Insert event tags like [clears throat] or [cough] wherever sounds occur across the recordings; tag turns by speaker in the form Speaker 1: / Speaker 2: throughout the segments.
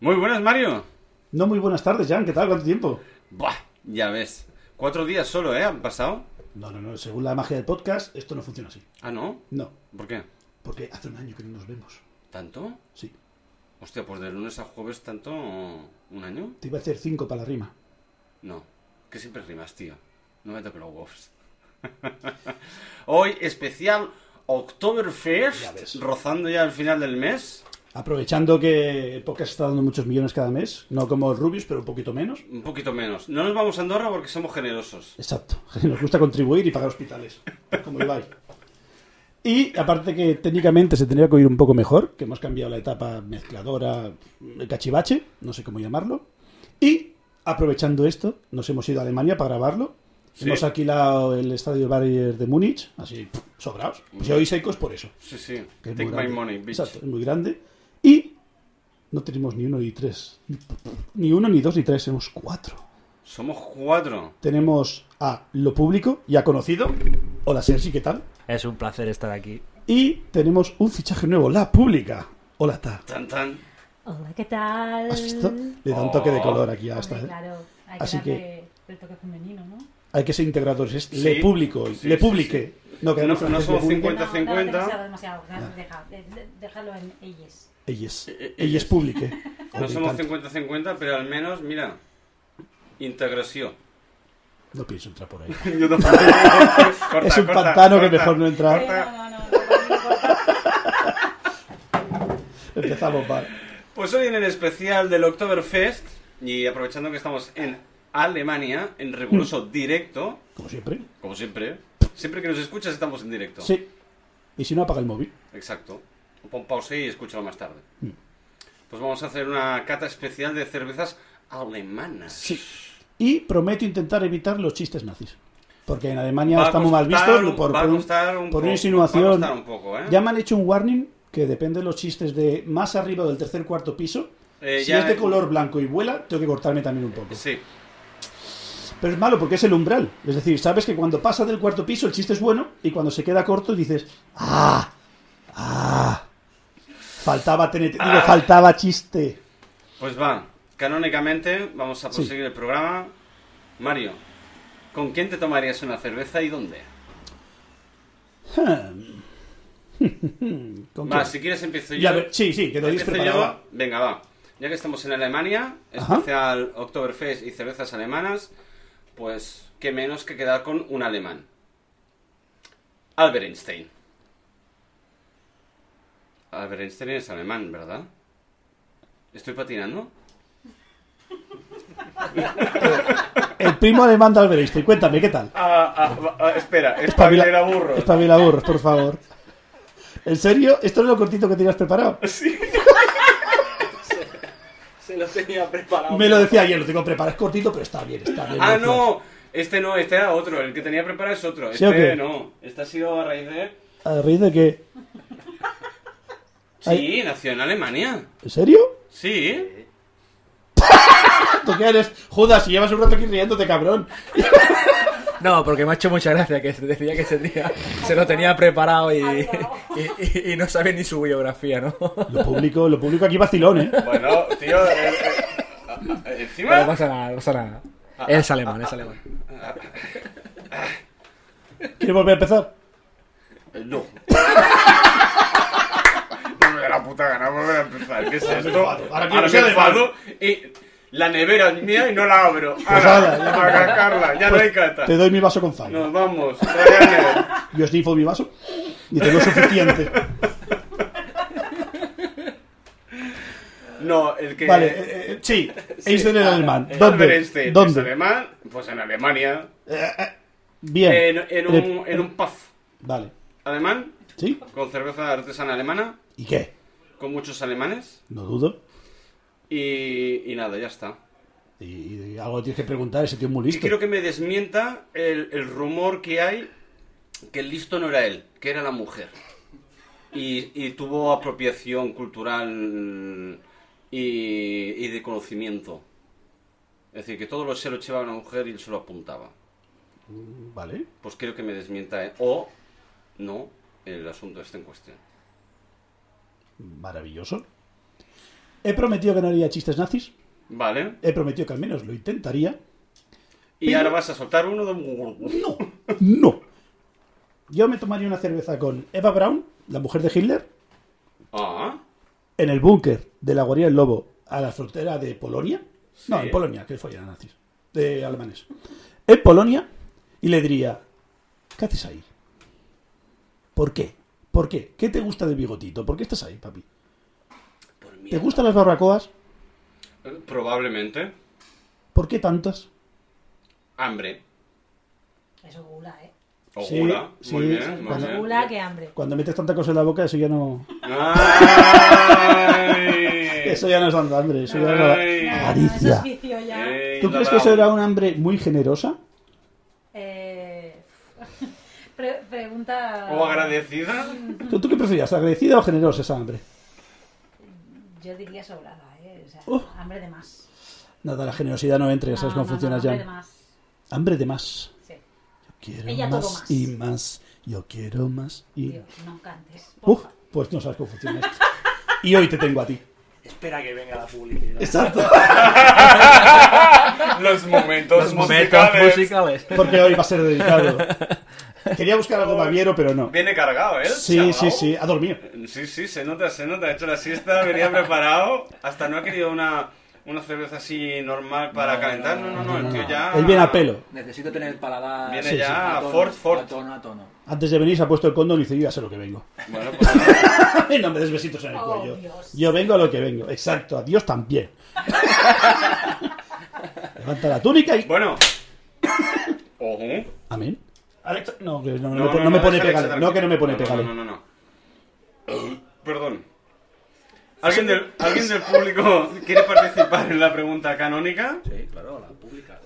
Speaker 1: Muy buenas, Mario.
Speaker 2: No, muy buenas tardes, Jan. ¿Qué tal? ¿Cuánto tiempo?
Speaker 1: Buah, ya ves. Cuatro días solo, ¿eh? ¿Han pasado?
Speaker 2: No, no, no. Según la magia del podcast, esto no funciona así.
Speaker 1: Ah, ¿no?
Speaker 2: No,
Speaker 1: ¿Por qué?
Speaker 2: porque hace un año que no nos vemos.
Speaker 1: ¿Tanto?
Speaker 2: Sí.
Speaker 1: Hostia, pues de lunes a jueves tanto... ¿Un año?
Speaker 2: Te iba a hacer cinco para la rima.
Speaker 1: No. Que siempre rimas, tío. No me toques los huevos. [laughs] Hoy, especial
Speaker 2: Ya ves.
Speaker 1: Oktoberfest. Rozando ya el final del mes.
Speaker 2: Aprovechando que el podcast está dando muchos millones cada mes, no como el Rubius, pero un poquito menos.
Speaker 1: Un poquito menos. No nos vamos a Andorra porque somos generosos.
Speaker 2: Exacto. [laughs] Nos gusta contribuir y pagar hospitales, como Ibai. Y aparte que técnicamente se tendría que oír un poco mejor, que hemos cambiado la etapa mezcladora, el cachivache, no sé cómo llamarlo. Y aprovechando esto, nos hemos ido a Alemania para grabarlo.
Speaker 1: Sí.
Speaker 2: Hemos alquilado el estadio Barrier de Múnich, así pff, sobrados. Si oís secos por eso.
Speaker 1: Sí, sí.
Speaker 2: que es
Speaker 1: Take
Speaker 2: muy
Speaker 1: my
Speaker 2: grande.
Speaker 1: money, bitch.
Speaker 2: Exacto, es muy grande. Y no tenemos ni uno ni tres. Ni uno, ni dos, ni tres, tenemos cuatro
Speaker 1: Somos cuatro.
Speaker 2: tenemos a lo público, ya conocido. Hola Sergi, ¿qué tal?
Speaker 3: Es un placer estar aquí.
Speaker 2: Y tenemos un fichaje nuevo, la pública. Hola, Ta.
Speaker 1: Tan, tan.
Speaker 4: Hola, ¿qué tal?
Speaker 2: ¿Has visto? Le da un toque de color aquí a
Speaker 4: Oh, Hombre,
Speaker 2: esta. ¿eh?
Speaker 4: Claro, hay que
Speaker 2: Así
Speaker 4: darle
Speaker 2: que-
Speaker 4: el toque femenino, ¿no?
Speaker 2: Hay que ser integradores. Es
Speaker 1: Sí.
Speaker 2: le público, hoy,
Speaker 1: Sí,
Speaker 2: le
Speaker 1: sí,
Speaker 2: publique. No, que
Speaker 1: No,
Speaker 2: en francés,
Speaker 1: no
Speaker 2: le
Speaker 1: somos
Speaker 2: publique.
Speaker 1: 50. 50.
Speaker 4: No, no, demasiado, demasiado. Deja, de- de- déjalo en ellas.
Speaker 2: Ellas.
Speaker 1: Eh, eh,
Speaker 2: Ellas publique.
Speaker 1: No
Speaker 2: Joder,
Speaker 1: somos
Speaker 2: tanto.
Speaker 1: 50-50, pero al menos, mira,
Speaker 2: [laughs]
Speaker 1: integración.
Speaker 2: No pienso entrar por ahí.
Speaker 1: Yo tampoco. [laughs] Corta,
Speaker 2: es un
Speaker 1: corta,
Speaker 2: pantano que
Speaker 1: corta.
Speaker 2: mejor no
Speaker 4: Eh,
Speaker 1: [laughs]
Speaker 2: entrar.
Speaker 4: no, no, no, no, no,
Speaker 2: Empezamos mal.
Speaker 1: Pues hoy en el especial del Oktoberfest, y aprovechando que estamos en Alemania, en riguroso
Speaker 2: Mm.
Speaker 1: directo,
Speaker 2: Como siempre.
Speaker 1: como siempre, siempre que nos escuchas estamos en directo.
Speaker 2: Sí. Y si no, apaga el móvil.
Speaker 1: Exacto. Pon pause y escúchalo más tarde.
Speaker 2: Mm.
Speaker 1: Pues vamos a hacer una cata especial de cervezas alemanas.
Speaker 2: Sí. Y prometo intentar evitar los chistes nazis. Porque en Alemania
Speaker 1: Va a
Speaker 2: estamos mal
Speaker 1: costar
Speaker 2: vistos
Speaker 1: un-
Speaker 2: por,
Speaker 1: va a
Speaker 2: por un-
Speaker 1: costar un
Speaker 2: por una
Speaker 1: poco, va a
Speaker 2: insinuación.
Speaker 1: costar un poco, ¿eh?
Speaker 2: Ya me han hecho un warning que depende de los chistes de más arriba del tercer cuarto piso.
Speaker 1: Eh,
Speaker 2: si
Speaker 1: ya-
Speaker 2: es de color blanco y vuela, tengo que cortarme también un poco.
Speaker 1: Sí.
Speaker 2: Pero es malo porque es el umbral. Es decir, sabes que cuando pasa del cuarto piso el chiste es bueno y cuando se queda corto dices ¡Ah! ¡Ah! Faltaba TNT. Digo,
Speaker 1: Ah.
Speaker 2: faltaba chiste.
Speaker 1: Pues va, canónicamente vamos a
Speaker 2: Sí.
Speaker 1: proseguir el programa. Mario, ¿con quién te tomarías una cerveza y dónde?
Speaker 2: ¿Con
Speaker 1: Va,
Speaker 2: qué?
Speaker 1: si quieres empiezo yo. este
Speaker 2: Ya ve- sí, sí, que lo hayas
Speaker 1: Empiezo
Speaker 2: preparado.
Speaker 1: yo. Venga, va. Ya que estamos en Alemania,
Speaker 2: Ajá.
Speaker 1: especial Oktoberfest y cervezas alemanas, pues qué menos que quedar con un alemán. Albert Einstein. Albert Einstein es alemán, ¿verdad? ¿Estoy patinando?
Speaker 2: El primo alemán de Albert Einstein. Cuéntame, ¿qué tal?
Speaker 1: Ah, espera,
Speaker 2: espabila
Speaker 1: burro.
Speaker 2: Espabila burros, por favor. ¿En serio? ¿Esto es lo cortito que tenías preparado?
Speaker 5: Se lo tenía preparado.
Speaker 2: Me lo decía ayer, lo tengo preparado. Es cortito, pero está bien, está bien.
Speaker 1: Ah,
Speaker 2: gracias.
Speaker 1: no, este no, este era otro, el que tenía preparado es otro.
Speaker 2: ¿Sí
Speaker 1: Este
Speaker 2: o qué?
Speaker 1: no, este ha sido a raíz de...
Speaker 2: ¿A raíz de qué?
Speaker 1: Sí,
Speaker 2: Ay.
Speaker 1: nació en Alemania.
Speaker 2: ¿En serio?
Speaker 1: Sí.
Speaker 2: ¿Tú qué eres? Judas, si llevas un rato aquí riéndote, cabrón.
Speaker 3: No, porque me ha hecho mucha gracia que se decía que se, tenía- se lo tenía preparado y, y- y- y no sabe ni su biografía, ¿no?
Speaker 2: Lo público, lo público aquí vacilón, ¿eh?
Speaker 1: Bueno, tío... eh, eh, eh,
Speaker 3: Pero no
Speaker 1: Encima...
Speaker 3: pasa nada, no pasa nada. Es alemán, es alemán.
Speaker 2: ¿Quieres volver a empezar?
Speaker 1: Eh, No. No me da la puta gana volver a empezar. ¿Qué es esto?
Speaker 2: enfado, ahora quiero
Speaker 1: Ahora me
Speaker 2: ser
Speaker 1: enfado y la nevera es mía y no la abro.
Speaker 2: Pues nada,
Speaker 1: Ahora,
Speaker 2: ya Pues
Speaker 1: a cagarla, ya no hay cata.
Speaker 2: Te doy mi vaso con fallo.
Speaker 1: Nos vamos. Rayanes.
Speaker 2: Yo snifo mi vaso y tengo suficiente.
Speaker 1: No, el que...
Speaker 2: Vale, eh, eh, sí, Einstein era alemán.
Speaker 1: Eh, Albert
Speaker 2: ¿Dónde?
Speaker 1: Einstein es
Speaker 2: ¿Dónde?
Speaker 1: alemán, pues en Alemania,
Speaker 2: Bien.
Speaker 1: en, en
Speaker 2: Eh,
Speaker 1: un, en un pub
Speaker 2: Vale.
Speaker 1: alemán,
Speaker 2: ¿Sí?
Speaker 1: con cerveza artesana alemana,
Speaker 2: ¿Y qué?
Speaker 1: con muchos alemanes,
Speaker 2: No dudo.
Speaker 1: y, y nada, ya está.
Speaker 2: Y, y algo tienes que preguntar, ese tío es muy
Speaker 1: Y
Speaker 2: listo.
Speaker 1: quiero que me desmienta el, el rumor que hay que el listo no era él, que era la mujer. Y, y tuvo apropiación cultural y, y de conocimiento. Es decir, que todo lo se lo llevaba una mujer y él se lo apuntaba.
Speaker 2: Vale.
Speaker 1: Pues quiero que me desmienta eh, o no el asunto este en cuestión.
Speaker 2: Maravilloso. He prometido que no haría chistes nazis.
Speaker 1: Vale.
Speaker 2: He prometido que al menos lo intentaría.
Speaker 1: Y ahora vas a soltar uno de...
Speaker 2: No, no. Yo me tomaría una cerveza con Eva Braun, la mujer de Hitler,
Speaker 1: Ah,
Speaker 2: en el búnker de la Guardia del Lobo a la frontera de Polonia. No,
Speaker 1: Sí.
Speaker 2: en Polonia, que follan a nazis. De alemanes. En Polonia. Y le diría, ¿qué haces ahí? ¿Por qué? ¿Por qué? ¿Qué te gusta del bigotito? ¿Por qué estás ahí, papi?
Speaker 1: por
Speaker 2: ¿Te
Speaker 1: mierda.
Speaker 2: gustan las barbacoas?
Speaker 1: Eh, Probablemente.
Speaker 2: ¿Por qué tantas?
Speaker 1: Hambre.
Speaker 4: Eso gula, ¿eh?
Speaker 1: O
Speaker 2: Sí,
Speaker 1: gula.
Speaker 2: sí,
Speaker 1: muy
Speaker 2: sí,
Speaker 1: bien, muy
Speaker 2: Pues
Speaker 4: Más
Speaker 2: cuando- no.
Speaker 1: bien.
Speaker 4: gula que hambre.
Speaker 2: Cuando metes tanta cosa en la boca, eso ya no...
Speaker 1: ¡Ay!
Speaker 2: Eso ya no es tanta hambre, eso ya
Speaker 1: Eh. Ay.
Speaker 2: no...
Speaker 4: No, no, eso
Speaker 2: Avaricia.
Speaker 4: es vicio ya.
Speaker 1: Ey,
Speaker 2: ¿Tú
Speaker 1: la
Speaker 2: crees que eso
Speaker 1: dao.
Speaker 2: era un hambre muy generosa?
Speaker 4: Eh, [laughs] pre- pregunta...
Speaker 1: ¿O Oh, agradecida?
Speaker 2: ¿Tú tú qué preferías, agradecida o generosa esa hambre?
Speaker 4: Yo diría sobrada, ¿eh? O sea,
Speaker 2: Uf.
Speaker 4: hambre de más.
Speaker 2: Nada, la generosidad no entra, Oh. ya sabes
Speaker 4: No,
Speaker 2: cómo
Speaker 4: no,
Speaker 2: funciona
Speaker 4: no,
Speaker 2: ya.
Speaker 4: Hambre de más,
Speaker 2: Hambre de más.
Speaker 4: sí.
Speaker 2: Yo quiero
Speaker 4: Ella todo
Speaker 2: más,
Speaker 4: más.
Speaker 2: y más. Yo quiero más y...
Speaker 4: Dios, no cantes.
Speaker 2: Uf,
Speaker 4: porfa.
Speaker 2: pues no sabes cómo funciona esto. Y hoy te tengo a ti.
Speaker 6: Espera que venga la publicidad.
Speaker 2: Exacto.
Speaker 1: Los momentos
Speaker 3: Los momentos
Speaker 1: musicales.
Speaker 3: musicales.
Speaker 2: Porque hoy va a ser dedicado. Quería buscar algo baviero, pero no.
Speaker 1: Viene cargado, ¿eh?
Speaker 2: Sí,
Speaker 1: chaval?
Speaker 2: sí, sí. A dormir.
Speaker 1: Sí, sí, se nota, se nota. Ha hecho la siesta, venía preparado. Hasta no ha querido una, una cerveza así normal para
Speaker 3: No,
Speaker 1: calentar. No,
Speaker 3: no,
Speaker 1: no, no,
Speaker 3: no,
Speaker 1: el
Speaker 3: no,
Speaker 1: tío
Speaker 3: no.
Speaker 1: ya...
Speaker 2: Él viene a pelo.
Speaker 3: Necesito tener el paladar.
Speaker 1: Viene
Speaker 2: Sí, sí.
Speaker 1: ya
Speaker 3: a tono,
Speaker 1: Ah, Ford, Ford.
Speaker 3: A tono, a tono.
Speaker 2: Antes de venir se ha puesto el condón y dice, yo ya sé lo que vengo. [laughs]
Speaker 1: Bueno, pues nada.
Speaker 2: no me des besitos en el
Speaker 4: Oh,
Speaker 2: cuello.
Speaker 4: Dios.
Speaker 2: Yo vengo a lo que vengo. Exacto, a Dios
Speaker 4: [laughs]
Speaker 2: también. Levanta la túnica y...
Speaker 1: Bueno. Ojo.
Speaker 2: Amén. Alexa, no, que no, no me pone- no me pone
Speaker 1: deja
Speaker 2: pegale.
Speaker 1: Alexa
Speaker 2: No, que no me pone
Speaker 1: tranquila.
Speaker 2: pegale.
Speaker 1: No, no, no, no. [coughs] Perdón. ¿Alguien del, ¿Alguien del público [laughs] quiere participar en la pregunta canónica?
Speaker 3: Sí, claro, la pública.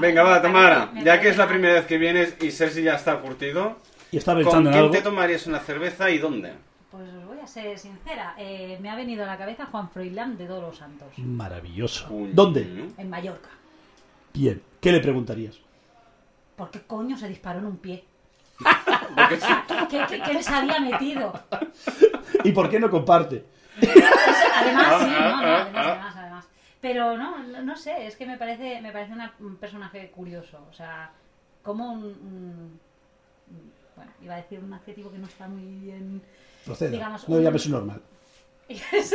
Speaker 1: [laughs] Venga, va, Tamara. Ya que es la primera vez que vienes y Sergi ya está curtido,
Speaker 2: Y está
Speaker 1: ¿con
Speaker 2: pensando en
Speaker 1: quién
Speaker 2: algo.
Speaker 1: te tomarías una cerveza y dónde?
Speaker 4: Pues os voy a ser sincera. eh, me ha venido a la cabeza Juan Froilán de Todos los Santos,
Speaker 2: Maravilloso.
Speaker 1: Coño.
Speaker 2: ¿Dónde?
Speaker 1: Mm.
Speaker 4: en Mallorca.
Speaker 2: Bien. ¿Qué le preguntarías?
Speaker 4: ¿Por qué coño se disparó en un pie? O sea, [laughs] ¿Qué, qué- qué les había metido?
Speaker 2: ¿Y por qué no comparte?
Speaker 4: O sea, además, sí, no, no,
Speaker 1: Ah, ah,
Speaker 4: además,
Speaker 1: ah.
Speaker 4: además, además. Pero no, no, no sé, es que me parece, me parece una- un personaje curioso. O sea, como un, un- un- Bueno, iba a decir un adjetivo que no está muy bien. [laughs]
Speaker 2: Proceda.
Speaker 4: Digamos,
Speaker 2: no
Speaker 4: un-
Speaker 2: llames un normal.
Speaker 4: Es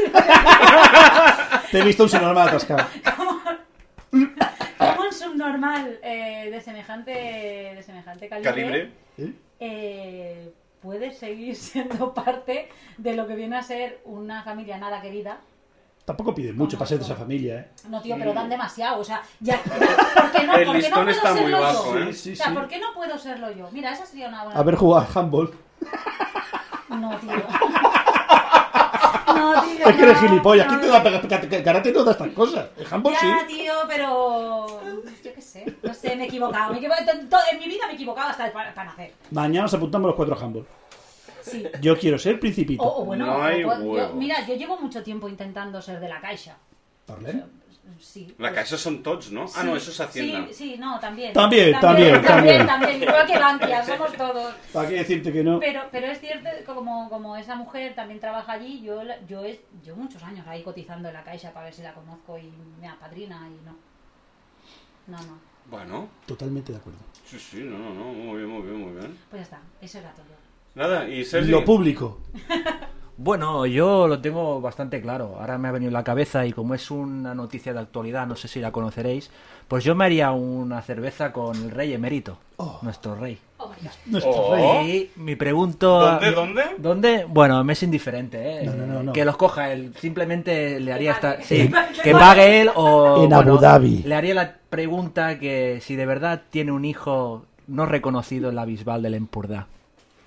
Speaker 2: Te he visto un normal atascado.
Speaker 4: como un subnormal eh, de semejante, de semejante calibre.
Speaker 1: ¿Calibre?
Speaker 2: ¿Eh?
Speaker 4: eh, puede seguir [laughs] siendo parte de lo que viene a ser una familia nada querida.
Speaker 2: Tampoco pide mucho
Speaker 4: No,
Speaker 2: para ser de
Speaker 4: no.
Speaker 2: esa familia, ¿eh?
Speaker 4: No, tío, pero dan demasiado. O sea,
Speaker 1: [laughs]
Speaker 4: ya. ¿Por qué no,
Speaker 1: El
Speaker 4: por qué no
Speaker 1: listón
Speaker 4: puedo
Speaker 1: está muy
Speaker 4: serlo
Speaker 1: bajo,
Speaker 4: yo?
Speaker 1: ¿eh?
Speaker 2: Sí,
Speaker 4: o sea,
Speaker 2: sí.
Speaker 4: ¿por qué no puedo serlo yo? Mira, esa sería una buena.
Speaker 2: Haber jugado a handball.
Speaker 4: No,
Speaker 2: [laughs]
Speaker 4: tío. No, tío.
Speaker 2: Es que eres
Speaker 4: no,
Speaker 2: gilipollas.
Speaker 4: no,
Speaker 2: ¿Quién te da pega- ca- ca- karate? No da estas cosas. El handball sí.
Speaker 4: Ya, tío, pero. Yo qué sé. No sé, me he equivocado. Me he equivocado. en to- En mi vida me he equivocado hasta para, para nacer.
Speaker 2: Mañana nos apuntamos los cuatro a handball.
Speaker 4: Sí.
Speaker 2: Yo quiero ser principito.
Speaker 4: O, o bueno,
Speaker 1: No hay
Speaker 4: o puedo- yo-
Speaker 1: huevos.
Speaker 4: mira, yo llevo mucho tiempo intentando ser de la caixa.
Speaker 2: Parlem.
Speaker 4: Sí.
Speaker 1: La
Speaker 4: pues-
Speaker 1: casa son tots, ¿no? Ah, no, eso es Hacienda.
Speaker 4: Sí, sí, no, también.
Speaker 2: También, también,
Speaker 4: También, también. Igual
Speaker 1: [laughs]
Speaker 4: que Bankia, somos todos.
Speaker 2: ¿Para qué decirte que no?
Speaker 4: Pero, pero es cierto, que como, como esa mujer también trabaja allí, yo, la- yo, es, yo muchos años ahí cotizando en la caixa para ver si la conozco y me apadrina y no. No, no.
Speaker 1: Bueno,
Speaker 2: Totalmente de acuerdo.
Speaker 1: sí, sí, no, no, no, muy bien, muy bien, muy bien.
Speaker 4: Pues ya está, eso era todo.
Speaker 1: Nada, y Sergi...
Speaker 2: Lo público.
Speaker 3: Bueno, yo lo tengo bastante claro. Ahora me ha venido en la cabeza y como es una noticia de actualidad, no sé si la conoceréis, pues yo me haría una cerveza con el rey emérito,
Speaker 2: Oh.
Speaker 3: nuestro rey.
Speaker 4: Oh my God.
Speaker 2: Nuestro
Speaker 1: Oh.
Speaker 2: rey.
Speaker 3: Y mi pregunto...
Speaker 1: ¿Dónde, dónde?
Speaker 3: ¿Dónde? Bueno, me es indiferente, ¿eh?
Speaker 2: No, no, no, no.
Speaker 3: Que los coja él. Simplemente le haría
Speaker 4: pague.
Speaker 3: esta... Sí,
Speaker 4: Que
Speaker 3: que
Speaker 4: pague.
Speaker 3: pague él o...
Speaker 2: En Abu Dhabi.
Speaker 3: Le haría la pregunta que si de verdad tiene un hijo no reconocido en la Bisbal del Empordà.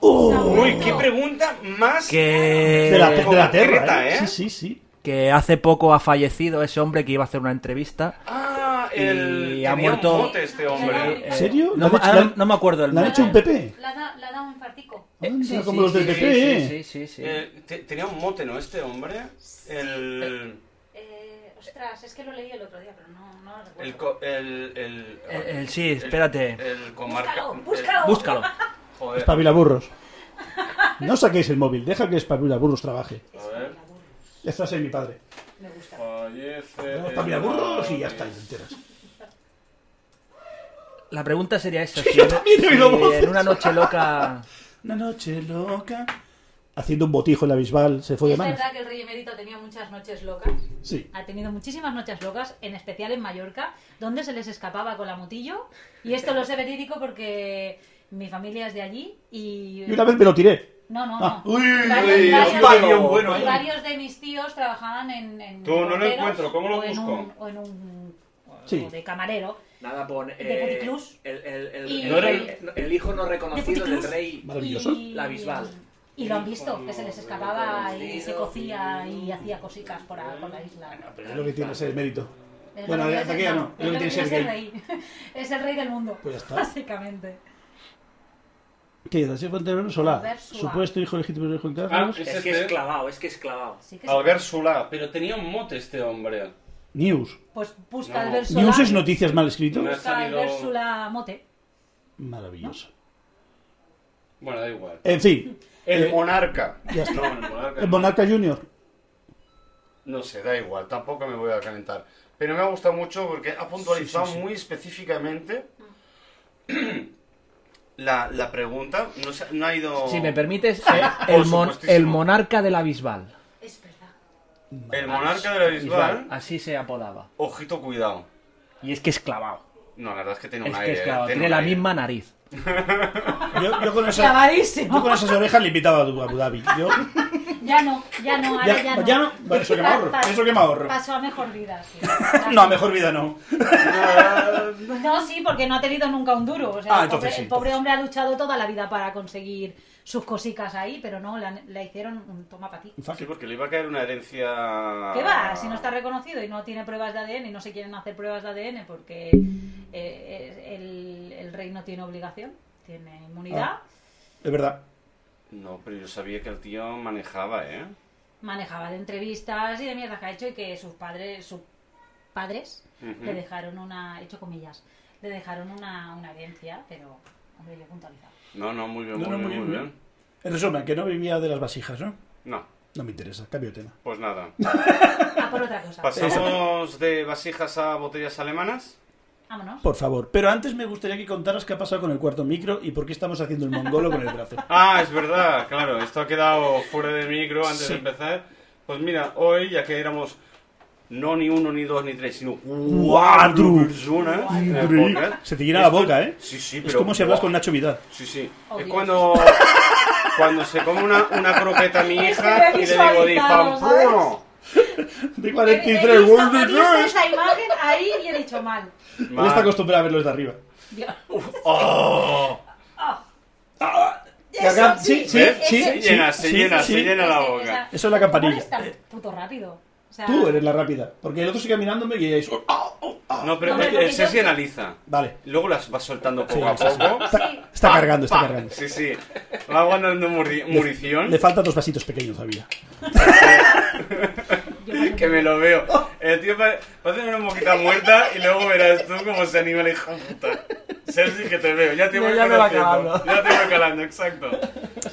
Speaker 2: Oh.
Speaker 1: Uy, qué pregunta más...
Speaker 3: Que...
Speaker 2: De la, de la
Speaker 1: Concreta,
Speaker 2: tierra, ¿eh?
Speaker 1: ¿eh?
Speaker 2: Sí, sí, sí.
Speaker 3: que hace poco ha fallecido ese hombre que iba a hacer una entrevista.
Speaker 1: Ah, el...
Speaker 3: Y ha
Speaker 1: tenía un
Speaker 3: muerto-
Speaker 1: mote este hombre.
Speaker 2: ¿En serio?
Speaker 3: Eh, No,
Speaker 2: ¿Le han
Speaker 3: me-
Speaker 2: hecho-
Speaker 3: ahora no me acuerdo el
Speaker 2: ¿Le han
Speaker 3: nombre.
Speaker 2: hecho un PP?
Speaker 4: La da, la da un fartico.
Speaker 3: Eh,
Speaker 2: Anda,
Speaker 3: sí,
Speaker 2: como
Speaker 3: sí,
Speaker 2: los del
Speaker 3: sí,
Speaker 2: PP, ¿eh?
Speaker 3: Sí, sí, sí, sí.
Speaker 1: Eh, te- tenía un mote, ¿no? Este hombre. El...
Speaker 4: Eh, ostras, es que lo leí el otro día, pero no, no lo recuerdo.
Speaker 1: El... co- el, el,
Speaker 3: El- el- sí, espérate.
Speaker 1: El comarca...
Speaker 4: Búscalo,
Speaker 1: el-
Speaker 4: búscalo.
Speaker 3: Búscalo.
Speaker 1: joder.
Speaker 2: Espabila burros. No saquéis el móvil, deja que Espabila burros trabaje.
Speaker 1: A ver.
Speaker 2: Esta frase de mi padre.
Speaker 4: Me gusta.
Speaker 1: Eh,
Speaker 7: Fallece.
Speaker 2: Vamos también a burros y ya está, y te enteras.
Speaker 3: La pregunta sería esa.
Speaker 2: Sí,
Speaker 3: si
Speaker 2: [laughs] yo
Speaker 3: en-
Speaker 2: también he
Speaker 3: si
Speaker 2: oído voces.
Speaker 3: en una noche loca...
Speaker 2: Una noche loca. Haciendo un botijo en la bisbal, se fue de
Speaker 4: Es
Speaker 2: manos.
Speaker 4: verdad que el rey emérito ha tenido muchas noches locas.
Speaker 2: Sí.
Speaker 4: Ha tenido muchísimas noches locas, en especial en Mallorca, donde se les escapaba con la motillo. Y esto lo sé verídico porque mi familia es de allí y...
Speaker 2: Y una vez me lo tiré.
Speaker 4: No, no,
Speaker 2: Ah.
Speaker 4: no.
Speaker 2: Uy,
Speaker 4: Varios-
Speaker 7: uy,
Speaker 4: varios-
Speaker 7: un pan bien bueno
Speaker 1: ¿eh?
Speaker 7: ahí.
Speaker 4: Varios de mis tíos trabajaban en... en
Speaker 1: Tú, no lo
Speaker 4: porteros
Speaker 1: encuentro, ¿cómo lo
Speaker 4: o en
Speaker 1: busco?
Speaker 4: un- o en un... o
Speaker 2: Sí.
Speaker 4: de camarero.
Speaker 8: Nada, pon.
Speaker 4: Puticlús.
Speaker 8: el, el, el,
Speaker 4: Y-
Speaker 8: el rey- el hijo no reconocido del
Speaker 4: Puticlús.
Speaker 8: rey.
Speaker 2: Maravilloso.
Speaker 4: Y-
Speaker 8: La Bisbal.
Speaker 4: Y lo han visto, que se les escapaba y se cocía y hacía cositas por, a- por la isla.
Speaker 2: Es lo que tiene ese mérito.
Speaker 4: Es
Speaker 2: Bueno,
Speaker 4: lo que
Speaker 2: de
Speaker 4: es-
Speaker 2: aquella no, es lo que
Speaker 4: es
Speaker 2: tiene
Speaker 4: es
Speaker 2: ser
Speaker 4: el rey. [laughs] Es el rey del mundo,
Speaker 2: Pues ya está.
Speaker 4: básicamente.
Speaker 2: ¿Qué? ¿Darío Fuentebrón Solá?
Speaker 4: Albert Solá.
Speaker 2: Supuesto hijo legítimo de Juan
Speaker 1: Ah,
Speaker 2: Carlos.
Speaker 1: es
Speaker 8: Es que
Speaker 1: este. eh,
Speaker 8: es clavado, es que es clavado.
Speaker 4: Sí que sí.
Speaker 1: Albert Solá. Pero tenía un mote este hombre.
Speaker 2: News.
Speaker 4: Pues busca
Speaker 1: No.
Speaker 4: Albert Solá.
Speaker 2: News es noticias mal escrito.
Speaker 1: No es-
Speaker 4: Busca Albert
Speaker 1: salido-
Speaker 4: Solá Mote.
Speaker 2: Maravilloso.
Speaker 1: Bueno, da igual.
Speaker 2: En fin,
Speaker 1: El monarca.
Speaker 2: ya
Speaker 1: [laughs]
Speaker 2: está.
Speaker 1: No, el monarca.
Speaker 2: el Monarca Junior.
Speaker 1: No sé, da igual, tampoco me voy a calentar. Pero me ha gustado mucho porque ha puntualizado
Speaker 2: Sí, sí, sí.
Speaker 1: muy específicamente Mm. la, la pregunta. No, se- no ha ido.
Speaker 3: Si me permites,
Speaker 1: Oh. Sí,
Speaker 3: eh,
Speaker 1: por
Speaker 3: el, mon-
Speaker 1: supuestísimo.
Speaker 3: el monarca del abisbal.
Speaker 4: Es verdad.
Speaker 1: El monarca de la
Speaker 3: Bisbal,
Speaker 1: visual.
Speaker 3: Así se apodaba.
Speaker 1: Ojito, cuidado.
Speaker 3: Y es que es clavado.
Speaker 1: No, la verdad es que tiene un
Speaker 3: Es que
Speaker 1: aire.
Speaker 3: es
Speaker 1: ¿eh?
Speaker 3: clavado. Tiene
Speaker 1: un
Speaker 3: la
Speaker 1: aire.
Speaker 3: misma nariz.
Speaker 2: Yo,
Speaker 4: [laughs]
Speaker 2: yo con esa-
Speaker 4: ¿eh?
Speaker 2: yo
Speaker 4: Clavadísimo.
Speaker 2: con esas orejas le invitaba a Abu Abu Dhabi. Yo,
Speaker 4: Ya no, ya no, ahora ya, no.
Speaker 2: Vale, eso que me ahorro.
Speaker 4: Pa- pa-
Speaker 2: Eso que me ahorro.
Speaker 4: Pasó a mejor vida. sí.
Speaker 2: [laughs] No, a mejor vida no.
Speaker 4: No, sí, porque no ha tenido nunca un duro. O sea,
Speaker 2: Ah,
Speaker 4: el,
Speaker 2: entonces
Speaker 4: pobre,
Speaker 2: sí,
Speaker 4: el pobre
Speaker 2: entonces.
Speaker 4: hombre ha luchado toda la vida para conseguir sus cosicas ahí, pero no, la, la hicieron un toma pa' ti.
Speaker 1: Sí, porque le iba a caer una herencia.
Speaker 4: ¿Qué va? Si no está reconocido y no tiene pruebas de ADN y no se quieren hacer pruebas de ADN porque eh, el, el rey no tiene obligación, tiene inmunidad,
Speaker 2: Ah. Es verdad.
Speaker 1: No, pero yo sabía que el tío manejaba, ¿eh?
Speaker 4: manejaba de entrevistas y de mierda que ha hecho y que sus padres, sus padres
Speaker 1: Ujú.
Speaker 4: le dejaron una, hecho comillas, le dejaron una, una herencia, pero hombre, yo he puntualizado.
Speaker 1: No, no, muy bien,
Speaker 2: No,
Speaker 1: muy,
Speaker 2: no,
Speaker 1: bien,
Speaker 2: muy
Speaker 1: muy
Speaker 2: bien.
Speaker 1: bien.
Speaker 2: En resumen, que no vivía de las vasijas, ¿no?
Speaker 1: No,
Speaker 2: No me interesa, cambio de tema.
Speaker 1: pues
Speaker 3: [laughs]
Speaker 1: nada.
Speaker 4: Ah, por otra cosa.
Speaker 1: Pasamos de vasijas a botellas alemanas.
Speaker 4: Vámonos.
Speaker 2: Por favor. Pero antes me gustaría que contaras qué ha pasado con el cuarto micro y por qué estamos haciendo el mongolo con el
Speaker 1: [laughs]
Speaker 2: brazo.
Speaker 1: Ah, es verdad, claro, esto ha quedado fuera del micro antes
Speaker 2: Sí.
Speaker 1: de empezar. Pues mira, hoy ya que éramos no ni uno, ni dos, ni tres, sino cuatro
Speaker 2: Cuatro.
Speaker 1: personas en el
Speaker 2: Increíble.
Speaker 1: podcast.
Speaker 2: Se te llena la
Speaker 1: Esto-
Speaker 2: boca, ¿eh?
Speaker 1: Sí, sí,
Speaker 2: Es
Speaker 1: pero...
Speaker 2: como si hablas con Nacho Vidal.
Speaker 1: Sí, sí.
Speaker 4: Oh,
Speaker 1: es
Speaker 4: Dios.
Speaker 1: cuando, cuando se come una, una croqueta a mi
Speaker 4: [laughs] Es que
Speaker 1: hija
Speaker 4: lo he
Speaker 1: y le digo, di
Speaker 4: visualizado,
Speaker 1: pampuno.
Speaker 2: De
Speaker 4: He- he
Speaker 2: 43,
Speaker 4: visto-
Speaker 2: gol de
Speaker 4: he visto
Speaker 2: tres.
Speaker 4: esa imagen ahí y he dicho mal.
Speaker 2: No está acostumbrado a verlos de arriba.
Speaker 4: Dios.
Speaker 1: ¡Oh!
Speaker 4: Ah.
Speaker 2: Y acá- sí, sí,
Speaker 1: ¿Ves?
Speaker 2: sí,
Speaker 1: se
Speaker 2: sí,
Speaker 1: llena, se
Speaker 2: sí,
Speaker 1: llena,
Speaker 2: sí.
Speaker 1: se llena la
Speaker 4: Ese-
Speaker 1: boca.
Speaker 4: esa-
Speaker 2: Eso es la campanilla.
Speaker 4: ¿Cómo eres tan puto rápido? O sea,
Speaker 2: Tú eres la rápida. Porque el otro sigue mirándome y ella es... ¡Ah!
Speaker 1: No, pero
Speaker 4: No, no,
Speaker 1: eh,
Speaker 4: no,
Speaker 1: se
Speaker 4: yo- yo-
Speaker 1: analiza.
Speaker 2: Vale.
Speaker 1: Luego las va soltando
Speaker 2: Sí,
Speaker 1: poco a
Speaker 2: sí, sí.
Speaker 1: poco.
Speaker 2: Está, está
Speaker 1: Pa,
Speaker 2: cargando, está
Speaker 4: Ah.
Speaker 1: pa.
Speaker 2: cargando.
Speaker 1: Sí, sí. Va guardando muri-
Speaker 2: Le-
Speaker 1: munición.
Speaker 2: Le faltan dos vasitos pequeños todavía.
Speaker 4: yo no sé.
Speaker 1: Que me lo veo. El tío pa- va a tener una mosquita muerta y luego verás tú cómo se anima la hija puta. Sergi, que te veo. Ya te
Speaker 3: Ya-
Speaker 1: voy
Speaker 3: ya me va
Speaker 1: conociendo.
Speaker 3: calando.
Speaker 1: Ya te voy calando, exacto.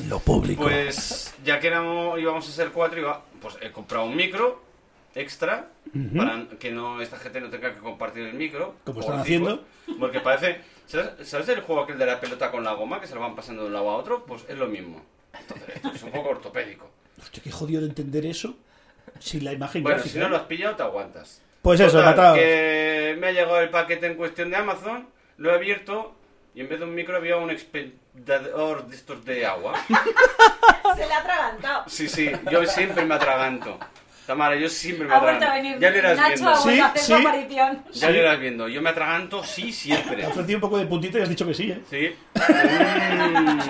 Speaker 2: Lo público.
Speaker 1: Pues ya que éramos, íbamos a ser cuatro, iba, pues he comprado un micro extra para que no esta gente no tenga que compartir el micro.
Speaker 2: Como están
Speaker 1: Pobrecicos. Porque parece... ¿sabes, ¿Sabes el juego aquel de la pelota con la goma que se lo van pasando de un lado a otro? Pues es lo mismo. Entonces, esto es un poco
Speaker 2: [laughs]
Speaker 1: ortopédico.
Speaker 2: Hostia, qué Pues jodido de entender eso sin la imagen
Speaker 1: Bueno,
Speaker 2: gráfica. ¿eh?
Speaker 1: si no lo has pillado, te aguantas.
Speaker 2: Pues eso,
Speaker 1: Total,
Speaker 2: mataos.
Speaker 1: que me ha llegado el paquete en cuestión de Amazon, lo he abierto y en vez de un micro había un expendedor de estos de agua.
Speaker 2: [laughs]
Speaker 4: Se le ha atragantado.
Speaker 1: Sí, sí, yo siempre me atraganto. Tamara, yo siempre me
Speaker 4: Ha vuelto a
Speaker 1: atraganto.
Speaker 4: venir
Speaker 1: ya le irás
Speaker 4: Nacho
Speaker 1: viendo.
Speaker 4: ha vuelto a
Speaker 2: Sí,
Speaker 4: hacer su
Speaker 2: sí.
Speaker 4: aparición.
Speaker 1: Ya le irás viendo. Yo me atraganto, sí, siempre.
Speaker 2: Te ha ofrecido un poco de puntito y has dicho que sí, ¿eh?
Speaker 1: Sí. Mm.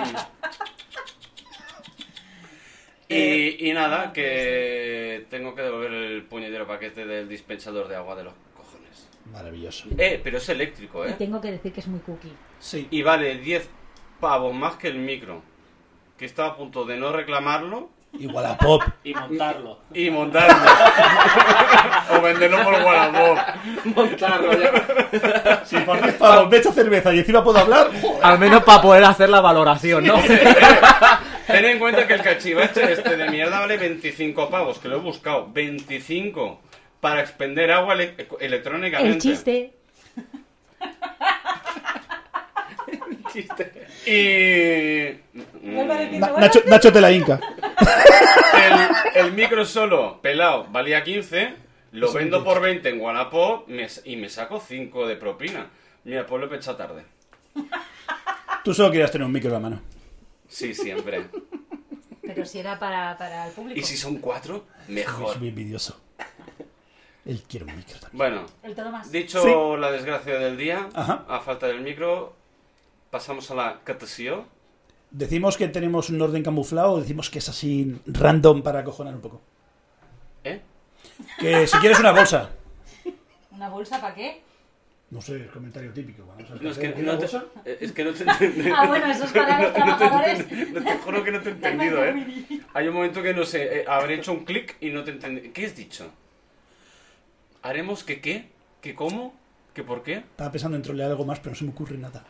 Speaker 1: Y, y nada, que tengo que devolver el puñetero paquete del dispensador de agua de los cojones.
Speaker 2: Maravilloso.
Speaker 1: Eh, pero es eléctrico,
Speaker 4: Y
Speaker 1: eh.
Speaker 4: tengo que decir que es muy cookie.
Speaker 2: Sí.
Speaker 1: y vale 10 pavos más que el micro. Que estaba a punto de no reclamarlo
Speaker 2: Igual a Pop.
Speaker 8: Y montarlo.
Speaker 1: y montarlo. o venderlo por Wallapop.
Speaker 8: montarlo ya.
Speaker 2: Si por 10 pavos me echo cerveza y encima puedo hablar, ¡joder!
Speaker 3: [laughs] Al menos para poder hacer la valoración, ¿no?
Speaker 1: Ten en cuenta que el cachivache este de mierda vale 25 pavos, que lo he buscado. 25 para expender agua ele- electrónicamente.
Speaker 9: El chiste.
Speaker 10: Chiste.
Speaker 1: Y.
Speaker 4: Vuelve a decir-
Speaker 2: Na- Mm, Nacho, Nacho te la inca.
Speaker 1: El, el micro solo, pelado, valía 15. Lo vendo por 20 en Wallapop me s- y me saco 5 de propina. Mira, pues lo he pensado tarde.
Speaker 2: Tú solo querías tener un micro en la mano.
Speaker 1: Sí, siempre.
Speaker 4: Pero si era para, para el público.
Speaker 1: Y si son 4, mejor.
Speaker 2: Es muy envidioso. Él quiere un micro también.
Speaker 1: Bueno,
Speaker 4: El todo más.
Speaker 1: dicho
Speaker 2: Sí.
Speaker 1: la desgracia del día,
Speaker 2: Ajá.
Speaker 1: a falta del micro, pasamos a la catasio.
Speaker 2: ¿Decimos que tenemos un orden camuflado o decimos que es así random para acojonar un poco?
Speaker 1: ¿Eh?
Speaker 2: Que si quieres una bolsa.
Speaker 4: ¿Una bolsa para qué?
Speaker 2: No sé, es comentario típico. Vamos a
Speaker 1: No, es que
Speaker 2: ¿Una
Speaker 1: no
Speaker 2: bolsa?
Speaker 1: te, eh, es que no te
Speaker 4: [laughs]
Speaker 1: entendí. [laughs]
Speaker 4: Ah, bueno, eso es para los trabajadores.
Speaker 1: No te juro que no te he entendido, ¿eh? Hay un momento que no sé, eh, habré hecho un clic y no te entendí. ¿Qué has dicho? ¿Haremos que qué? ¿Que cómo? ¿Que por qué?
Speaker 2: Estaba pensando en trolear algo más, pero no se me ocurre nada.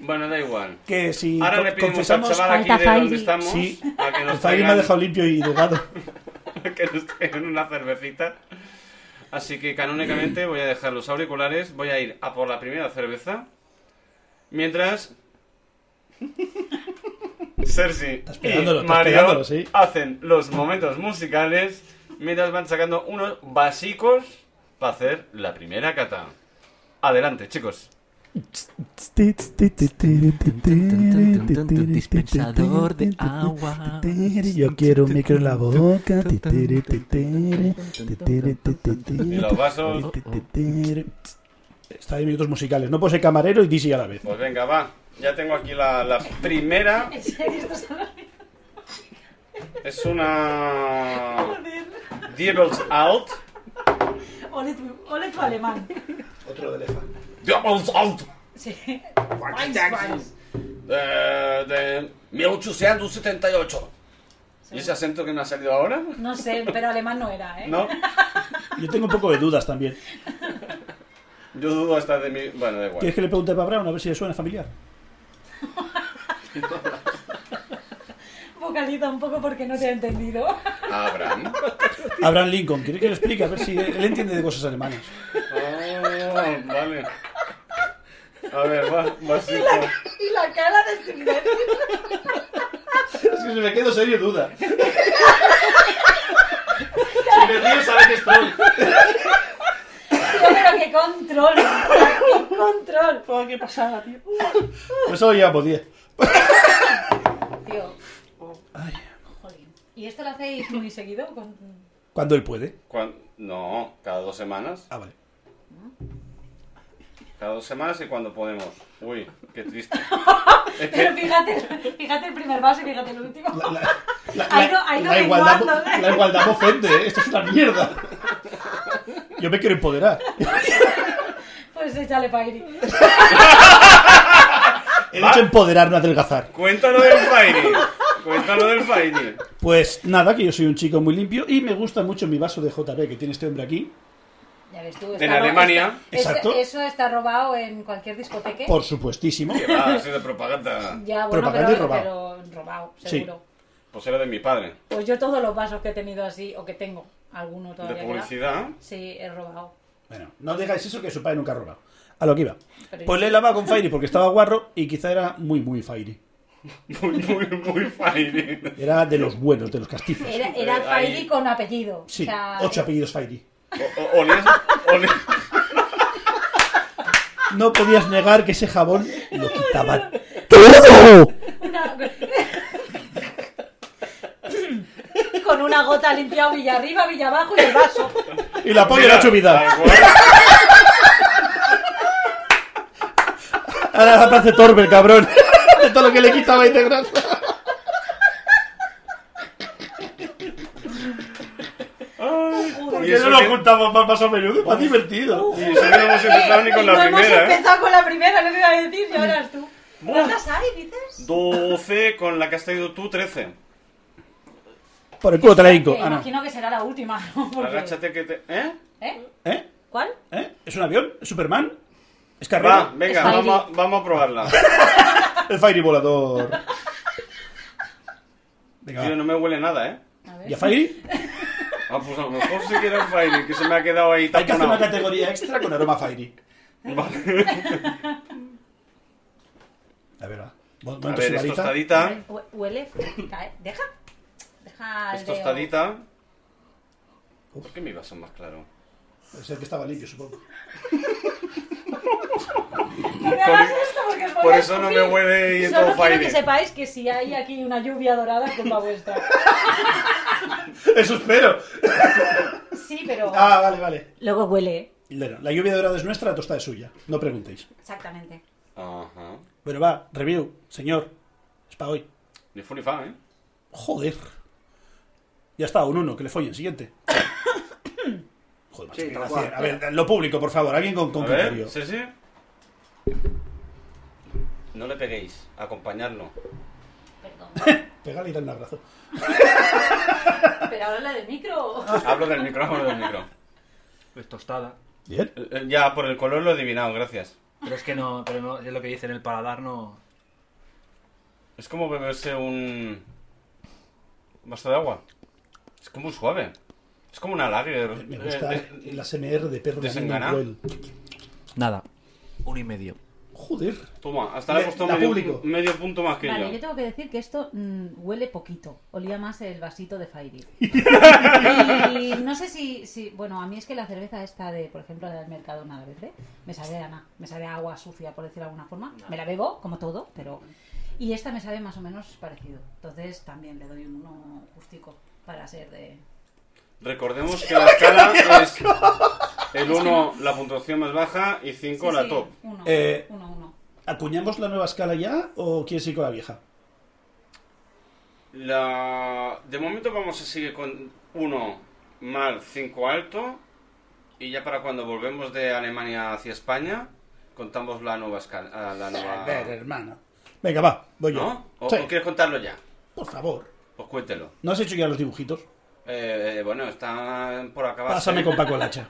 Speaker 1: Bueno, da igual.
Speaker 2: Que si
Speaker 1: Ahora
Speaker 2: co-
Speaker 1: le pedimos al
Speaker 2: confesamos...
Speaker 1: chaval aquí
Speaker 9: Falta
Speaker 1: de donde
Speaker 9: Fairy.
Speaker 1: estamos
Speaker 2: Sí.
Speaker 1: a que nos
Speaker 2: Pues alguien me ha
Speaker 1: traigan,
Speaker 2: dejado limpio y delgado.
Speaker 1: [laughs] que nos traigan una cervecita. Así que canónicamente voy a dejar los auriculares, voy a ir a por la primera cerveza.
Speaker 2: [laughs]
Speaker 1: Mientras... Sergi
Speaker 2: Estás
Speaker 1: y
Speaker 2: pegándolo, estás
Speaker 1: Mario
Speaker 2: pegándolo, sí.
Speaker 1: hacen los momentos musicales mientras van sacando unos básicos para hacer la primera cata. Adelante, chicos.
Speaker 11: Dispensador de agua.
Speaker 2: Yo quiero un micro en la boca.
Speaker 1: Y los vasos...
Speaker 2: Está de minutos musicales. No puedo ser camarero y DJ a la vez.
Speaker 1: Pues venga, va. Ya tengo aquí la, la primera.
Speaker 4: ¿En serio? Esto es algo que
Speaker 1: Es una...
Speaker 4: joder.
Speaker 1: Devil's Out.
Speaker 4: Ole tu, ole tu alemán.
Speaker 2: Otro de elefante.
Speaker 1: Devil's Out.
Speaker 4: Sí.
Speaker 1: De, de 1878. ¿Y ese acento que me ha salido ahora?
Speaker 4: No sé, pero alemán no era, ¿eh?
Speaker 1: No.
Speaker 2: Yo tengo un poco de dudas también.
Speaker 1: Yo dudo hasta de mi... Bueno, da igual.
Speaker 2: ¿Quieres que le pregunte para Brown a ver si le suena familiar?
Speaker 4: Vocaliza un poco porque no te he entendido. [laughs]
Speaker 1: Abraham.
Speaker 2: Abraham Lincoln, ¿quieres que le explique? A ver si él entiende de cosas alemanas.
Speaker 1: Ah, vale. A ver, va, básico.
Speaker 4: Y la cara de este imbécil.
Speaker 2: Es que se me quedo serio duda.
Speaker 12: Si me río, sabes que es troll.
Speaker 4: Tío, pero qué control. Qué control.
Speaker 10: qué pasada, tío.
Speaker 2: Por Pues eso ya podía.
Speaker 4: Tío,
Speaker 2: Ay,
Speaker 4: jolín. ¿Y esto lo hacéis muy seguido? Con-
Speaker 2: Cuando él puede.
Speaker 1: Cuan- No, cada dos semanas.
Speaker 2: Ah, vale.
Speaker 1: Cada dos semanas y cuando podemos. Uy, qué triste. Es
Speaker 4: Pero
Speaker 1: que
Speaker 4: fíjate, fíjate el primer vaso y fíjate el último.
Speaker 2: La, la- la-
Speaker 4: Ahí no-
Speaker 2: la-
Speaker 4: ahí no
Speaker 2: la
Speaker 4: me
Speaker 2: igualdad,
Speaker 4: guardo, ¿eh?
Speaker 2: la igualdad me ofende, ¿eh? esto es una mierda. Yo me quiero empoderar.
Speaker 4: Pues échale pairi.
Speaker 2: He dicho empoderar, no adelgazar.
Speaker 1: Cuéntalo del Fairy. Cuéntalo del Fairy.
Speaker 2: Pues nada, que yo soy un chico muy limpio y me gusta mucho mi vaso de JB que tiene este hombre aquí.
Speaker 4: Ya ves tú.
Speaker 1: En
Speaker 4: está ro-
Speaker 1: Alemania.
Speaker 4: es-
Speaker 2: Exacto.
Speaker 4: Eso está robado en cualquier discoteca.
Speaker 2: Por supuestísimo.
Speaker 1: Que va, ha sido propaganda.
Speaker 4: Ya, bueno,
Speaker 2: Propaganda
Speaker 4: pero,
Speaker 2: y robado.
Speaker 4: pero robado,
Speaker 2: Sí.
Speaker 4: seguro.
Speaker 1: Pues era de mi padre.
Speaker 4: Pues yo todos los vasos que he tenido así, o que tengo, alguno
Speaker 1: De
Speaker 4: todavía. queda,
Speaker 1: publicidad.
Speaker 4: Sí, he robado.
Speaker 2: Bueno, no digáis eso que su padre nunca ha robado. A lo que iba.
Speaker 4: Pero-
Speaker 2: Pues le he lavado con Fairy porque estaba guarro y quizá era muy, muy Fairy.
Speaker 1: Muy, muy, muy Fairy.
Speaker 2: Era de los buenos, de los castizos.
Speaker 4: Era, era
Speaker 1: Eh,
Speaker 4: Fairy
Speaker 1: ahí-
Speaker 4: con apellido.
Speaker 2: Sí,
Speaker 4: o sea,
Speaker 2: ocho apellidos Fairy.
Speaker 1: O- o- Olías. olías-
Speaker 2: No podías negar que ese jabón lo quitaba todo.
Speaker 4: una- con una gota ha limpiado Villa arriba, Villa abajo y
Speaker 1: [laughs]
Speaker 4: el vaso.
Speaker 2: Y la polla
Speaker 1: Mira,
Speaker 2: era chubida.
Speaker 1: da igual.
Speaker 2: Ahora la parte torpe, el cabrón. [laughs] De todo lo que le quitaba y de grasa.
Speaker 1: Y eso que-
Speaker 2: juntamos más, más a menudo? Más divertido.
Speaker 1: y eso que no hemos empezado ni
Speaker 4: Eh,
Speaker 1: con
Speaker 4: [laughs] no
Speaker 1: la
Speaker 4: hemos
Speaker 1: primera. ¿eh? Mm.
Speaker 4: empezado con la primera, no te iba a decir, y ahora es tú. ¿Cuántas hay, dices?
Speaker 1: 12 con la que has traído tú, 13.
Speaker 2: Por el culo te la hinco.
Speaker 4: Eh,
Speaker 2: Ah, no.
Speaker 4: imagino que será la última, ¿no? Porque-
Speaker 1: Agáchate que te. ¿Eh?
Speaker 4: ¿Eh?
Speaker 2: ¿Eh?
Speaker 4: ¿Cuál?
Speaker 2: ¿Eh? ¿Es un avión? ¿Es Superman? ¿Es
Speaker 1: Va,
Speaker 2: carrera?
Speaker 1: venga,
Speaker 4: Es Fairy.
Speaker 1: vamos, a- vamos a probarla.
Speaker 2: El Fairy volador. Venga,
Speaker 1: Tío,
Speaker 2: va.
Speaker 1: no me huele nada, ¿eh?
Speaker 4: A ver.
Speaker 2: ¿Y a Fairy?
Speaker 1: Ah, pues a lo mejor sí que era un Fairy, que se me ha quedado ahí
Speaker 2: [laughs] Hay que hacer una
Speaker 1: taponado.
Speaker 2: categoría extra con aroma Fairy.
Speaker 1: Vale.
Speaker 2: A ver, va. Mo-
Speaker 1: A
Speaker 2: momento
Speaker 1: ver, es
Speaker 2: su varita.
Speaker 1: tostadita.
Speaker 4: Hue- Huele frutica, ¿eh? Deja. Deja el
Speaker 1: Es
Speaker 4: dedo.
Speaker 1: tostadita. ¿Por qué me iba a ser más claro?
Speaker 2: Es el que estaba limpio, supongo.
Speaker 1: [laughs]
Speaker 4: No me hagas
Speaker 1: Por-
Speaker 4: esto porque os voy
Speaker 1: Por
Speaker 4: a
Speaker 1: eso no me
Speaker 4: escupir.
Speaker 1: huele y en
Speaker 4: Solo
Speaker 1: todo
Speaker 4: quiero que
Speaker 1: Fairy.
Speaker 4: sepáis que si hay aquí una lluvia dorada es culpa
Speaker 1: [laughs]
Speaker 4: vuestra.
Speaker 2: Eso espero.
Speaker 4: Sí, pero
Speaker 2: Ah, vale, vale.
Speaker 4: luego huele. ¿eh?
Speaker 2: Bueno, la lluvia dorada es nuestra, la tostada es suya. No preguntéis.
Speaker 4: Exactamente.
Speaker 1: Ajá.
Speaker 2: Bueno, va, review, señor. Es para hoy.
Speaker 1: Ni fu ni fa, ¿eh?
Speaker 2: Joder. Ya está, un uno, que le
Speaker 1: [coughs]
Speaker 2: follen. Siguiente. Joder, macho,
Speaker 13: Sí,
Speaker 2: qué
Speaker 13: tal
Speaker 2: gracia.
Speaker 13: cual.
Speaker 2: A ver, lo público, por favor. Alguien con, con
Speaker 1: A
Speaker 2: criterio.
Speaker 1: ver, sí, sí. No le peguéis, acompañadlo.
Speaker 4: Perdón.
Speaker 2: Pégale y dale un abrazo.
Speaker 4: Pero ahora la del micro.
Speaker 1: Hablo del micro, hablo del micro.
Speaker 3: Pues tostada.
Speaker 2: Bien.
Speaker 1: Eh, eh, [laughs] Ya, por el color lo he adivinado, gracias.
Speaker 3: Pero es que no, pero no, es lo que dicen, el paladar no.
Speaker 1: Es como beberse un... un vaso de agua. Es como muy suave. Es como una lager.
Speaker 2: Me
Speaker 1: eh,
Speaker 2: gusta
Speaker 1: de-
Speaker 2: el ASMR de perro canino
Speaker 1: desenganá.
Speaker 2: cruel.
Speaker 3: Nada. Un y medio.
Speaker 2: Joder.
Speaker 1: Toma, hasta le ha
Speaker 2: Me-
Speaker 1: costado
Speaker 2: la
Speaker 1: medio,
Speaker 2: público.
Speaker 1: medio punto más que
Speaker 4: Vale,
Speaker 1: yo.
Speaker 4: yo tengo que decir que esto mm, huele poquito. Olía más el vasito de Fairy. Y no sé si, si- Bueno, a mí es que la cerveza esta de, por ejemplo, la del Mercadona de vez, ¿eh? me sabe a nada. Me sabe a agua sucia, por decirlo de alguna forma. Me la bebo, como todo, pero... Y esta me sabe más o menos parecido. Entonces también le doy un uno justico para ser de...
Speaker 1: Recordemos que la
Speaker 2: [laughs]
Speaker 1: escala es el 1 la puntuación más baja y 5
Speaker 4: Sí,
Speaker 1: la
Speaker 4: sí,
Speaker 1: top.
Speaker 4: Uno,
Speaker 2: Eh,
Speaker 4: uno, uno.
Speaker 2: ¿Acuñamos la nueva escala ya o quieres ir con la vieja?
Speaker 1: La... De momento vamos a seguir con 1 mal, 5 alto y ya para cuando volvemos de Alemania hacia España contamos la nueva escala. La
Speaker 2: A ver,
Speaker 1: nueva...
Speaker 2: hermano. Venga, va, voy yo.
Speaker 1: ¿No? ¿O,
Speaker 2: Sí,
Speaker 1: o quieres contarlo ya?
Speaker 2: Por favor.
Speaker 1: Pues cuéntelo.
Speaker 2: ¿No has hecho ya los dibujitos?
Speaker 1: Eh, eh, bueno, está por acabar.
Speaker 2: Pásame con Paco el hacha.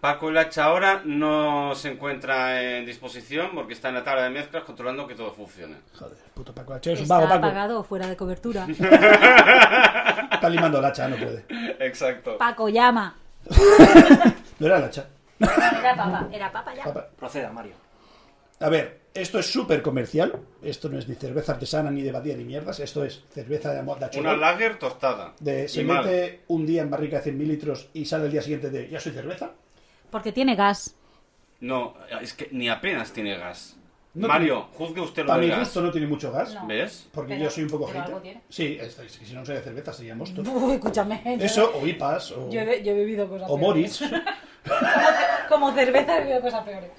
Speaker 1: Paco el hacha ahora no se encuentra en disposición porque está en la tabla de mezclas controlando que todo funcione.
Speaker 2: Joder, puto Paco el hacha. Es un
Speaker 4: Está
Speaker 2: vago, Paco.
Speaker 4: apagado o fuera
Speaker 2: [laughs]
Speaker 4: de cobertura.
Speaker 2: Está limando el hacha, no puede.
Speaker 1: Exacto.
Speaker 4: Paco, llama.
Speaker 2: No era el hacha.
Speaker 4: Era papa, era papa ya.
Speaker 2: Papá.
Speaker 13: Proceda, Mario.
Speaker 2: A ver, esto es súper comercial. Esto no es ni cerveza artesana, ni de batida, ni mierdas. Esto es cerveza de amor de
Speaker 1: Una
Speaker 2: achorro.
Speaker 1: lager tostada.
Speaker 2: De, se
Speaker 1: Y mal.
Speaker 2: mete un día en barrica de 100.000 litros y sale el día siguiente de ya soy cerveza.
Speaker 4: Porque tiene gas.
Speaker 1: No, es que ni apenas tiene gas.
Speaker 2: No
Speaker 1: Mario, juzgue usted lo
Speaker 2: Para
Speaker 1: del
Speaker 2: mi
Speaker 1: gas.
Speaker 2: gusto no tiene mucho gas.
Speaker 4: No.
Speaker 1: ¿Ves?
Speaker 2: Porque
Speaker 4: Pero-
Speaker 2: yo soy un poco
Speaker 4: pero
Speaker 2: hater.
Speaker 4: algo tiene.
Speaker 2: Sí, es- es que si no sería cerveza, sería mosto.
Speaker 4: Uy, escúchame. yo-
Speaker 2: Eso, o IPAs, o,
Speaker 4: Yo he, yo he bebido cosas
Speaker 2: o
Speaker 4: peores.
Speaker 2: Moritz.
Speaker 4: Como cerveza he bebido cosas peores.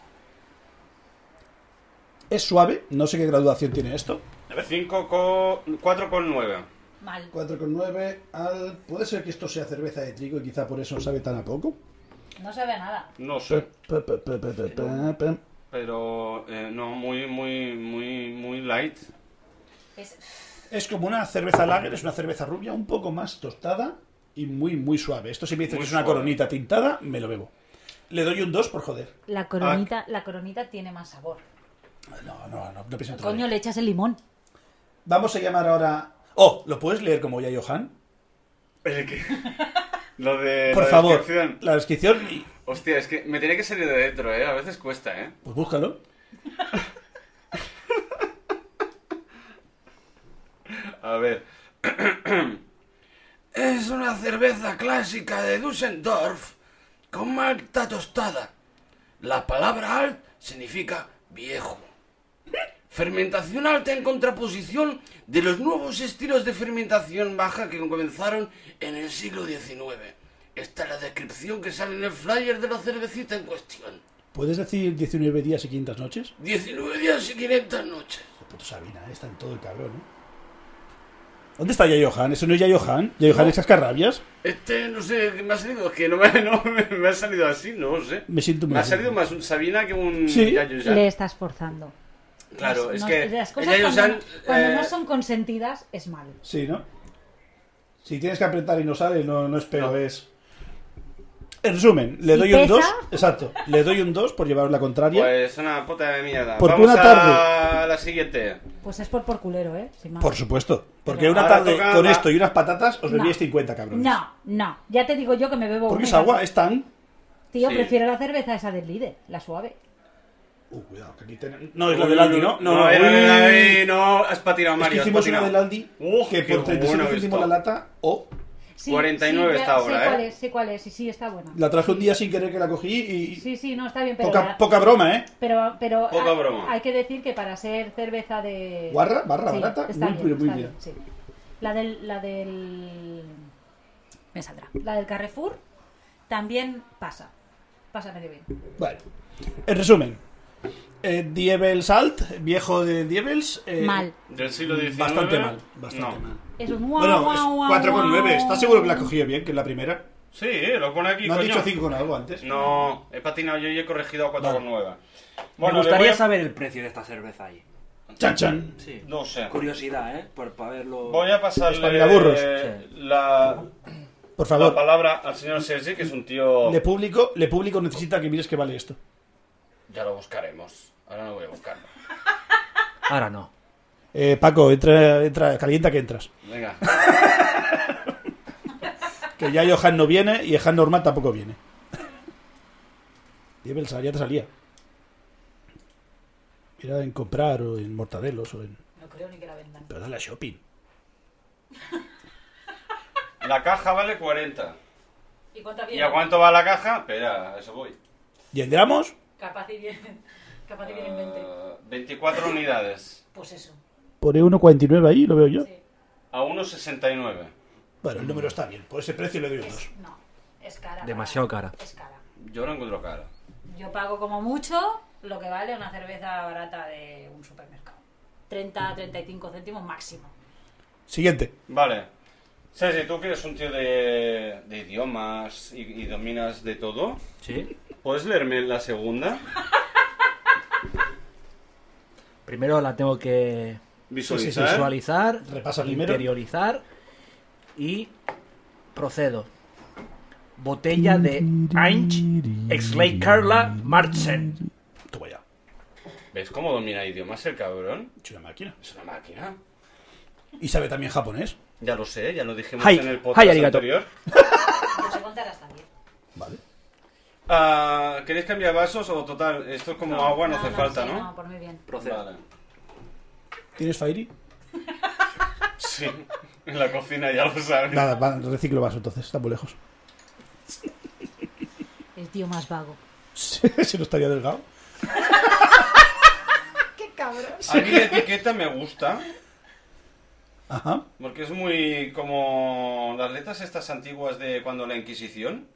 Speaker 2: Es suave, no sé qué graduación tiene esto.
Speaker 1: 5 con... 4 con 9.
Speaker 4: Mal.
Speaker 2: 4,9 al... ¿Puede ser que esto sea cerveza de trigo y quizá por eso sabe tan a poco?
Speaker 4: No sabe a nada.
Speaker 1: No sé.
Speaker 2: Pa, pa, pa, pa, pa, pa, pa.
Speaker 1: Pero eh, no, muy, muy, muy, muy light.
Speaker 4: Es-
Speaker 2: Es como una cerveza lager, es una cerveza rubia, un poco más tostada y muy, muy suave. Esto si me dices
Speaker 1: Muy
Speaker 2: que es una
Speaker 1: suave.
Speaker 2: coronita tintada, me lo bebo. Le doy un 2 por joder.
Speaker 4: La coronita, la coronita tiene más sabor.
Speaker 2: No, no, no, no pienso en todo
Speaker 4: Coño,
Speaker 2: ello.
Speaker 4: le echas el limón.
Speaker 2: Vamos a llamar ahora... Oh, ¿lo puedes leer como ya Johan?
Speaker 1: Lo de...
Speaker 2: Por
Speaker 1: Eh, la
Speaker 2: favor,
Speaker 1: descripción.
Speaker 2: la descripción y...
Speaker 1: Hostia, es que me tenía que salir de dentro, ¿eh? A veces cuesta, ¿eh?
Speaker 2: Pues búscalo.
Speaker 1: A ver. [clears throat] Es una cerveza clásica de Düsseldorf con malta tostada. La palabra alt significa viejo. Fermentación alta en contraposición de los nuevos estilos de fermentación baja que comenzaron en el siglo XIX. Esta es la descripción que sale en el flyer de la cervecita en cuestión.
Speaker 2: ¿Puedes decir 19 días y 500 noches?
Speaker 1: 19 días y 500 noches.
Speaker 2: Hijo de puta Sabina, eh, está en todo el cabrón, ¿eh? ¿Dónde está Yayohan? ¿Eso no es Yayohan? ¿Yayohan
Speaker 1: No.
Speaker 2: es cascarrabias?
Speaker 1: Este, no sé, ¿qué me ha salido? Es que no me, [laughs] no, me, me ha salido así, no sé.
Speaker 2: Me siento muy
Speaker 1: Me ha
Speaker 2: bien.
Speaker 1: salido más un Sabina que un
Speaker 2: Sí.
Speaker 1: Yayo Jan.
Speaker 4: Le estás forzando.
Speaker 1: Claro,
Speaker 4: Las-
Speaker 1: es
Speaker 4: no-
Speaker 1: que
Speaker 4: Las
Speaker 1: el
Speaker 4: cosas
Speaker 1: Yayo
Speaker 4: cuando,
Speaker 1: Jan,
Speaker 4: no- cuando
Speaker 1: eh,
Speaker 4: no son consentidas es malo.
Speaker 2: Sí, ¿no? Si tienes que apretar y no sale, no, no es pero
Speaker 1: No.
Speaker 2: es... En resumen, le
Speaker 4: Si
Speaker 2: doy un
Speaker 4: pesa.
Speaker 2: 2. Exacto. Le doy un 2 por llevaros la contraria.
Speaker 1: Pues una puta de mierda.
Speaker 2: Porque
Speaker 1: Vamos
Speaker 2: Pues una
Speaker 1: a la siguiente.
Speaker 4: Pues es por por culero, ¿eh? Sin más.
Speaker 2: Por supuesto. Porque una
Speaker 1: Ahora
Speaker 2: tarde
Speaker 1: toca
Speaker 2: con
Speaker 1: la-
Speaker 2: esto y unas patatas os
Speaker 4: No.
Speaker 2: bebíais 50, cabrones.
Speaker 4: No, no. Ya te digo yo que me bebo
Speaker 2: Porque
Speaker 4: una
Speaker 2: es
Speaker 4: y ya
Speaker 2: agua,
Speaker 4: está.
Speaker 2: es tan.
Speaker 4: Tío,
Speaker 1: Sí.
Speaker 4: prefiero la cerveza esa del líder, la suave.
Speaker 2: Uh, cuidado, que aquí tenemos. No, es Pues la del Aldi, ¿no?
Speaker 1: No, no, era
Speaker 2: uy.
Speaker 1: la del Aldi, no, has patinado,
Speaker 2: Es que
Speaker 1: Mario. has
Speaker 2: hicimos una
Speaker 1: patinado.
Speaker 2: del Aldi
Speaker 1: Uf,
Speaker 2: que
Speaker 1: qué
Speaker 2: por 37
Speaker 1: bueno
Speaker 2: céntimos
Speaker 1: está.
Speaker 2: la lata o
Speaker 4: Sí,
Speaker 1: 49
Speaker 4: sí,
Speaker 1: está
Speaker 4: ya-
Speaker 1: ahora,
Speaker 4: sé
Speaker 1: ¿eh?
Speaker 4: Cuál es, sé cuál es, y sí, está buena.
Speaker 2: la traje un día sin querer que la cogí y.
Speaker 4: Sí, sí, no, está bien, pero...
Speaker 2: Poca,
Speaker 4: la-
Speaker 2: poca broma, ¿eh?
Speaker 4: Pero, pero
Speaker 1: Poca
Speaker 4: hay,
Speaker 1: broma.
Speaker 4: hay que decir que para ser cerveza de...
Speaker 2: Guarra, barra barata,
Speaker 4: está
Speaker 2: muy, pero muy
Speaker 4: está
Speaker 2: bien.
Speaker 4: sí. La del... La del... Me saldrá. La del Carrefour también pasa. Pasa medio bien.
Speaker 2: Bueno, en resumen, eh, Diebel Salt, viejo de Diebels. eh,
Speaker 4: Mal.
Speaker 14: Del siglo XIX.
Speaker 2: Bastante mal, bastante
Speaker 14: no.
Speaker 2: mal.
Speaker 4: Es un guau,
Speaker 2: Bueno, es
Speaker 4: guau, guau,
Speaker 2: 4,9.
Speaker 4: guau.
Speaker 2: ¿Estás seguro que la has cogido bien, que es la primera?
Speaker 1: Sí, eh, lo pone aquí,
Speaker 2: ¿No has
Speaker 1: coño.
Speaker 2: dicho 5 con algo antes?
Speaker 1: No, he patinado yo y he corregido a 4,9.
Speaker 3: Me
Speaker 1: Bueno, le voy
Speaker 3: gustaría
Speaker 1: a-
Speaker 3: saber el precio de esta cerveza ahí.
Speaker 2: Chan, chan.
Speaker 15: Sí.
Speaker 1: No sé.
Speaker 15: Curiosidad, ¿eh? Por, para verlo.
Speaker 1: Voy a pasarle
Speaker 2: Espabilaburros.
Speaker 1: eh, la, la
Speaker 2: Por favor,
Speaker 1: palabra al señor Sergi, que es un tío...
Speaker 2: le público, le público necesita que mires que vale esto.
Speaker 1: Ya lo buscaremos. Ahora no voy a buscarlo.
Speaker 3: Ahora no.
Speaker 2: Eh, Paco, entra, entra, calienta que entras.
Speaker 1: Venga.
Speaker 2: Que ya Johan no viene y Johan normal tampoco viene. Diebel Salt ya te salía. Mira en comprar o en mortadelos o en...
Speaker 4: No creo ni que la vendan.
Speaker 2: Pero dale a shopping.
Speaker 1: La caja vale 40.
Speaker 4: ¿Y cuánta
Speaker 1: ¿Y a cuánto va la caja? Espera, a eso voy.
Speaker 2: ¿Y en gramos?
Speaker 4: Capaz y bien. Capaz y vienen 20.
Speaker 1: Eh, 24 unidades.
Speaker 4: Pues eso.
Speaker 2: Pone 1,49 ahí, lo veo yo.
Speaker 4: Sí.
Speaker 1: A 1,69.
Speaker 2: Bueno, el número está bien. Por ese precio le doy un 2.
Speaker 4: Es, no, es cara.
Speaker 3: Demasiado cara.
Speaker 4: Es cara.
Speaker 1: Yo lo encuentro cara.
Speaker 4: Yo pago como mucho lo que vale una cerveza barata de un supermercado. 30, 35 céntimos máximo.
Speaker 2: Siguiente.
Speaker 1: Vale. Sergi, tú que eres un tío de, de idiomas y, y dominas de todo,
Speaker 3: ¿Sí?
Speaker 1: ¿puedes leerme la segunda?
Speaker 3: Primero la tengo que Pues
Speaker 1: Visualizar.
Speaker 3: visualizar,
Speaker 2: Repasa primero.
Speaker 3: interiorizar y procedo. Botella de Einch Exley Carla Marchen.
Speaker 2: Toma ya.
Speaker 1: ¿Ves cómo domina idiomas el cabrón?
Speaker 2: Es una máquina.
Speaker 1: Es una máquina.
Speaker 2: Y sabe también japonés.
Speaker 1: Ya lo sé, ya lo dijimos
Speaker 3: Hi.
Speaker 1: en el
Speaker 3: Hi,
Speaker 1: podcast
Speaker 3: arigato.
Speaker 1: anterior.
Speaker 4: No sé ¿eh? contar hasta 10.
Speaker 2: Vale.
Speaker 1: Ah, ¿Queréis cambiar vasos o total? Esto es como agua, no, hace falta,
Speaker 4: sí,
Speaker 1: ¿no?
Speaker 4: por muy bien.
Speaker 15: Procede.
Speaker 1: Vale.
Speaker 2: ¿Tienes Fairy?
Speaker 1: Sí, [laughs] en la cocina ya lo sabes.
Speaker 2: Nada, va, reciclo vaso entonces. Está muy lejos. [laughs]
Speaker 4: El tío más vago.
Speaker 2: Se no estaría delgado.
Speaker 1: A mí la etiqueta me gusta,
Speaker 2: Ajá.
Speaker 1: porque es muy como las letras estas antiguas de cuando la Inquisición.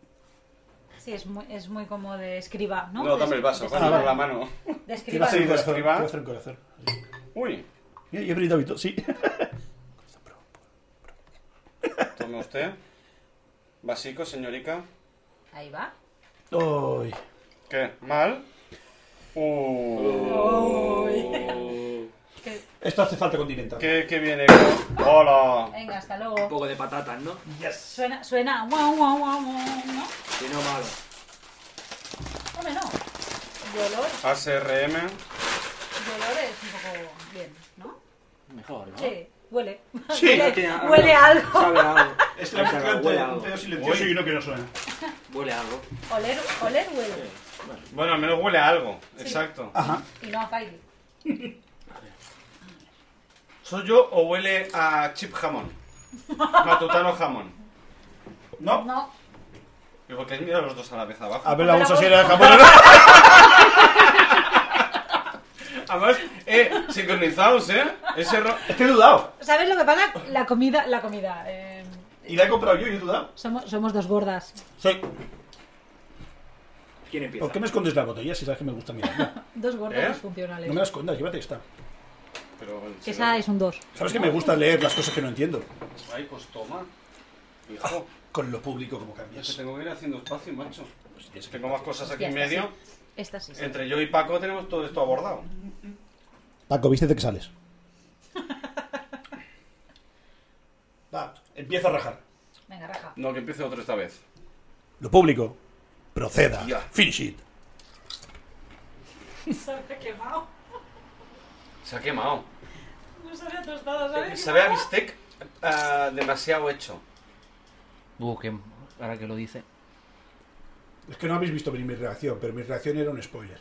Speaker 4: Sí, es muy, es muy como de escriba, ¿no?
Speaker 1: No,
Speaker 4: De-
Speaker 1: dame el vaso,
Speaker 4: de
Speaker 1: coño,
Speaker 4: escriba.
Speaker 1: con la mano.
Speaker 4: De
Speaker 2: ¿Qué
Speaker 4: escriba.
Speaker 2: va a hacer un
Speaker 1: Escriba,
Speaker 2: corazón? ¿Qué
Speaker 1: escriba.
Speaker 2: va a hacer un corazón?
Speaker 1: [laughs] Uy,
Speaker 2: Mira, Yo he brindado y todo. Sí. [laughs]
Speaker 1: tome usted. Basico, señorica.
Speaker 4: Ahí va.
Speaker 2: Uy.
Speaker 1: ¿Qué? ¿Mal? Uh,
Speaker 2: Esto hace falta condimentar.
Speaker 1: ¿qué, qué viene? con- ¡Hola!
Speaker 4: Venga, hasta
Speaker 15: Un
Speaker 4: luego.
Speaker 15: poco de patatas, ¿no?
Speaker 4: Suena, suena. Guau, guau, guau, guau, ¿no?
Speaker 15: Si no, malo.
Speaker 4: Hombre, no. De olor,
Speaker 1: ASRM.
Speaker 4: de olor es un poco bien, ¿no?
Speaker 15: Mejor, ¿no?
Speaker 4: Sí, huele.
Speaker 2: Sí,
Speaker 4: [laughs] huele,
Speaker 15: Tiene algo.
Speaker 4: huele a algo.
Speaker 15: Sabe a algo.
Speaker 2: Es
Speaker 15: O sea, huele a
Speaker 2: la
Speaker 15: algo.
Speaker 2: un pedo silencioso y uno que no suena.
Speaker 15: Huele a algo.
Speaker 4: Oler, oler huele.
Speaker 1: Bueno, al menos huele a algo. Exacto.
Speaker 2: Ajá.
Speaker 4: Y no a Fairy.
Speaker 1: ¿Soy yo o huele a chip
Speaker 4: [laughs]
Speaker 1: jamón? Matutano jamón.
Speaker 2: No.
Speaker 4: No.
Speaker 1: ¿Y por qué mira los dos a la vez abajo?
Speaker 2: A ver la
Speaker 4: Pero
Speaker 2: bolsa
Speaker 4: vos-
Speaker 2: si era de japonés.
Speaker 1: Además, eh, sincronizados, ¿eh? Ese ro...
Speaker 2: [laughs] Es que he dudado.
Speaker 4: ¿Sabes lo que pasa? La comida, la comida. eh,
Speaker 2: Y la he comprado yo y he dudado.
Speaker 4: somos, somos dos gordas.
Speaker 2: Sí.
Speaker 15: ¿Quién empieza?
Speaker 2: ¿Por qué me escondes la botella si sabes que me gusta mirarla?
Speaker 4: Dos
Speaker 1: ¿Eh?
Speaker 4: gordas funcionales.
Speaker 2: No me la escondas, llévate esta.
Speaker 1: Pero,
Speaker 4: Que Esa es un dos.
Speaker 2: Sabes que me gusta leer las cosas que no entiendo.
Speaker 1: Ay, pues toma. Hijo,
Speaker 2: Con lo público como
Speaker 1: es que
Speaker 2: cambias.
Speaker 1: tengo que ir haciendo espacio, macho.
Speaker 2: Pues tienes
Speaker 1: Tengo más cosas aquí
Speaker 4: Ya
Speaker 1: en
Speaker 4: está,
Speaker 1: medio.
Speaker 4: sí. Esta sí. sí.
Speaker 2: Eh.
Speaker 1: Entre yo y Paco tenemos todo esto abordado.
Speaker 2: Paco, vístete que sales. Va, empieza a rajar.
Speaker 4: Venga, raja. [laughs]
Speaker 1: No, que empiece otro esta vez.
Speaker 2: Lo público. Proceda.
Speaker 1: Ya.
Speaker 2: Finish it.
Speaker 4: Sabe quemado.
Speaker 1: Se ha quemado.
Speaker 4: No sabe a tostada,
Speaker 1: Eh, Sabe a bistec ah, demasiado hecho.
Speaker 3: Uh, que ahora que lo dice.
Speaker 2: Es que no habéis visto venir mi reacción, pero mi reacción era un spoiler.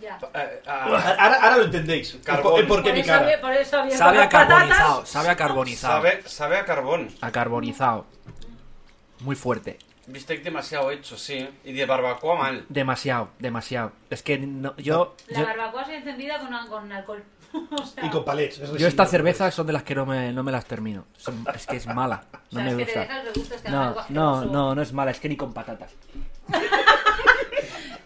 Speaker 4: Ya.
Speaker 1: Ah, ah,
Speaker 2: Ahora, ahora lo entendéis. Es
Speaker 1: Carbón.
Speaker 2: por- Es porque
Speaker 4: Por
Speaker 2: mi
Speaker 4: eso
Speaker 2: cara.
Speaker 4: había- por eso había
Speaker 3: Sabe a
Speaker 4: las patatas.
Speaker 3: carbonizado, sabe a carbonizado.
Speaker 1: sabe, sabe a carbón.
Speaker 3: A carbonizado. Muy fuerte.
Speaker 1: Bistec demasiado hecho, sí. Y de barbacoa mal.
Speaker 3: Demasiado, demasiado. Es que no- yo,
Speaker 4: La
Speaker 3: yo,
Speaker 4: barbacoa se encendida con, con alcohol. [laughs] O sea,
Speaker 2: Y con palets. es
Speaker 3: yo
Speaker 2: residuo,
Speaker 3: estas
Speaker 2: pues.
Speaker 3: cervezas son de las que no me, no me las termino. Son- es que es mala.
Speaker 4: o
Speaker 3: No
Speaker 4: sea,
Speaker 3: me
Speaker 4: es que te
Speaker 3: gusta.
Speaker 4: deja el regusto este
Speaker 3: No,
Speaker 4: amargo
Speaker 3: no,
Speaker 4: asqueroso.
Speaker 3: no, no es mala, es que ni con patatas.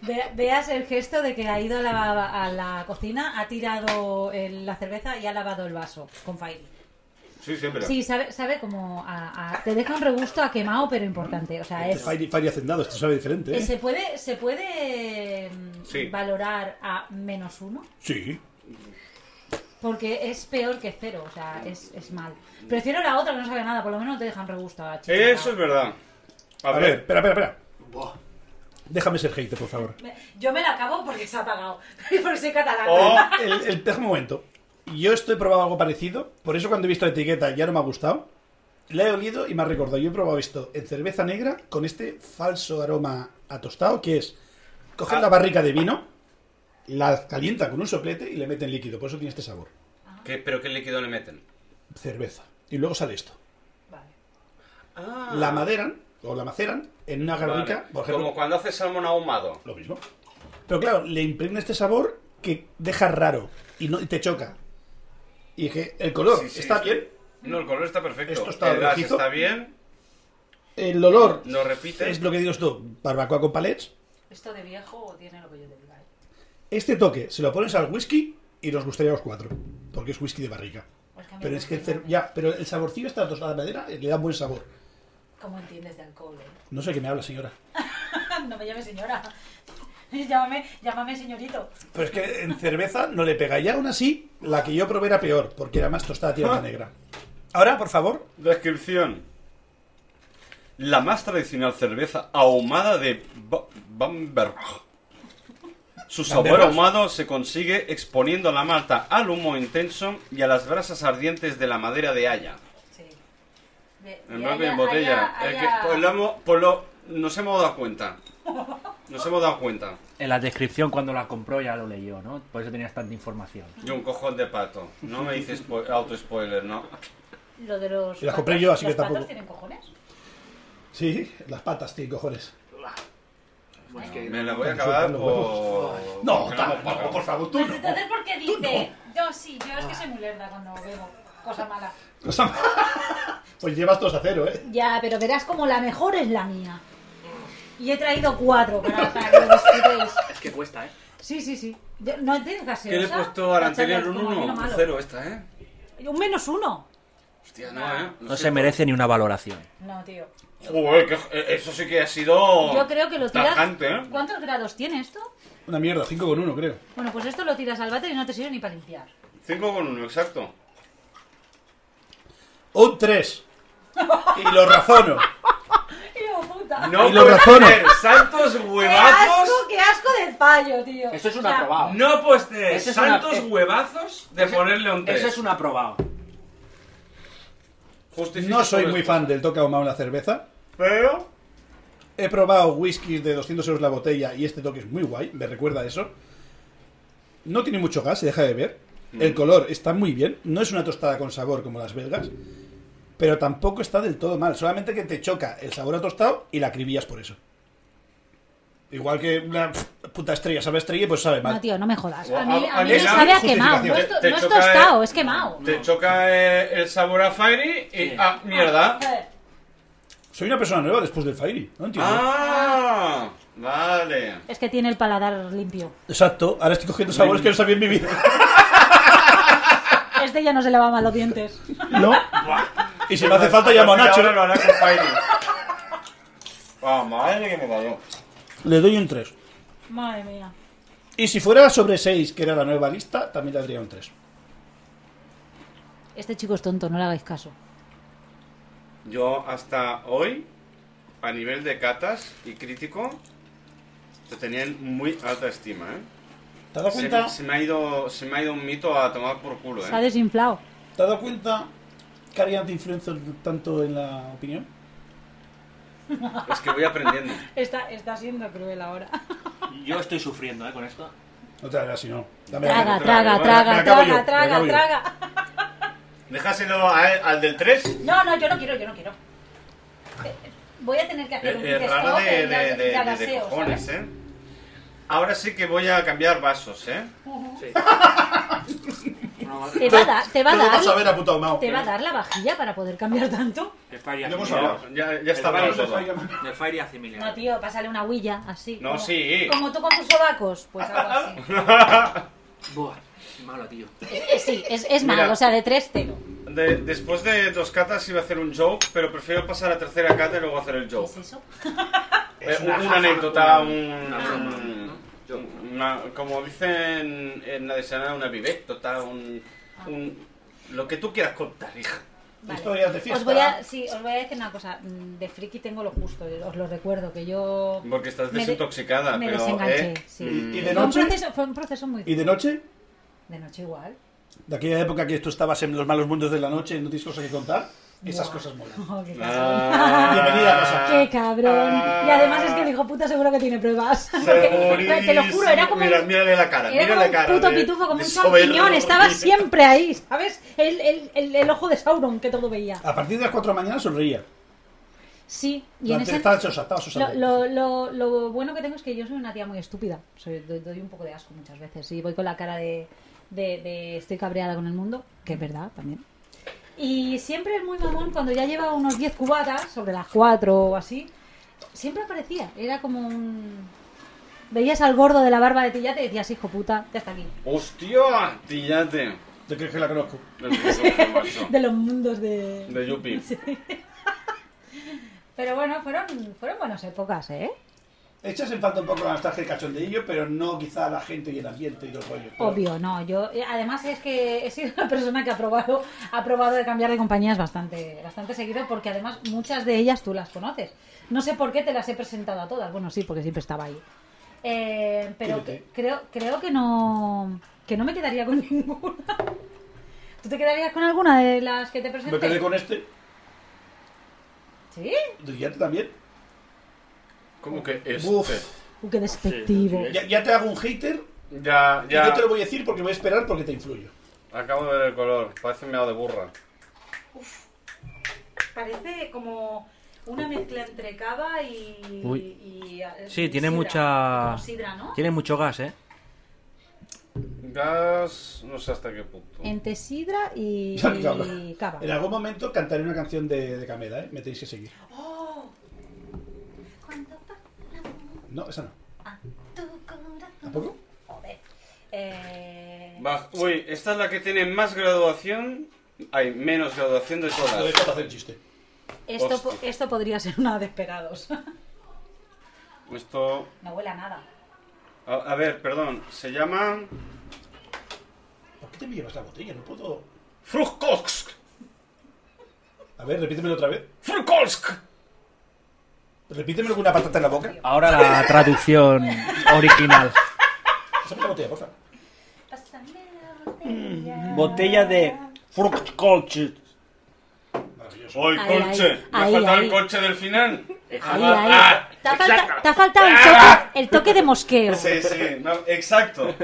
Speaker 4: Ve- veas el gesto de que ha ido a la, a la cocina, ha tirado el- la cerveza y ha lavado el vaso con Fairy.
Speaker 1: Sí, siempre.
Speaker 4: Sí, sabe, sabe como a, a- te deja un regusto a quemado, pero importante. O sea,
Speaker 2: Este
Speaker 4: es,
Speaker 2: es Fairy, Fairy Hacendado, esto sabe diferente.
Speaker 4: eh,
Speaker 2: ¿eh?
Speaker 4: se puede, se puede mm,
Speaker 1: Sí.
Speaker 4: valorar a menos uno,
Speaker 2: Sí.
Speaker 4: porque es peor que cero, o sea, es, es mal.
Speaker 2: Mm.
Speaker 4: Prefiero la otra que no sabe nada, por lo menos no te deja un regusto a chicha.
Speaker 1: Eso es verdad. A,
Speaker 2: A
Speaker 1: ver.
Speaker 2: ver, espera, espera, espera. Déjame ser hater, por
Speaker 1: [laughs]
Speaker 2: favor.
Speaker 4: Me- Yo me la acabo porque se ha apagado, [laughs] porque soy catalán.
Speaker 1: Oh,
Speaker 2: El, el- déjame un momento. Yo estoy probando algo parecido, por eso cuando he visto la etiqueta ya no me ha gustado. La he olido y me ha recordado. Yo he probado esto en cerveza negra con este falso aroma a tostado, que es
Speaker 1: Ah.
Speaker 2: coger la barrica de vino, la calientan con un soplete y le meten líquido. Por eso tiene este sabor.
Speaker 1: ¿Qué- ¿Pero qué líquido le meten?
Speaker 2: Cerveza. Y luego sale esto.
Speaker 4: Vale.
Speaker 2: La maderan o la maceran en una garrica,
Speaker 1: Ah, Vale.
Speaker 2: por ejemplo.
Speaker 1: Como cuando haces salmón ahumado.
Speaker 2: Lo mismo. Pero claro, le impregna este sabor que deja raro y, no, y te choca. Y dije, el color
Speaker 1: Sí, sí.
Speaker 2: está bien,
Speaker 1: No, el color está perfecto.
Speaker 2: Esto está
Speaker 1: el gas
Speaker 2: rojizo.
Speaker 1: está bien.
Speaker 2: el olor
Speaker 1: Lo repite.
Speaker 2: es lo que dices tú, barbacoa con palets.
Speaker 4: Esto de viejo tiene lo que yo te diga. ¿eh?
Speaker 2: Este toque se lo pones al whisky y nos gustaría a los cuatro, porque es whisky de barrica.
Speaker 4: Pues que a mí
Speaker 2: Pero
Speaker 4: me
Speaker 2: es que el,
Speaker 4: gusta,
Speaker 2: cer- ya, pero el saborcillo está tostada de madera, eh, le da buen sabor.
Speaker 4: ¿Cómo entiendes de alcohol? eh? [laughs]
Speaker 2: No sé qué me habla, señora.
Speaker 4: no me llames señora. [laughs] llámame, llámame señorito.
Speaker 2: Pero es que en cerveza no le pega. Y aún así, la que yo probé era peor, porque era más tostada
Speaker 1: [laughs]
Speaker 2: tierra negra. Ahora, por favor,
Speaker 1: Descripción. La más tradicional cerveza ahumada de Ba- Bamberg. Su sabor
Speaker 2: Bamberg.
Speaker 1: ahumado se consigue exponiendo la malta al humo intenso y a las brasas ardientes de la madera de haya.
Speaker 4: Sí. De-
Speaker 1: En
Speaker 4: de
Speaker 1: vez de
Speaker 4: haya-
Speaker 1: en botella.
Speaker 4: haya-
Speaker 1: Es
Speaker 4: haya-
Speaker 1: que, pues, lo hemos- pues, lo- nos hemos dado cuenta. Nos hemos dado cuenta.
Speaker 3: En la descripción cuando la compró ya lo leyó, ¿no? Por eso tenías tanta información.
Speaker 1: Y un cojón de pato. No me dices auto-spoiler, ¿no?
Speaker 4: Lo de los.
Speaker 2: Las compré
Speaker 4: patos-
Speaker 2: yo, así
Speaker 4: ¿los
Speaker 2: que tampoco-
Speaker 4: patos tienen cojones?
Speaker 2: sí, las patas, tío, cojones.
Speaker 16: Pues que-
Speaker 1: Me la voy a
Speaker 2: Con
Speaker 1: acabar
Speaker 2: los
Speaker 1: por...
Speaker 2: No,
Speaker 1: porque
Speaker 2: tal,
Speaker 1: hemos
Speaker 2: no,
Speaker 1: pagado.
Speaker 2: por favor, tú
Speaker 4: Pues
Speaker 2: no.
Speaker 4: entonces, ¿por qué dice? Yo sí, yo es que soy muy lerda cuando bebo. Cosa mala.
Speaker 2: [laughs] Cosa mala. Pues llevas todos a cero, ¿eh?
Speaker 4: Ya, pero verás como la mejor es la mía. Y he traído cuatro para, para que lo disfrutéis. [laughs]
Speaker 16: Es que cuesta, ¿eh?
Speaker 4: Sí, sí, sí. Yo- no entiendo gaseosa.
Speaker 1: ¿Qué le he puesto al
Speaker 4: La charla
Speaker 1: anterior? Un
Speaker 4: como vino
Speaker 1: 1,
Speaker 4: malo.
Speaker 1: cero esta, ¿eh?
Speaker 4: Un menos uno.
Speaker 1: Hostia, no, ¿eh?
Speaker 3: No se merece ni una valoración.
Speaker 4: No, tío.
Speaker 1: Joder, que- eh, eso sí que ha sido...
Speaker 4: Yo creo que lo tiras.
Speaker 1: Oh, tajante, ¿eh?
Speaker 4: ¿Cuántos grados tiene esto?
Speaker 2: Una mierda, 5 con 1, creo.
Speaker 4: Bueno, pues esto lo tiras al váter y no te sirve ni para limpiar.
Speaker 1: 5 con 1, exacto.
Speaker 2: Un 3. Y lo razono.
Speaker 4: ¡Tío, puta!
Speaker 1: No
Speaker 2: Ah, Y lo
Speaker 1: puedes
Speaker 2: razona.
Speaker 1: tener santos
Speaker 4: ¡Qué
Speaker 1: huevazos...
Speaker 4: asco, qué asco del fallo, tío!
Speaker 16: Eso es un
Speaker 4: O sea,
Speaker 16: aprobado.
Speaker 1: No puedes tener
Speaker 16: Ese es una-
Speaker 1: santos
Speaker 16: eh,
Speaker 1: huevazos de ponerle un 3.
Speaker 16: Eso es un aprobado.
Speaker 2: No soy muy fan del toque ahumado en la cerveza.
Speaker 1: Pero...
Speaker 2: He probado whiskies de 200 euros la botella y este toque es muy guay, me recuerda a eso. No tiene mucho gas, se deja de ver. El color está muy bien, no es una tostada con sabor como las belgas, pero tampoco está del todo mal, solamente que te choca el sabor a tostado y la acribillas por eso. Igual que una pf, puta estrella sabe a estrella, pues sabe mal.
Speaker 4: No, tío, no me jodas. A
Speaker 1: Guau,
Speaker 4: mí,
Speaker 1: a-
Speaker 4: a
Speaker 1: a
Speaker 4: mí
Speaker 1: mí
Speaker 4: me
Speaker 1: la
Speaker 4: sabe a
Speaker 2: justificación.
Speaker 4: quemado. No es, to-
Speaker 1: Te- te
Speaker 4: no es
Speaker 1: choca,
Speaker 4: tostado,
Speaker 1: eh.
Speaker 4: es quemado.
Speaker 1: Te choca eh, el sabor a Fairy y...
Speaker 16: Sí.
Speaker 1: Ah, mierda.
Speaker 4: Eh,
Speaker 2: Soy una persona nueva después del Fairy, no entiendo.
Speaker 1: Ah, vale.
Speaker 4: Es que tiene el paladar limpio.
Speaker 2: Exacto, ahora estoy cogiendo sabores que no sabía en mi vida.
Speaker 4: Este ya no se lava mal los dientes.
Speaker 2: No. Y si me hace falta llamo a
Speaker 1: [laughs]
Speaker 2: Nacho.
Speaker 1: Ahora lo hará con Fairy. Ah, madre que me cayó.
Speaker 2: Le doy un 3.
Speaker 4: Madre mía.
Speaker 2: Y si fuera sobre 6, que era la nueva lista, también le daría un 3.
Speaker 4: Este chico es tonto, no le hagáis caso.
Speaker 1: Yo hasta hoy a nivel de catas y crítico, te tenían muy alta estima, ¿eh?
Speaker 2: ¿Te has dado
Speaker 1: Se,
Speaker 2: cuenta?
Speaker 1: se me ha ido, se me ha ido un mito a tomar por culo,
Speaker 4: Se ha
Speaker 1: ¿eh?
Speaker 4: desinflado.
Speaker 2: ¿Te has dado cuenta que hay anti-influencers tanto en la opinión?
Speaker 1: Es que voy
Speaker 4: [laughs]
Speaker 1: aprendiendo.
Speaker 4: Está, está siendo cruel ahora.
Speaker 11: Yo estoy sufriendo, ¿eh? Con esto.
Speaker 2: No te harás si no. Dame la
Speaker 4: [laughs]
Speaker 2: gana.
Speaker 4: Traga, traga,
Speaker 1: Me
Speaker 4: traga,
Speaker 2: acabo yo,
Speaker 4: traga,
Speaker 2: me acabo yo.
Speaker 4: traga, traga.
Speaker 1: Déjaselo a él- al del 3.
Speaker 4: No, no, yo no quiero, yo no quiero. Eh, Voy a tener que hacer un
Speaker 1: Es eh, raro de,
Speaker 4: stop
Speaker 1: de,
Speaker 4: de,
Speaker 1: de- de- de
Speaker 4: agaseo,
Speaker 1: cojones,
Speaker 4: ¿sabes?
Speaker 1: ¿eh? Ahora sí que voy a cambiar vasos, ¿eh?
Speaker 11: Sí. No, no,
Speaker 4: Te va a dar, te va a
Speaker 2: Todo vas a
Speaker 4: dar,
Speaker 2: ver a puto amado.
Speaker 4: te va a dar la vajilla para poder cambiar tanto.
Speaker 11: de Fire
Speaker 2: Lo hemos
Speaker 11: Asimilar.
Speaker 2: hablado.
Speaker 1: Ya, ya está
Speaker 11: El
Speaker 1: malo
Speaker 11: vaso
Speaker 1: todo.
Speaker 11: De Fire Asimilar.
Speaker 4: No, tío, pásale una huilla así.
Speaker 1: No,
Speaker 4: como,
Speaker 1: sí.
Speaker 4: Como tú con tus sobacos, pues algo así.
Speaker 1: [laughs]
Speaker 11: Buah, qué malo, tío.
Speaker 4: Eh, Sí, es, es malo,
Speaker 1: Mira.
Speaker 4: o sea, de 3 0.
Speaker 1: De- después de dos catas iba a hacer un joke, pero prefiero pasar a tercera cata y luego hacer el
Speaker 4: ¿Qué
Speaker 1: joke.
Speaker 4: es eso?
Speaker 1: Eh,
Speaker 11: Es
Speaker 1: un-
Speaker 11: una
Speaker 1: una
Speaker 11: jaja,
Speaker 1: anécdota,
Speaker 11: una-
Speaker 1: un...
Speaker 11: una broma, ¿no?
Speaker 1: un- una- como dicen en la desenada, una vivectota, un,
Speaker 4: Ah.
Speaker 1: un... Lo que tú quieras contar, hija.
Speaker 4: Vale.
Speaker 2: Historias de fiesta.
Speaker 4: Os voy, a, sí, os voy a decir una cosa. mm, De friki tengo lo justo, eh, os lo recuerdo, que yo...
Speaker 1: Porque estás
Speaker 4: Me de-
Speaker 1: desintoxicada,
Speaker 4: me
Speaker 1: pero...
Speaker 4: desenganché,
Speaker 1: eh,
Speaker 4: sí.
Speaker 1: mm,
Speaker 2: Y de
Speaker 4: Fue un,
Speaker 2: noche.
Speaker 4: proceso, fue un proceso muy...
Speaker 2: ¿Y de noche?
Speaker 4: De noche igual. [laughs]
Speaker 2: De aquella época que tú estabas en los malos mundos de la noche y no tienes cosas que contar. Esas
Speaker 4: Buah.
Speaker 2: cosas molan.
Speaker 4: Oh, qué cabrón.
Speaker 1: Ah,
Speaker 2: Bienvenida, Rosa.
Speaker 4: Qué cabrón.
Speaker 1: Ah.
Speaker 4: Y además es que el hijo puta seguro que tiene pruebas. [laughs] Porque-
Speaker 1: Segurísimo.
Speaker 4: te lo juro, era como...
Speaker 1: Mira,
Speaker 4: un-
Speaker 1: mírale la cara,
Speaker 4: Era
Speaker 1: mírale
Speaker 4: como
Speaker 1: la
Speaker 4: un
Speaker 1: cara.
Speaker 4: puto
Speaker 1: de-
Speaker 4: pitufo, como
Speaker 1: de
Speaker 4: un
Speaker 1: soberano. [laughs]
Speaker 4: champiñón, estaba siempre ahí, ¿sabes? El, el, el, el ojo de Sauron que todo veía.
Speaker 1: Ah,
Speaker 2: A partir de las 4 de la mañana sonreía.
Speaker 4: Sí, y en
Speaker 2: Durante
Speaker 4: ese...
Speaker 2: estaba sosa, estaba sosa.
Speaker 4: Lo, lo, lo, lo bueno que tengo es que yo soy una tía muy estúpida. Soy, doy, doy un poco de asco muchas veces. Y voy con la cara de, de, de estoy cabreada con el mundo, que es verdad también. Y siempre es muy mamón cuando ya lleva unos 10 cubatas, sobre las 4 o así. Siempre aparecía. Era como un. Veías al gordo de la barba de ti y te decías, hijo puta, ya está aquí.
Speaker 1: ¡Hostia!
Speaker 4: [laughs]
Speaker 1: ¡Tillate!
Speaker 2: ¿Te crees que la conozco?
Speaker 1: El pitufo, macho.
Speaker 4: De los mundos de.
Speaker 1: De
Speaker 4: [laughs]
Speaker 1: Yupi.
Speaker 4: Pero bueno, fueron, fueron buenas épocas, ¿eh?
Speaker 2: Echas en falta un poco la nostalgia y el cachondeillo, pero no quizá la gente y el ambiente y los rollos. Pero
Speaker 4: Obvio, no. Yo, eh, además es que he sido una persona que ha probado, ha probado de cambiar de compañías bastante, bastante seguido, porque además muchas de ellas tú las conoces. No sé por qué te las he presentado a todas. Bueno, sí, porque siempre estaba ahí. Eh, pero
Speaker 2: Quédate.
Speaker 4: que- creo, creo que no, que no me quedaría con [laughs] ninguna. ¿Tú te quedarías con alguna de las que te
Speaker 2: Me quedé
Speaker 4: presenté?
Speaker 2: con este,
Speaker 4: Sí.
Speaker 2: ya también.
Speaker 1: ¿Cómo que este? es?
Speaker 2: Uf.
Speaker 4: Uh, qué despectivo.
Speaker 2: Ya, ya te hago un hater
Speaker 1: Ya,
Speaker 2: y
Speaker 1: ya.
Speaker 2: no te lo voy a decir porque voy a esperar porque te influyo.
Speaker 1: Acabo de ver el color. Parece meado de burra.
Speaker 4: Parece como una mezcla entre cava y.
Speaker 3: Uy.
Speaker 4: y- y-
Speaker 3: Sí, tiene
Speaker 4: sidra.
Speaker 3: mucha-
Speaker 4: Como sidra, ¿no?
Speaker 3: Tiene mucho gas, ¿eh?
Speaker 1: Gas... No sé hasta qué punto.
Speaker 4: Entre sidra
Speaker 1: [laughs]
Speaker 4: y,
Speaker 2: Ya, claro.
Speaker 4: y cava.
Speaker 2: En algún momento cantaré una canción de, de Cameda, ¿eh? Me tenéis que seguir.
Speaker 4: Oh.
Speaker 2: No, esa no.
Speaker 4: A tu corazón.
Speaker 2: ¿Tampoco?
Speaker 4: Joder. Eh,
Speaker 1: Baj- Uy, esta es la que tiene más graduación... Hay menos graduación de
Speaker 2: Lo he
Speaker 1: todas.
Speaker 2: hecho para hacer chiste.
Speaker 4: esto, po-
Speaker 1: hostia.
Speaker 4: esto podría ser una de esperados. [laughs]
Speaker 1: Esto...
Speaker 4: No huele a nada.
Speaker 1: A, a ver, perdón. Se llama...
Speaker 2: ¿Por qué te me llevas la botella? No puedo...
Speaker 1: Frukolsk.
Speaker 2: A ver, repítemelo otra vez.
Speaker 1: Frukolsk.
Speaker 2: Repítemelo con una patata en la boca.
Speaker 3: Ahora la traducción original.
Speaker 2: Pásame la botella, por favor.
Speaker 4: Pásame la
Speaker 3: Mm.
Speaker 4: botella.
Speaker 3: Botella de Fruchtkolch.
Speaker 2: Maravilloso.
Speaker 1: ¡Oh, el
Speaker 4: Ahí,
Speaker 1: coche!
Speaker 4: ahí,
Speaker 1: ¡Me ha
Speaker 4: ahí,
Speaker 1: faltado
Speaker 4: ahí.
Speaker 1: el coche del final!
Speaker 4: Ahí, ahí.
Speaker 1: ¡Ah!
Speaker 4: Te ha falta-
Speaker 1: exacto.
Speaker 4: te ha faltado
Speaker 3: Ah.
Speaker 4: el toque, el toque de mosqueo.
Speaker 1: Sí, sí, no, exacto.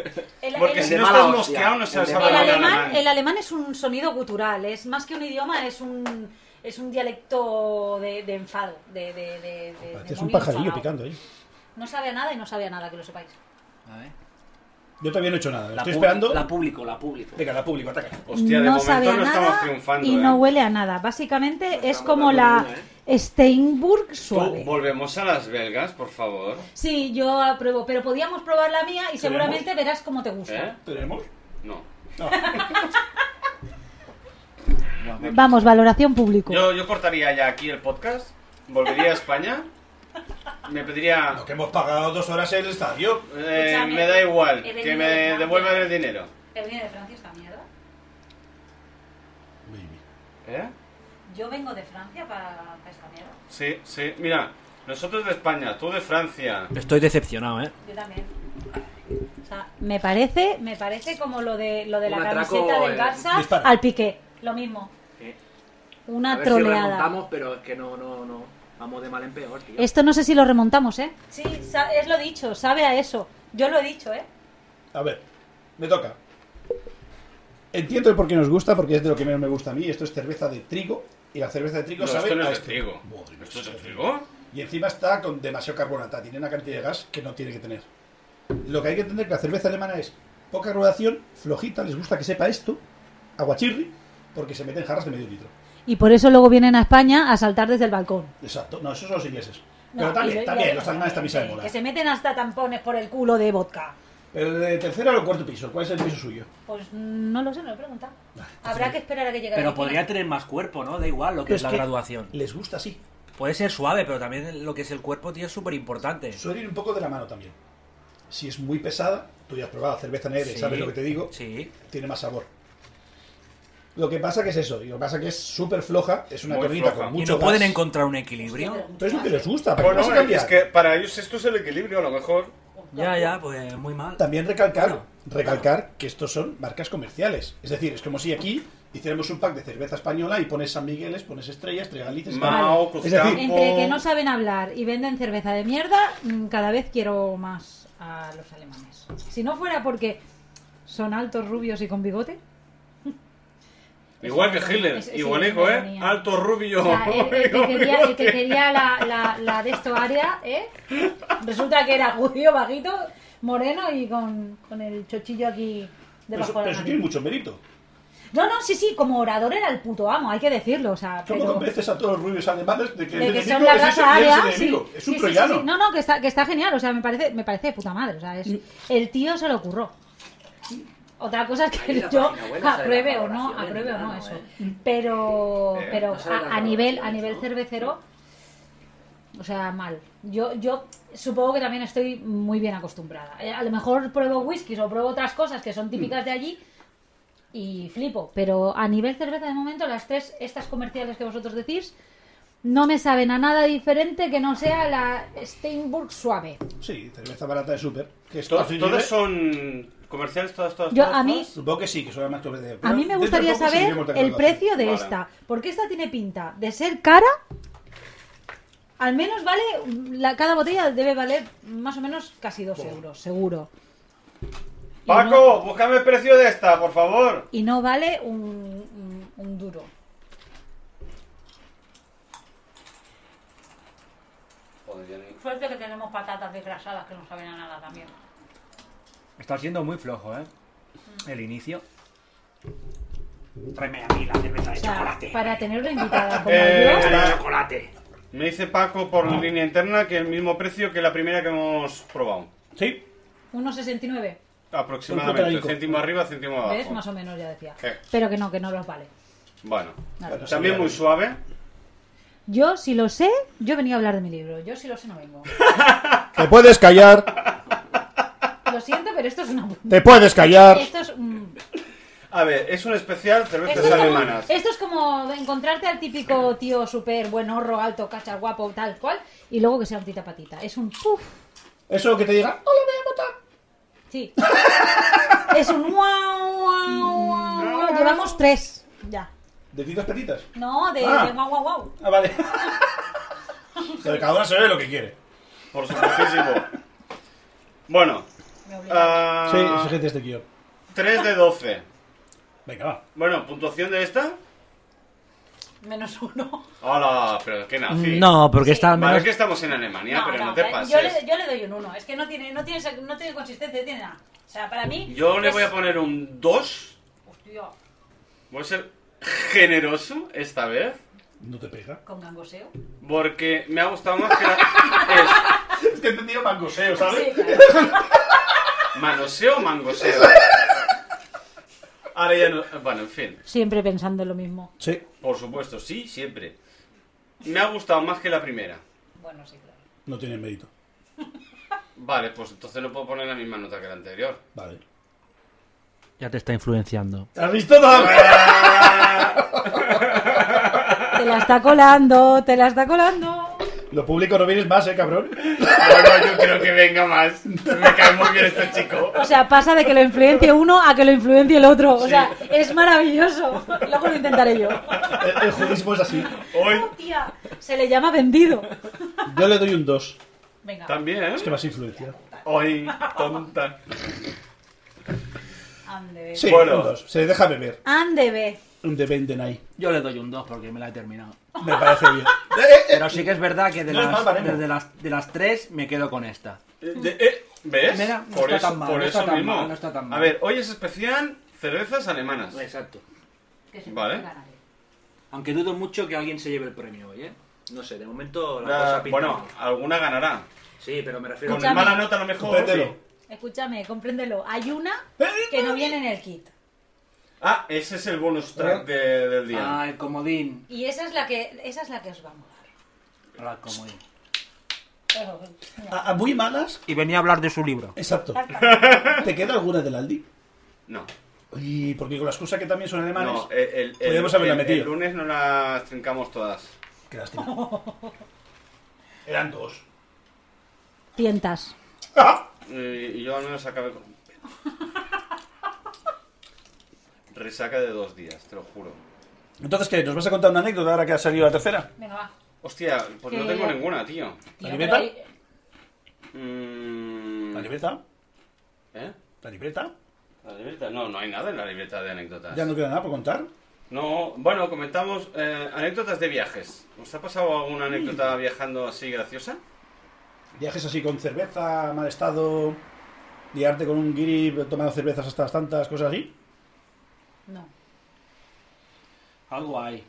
Speaker 4: El-
Speaker 1: Porque
Speaker 4: el-
Speaker 1: si no
Speaker 11: mala
Speaker 1: estás
Speaker 11: hostia.
Speaker 1: mosqueado no sabes
Speaker 11: El
Speaker 1: hablar
Speaker 4: El
Speaker 1: alemán.
Speaker 4: alemán, el alemán es un sonido gutural, es más que un idioma, es un, es un dialecto de, de enfado. De, de, de- de-
Speaker 2: Pareces
Speaker 4: demonio
Speaker 2: un pajarillo
Speaker 4: enfadado.
Speaker 2: picando ahí.
Speaker 4: No sabe a nada y no sabe a nada, que lo sepáis.
Speaker 11: A ver.
Speaker 2: Yo todavía no he hecho nada.
Speaker 11: La
Speaker 2: Estoy
Speaker 11: pu-
Speaker 2: esperando...
Speaker 11: La público, la público.
Speaker 2: Venga, la público, ataca.
Speaker 1: Hostia, de
Speaker 4: no
Speaker 1: momento
Speaker 4: sabe a
Speaker 1: no estamos
Speaker 4: nada
Speaker 1: triunfando.
Speaker 4: y no
Speaker 1: ¿eh?
Speaker 4: huele a nada. Básicamente
Speaker 11: No
Speaker 4: es
Speaker 11: estamos
Speaker 4: como
Speaker 11: dando
Speaker 4: la
Speaker 11: ninguna,
Speaker 4: Steinburg
Speaker 1: Tú,
Speaker 4: suave.
Speaker 1: volvemos a las belgas, por favor.
Speaker 4: Sí, yo apruebo, pero podíamos probar la mía y seguramente verás cómo te
Speaker 1: ¿Eh?
Speaker 4: gusta.
Speaker 2: ¿Tenemos?
Speaker 1: No.
Speaker 2: No.
Speaker 4: Vamos, valoración público.
Speaker 1: Yo, yo cortaría ya aquí el podcast, volvería a España, me pediría...
Speaker 2: Lo que hemos pagado dos horas en el estadio.
Speaker 1: eh,
Speaker 4: Escúchame,
Speaker 1: me da igual,
Speaker 4: he
Speaker 1: que
Speaker 4: venido
Speaker 1: me
Speaker 4: de Francia.
Speaker 1: devuelvan el dinero.
Speaker 4: El vino de Francia está mierda.
Speaker 1: ¿Eh?
Speaker 2: ¿Eh?
Speaker 4: Yo vengo de Francia para esta mierda.
Speaker 1: Sí, sí, mira, Nosotros de España, tú de Francia.
Speaker 3: Estoy decepcionado, ¿eh?
Speaker 4: Yo también. O sea, me parece, me parece como lo de lo de la
Speaker 17: Un atraco,
Speaker 4: camiseta del
Speaker 17: eh,
Speaker 4: Barça
Speaker 2: dispara.
Speaker 4: al piqué, lo mismo.
Speaker 17: Eh,
Speaker 4: Una
Speaker 17: a ver si
Speaker 4: troleada.
Speaker 17: remontamos, pero es que no, no, no. Vamos de mal en peor, tío.
Speaker 4: Esto no sé si lo remontamos, ¿eh? Sí, sa- es lo dicho, sabe a eso. Yo lo he dicho, ¿eh?
Speaker 2: A ver, me toca. Entiendo el por qué nos gusta, porque es de lo que menos me gusta a mí. Esto es cerveza de trigo. Y la cerveza de trigo
Speaker 1: No,
Speaker 2: sabe
Speaker 1: esto no
Speaker 2: a
Speaker 1: es de
Speaker 2: esto.
Speaker 1: trigo.
Speaker 2: Madre mía,
Speaker 1: ¿Esto es de trigo?
Speaker 2: Y encima está con demasiado carbonata. Tiene una cantidad de gas que no tiene que tener. Lo que hay que entender que la cerveza alemana es poca graduación, flojita, les gusta que sepa esto, aguachirri, porque se meten jarras de medio litro.
Speaker 4: Y por eso luego vienen a España a saltar desde el balcón.
Speaker 2: Exacto. No, esos son los ingleses. Pero
Speaker 4: No, y lo-
Speaker 2: también,
Speaker 4: y
Speaker 2: también,
Speaker 4: además-
Speaker 2: los alemanes también saben molar.
Speaker 4: Que se meten hasta tampones por el culo de vodka.
Speaker 2: Pero de tercero al cuarto piso, ¿cuál es el piso suyo?
Speaker 4: Pues no lo sé, no lo he preguntado.
Speaker 2: pues
Speaker 4: Habrá que esperar a que llegue la
Speaker 3: Pero
Speaker 4: vecina.
Speaker 3: podría tener más cuerpo, ¿no? Da igual lo que
Speaker 2: Pero
Speaker 3: es la
Speaker 2: que
Speaker 3: graduación.
Speaker 2: Les gusta así.
Speaker 3: Puede ser suave, pero también lo que es el cuerpo, tío, es súper importante.
Speaker 2: Suele ir un poco de la mano también. Si es muy pesada, tú ya has probado cerveza negra y sabes lo que te digo,
Speaker 3: Sí.
Speaker 2: tiene más sabor. Lo que pasa que es eso, y lo que pasa que es súper floja, es una
Speaker 1: Muy
Speaker 2: carnita
Speaker 1: floja.
Speaker 2: con
Speaker 3: Y
Speaker 2: mucho
Speaker 3: no
Speaker 2: gas.
Speaker 3: pueden encontrar un equilibrio.
Speaker 2: Pero es lo que les gusta, ¿para qué
Speaker 1: Bueno,
Speaker 2: vas a cambiar?
Speaker 1: es que para ellos esto es el equilibrio, a lo mejor.
Speaker 3: Ya, ya, pues muy mal.
Speaker 2: También recalcar, recalcar que estos son marcas comerciales. Es decir, es como si aquí hiciéramos un pack de cerveza española y pones San Migueles, pones Estrellas, Tregalices...
Speaker 1: Mao,
Speaker 2: Es decir-
Speaker 1: Cruzcampo.
Speaker 4: Entre que no saben hablar y venden cerveza de mierda, mm, cada vez quiero más a los alemanes. Si no fuera porque son altos, rubios y con bigote.
Speaker 1: Igual que
Speaker 4: Es-
Speaker 1: Hitler,
Speaker 4: es- es
Speaker 1: igualico, ¿eh?
Speaker 4: ironía.
Speaker 1: Alto rubio. [laughs]
Speaker 4: O sea, el, el que quería, el que quería la, la- la de esto área, ¿eh? resulta que era judío, bajito, moreno y con, con el chochillo aquí
Speaker 2: Pero, eso,
Speaker 4: debajo de
Speaker 2: pero
Speaker 4: la
Speaker 2: eso
Speaker 4: nariz.
Speaker 2: tiene mucho mérito.
Speaker 4: No, no, sí, sí, como orador era el puto amo, hay que decirlo. O sea,
Speaker 2: ¿Cómo
Speaker 4: pero-
Speaker 2: convences a todos los rubios alemanes de que el
Speaker 4: de que
Speaker 2: enemigo
Speaker 4: son la
Speaker 2: es ese
Speaker 4: raza
Speaker 2: y es el
Speaker 4: área. sí.
Speaker 2: enemigo? Es un
Speaker 4: Sí, sí, sí,
Speaker 2: troyano.
Speaker 4: sí. No, no, que está, que está genial. O sea, me parece, me parece de puta madre. O sea,
Speaker 2: Mm.
Speaker 4: es, el tío se lo ocurrió. Otra cosa es
Speaker 17: Ahí
Speaker 4: que
Speaker 17: la
Speaker 4: yo
Speaker 17: página web no sale
Speaker 4: apruebe
Speaker 17: la
Speaker 4: o no,
Speaker 17: valoración,
Speaker 4: apruebe o no
Speaker 17: ¿no?
Speaker 4: eso.
Speaker 17: ¿eh?
Speaker 4: Pero,
Speaker 1: Eh,
Speaker 4: pero
Speaker 17: no sale la
Speaker 4: a, a nivel, a
Speaker 17: valoración,
Speaker 4: nivel
Speaker 17: ¿no?
Speaker 4: cervecero, o sea, mal. Yo, yo supongo que también estoy muy bien acostumbrada. Eh, A lo mejor pruebo whiskies o pruebo otras cosas que
Speaker 17: Mm.
Speaker 4: son típicas de allí y flipo. Pero a nivel cerveza, de momento, las tres, estas comerciales que vosotros decís, no me saben a nada diferente que no sea la Steinburg suave.
Speaker 2: Sí, cerveza barata de súper. Que esto
Speaker 1: To- Todas son comerciales, todas, todas.
Speaker 4: Yo,
Speaker 1: todas,
Speaker 4: a mí,
Speaker 2: Supongo que sí, que son más sobre de...
Speaker 4: a mí me gustaría saber el precio de
Speaker 1: Vale.
Speaker 4: esta. Porque esta tiene pinta de ser cara. Al menos vale, la, cada botella debe valer más o menos casi dos euros, seguro.
Speaker 1: todas.
Speaker 4: Y no-
Speaker 1: Paco, búscame el precio de esta, por favor.
Speaker 4: Y no vale un, un- un duro. Suerte que tenemos patatas desgrasadas que no saben a nada también.
Speaker 3: Está siendo muy flojo, ¿eh?
Speaker 4: Mm.
Speaker 3: El inicio. Tráeme a mí la cerveza
Speaker 4: O
Speaker 3: de
Speaker 4: sea,
Speaker 3: chocolate.
Speaker 4: para tener una invitada como
Speaker 1: Eh,
Speaker 4: yo,
Speaker 1: para-
Speaker 17: chocolate.
Speaker 1: Me dice Paco por línea interna que el mismo precio que la primera que hemos probado.
Speaker 2: Sí,
Speaker 4: 1,69.
Speaker 2: Un
Speaker 1: Aproximadamente.
Speaker 2: plato de
Speaker 1: Céntimo arriba, céntimo abajo.
Speaker 4: ¿Ves? Más o menos ya decía.
Speaker 1: Eh.
Speaker 4: Pero que no, que no los vale.
Speaker 1: Bueno.
Speaker 4: Nada.
Speaker 2: Bueno.
Speaker 1: También muy suave.
Speaker 4: Yo, si lo sé, yo venía a hablar de mi libro. Yo, si lo sé, no vengo.
Speaker 2: te puedes callar,
Speaker 4: Lo siento, pero esto es una...
Speaker 2: te puedes callar.
Speaker 4: Esto es, un-
Speaker 1: A ver, es un especial cervezas
Speaker 4: esto, es como,
Speaker 1: alemanas.
Speaker 4: esto es como encontrarte al típico tío súper buen horro, alto, cacha, guapo, tal cual, y luego que sea un tita patita. Es un puf.
Speaker 2: Eso que te diga, hola, voy a votar.
Speaker 4: Sí. es un guau, guau, guau, guau. Llevamos tres. Ya.
Speaker 2: ¿De titas petitas?
Speaker 4: No, de,
Speaker 2: Ah.
Speaker 4: de guau, guau, guau.
Speaker 2: Ah, vale. [laughs] Pero cada una se ve lo que quiere.
Speaker 1: Por supuestísimo. bueno.
Speaker 4: Me obliga.
Speaker 1: ah,
Speaker 2: gente este tío.
Speaker 1: 3 de 12.
Speaker 2: Venga, va.
Speaker 1: Bueno, puntuación de esta.
Speaker 4: Menos uno.
Speaker 1: Hola, pero qué nazi.
Speaker 3: Mm, No, porque está al
Speaker 1: Vale,
Speaker 3: menos.
Speaker 1: es que estamos en Alemania, pero no, te
Speaker 4: eh,
Speaker 1: pases.
Speaker 4: Yo le, yo le doy un uno. Es que no tiene, no tiene, no tiene consistencia, no tiene nada. O sea, para mí.
Speaker 1: Yo le
Speaker 4: es-
Speaker 1: voy a poner un 2.
Speaker 4: Hostia,
Speaker 1: Voy a ser generoso esta vez.
Speaker 2: No te pega.
Speaker 4: con gangoseo.
Speaker 1: Porque me ha gustado más que la...
Speaker 2: [laughs] Es que te tiro mangoseo,
Speaker 4: Sí,
Speaker 2: ¿sabes?
Speaker 4: claro.
Speaker 1: ¿Es manoseo o mangoseo? Ahora ya no... Bueno, en fin.
Speaker 4: Siempre pensando en lo mismo.
Speaker 2: Sí.
Speaker 1: Por supuesto, sí, siempre. Me ha gustado más que la primera.
Speaker 4: Bueno, sí, claro.
Speaker 2: No tiene mérito.
Speaker 1: Vale, pues entonces no puedo poner la misma nota que la anterior.
Speaker 2: Vale.
Speaker 3: Ya te está influenciando.
Speaker 2: ¿Has visto?
Speaker 4: Te la está colando, te la está colando.
Speaker 2: [laughs] Lo público no vienes más, eh, cabrón.
Speaker 1: No, no, yo creo que venga más. Me cae muy bien este chico.
Speaker 18: O sea, pasa de que lo influencie uno a que lo influencie el otro. O sea, es maravilloso. Luego lo intentaré yo.
Speaker 2: El, el judismo es así.
Speaker 1: Hoy
Speaker 18: Hostia, se le llama vendido.
Speaker 2: Yo le doy un 2.
Speaker 4: Venga.
Speaker 1: también,
Speaker 2: Es que
Speaker 1: ¿eh?
Speaker 2: más influencia.
Speaker 1: Hoy, tonta.
Speaker 4: Ande.
Speaker 2: Sí,
Speaker 1: Bueno.
Speaker 2: un 2. Se deja beber.
Speaker 18: Ande, ve.
Speaker 2: Un de Ben de Nai.
Speaker 3: Yo le doy un 2 porque me la he terminado.
Speaker 2: Me parece bien. Eh, eh,
Speaker 3: Pero sí que es verdad que de,
Speaker 2: No es mal
Speaker 3: las,
Speaker 2: baremo.
Speaker 3: desde las, de las 3 me quedo con esta.
Speaker 1: Eh, de- eh, ¿Ves?
Speaker 3: Mira, no
Speaker 1: por
Speaker 3: está
Speaker 1: eso,
Speaker 3: tan mal,
Speaker 1: por
Speaker 3: no
Speaker 1: eso
Speaker 3: está tan
Speaker 1: mismo.
Speaker 3: mal, no está tan mal.
Speaker 1: A
Speaker 3: Pues,
Speaker 1: ver, hoy es especial cervezas alemanas.
Speaker 5: Exacto.
Speaker 4: Que se
Speaker 1: Vale.
Speaker 4: ponga nadie.
Speaker 5: Aunque dudo mucho que alguien se lleve el premio hoy, ¿eh? No sé, de momento la,
Speaker 1: La-
Speaker 5: cosa pinta
Speaker 1: bueno,
Speaker 5: mal.
Speaker 1: alguna ganará.
Speaker 5: Sí, pero me refiero
Speaker 1: Con
Speaker 18: Escúchame.
Speaker 1: mala nota a lo mejor.
Speaker 2: Vételo.
Speaker 1: sí.
Speaker 4: Escúchame, compréndelo. Hay una
Speaker 1: ¿Eh?
Speaker 4: que no viene en el kit.
Speaker 1: Ah, ese es el bonus track de- del día.
Speaker 3: Ah, el comodín.
Speaker 4: Y esa es la que, esa es la que os vamos a
Speaker 3: Ah, el comodín.
Speaker 4: dar.
Speaker 2: A, a muy malas.
Speaker 3: Y venía a hablar de su libro.
Speaker 2: Exacto. ¿Te queda alguna del Aldi?
Speaker 1: No.
Speaker 2: Y porque con la excusa que también son alemanes.
Speaker 1: No, eh. el, el, el-
Speaker 2: Podríamos haberla
Speaker 1: el- el
Speaker 2: metido.
Speaker 1: lunes no las trincamos todas.
Speaker 2: Qué lástima. Eran dos.
Speaker 18: Tientas.
Speaker 1: Eh, Y yo al menos acabé con un pedo. Resaca de dos días, te lo juro.
Speaker 2: [laughs] Entonces, ¿qué? ¿Nos vas a contar una anécdota ahora que ha salido la tercera?
Speaker 4: Venga, va.
Speaker 1: Hostia, pues no
Speaker 4: Que-
Speaker 1: tengo ninguna, tío.
Speaker 4: Tío,
Speaker 2: ¿La
Speaker 4: pero
Speaker 2: libreta?
Speaker 4: ahí-
Speaker 1: Mm,
Speaker 2: ¿La libreta?
Speaker 1: ¿Eh?
Speaker 2: ¿La libreta?
Speaker 1: ¿La libreta? No, no hay nada en la libreta de anécdotas.
Speaker 2: Ya no queda nada por contar.
Speaker 1: No, bueno, comentamos eh, anécdotas de viajes. ¿Os ha pasado alguna anécdota viajando así graciosa?
Speaker 2: Viajes así con cerveza, mal estado, liarte con un guiri tomando cervezas hasta las tantas, cosas así.
Speaker 4: No.
Speaker 5: Algo
Speaker 3: [laughs]
Speaker 5: hay.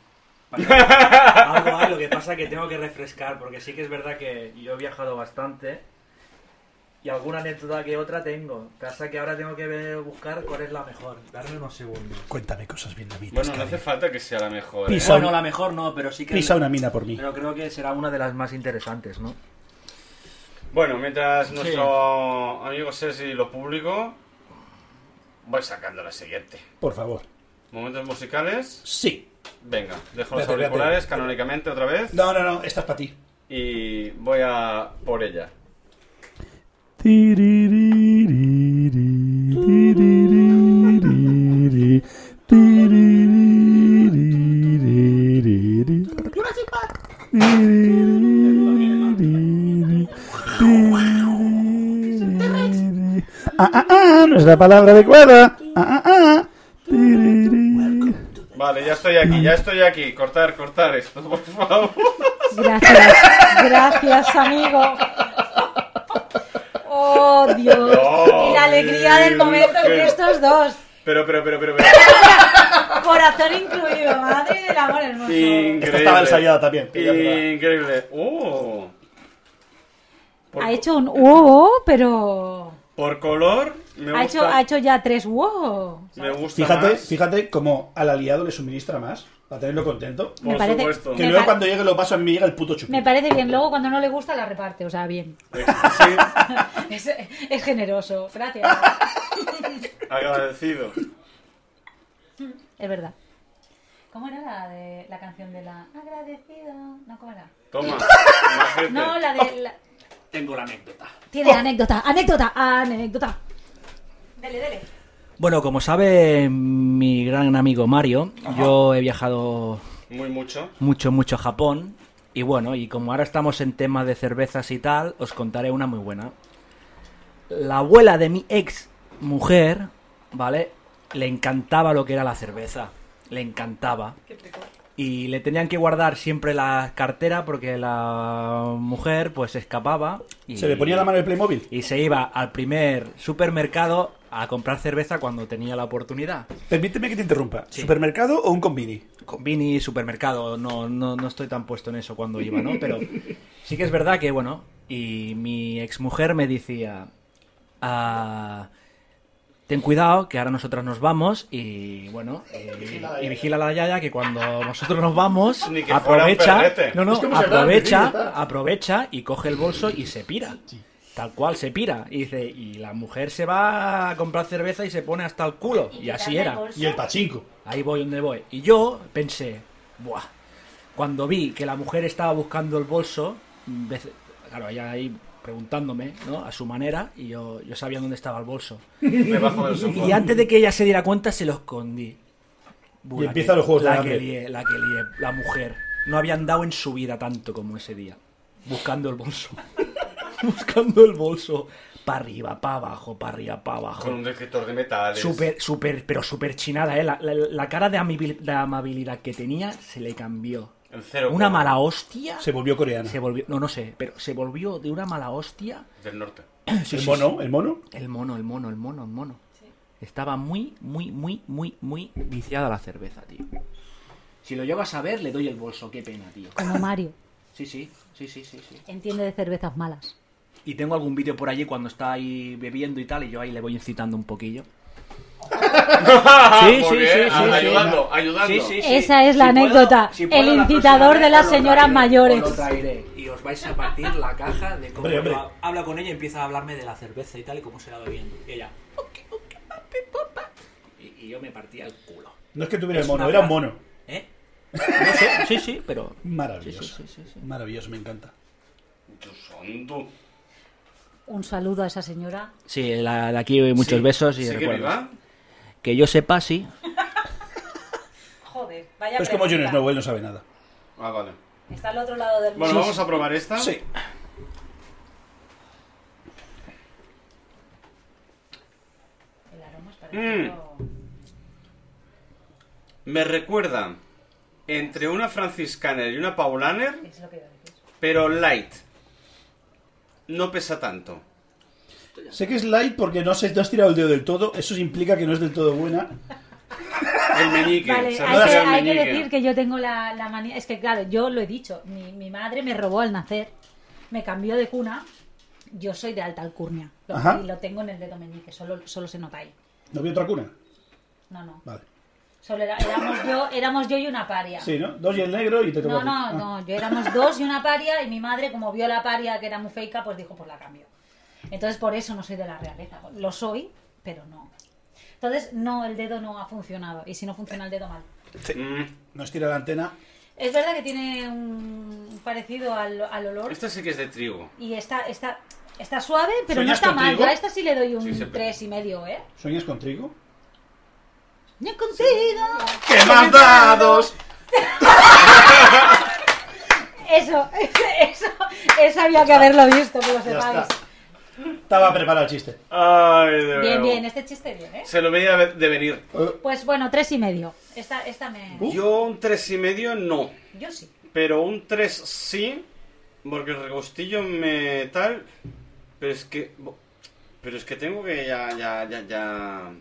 Speaker 5: Algo hay, lo que pasa que tengo que refrescar, porque sí que es verdad que yo he viajado bastante y alguna anécdota que otra tengo. Pasa que ahora tengo que ver- buscar cuál es la mejor. Darme unos segundos.
Speaker 2: Cuéntame cosas vietnamitas.
Speaker 1: Bueno, no hace falta que sea la mejor. ¿eh?
Speaker 2: Pisa,
Speaker 3: Bueno, la mejor no, pero sí que...
Speaker 2: pisa una mina por mí.
Speaker 3: Pero creo que será una de las más interesantes, ¿no?
Speaker 1: Bueno, mientras nuestro amigo Ceci lo publico, voy sacando la siguiente.
Speaker 2: Por favor.
Speaker 1: Momentos musicales.
Speaker 2: Sí.
Speaker 1: Venga, dejo los
Speaker 2: Espérate, espérate.
Speaker 1: auriculares canónicamente otra vez
Speaker 2: No, no, no, esta es para ti.
Speaker 1: y voy a por ella.
Speaker 2: Ah, ah, ah, no es la palabra adecuada. Ah, ah, ah.
Speaker 1: Vale, ya estoy aquí, ya estoy aquí. Cortar, cortar esto, por favor.
Speaker 18: Gracias.
Speaker 4: [laughs]
Speaker 18: Gracias, amigo. Oh, Dios.
Speaker 1: No,
Speaker 18: y la alegría del momento
Speaker 1: qué-
Speaker 18: entre estos dos.
Speaker 1: Pero, pero, pero,
Speaker 2: [laughs]
Speaker 1: pero, pero.
Speaker 18: Corazón incluido, madre del amor hermoso.
Speaker 1: Increíble.
Speaker 2: Esta estaba ensayada también. que ya me la-
Speaker 1: Increíble. ¡Oh! Por,
Speaker 18: Ha hecho un wow, pero.
Speaker 1: por color, me
Speaker 18: Ha
Speaker 1: gusta.
Speaker 18: hecho, ha hecho ya tres wow.
Speaker 1: Me gusta
Speaker 2: Fíjate,
Speaker 1: más.
Speaker 2: fíjate cómo al aliado le suministra más para tenerlo contento.
Speaker 1: Por
Speaker 18: me parece-
Speaker 1: supuesto.
Speaker 2: Que
Speaker 18: Me
Speaker 2: luego
Speaker 18: pa-
Speaker 2: cuando llegue lo paso en mí llega el puto chupi.
Speaker 18: Me parece bien. Luego, cuando no le gusta, la reparte. O sea, bien. [laughs]
Speaker 1: Sí,
Speaker 18: Es, es generoso.
Speaker 1: [laughs]
Speaker 18: Gracias.
Speaker 1: agradecido.
Speaker 18: Es verdad.
Speaker 4: ¿Cómo era la de la canción de la agradecida? No, ¿cómo era?
Speaker 1: Toma, majete.
Speaker 4: No, la de la...
Speaker 5: Tengo la anécdota.
Speaker 18: Tiene anécdota, anécdota, anécdota.
Speaker 4: Dele, dele.
Speaker 3: Bueno, como sabe mi gran amigo Mario, yo he viajado
Speaker 1: Muy mucho.
Speaker 3: mucho, mucho a Japón. Y bueno, y como ahora estamos en tema de cervezas y tal, os contaré una muy buena. La abuela de mi ex mujer, ¿vale? Le encantaba lo que era la cerveza. Le encantaba. Y le tenían que guardar siempre la cartera porque la mujer pues escapaba. Y...
Speaker 2: Se le ponía la mano el Playmobil.
Speaker 3: Y se iba al primer supermercado a comprar cerveza cuando tenía la oportunidad.
Speaker 2: Permíteme que te interrumpa.
Speaker 3: Sí.
Speaker 2: ¿Supermercado o un combini?
Speaker 3: Convini, supermercado, no, no, no estoy tan puesto en eso cuando iba, ¿no? Pero sí que es verdad que, bueno, y mi exmujer me decía, "Ah, ten cuidado, que ahora nosotras nos vamos y, bueno, eh, y vigila la yaya que cuando nosotros nos vamos,
Speaker 1: Ni que fuera un
Speaker 3: aprovecha,
Speaker 1: perrete.
Speaker 3: no, no,
Speaker 19: Es como se habla antes, sí,
Speaker 3: aprovecha,
Speaker 19: está.
Speaker 3: aprovecha y coge el bolso y se pira. Tal cual, se pira. Y dice, y la mujer se va a comprar cerveza y se pone hasta el culo. Y, así
Speaker 4: quitarle
Speaker 3: era.
Speaker 4: el bolso.
Speaker 2: Y el pachinko.
Speaker 3: Ahí voy donde voy. Y yo pensé, buah, cuando vi que la mujer estaba buscando el bolso, veces, claro, ella ahí preguntándome, ¿no? A su manera, y yo, yo sabía dónde estaba el bolso.
Speaker 1: Me bajo del sofá.
Speaker 3: Y antes de que ella se diera cuenta, se lo escondí.
Speaker 2: Y empiezan los juegos de
Speaker 3: la
Speaker 2: hambre.
Speaker 3: que lié, la que lié, la mujer. No habían dado en su vida tanto como ese día. Buscando el bolso. [laughs] buscando el bolso. Para arriba, para abajo, para arriba, para abajo.
Speaker 1: Con un detector de metales.
Speaker 3: Súper, súper, pero súper chinada, ¿eh? La, la- la cara de, amabil- de amabilidad que tenía se le cambió.
Speaker 1: El cero
Speaker 3: Una
Speaker 1: coma
Speaker 3: mala hostia.
Speaker 2: Se volvió coreana.
Speaker 3: se volvió, no, no sé, pero se volvió de una mala hostia.
Speaker 1: Del norte.
Speaker 3: Sí,
Speaker 2: el
Speaker 3: sí,
Speaker 2: mono, el mono.
Speaker 3: sí. El mono, el mono, el mono, el mono. Estaba muy, muy, muy, muy, muy viciada a la cerveza, tío. Si lo llevas a ver, le doy el bolso, qué pena, tío.
Speaker 4: Como Mario.
Speaker 3: Sí, sí, sí, sí, sí, sí.
Speaker 4: Entiende de cervezas malas.
Speaker 3: Y tengo algún vídeo por allí cuando está ahí bebiendo y tal, y yo ahí le voy incitando un poquillo.
Speaker 5: Ah,
Speaker 1: Sí,
Speaker 3: sí, sí, sí, sí.
Speaker 1: ayudando, ayudando.
Speaker 18: Esa es la anécdota, el
Speaker 3: la
Speaker 18: incitador
Speaker 3: próxima
Speaker 18: de las
Speaker 3: os lo
Speaker 18: señoras
Speaker 3: traeré,
Speaker 18: mayores.
Speaker 3: os lo traeré. Y os vais a partir la caja de cómo
Speaker 2: Hombre, hombre.
Speaker 3: yo habla con ella y empieza a hablarme de la cerveza y tal y cómo se la va bebiendo. Y ella, "Ok, ok, papi, papá". Y, y yo me partía el culo.
Speaker 2: No es que tuviera el
Speaker 3: Es
Speaker 2: mono,
Speaker 3: una
Speaker 2: era un
Speaker 3: plaza.
Speaker 2: mono.
Speaker 3: ¿Eh? No sé, sí, sí, pero.
Speaker 2: Maravilloso.
Speaker 3: Sí, sí, sí, sí, sí.
Speaker 2: Maravilloso, me encanta.
Speaker 1: Dios santo.
Speaker 4: Un saludo a esa señora.
Speaker 3: Sí, la, de aquí muchos
Speaker 1: Sí,
Speaker 3: besos y
Speaker 1: ¿sigue
Speaker 3: recuerdos.
Speaker 1: viva?
Speaker 3: Que yo sepa, sí.
Speaker 4: Joder, vaya
Speaker 2: Pero es como Jon Snow, él no sabe nada.
Speaker 1: Ah, vale.
Speaker 4: Está al otro lado del
Speaker 1: Bueno, vamos a probar
Speaker 3: Ah.
Speaker 1: esta.
Speaker 2: Sí.
Speaker 4: El aroma es
Speaker 1: Mm.
Speaker 11: parecido- Me recuerda entre una Franciscaner y una Paulaner,
Speaker 4: Es lo que iba a decir.
Speaker 11: pero light. No pesa tanto.
Speaker 2: Sé que es light porque no, se, no has tirado el dedo del todo. Eso implica que no es del todo buena.
Speaker 11: El meñique.
Speaker 4: Vale, hay
Speaker 11: se
Speaker 4: que,
Speaker 11: rasca el
Speaker 4: hay que
Speaker 11: meñique.
Speaker 4: decir que yo tengo la, la manía. Es que, claro, yo lo he dicho. Mi, mi madre me robó al nacer, me cambió de cuna. Yo soy de alta alcurnia. Lo,
Speaker 2: Ajá.
Speaker 4: y lo tengo en el dedo meñique, solo, solo se nota ahí.
Speaker 2: ¿No había otra cuna?
Speaker 4: No, no.
Speaker 2: Vale.
Speaker 4: Solo era- éramos, yo, éramos yo y una paria.
Speaker 2: Sí, ¿no? Dos y el negro y te tocó a
Speaker 4: No,
Speaker 2: ti.
Speaker 4: no,
Speaker 2: Ah.
Speaker 4: no. Yo éramos dos y una paria y mi madre, como vio la paria que era muy feica, pues dijo, pues la cambio. Entonces, por eso no soy de la realeza. Lo soy, pero no. Entonces, no, el dedo no ha funcionado. Y si no funciona el dedo, mal.
Speaker 1: Mm,
Speaker 2: No estira la antena.
Speaker 4: Es verdad que tiene un parecido al, al olor
Speaker 2: Este-
Speaker 1: Esta sí que es de trigo.
Speaker 4: y está, está, está suave, pero no
Speaker 2: ¿Sueñas
Speaker 4: está mal.
Speaker 2: contigo?
Speaker 4: Yo a esta sí le doy un
Speaker 1: Sí, siempre.
Speaker 4: tres y medio, ¿eh?
Speaker 2: ¿Sueñas con trigo?
Speaker 4: No contigo.
Speaker 2: ¡Qué más dados!
Speaker 4: [laughs]
Speaker 18: Eso, eso, eso había que haberlo visto, que lo
Speaker 2: Ya
Speaker 18: sepáis.
Speaker 2: está. Estaba preparado el chiste.
Speaker 1: Ay, de
Speaker 4: Bien,
Speaker 1: nuevo.
Speaker 4: bien, este chiste bien, ¿eh?
Speaker 1: Se lo veía ve- de venir.
Speaker 2: Eh,
Speaker 4: Pues bueno, tres y medio. Esta, esta me.
Speaker 2: Uh.
Speaker 11: Yo un tres y medio no.
Speaker 4: Yo sí.
Speaker 11: Pero un 3 sí, porque el regustillo me tal. Pero es que. Pero es que tengo que ya, ya, ya, ya.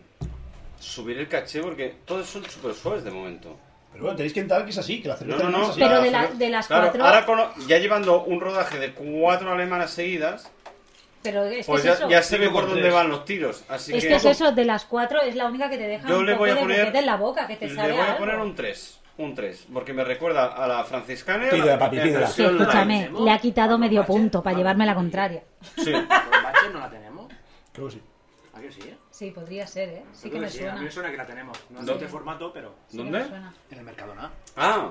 Speaker 11: Subir el caché porque todos son súper suaves de momento.
Speaker 2: Pero bueno, tenéis que entrar que es así, que la
Speaker 11: No,
Speaker 2: cerveza
Speaker 11: no,
Speaker 2: es
Speaker 11: no.
Speaker 2: así.
Speaker 4: Pero de la-
Speaker 11: cerve-
Speaker 4: de las
Speaker 11: Claro,
Speaker 4: cuatro-
Speaker 11: Ahora cono- ya llevando un rodaje de cuatro alemanas seguidas,
Speaker 4: Pero es que
Speaker 11: pues
Speaker 4: es
Speaker 11: ya,
Speaker 4: eso.
Speaker 11: ya sé
Speaker 1: Cinco
Speaker 11: por
Speaker 1: con
Speaker 11: dónde
Speaker 1: tres.
Speaker 11: van los tiros. Así
Speaker 4: es
Speaker 11: que.
Speaker 4: que es eso, de las cuatro es la única que te deja
Speaker 11: Yo
Speaker 4: un
Speaker 11: le
Speaker 4: poco
Speaker 11: voy a
Speaker 4: de
Speaker 11: poner-
Speaker 4: boquete en la boca, que te
Speaker 11: Le
Speaker 4: sabe
Speaker 11: voy a
Speaker 4: algo.
Speaker 11: poner un 3. Un 3. Porque me recuerda a la franciscana.
Speaker 2: Pídela, papi,
Speaker 11: en
Speaker 2: pídela.
Speaker 4: Que
Speaker 11: versión light.
Speaker 4: escúchame, le ha quitado medio punto para llevarme la contraria.
Speaker 11: Sí.
Speaker 5: ¿Con bache no la tenemos?
Speaker 2: Creo que sí.
Speaker 5: ¿A que sí? eh?
Speaker 4: Sí, podría ser, ¿eh? Sí
Speaker 5: Yo
Speaker 4: que
Speaker 5: creo
Speaker 4: me
Speaker 5: sí, A mí
Speaker 4: suena.
Speaker 5: me suena que la tenemos. No en
Speaker 11: ¿Dónde?
Speaker 5: este formato, pero
Speaker 4: Sí que me
Speaker 11: ¿Dónde?
Speaker 4: suena.
Speaker 5: en el Mercadona.
Speaker 11: Ah,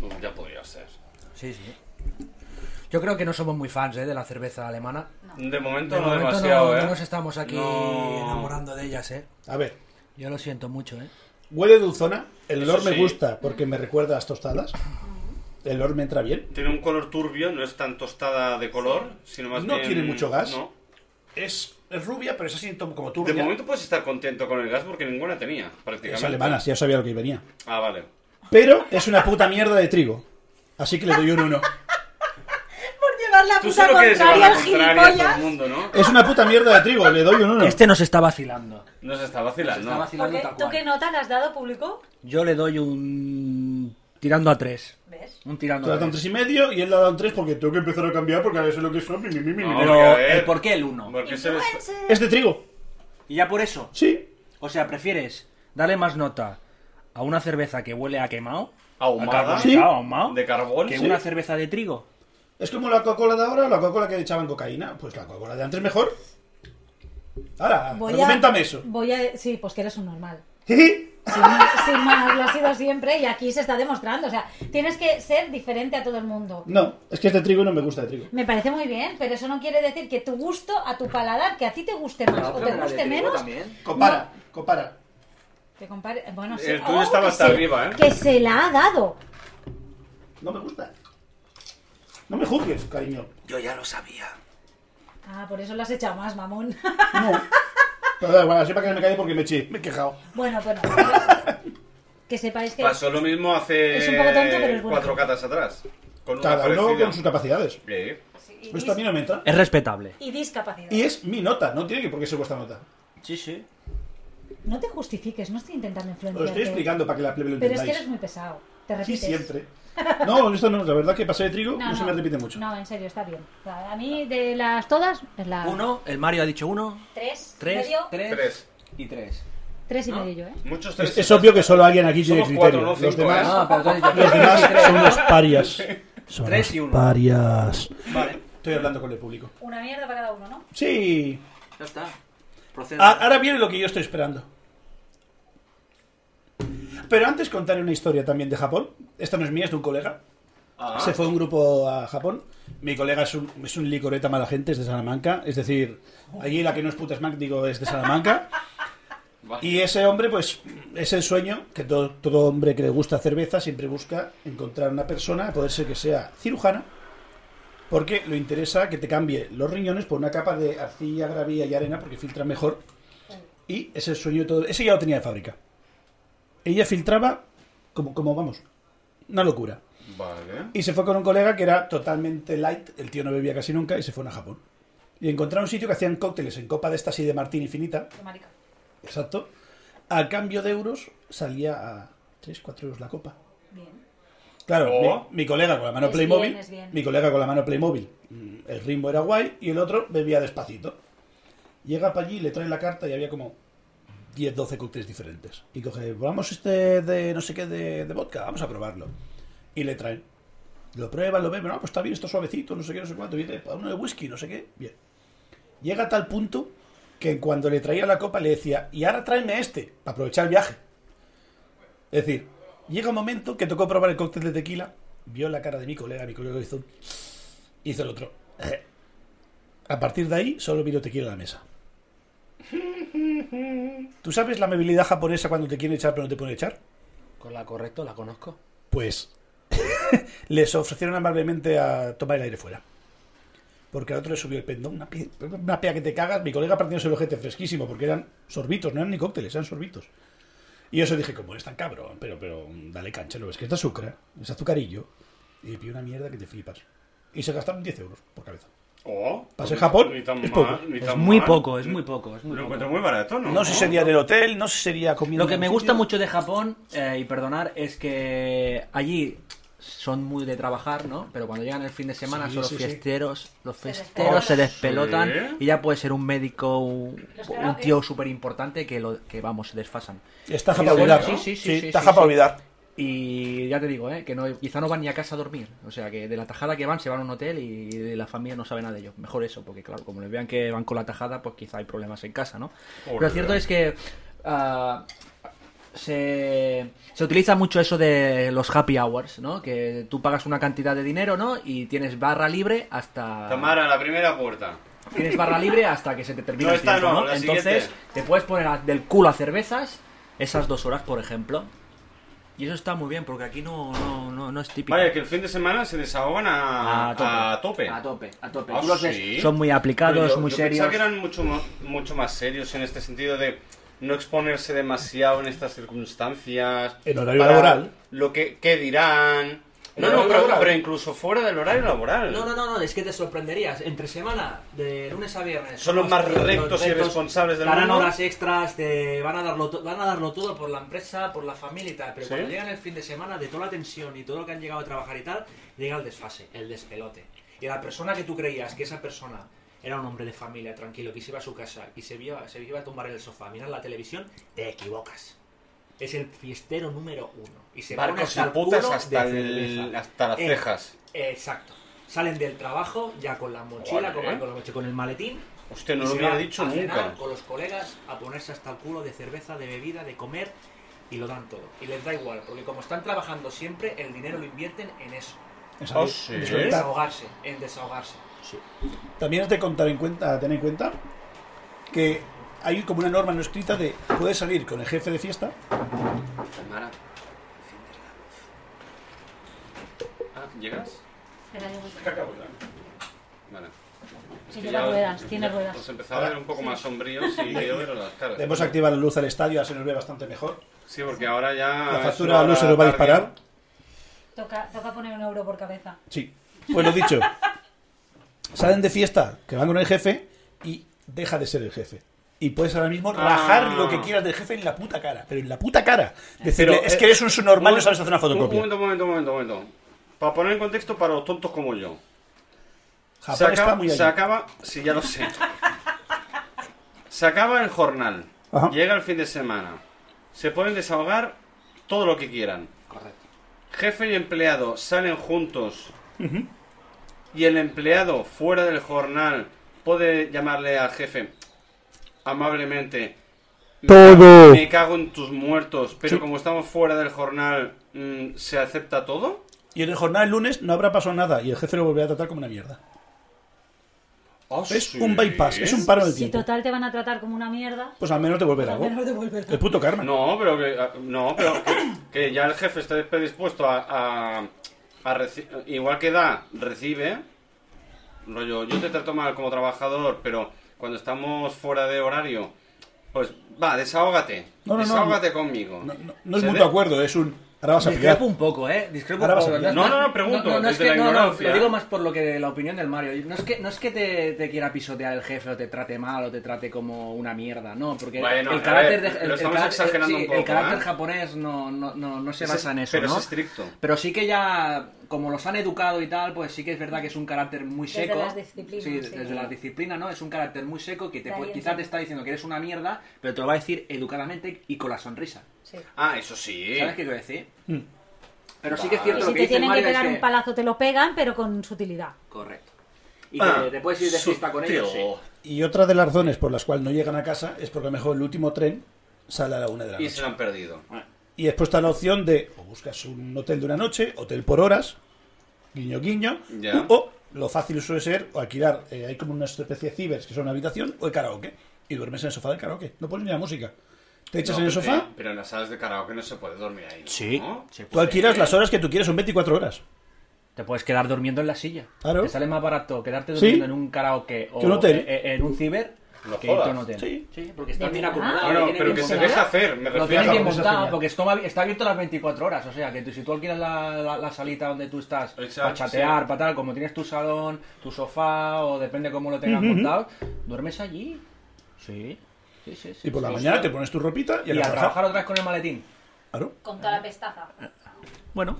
Speaker 11: pues ya podría ser.
Speaker 3: Sí, sí. Yo creo que no somos muy fans ¿eh? de la cerveza alemana.
Speaker 11: De momento
Speaker 3: De
Speaker 11: no
Speaker 3: momento
Speaker 11: demasiado,
Speaker 3: no,
Speaker 11: ¿eh?
Speaker 3: no nos estamos aquí
Speaker 11: No.
Speaker 3: enamorando de ellas, ¿eh?
Speaker 2: A ver,
Speaker 3: Yo lo siento mucho, ¿eh?
Speaker 2: huele dulzona. El olor
Speaker 1: Eso
Speaker 2: me
Speaker 1: sí.
Speaker 2: gusta porque me recuerda a las tostadas. El olor me entra bien.
Speaker 11: Tiene un color turbio, no es tan tostada de color, sino más
Speaker 2: No
Speaker 11: bien...
Speaker 2: tiene mucho gas.
Speaker 11: no.
Speaker 2: Es, es rubia, pero es así como
Speaker 11: De
Speaker 2: turbia.
Speaker 11: momento puedes estar contento con el gas porque ninguna tenía, prácticamente.
Speaker 2: Es alemana, si ya sabía lo que venía.
Speaker 11: Ah, vale.
Speaker 2: Pero es una puta mierda de trigo. Así que le doy un 1.
Speaker 18: Por llevar la
Speaker 11: Tú
Speaker 18: puta
Speaker 11: solo quieres llevar
Speaker 18: contraria
Speaker 11: la
Speaker 18: al
Speaker 11: contraria a todo el
Speaker 18: gilipollas.
Speaker 11: mundo, ¿no?
Speaker 2: Es una puta mierda de trigo, le doy un 1.
Speaker 3: Este nos está vacilando.
Speaker 11: Nos está
Speaker 3: Nos
Speaker 11: vacilando.
Speaker 3: está vacilando
Speaker 4: ¿Por qué?
Speaker 3: tal
Speaker 4: ¿Tú
Speaker 3: cual.
Speaker 4: qué nota le has dado, público?
Speaker 3: Yo le doy un... Tirando a tres.
Speaker 4: ¿Ves?
Speaker 3: Un tirando
Speaker 2: Tú le has
Speaker 3: a
Speaker 2: dado un
Speaker 3: tres.
Speaker 2: 3 y medio y él le ha dado un 3 porque tengo que empezar a cambiar porque ahora eso es lo que son. mi, mi, mi, mi, mi.
Speaker 11: No,
Speaker 3: Pero,
Speaker 11: porque, a ver,
Speaker 3: ¿el por qué el uno?
Speaker 11: Porque se les-
Speaker 2: Es de trigo.
Speaker 3: Y ya por eso.
Speaker 2: Sí.
Speaker 3: O sea, prefieres darle más nota a una cerveza que huele a quemado.
Speaker 11: Ahumada.
Speaker 3: a carbonizado,
Speaker 2: Sí.
Speaker 3: ahumado,
Speaker 11: de carbón.
Speaker 3: Que
Speaker 11: sí.
Speaker 3: una cerveza de trigo.
Speaker 2: Es como la Coca-Cola de ahora o la Coca-Cola que le echaban cocaína. Pues la Coca-Cola de antes mejor. Ahora,
Speaker 4: Voy a-
Speaker 2: argumentame eso.
Speaker 4: Voy a... Sí, pues que eres un normal.
Speaker 2: ¿Sí?
Speaker 4: Sin, sin más, lo ha sido siempre y aquí se está demostrando. O sea, tienes que ser diferente a todo el mundo.
Speaker 2: No, es que es de trigo y no me gusta de trigo.
Speaker 4: Me parece muy bien, pero eso no quiere decir que tu gusto a tu paladar, que a ti te guste más o te guste menos,
Speaker 5: También.
Speaker 2: Compara, compara.
Speaker 4: te compare. Bueno, sí.
Speaker 1: El tuyo
Speaker 4: ¡Oh,
Speaker 1: estaba
Speaker 4: que
Speaker 1: hasta
Speaker 4: se-
Speaker 1: arriba, ¿eh?
Speaker 4: Que se la ha dado.
Speaker 2: No me gusta. No me juzgues, cariño.
Speaker 11: Yo ya lo sabía.
Speaker 4: Ah, por eso lo has echado más, mamón. [laughs]
Speaker 2: No. Pero da igual, sepa que me calle porque me eché. Me he quejado.
Speaker 4: bueno, bueno. que sepáis que.
Speaker 1: Pasó lo mismo
Speaker 4: Es un poco tonto, pero
Speaker 1: hace
Speaker 4: es bueno.
Speaker 1: cuatro catas atrás. Con una
Speaker 2: Cada uno
Speaker 1: parecida.
Speaker 2: con sus capacidades.
Speaker 1: Sí.
Speaker 4: Sí, y,
Speaker 2: Esto a mí
Speaker 4: dis-
Speaker 2: no me entra.
Speaker 3: Es respetable.
Speaker 4: y discapacidad.
Speaker 2: Pues Y es mi nota, no tiene que por qué ser vuestra nota.
Speaker 3: Sí, sí.
Speaker 4: No te justifiques, no estoy
Speaker 2: Os
Speaker 4: intentando
Speaker 2: lo
Speaker 4: influenciarte.
Speaker 2: estoy explicando para que la plebe lo
Speaker 4: Pero es que
Speaker 2: entendáis.
Speaker 4: eres muy pesado. Te
Speaker 2: Sí,
Speaker 4: repites. [laughs]
Speaker 2: siempre. No, esto no, la verdad que pasé de trigo no, se me repite mucho.
Speaker 4: No, en serio, está bien. O sea, A mí de las todas es la
Speaker 3: Uno, el Mario ha dicho uno.
Speaker 4: tres,
Speaker 3: Tres,
Speaker 4: medio,
Speaker 3: tres,
Speaker 1: Tres.
Speaker 3: y tres.
Speaker 4: tres y medio yo, ¿eh?
Speaker 1: Muchos tres.
Speaker 2: Es, es obvio que solo alguien aquí tiene
Speaker 1: Somos cuatro,
Speaker 2: criterio.
Speaker 1: no
Speaker 2: los
Speaker 1: cinco,
Speaker 2: demás,
Speaker 1: ¿eh?
Speaker 3: No, pero tú has dicho
Speaker 2: los
Speaker 3: tres,
Speaker 2: demás
Speaker 3: tres,
Speaker 2: son
Speaker 3: ¿no?
Speaker 2: unos parias. Son
Speaker 3: Tres
Speaker 2: unos
Speaker 3: y uno.
Speaker 2: parias.
Speaker 3: Vale,
Speaker 2: Estoy hablando con el público.
Speaker 4: Una mierda para cada uno, ¿no?
Speaker 2: Sí.
Speaker 3: ya está. Procede.
Speaker 2: A-
Speaker 17: Ah.
Speaker 2: Ah, ahora viene lo que yo estoy esperando. Pero antes contaré una historia también de Japón. Esta no es mía, es de un colega. Se fue un grupo a Japón. Mi colega es un, es un licoreta mala gente, es de Salamanca. Es decir, allí la que no es puta es Mac, digo, es de Salamanca. Y ese hombre, pues, es el sueño que todo, todo hombre que le gusta cerveza siempre busca encontrar una persona, a poder ser que sea cirujana, porque le interesa que te cambie los riñones por una capa de arcilla, gravilla y arena, porque filtra mejor. Y ese sueño de todo. Ese ya lo tenía de fábrica. Ella filtraba como, como vamos, una locura.
Speaker 1: Vale.
Speaker 2: Y se fue con un colega que era totalmente light, el tío no bebía casi nunca, y se fueron a Japón. Y encontraron un sitio que hacían cócteles en copa de esta así de martini finita,
Speaker 4: Qué marica.
Speaker 2: exacto. A cambio de euros salía a 3, 4 euros la copa.
Speaker 4: Bien.
Speaker 2: Claro,
Speaker 1: Oh.
Speaker 2: mi, mi colega con la mano
Speaker 4: Es
Speaker 2: Playmobil,
Speaker 4: bien, es bien.
Speaker 2: mi colega con la mano Playmobil, mm, el ritmo era guay y el otro bebía despacito. Llega para allí, le trae la carta y había como 10, 12 cócteles diferentes. Y coge, vamos este de no sé qué de, de vodka, vamos a probarlo. Y le traen. Lo prueban, lo ven, no, pues está bien, esto suavecito, no sé qué, no sé cuánto, viene para uno de whisky, no sé qué, bien. Llega a tal punto que cuando le traía la copa le decía, y ahora tráeme este, para aprovechar el viaje. Es decir, llega un momento que tocó probar el cóctel de tequila, vio la cara de mi colega, mi colega hizo, un hizo el otro. A partir de ahí solo vino tequila a la mesa. ¿Tú sabes la amabilidad japonesa cuando te quiere echar pero no te pueden echar?
Speaker 17: Con la correcto, la conozco.
Speaker 2: Pues [laughs] les ofrecieron amablemente a tomar el aire fuera. Porque al otro le subió el pendón, una, pie- una pea que te cagas. Mi colega partiéndose el ojete fresquísimo, porque eran sorbitos, no eran ni cócteles, eran sorbitos. Y eso dije, como eres tan cabrón, pero, pero mm, dale canchero, es que es de azúcar, es azucarillo. Y pidió una mierda que te flipas. Y se gastaron 10 euros por cabeza.
Speaker 1: Oh,
Speaker 2: Para ser
Speaker 1: ni-
Speaker 2: Japón,
Speaker 1: ni tan
Speaker 2: es
Speaker 1: mal,
Speaker 2: poco.
Speaker 1: ni
Speaker 3: Es
Speaker 1: tan
Speaker 3: muy
Speaker 1: mal.
Speaker 3: poco, es muy poco. Es muy
Speaker 1: Lo
Speaker 3: poco.
Speaker 1: encuentro muy barato, ¿no?
Speaker 2: No sé si sería en el hotel, no sé si sería comiendo.
Speaker 3: Lo que
Speaker 2: en
Speaker 3: me
Speaker 2: algún
Speaker 3: gusta
Speaker 2: sitio.
Speaker 3: mucho de Japón, eh, y perdonar, es que allí son muy de trabajar, ¿no? Pero cuando llegan el fin de semana
Speaker 2: Sí,
Speaker 3: son los
Speaker 2: sí, sí.
Speaker 3: fiesteros, los
Speaker 4: despelotan.
Speaker 3: festeros se despelotan
Speaker 1: Sí.
Speaker 3: y ya puede ser un médico, un,
Speaker 4: Los
Speaker 3: un
Speaker 4: karaoke.
Speaker 3: tío súper importante que, lo- que, vamos, se desfasan.
Speaker 2: Está
Speaker 3: Sí,
Speaker 2: para
Speaker 3: sí,
Speaker 2: olvidar.
Speaker 3: sí,
Speaker 2: ¿no?
Speaker 3: sí, sí, sí,
Speaker 2: Está
Speaker 3: sí,
Speaker 2: para
Speaker 3: sí.
Speaker 2: olvidar.
Speaker 3: Y ya te digo, ¿eh? que no, quizá no van ni a casa a dormir. O sea, que de la tajada que van, se van a un hotel y de la familia no sabe nada de ellos. Mejor eso, porque claro, como les vean que van con la tajada, pues quizá hay problemas en casa, ¿no? Pero lo
Speaker 1: Joder.
Speaker 3: cierto es que ah, se, se utiliza mucho eso de los happy hours, ¿no? Que tú pagas una cantidad de dinero, ¿no? Y tienes barra libre hasta...
Speaker 1: Tamara, la primera puerta.
Speaker 3: Tienes barra libre hasta que se te termine
Speaker 1: No,
Speaker 3: el
Speaker 1: esta
Speaker 3: tiempo,
Speaker 1: no,
Speaker 3: ¿no?
Speaker 1: la
Speaker 3: Entonces,
Speaker 1: siguiente.
Speaker 3: te puedes poner a- del culo a cervezas esas dos horas, por ejemplo. Y eso está muy bien, porque aquí no, no, no, no es típico.
Speaker 1: Vale, que el fin de semana se desahogan a, a tope.
Speaker 3: A tope, a tope.
Speaker 1: Ah,
Speaker 3: Tú los ves,
Speaker 1: ¿sí?
Speaker 3: Son muy aplicados,
Speaker 1: Pero yo-
Speaker 3: muy
Speaker 1: yo
Speaker 3: serios.
Speaker 1: Pensaba que eran mucho, ma- mucho más serios en este sentido de no exponerse demasiado en estas circunstancias.
Speaker 2: En horario
Speaker 1: para
Speaker 2: laboral.
Speaker 1: Lo que, qué dirán.
Speaker 17: En
Speaker 1: No, no,
Speaker 17: horario
Speaker 1: pero,
Speaker 17: laboral.
Speaker 1: pero incluso fuera del horario laboral.
Speaker 17: No, no, no, no, es que te sorprenderías. Entre semana, de lunes a viernes.
Speaker 1: Son los más rectos y
Speaker 17: rectos,
Speaker 1: responsables del
Speaker 17: Darán
Speaker 1: mundo.
Speaker 17: horas extras, te van a, darlo to- van a darlo todo por la empresa, por la familia y tal. Pero
Speaker 1: ¿Sí?
Speaker 17: cuando llegan el fin de semana, de toda la tensión y todo lo que han llegado a trabajar y tal, llega el desfase, el despelote. Y la persona que tú creías que esa persona era un hombre de familia, tranquilo, que se iba a su casa y se iba, se iba a tumbar en el sofá, a mirar la televisión, te equivocas. Es el fiestero número uno. Y se van a
Speaker 1: Barcos y putas hasta, el- hasta
Speaker 17: Eh,
Speaker 1: las cejas.
Speaker 17: Exacto. Salen del trabajo ya con la mochila,
Speaker 1: Vale.
Speaker 17: con, con la mochila, con el maletín.
Speaker 1: Hostia,
Speaker 17: y
Speaker 1: no lo
Speaker 17: se
Speaker 1: hubiera
Speaker 17: van
Speaker 1: dicho
Speaker 17: a cenar
Speaker 1: nunca.
Speaker 17: Con los colegas a ponerse hasta el culo de cerveza, de bebida, de comer.
Speaker 20: y lo dan todo. Y les da igual, porque como están trabajando siempre, el dinero lo invierten en eso.
Speaker 2: Es
Speaker 21: Oh,
Speaker 2: algo-
Speaker 21: sí.
Speaker 2: es
Speaker 20: En
Speaker 21: ¿Eh?
Speaker 2: verdad.
Speaker 20: desahogarse, en desahogarse.
Speaker 2: También has de contar en cuenta, tener en cuenta que hay como una norma no escrita de puedes salir con el jefe de fiesta,
Speaker 1: Mara. Ah, ¿llegas?
Speaker 4: Espera, yo voy.
Speaker 1: Vale.
Speaker 4: Sí, lleva ruedas, tiene ruedas.
Speaker 1: Nos empezaba a ver un poco más sombríos y quiero ver las caras.
Speaker 2: debemos activar la luz al estadio, ahora se nos ve bastante mejor.
Speaker 1: Sí, porque ahora ya.
Speaker 2: La
Speaker 1: es
Speaker 2: factura
Speaker 1: una
Speaker 2: no se nos va a
Speaker 1: hora Ah, tarde.
Speaker 2: disparar.
Speaker 4: Toca, toca poner un euro por cabeza.
Speaker 2: Sí, pues lo dicho. Salen de fiesta, que van con el jefe y deja de ser el jefe. Y puedes ahora mismo rajar lo que quieras del jefe en la puta cara. Pero en la puta cara. Decirle,
Speaker 21: Pero,
Speaker 2: es
Speaker 21: eh,
Speaker 2: que eres un subnormal, no sabes hacer una
Speaker 1: Un
Speaker 2: fotocopia.
Speaker 1: momento, un momento, un momento, un momento. Para poner en contexto para los tontos como yo.
Speaker 2: Japón
Speaker 1: se acaba,
Speaker 2: está muy
Speaker 1: se
Speaker 2: allá.
Speaker 1: acaba- sí, ya lo sé. Se acaba el jornal.
Speaker 2: Ajá.
Speaker 1: Llega el fin de semana. Se pueden desahogar todo lo que quieran. Jefe y empleado salen juntos. Y el empleado fuera del jornal puede llamarle al jefe amablemente. "Me
Speaker 2: Todo.
Speaker 1: ca- Me cago en tus muertos, pero
Speaker 2: Sí.
Speaker 1: como estamos fuera del jornal, mm, ¿se acepta todo?
Speaker 2: Y en el jornal el lunes no habrá pasado nada y el jefe lo volverá a tratar como una mierda. Es un bypass, es un paro del
Speaker 4: Si
Speaker 2: tiempo.
Speaker 4: total te van a tratar como una mierda,
Speaker 2: Pues al menos te volverá
Speaker 4: al
Speaker 2: algo.
Speaker 4: menos devuélvelo.
Speaker 2: El puto karma.
Speaker 1: No, pero que ah, no, pero que, que ya el jefe está predispuesto a, a, a reci- igual que da, recibe. Rollo, yo te trato mal como trabajador, pero cuando estamos fuera de horario, pues va, desahógate.
Speaker 2: No, no, no.
Speaker 1: desahógate conmigo.
Speaker 2: No, no- no es
Speaker 1: Se
Speaker 2: mutuo
Speaker 1: de-
Speaker 2: acuerdo, es un. Ahora vas a pelear.
Speaker 3: Discrepo un poco, ¿eh? Discrepo
Speaker 2: Ahora
Speaker 3: un
Speaker 2: vas a
Speaker 3: poco.
Speaker 2: pillar.
Speaker 1: No, no, no, pregunto,
Speaker 3: No, no, es
Speaker 1: desde
Speaker 3: que,
Speaker 1: la
Speaker 3: no, no,
Speaker 1: ignorancia.
Speaker 3: lo digo más por lo que la opinión del Mario. No es que, no es que te, te quiera pisotear el jefe o te trate mal o te trate como una mierda, no, porque
Speaker 1: Bueno,
Speaker 3: el
Speaker 1: a
Speaker 3: carácter,
Speaker 1: ver,
Speaker 3: de-
Speaker 1: lo
Speaker 3: el, el
Speaker 1: estamos
Speaker 3: carácter-
Speaker 1: exagerando
Speaker 3: sí,
Speaker 1: un poco,
Speaker 3: el carácter
Speaker 1: ¿eh?
Speaker 3: japonés no, no, no, no se
Speaker 1: Ese-
Speaker 3: basa en eso,
Speaker 1: pero
Speaker 3: ¿no?
Speaker 1: es estricto.
Speaker 3: Pero sí que ya, como los han educado y tal, pues sí que es verdad que es un carácter muy
Speaker 4: Desde
Speaker 3: seco.
Speaker 4: las disciplinas,
Speaker 3: Sí,
Speaker 4: sí.
Speaker 3: desde la disciplina, ¿no? Es un carácter muy seco que te
Speaker 4: De ahí
Speaker 3: puede-
Speaker 4: el
Speaker 3: quizás
Speaker 4: tema.
Speaker 3: te está diciendo que eres una mierda, pero te lo va a decir educadamente y con la sonrisa.
Speaker 4: Sí.
Speaker 1: Ah, eso sí.
Speaker 3: ¿Sabes qué quiero decir?
Speaker 2: Mm.
Speaker 3: Pero sí que es
Speaker 1: Vale.
Speaker 3: cierto
Speaker 4: Si
Speaker 3: lo que
Speaker 4: te
Speaker 3: dice
Speaker 4: tienen que
Speaker 3: Mario es
Speaker 4: pegar
Speaker 3: que-
Speaker 4: un palazo, te lo pegan, pero con sutilidad.
Speaker 3: Correcto. Y
Speaker 1: Ah,
Speaker 3: que te puedes ir de fiesta con ellos, sí.
Speaker 1: sutil.
Speaker 2: Y otra de las razones por las cuales no llegan a casa es porque a lo mejor el último tren sale a la una de la
Speaker 1: Y
Speaker 2: noche.
Speaker 1: se lo han perdido.
Speaker 2: Y después está la opción de o buscas un hotel de una noche, hotel por horas, guiño guiño,
Speaker 1: Ya.
Speaker 2: o lo fácil suele ser o alquilar, eh, hay como una especie de cibers que son una habitación o el karaoke, y duermes en el sofá del karaoke, no pones ni la música. Te echas
Speaker 1: No, pues,
Speaker 2: en el
Speaker 1: pero-
Speaker 2: sofá,
Speaker 1: Eh, Pero en las salas de karaoke no se puede dormir ahí. ¿no?
Speaker 3: Se
Speaker 2: tú
Speaker 3: puede.
Speaker 2: alquilas las horas que tú quieres, son 24 horas.
Speaker 3: Te puedes quedar durmiendo en la silla.
Speaker 2: Claro.
Speaker 3: Te sale más barato quedarte
Speaker 2: Sí.
Speaker 3: durmiendo en un karaoke o
Speaker 2: Que un hotel.
Speaker 3: e- e- en un ciber
Speaker 1: No
Speaker 3: que irte a un
Speaker 1: jodas.
Speaker 3: hotel.
Speaker 2: Sí.
Speaker 3: porque está
Speaker 4: ¿De
Speaker 3: bien
Speaker 4: verdad?
Speaker 3: acomodado.
Speaker 1: Bueno,
Speaker 3: lo Ah, tiene
Speaker 1: pero
Speaker 3: bien
Speaker 1: que se
Speaker 3: montado.
Speaker 1: deja hacer, me
Speaker 3: Lo
Speaker 1: refiero.
Speaker 3: tienes
Speaker 2: Vamos
Speaker 3: bien
Speaker 2: a
Speaker 3: montado
Speaker 2: hacer ya.
Speaker 3: porque esto va- está abierto las 24 horas. O sea, que tú- si tú alquilas la, la- la salita donde tú estás
Speaker 1: Exacto,
Speaker 3: para chatear,
Speaker 1: sí.
Speaker 3: para tal, como tienes tu salón, tu sofá o depende cómo lo tengas montado, duermes allí. Sí. Sí, sí, sí.
Speaker 2: Y por la
Speaker 3: sí.
Speaker 2: mañana te pones tu ropita y,
Speaker 3: Y a
Speaker 2: a trabajar.
Speaker 3: trabajar otra vez con el maletín.
Speaker 2: Claro.
Speaker 4: Con toda la pestaza.
Speaker 3: Bueno,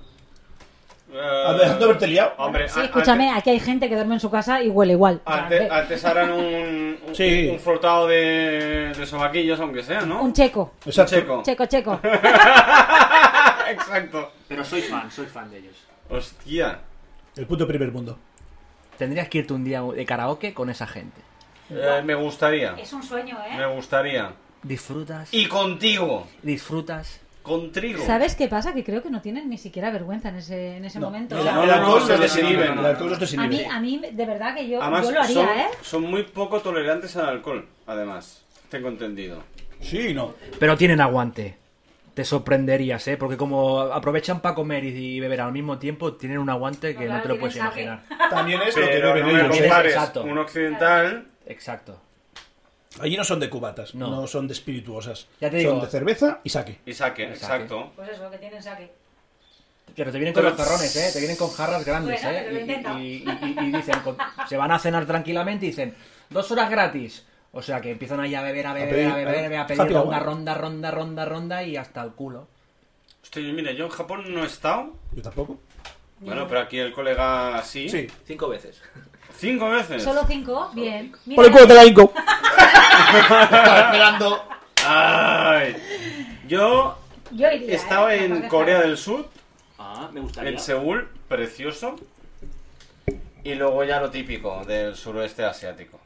Speaker 1: Eh,
Speaker 2: Alejandro, haberte liado.
Speaker 1: Hombre,
Speaker 4: Sí,
Speaker 1: a-
Speaker 4: escúchame, aquí hay gente que duerme en su casa y huele igual. O sea,
Speaker 1: Antes,
Speaker 4: ¿qué?
Speaker 1: antes harán un, un,
Speaker 2: Sí.
Speaker 1: un frotado de, de sobaquillos, aunque sea, ¿no?
Speaker 4: Un checo.
Speaker 2: Exacto.
Speaker 1: checo.
Speaker 4: Checo, checo.
Speaker 1: [laughs] Exacto.
Speaker 3: pero soy fan, soy fan de ellos.
Speaker 1: Hostia.
Speaker 2: El puto primer mundo.
Speaker 3: Tendrías que irte un día de karaoke con esa gente.
Speaker 1: Eh, me gustaría.
Speaker 4: [laughs] Es un sueño,
Speaker 1: Me
Speaker 4: ¿eh?
Speaker 1: gustaría.
Speaker 3: Disfrutas,
Speaker 1: Y contigo.
Speaker 3: disfrutas.
Speaker 1: Contigo.
Speaker 4: ¿Sabes qué pasa? Que creo que no tienen ni siquiera vergüenza en ese, en ese
Speaker 2: No,
Speaker 4: momento.
Speaker 2: el,
Speaker 4: O sea,
Speaker 1: no,
Speaker 2: el
Speaker 1: no,
Speaker 2: alcohol
Speaker 1: no,
Speaker 2: los
Speaker 1: no,
Speaker 2: desinhibe,
Speaker 1: no, no,
Speaker 2: el
Speaker 1: no,
Speaker 2: alcohol los
Speaker 4: a,
Speaker 2: desinhibe.
Speaker 4: mí, a mí, de verdad que yo,
Speaker 1: Además,
Speaker 4: yo lo haría,
Speaker 1: son,
Speaker 4: ¿eh?
Speaker 1: son muy poco tolerantes al alcohol, además. Tengo entendido.
Speaker 2: Sí, no.
Speaker 3: Pero tienen aguante. Te sorprenderías, ¿eh? Porque como aprovechan para comer y, y beber al mismo tiempo, tienen un aguante que
Speaker 4: Claro,
Speaker 3: no te lo
Speaker 4: tienen
Speaker 3: puedes
Speaker 4: saque.
Speaker 3: imaginar.
Speaker 2: También es lo que
Speaker 1: Pero no
Speaker 2: beben
Speaker 1: me
Speaker 2: ellos. ¿eh?
Speaker 3: comida.
Speaker 1: compares
Speaker 3: Exacto.
Speaker 1: un occidental.
Speaker 3: Exacto.
Speaker 2: Allí no son de cubatas, no,
Speaker 3: No.
Speaker 2: son de espirituosas.
Speaker 3: Ya te
Speaker 2: son
Speaker 3: digo.
Speaker 2: de cerveza y saque.
Speaker 1: Y saque,
Speaker 3: Y saque.
Speaker 1: exacto.
Speaker 4: Pues eso, que tienen saque.
Speaker 3: Pero te vienen con los jarrones, ¿eh? Te vienen con jarras grandes,
Speaker 4: Bueno,
Speaker 3: ¿eh?
Speaker 4: pero lo
Speaker 3: Y-
Speaker 4: intento.
Speaker 3: Y, y- y- y dicen, con- se van a cenar tranquilamente y dicen, dos horas gratis. O sea que empiezan ahí a beber, a beber, a,
Speaker 2: pedir,
Speaker 3: beber,
Speaker 2: ¿eh?
Speaker 3: a pedir
Speaker 2: Happy
Speaker 3: ronda,
Speaker 2: hour.
Speaker 3: ronda, ronda, ronda, ronda y hasta el culo.
Speaker 1: Hostia, yo- mira, yo en Japón no he estado.
Speaker 2: Yo tampoco.
Speaker 1: Bueno, pero aquí el colega sí. Ah.
Speaker 2: Sí.
Speaker 3: Cinco veces.
Speaker 1: Cinco veces.
Speaker 4: Solo cinco, bien. Mira,
Speaker 2: Por el culo te la hinco. esperando.
Speaker 1: Ay. Yo
Speaker 4: yo iría.
Speaker 1: he estado
Speaker 4: ¿eh?
Speaker 1: en
Speaker 4: Porque
Speaker 1: Corea
Speaker 4: está-
Speaker 1: del Sur.
Speaker 3: Ah, me
Speaker 1: En Seúl, precioso. Y luego ya lo típico del suroeste asiático.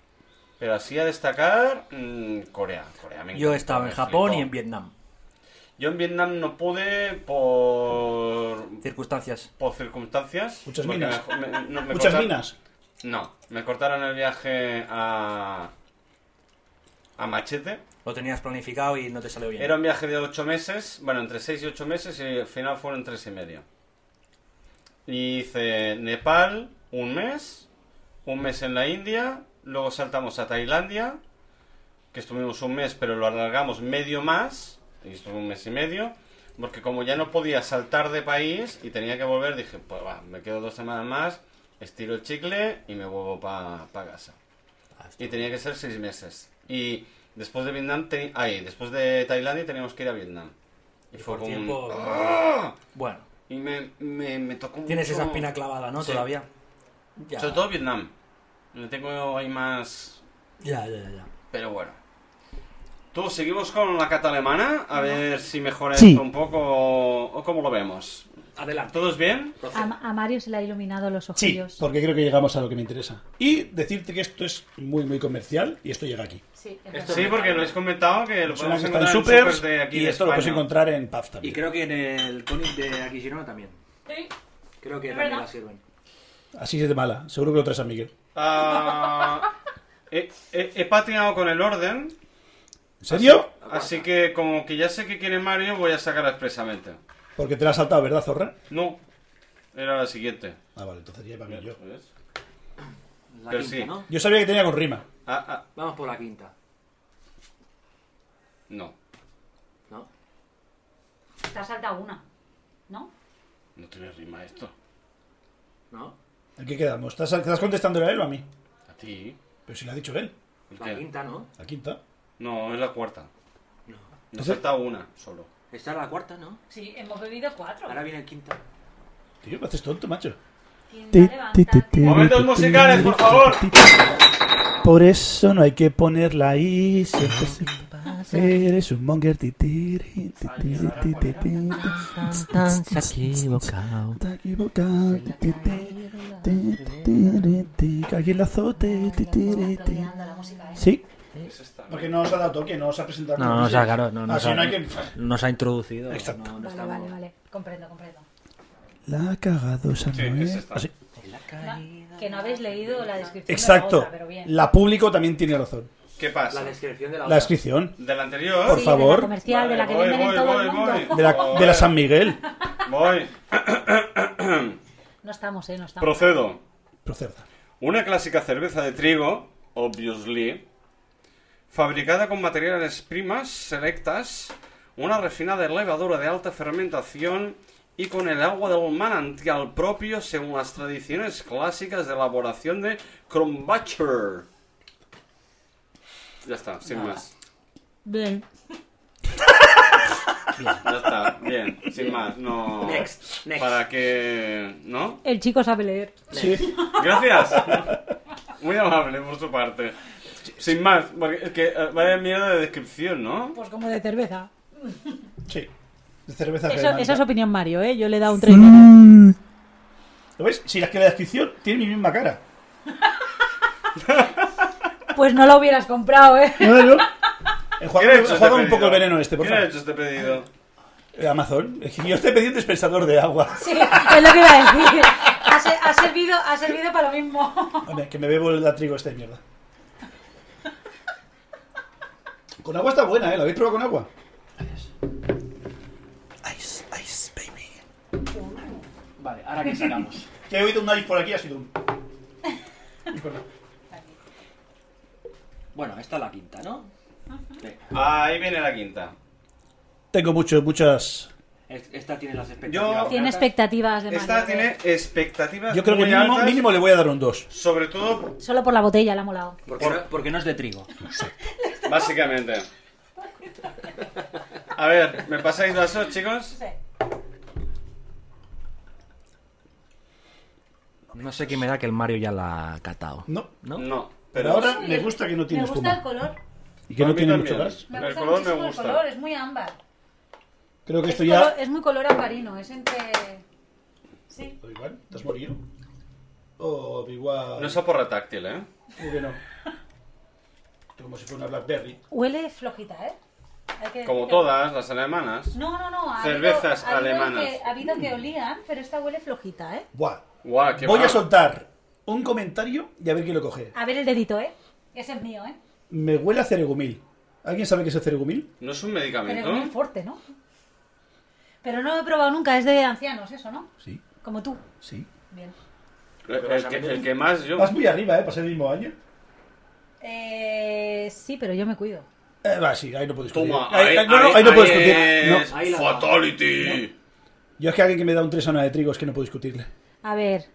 Speaker 1: Pero así a destacar, mm, Corea. Corea me
Speaker 3: Yo
Speaker 1: encantó,
Speaker 3: he estado en
Speaker 1: me
Speaker 3: Japón
Speaker 1: flipó.
Speaker 3: y en Vietnam.
Speaker 1: Yo en Vietnam no pude por,
Speaker 3: Circunstancias.
Speaker 1: por circunstancias.
Speaker 2: Muchas
Speaker 1: porque
Speaker 2: minas.
Speaker 1: me- me- no, me
Speaker 2: Muchas
Speaker 1: cortaron-
Speaker 2: minas.
Speaker 1: No, me cortaron el viaje a. a Machete.
Speaker 3: Lo tenías planificado y no te salió bien.
Speaker 1: Era un viaje de 8 meses, bueno, entre 6 y 8 meses y al final fueron 3 y medio. Y hice Nepal un mes, un mes en la India, luego saltamos a Tailandia, que estuvimos un mes pero lo alargamos medio más, y estuve un mes y medio, porque como ya no podía saltar de país y tenía que volver, dije, pues va, me quedo dos semanas más, estiro el chicle y me vuelvo para casa.
Speaker 3: Ah,
Speaker 1: Y tenía que ser seis meses. Y después de Vietnam, te- ay, después de Tailandia teníamos que ir a Vietnam. Y, fue
Speaker 17: por
Speaker 1: como un-
Speaker 17: tiempo-
Speaker 1: ¡Ah!
Speaker 3: Bueno,
Speaker 1: Y me, me, me tocó
Speaker 3: tienes
Speaker 1: mucho-
Speaker 3: esa espina clavada, ¿no?
Speaker 1: Sí.
Speaker 3: Todavía. Ya.
Speaker 1: Sobre todo Vietnam. No tengo ahí más...
Speaker 3: Ya, ya, ya, ya.
Speaker 1: Pero bueno. Tú, seguimos con la cata alemana, a ver si mejora
Speaker 2: Sí.
Speaker 1: esto un poco o, o cómo lo vemos.
Speaker 17: Adelante.
Speaker 1: ¿Todos bien?
Speaker 4: A, a Mario se le ha iluminado los
Speaker 2: Sí,
Speaker 4: ojillos.
Speaker 2: porque creo que llegamos a lo que me interesa. Y decirte que esto es muy, muy comercial y esto llega aquí.
Speaker 4: Sí, es
Speaker 1: Sí,
Speaker 4: verdad.
Speaker 1: porque lo has comentado que lo
Speaker 2: Suena
Speaker 1: podemos
Speaker 2: que está
Speaker 1: encontrar
Speaker 2: en
Speaker 1: en
Speaker 2: supers
Speaker 1: supers de aquí
Speaker 2: y
Speaker 1: de
Speaker 2: esto lo puedes
Speaker 1: España.
Speaker 2: encontrar en Paz
Speaker 17: Y
Speaker 2: también.
Speaker 17: creo que en el cómic de aquí Girona también.
Speaker 4: Sí.
Speaker 17: Creo que
Speaker 4: Es
Speaker 17: también
Speaker 4: verdad.
Speaker 17: la sirven.
Speaker 2: Así es de mala. Seguro que lo traes a Miguel.
Speaker 1: Ah, he, he- he patinado con el orden, Ah,
Speaker 2: ¿En serio?
Speaker 1: así que como que ya sé que quiere Mario, voy a sacar expresamente.
Speaker 2: Porque te la has saltado, ¿verdad, Zorra?
Speaker 1: No, era la siguiente.
Speaker 2: Ah, vale, entonces ya iba bien yo.
Speaker 1: ¿Ves?
Speaker 17: La
Speaker 1: Pero
Speaker 17: quinta,
Speaker 1: sí.
Speaker 17: ¿no?
Speaker 2: Yo sabía que tenía con rima.
Speaker 1: Ah, ah,
Speaker 17: Vamos por la quinta,
Speaker 1: no,
Speaker 17: ¿no?
Speaker 4: Te ha saltado una. ¿No?
Speaker 1: no tiene rima esto.
Speaker 17: ¿No?
Speaker 2: ¿En qué quedamos? ¿Estás, estás contestándole a él o a mí?
Speaker 1: A ti.
Speaker 2: Pero si lo ha dicho él.
Speaker 1: ¿El
Speaker 17: La
Speaker 1: qué?
Speaker 17: quinta, ¿no?
Speaker 2: La quinta.
Speaker 1: No, es la cuarta.
Speaker 17: No.
Speaker 1: Me falta una solo.
Speaker 17: Esta es la cuarta, ¿no?
Speaker 4: Sí, hemos bebido cuatro.
Speaker 17: Ahora viene el quinta.
Speaker 2: Tío, me haces tonto, macho.
Speaker 4: Tienda, levantarte.
Speaker 1: Momentos musicales, por favor.
Speaker 2: Por eso no hay que ponerla ahí. Siempre se Eres un monger. ti, ti, ri, ti, ti, ri, ti, ti, ti. Está equivocado. ti, ti, ti, ti, ti, ri, ti. Que alguien la azote. ti, ti, ri, ti.
Speaker 4: Anda, la música, ¿eh?
Speaker 2: Sí.
Speaker 1: Es esta, ¿no?
Speaker 2: Porque no os ha dado toque, no os ha presentado.
Speaker 3: No, no, o sea, claro, no, no,
Speaker 2: Así
Speaker 3: o sea,
Speaker 2: no hay que...
Speaker 3: Nos ha introducido.
Speaker 2: Exacto.
Speaker 3: no- no
Speaker 4: Vale,
Speaker 3: estamos-
Speaker 4: vale, vale. Comprendo, comprendo.
Speaker 2: La ha cagado Samuel.
Speaker 1: es esta.
Speaker 2: Así.
Speaker 4: Que no habéis leído la descripción de la
Speaker 2: Exacto.
Speaker 4: otra, pero bien.
Speaker 2: La público también tiene razón.
Speaker 1: ¿Qué
Speaker 17: La
Speaker 1: pasa?
Speaker 17: descripción de la
Speaker 2: La
Speaker 17: otra.
Speaker 2: descripción.
Speaker 1: ¿Del anterior?
Speaker 2: Por
Speaker 4: Sí, De
Speaker 2: favor.
Speaker 4: la comercial, de la que
Speaker 1: Voy,
Speaker 4: venden
Speaker 1: voy,
Speaker 4: en todo
Speaker 1: voy,
Speaker 4: el mundo.
Speaker 1: voy.
Speaker 2: De la, de la San Miguel.
Speaker 1: Voy.
Speaker 4: No estamos, ¿eh? No estamos.
Speaker 1: Procedo.
Speaker 2: Procerda.
Speaker 1: Una clásica cerveza de trigo, obviously, fabricada con materiales primas selectas, una refinada levadura de alta fermentación y con el agua del manantial propio según las tradiciones clásicas de elaboración de Kronbacher. Ya está, sin más.
Speaker 4: Bien.
Speaker 1: Ya está, bien, sin más. No.
Speaker 17: Next, next.
Speaker 1: Para que. ¿No?
Speaker 4: El chico sabe leer.
Speaker 2: Sí.
Speaker 1: Gracias. Muy amable por su parte. Sin más, porque es que eh, vaya mierda de descripción, ¿no?
Speaker 4: Pues como de cerveza.
Speaker 2: Sí. De cerveza
Speaker 4: Eso,
Speaker 2: germánica.
Speaker 4: esa es opinión Mario, ¿eh? Yo le he dado un 3.
Speaker 2: ¿Lo ves? Si las que la descripción tiene mi misma cara.
Speaker 4: Pues no lo hubieras comprado, ¿eh? [laughs]
Speaker 2: No, no, no. He jugado,
Speaker 1: ¿Quién ha
Speaker 2: he
Speaker 1: hecho
Speaker 2: jugado
Speaker 1: este
Speaker 2: un poco
Speaker 1: pedido?
Speaker 2: el veneno este, por
Speaker 1: ¿Quién ha
Speaker 2: favor.
Speaker 1: hecho este pedido?
Speaker 2: Eh, Amazon. Es que yo estoy pidiendo dispensador de agua.
Speaker 4: Sí, es lo que iba a decir. Ha, se- ha servido, ha servido para lo mismo.
Speaker 2: Hombre, que me bebo el trigo este de mierda. Con agua está buena, ¿eh? ¿La habéis probado con agua? Ice, ice, baby.
Speaker 17: Vale, ahora que sacamos.
Speaker 2: Que he oído un ice por aquí, ha sido un...
Speaker 17: bueno, esta es la quinta, ¿no? Venga.
Speaker 1: Ahí viene la quinta.
Speaker 2: Tengo mucho, muchas...
Speaker 17: Es- Esta tiene las
Speaker 1: Yo-
Speaker 4: [laughs]
Speaker 17: expectativas.
Speaker 4: Tiene
Speaker 17: altas.
Speaker 4: expectativas de
Speaker 1: Esta
Speaker 4: Mario,
Speaker 1: tiene
Speaker 4: ¿eh?
Speaker 1: expectativas
Speaker 2: Yo creo que
Speaker 1: muy
Speaker 2: mínimo,
Speaker 1: altas,
Speaker 2: mínimo le voy a dar un 2.
Speaker 1: Sobre todo,
Speaker 4: Solo por la botella la ha molado.
Speaker 17: Porque no, porque no es de trigo.
Speaker 1: básicamente. A ver, ¿me pasáis las dos, chicos?
Speaker 3: No sé qué me da que el Mario ya la ha catado.
Speaker 2: No.
Speaker 3: ¿No?
Speaker 1: No.
Speaker 2: Pero ahora me gusta que no tiene
Speaker 4: Me gusta el
Speaker 2: espuma.
Speaker 4: color.
Speaker 2: Y que
Speaker 1: A
Speaker 2: no
Speaker 1: mí
Speaker 2: tiene
Speaker 1: también.
Speaker 2: mucho gas.
Speaker 4: Me
Speaker 1: El
Speaker 4: gusta
Speaker 1: color me
Speaker 4: muchísimo
Speaker 1: gusta.
Speaker 4: el color, es muy ámbar.
Speaker 2: Creo que
Speaker 4: Es,
Speaker 2: esto ya...
Speaker 4: color- es muy color ambarino, es entre... Sí.
Speaker 2: Da igual, ¿te has morido? Oh, igual.
Speaker 1: No es a porra táctil, ¿eh?
Speaker 2: ¿Por qué no? Como si fuera una Blackberry.
Speaker 4: Huele flojita, ¿eh? hay que
Speaker 1: Como
Speaker 4: decirlo.
Speaker 1: todas las alemanas.
Speaker 4: No, no, no. ha
Speaker 1: Cervezas
Speaker 4: habido- ha habido
Speaker 1: alemanas.
Speaker 4: que- Ha habido que olían, pero esta huele flojita, ¿eh?
Speaker 2: Buah.
Speaker 1: Guau, qué
Speaker 2: Voy a
Speaker 1: mal.
Speaker 2: soltar un comentario y a ver quién lo coge.
Speaker 4: A ver el dedito, ¿eh? Ese es mío, ¿eh?
Speaker 2: Me huele a ceregumil. ¿Alguien sabe qué es el ceregumil?
Speaker 1: ¿No es un
Speaker 4: Pero es
Speaker 1: medicamento?
Speaker 4: muy fuerte, ¿no? Pero no lo he probado nunca, es de ancianos, eso, ¿no?
Speaker 2: Sí,
Speaker 4: Como tú.
Speaker 2: sí.
Speaker 4: Bien.
Speaker 1: El, el que, el que más yo.
Speaker 2: Vas muy arriba, ¿eh? Para ser el mismo año.
Speaker 4: Eh, sí, pero yo me cuido.
Speaker 2: Eh, va, sí, ahí no puedo discutir.
Speaker 1: Toma,
Speaker 2: ahí, ahí- no, no, ahí no puedo discutir.
Speaker 1: es
Speaker 2: No.
Speaker 17: ahí la-
Speaker 1: Fatality.
Speaker 2: Yo es que alguien que me da un 3 a una de trigo es que no puedo discutirle.
Speaker 4: A ver,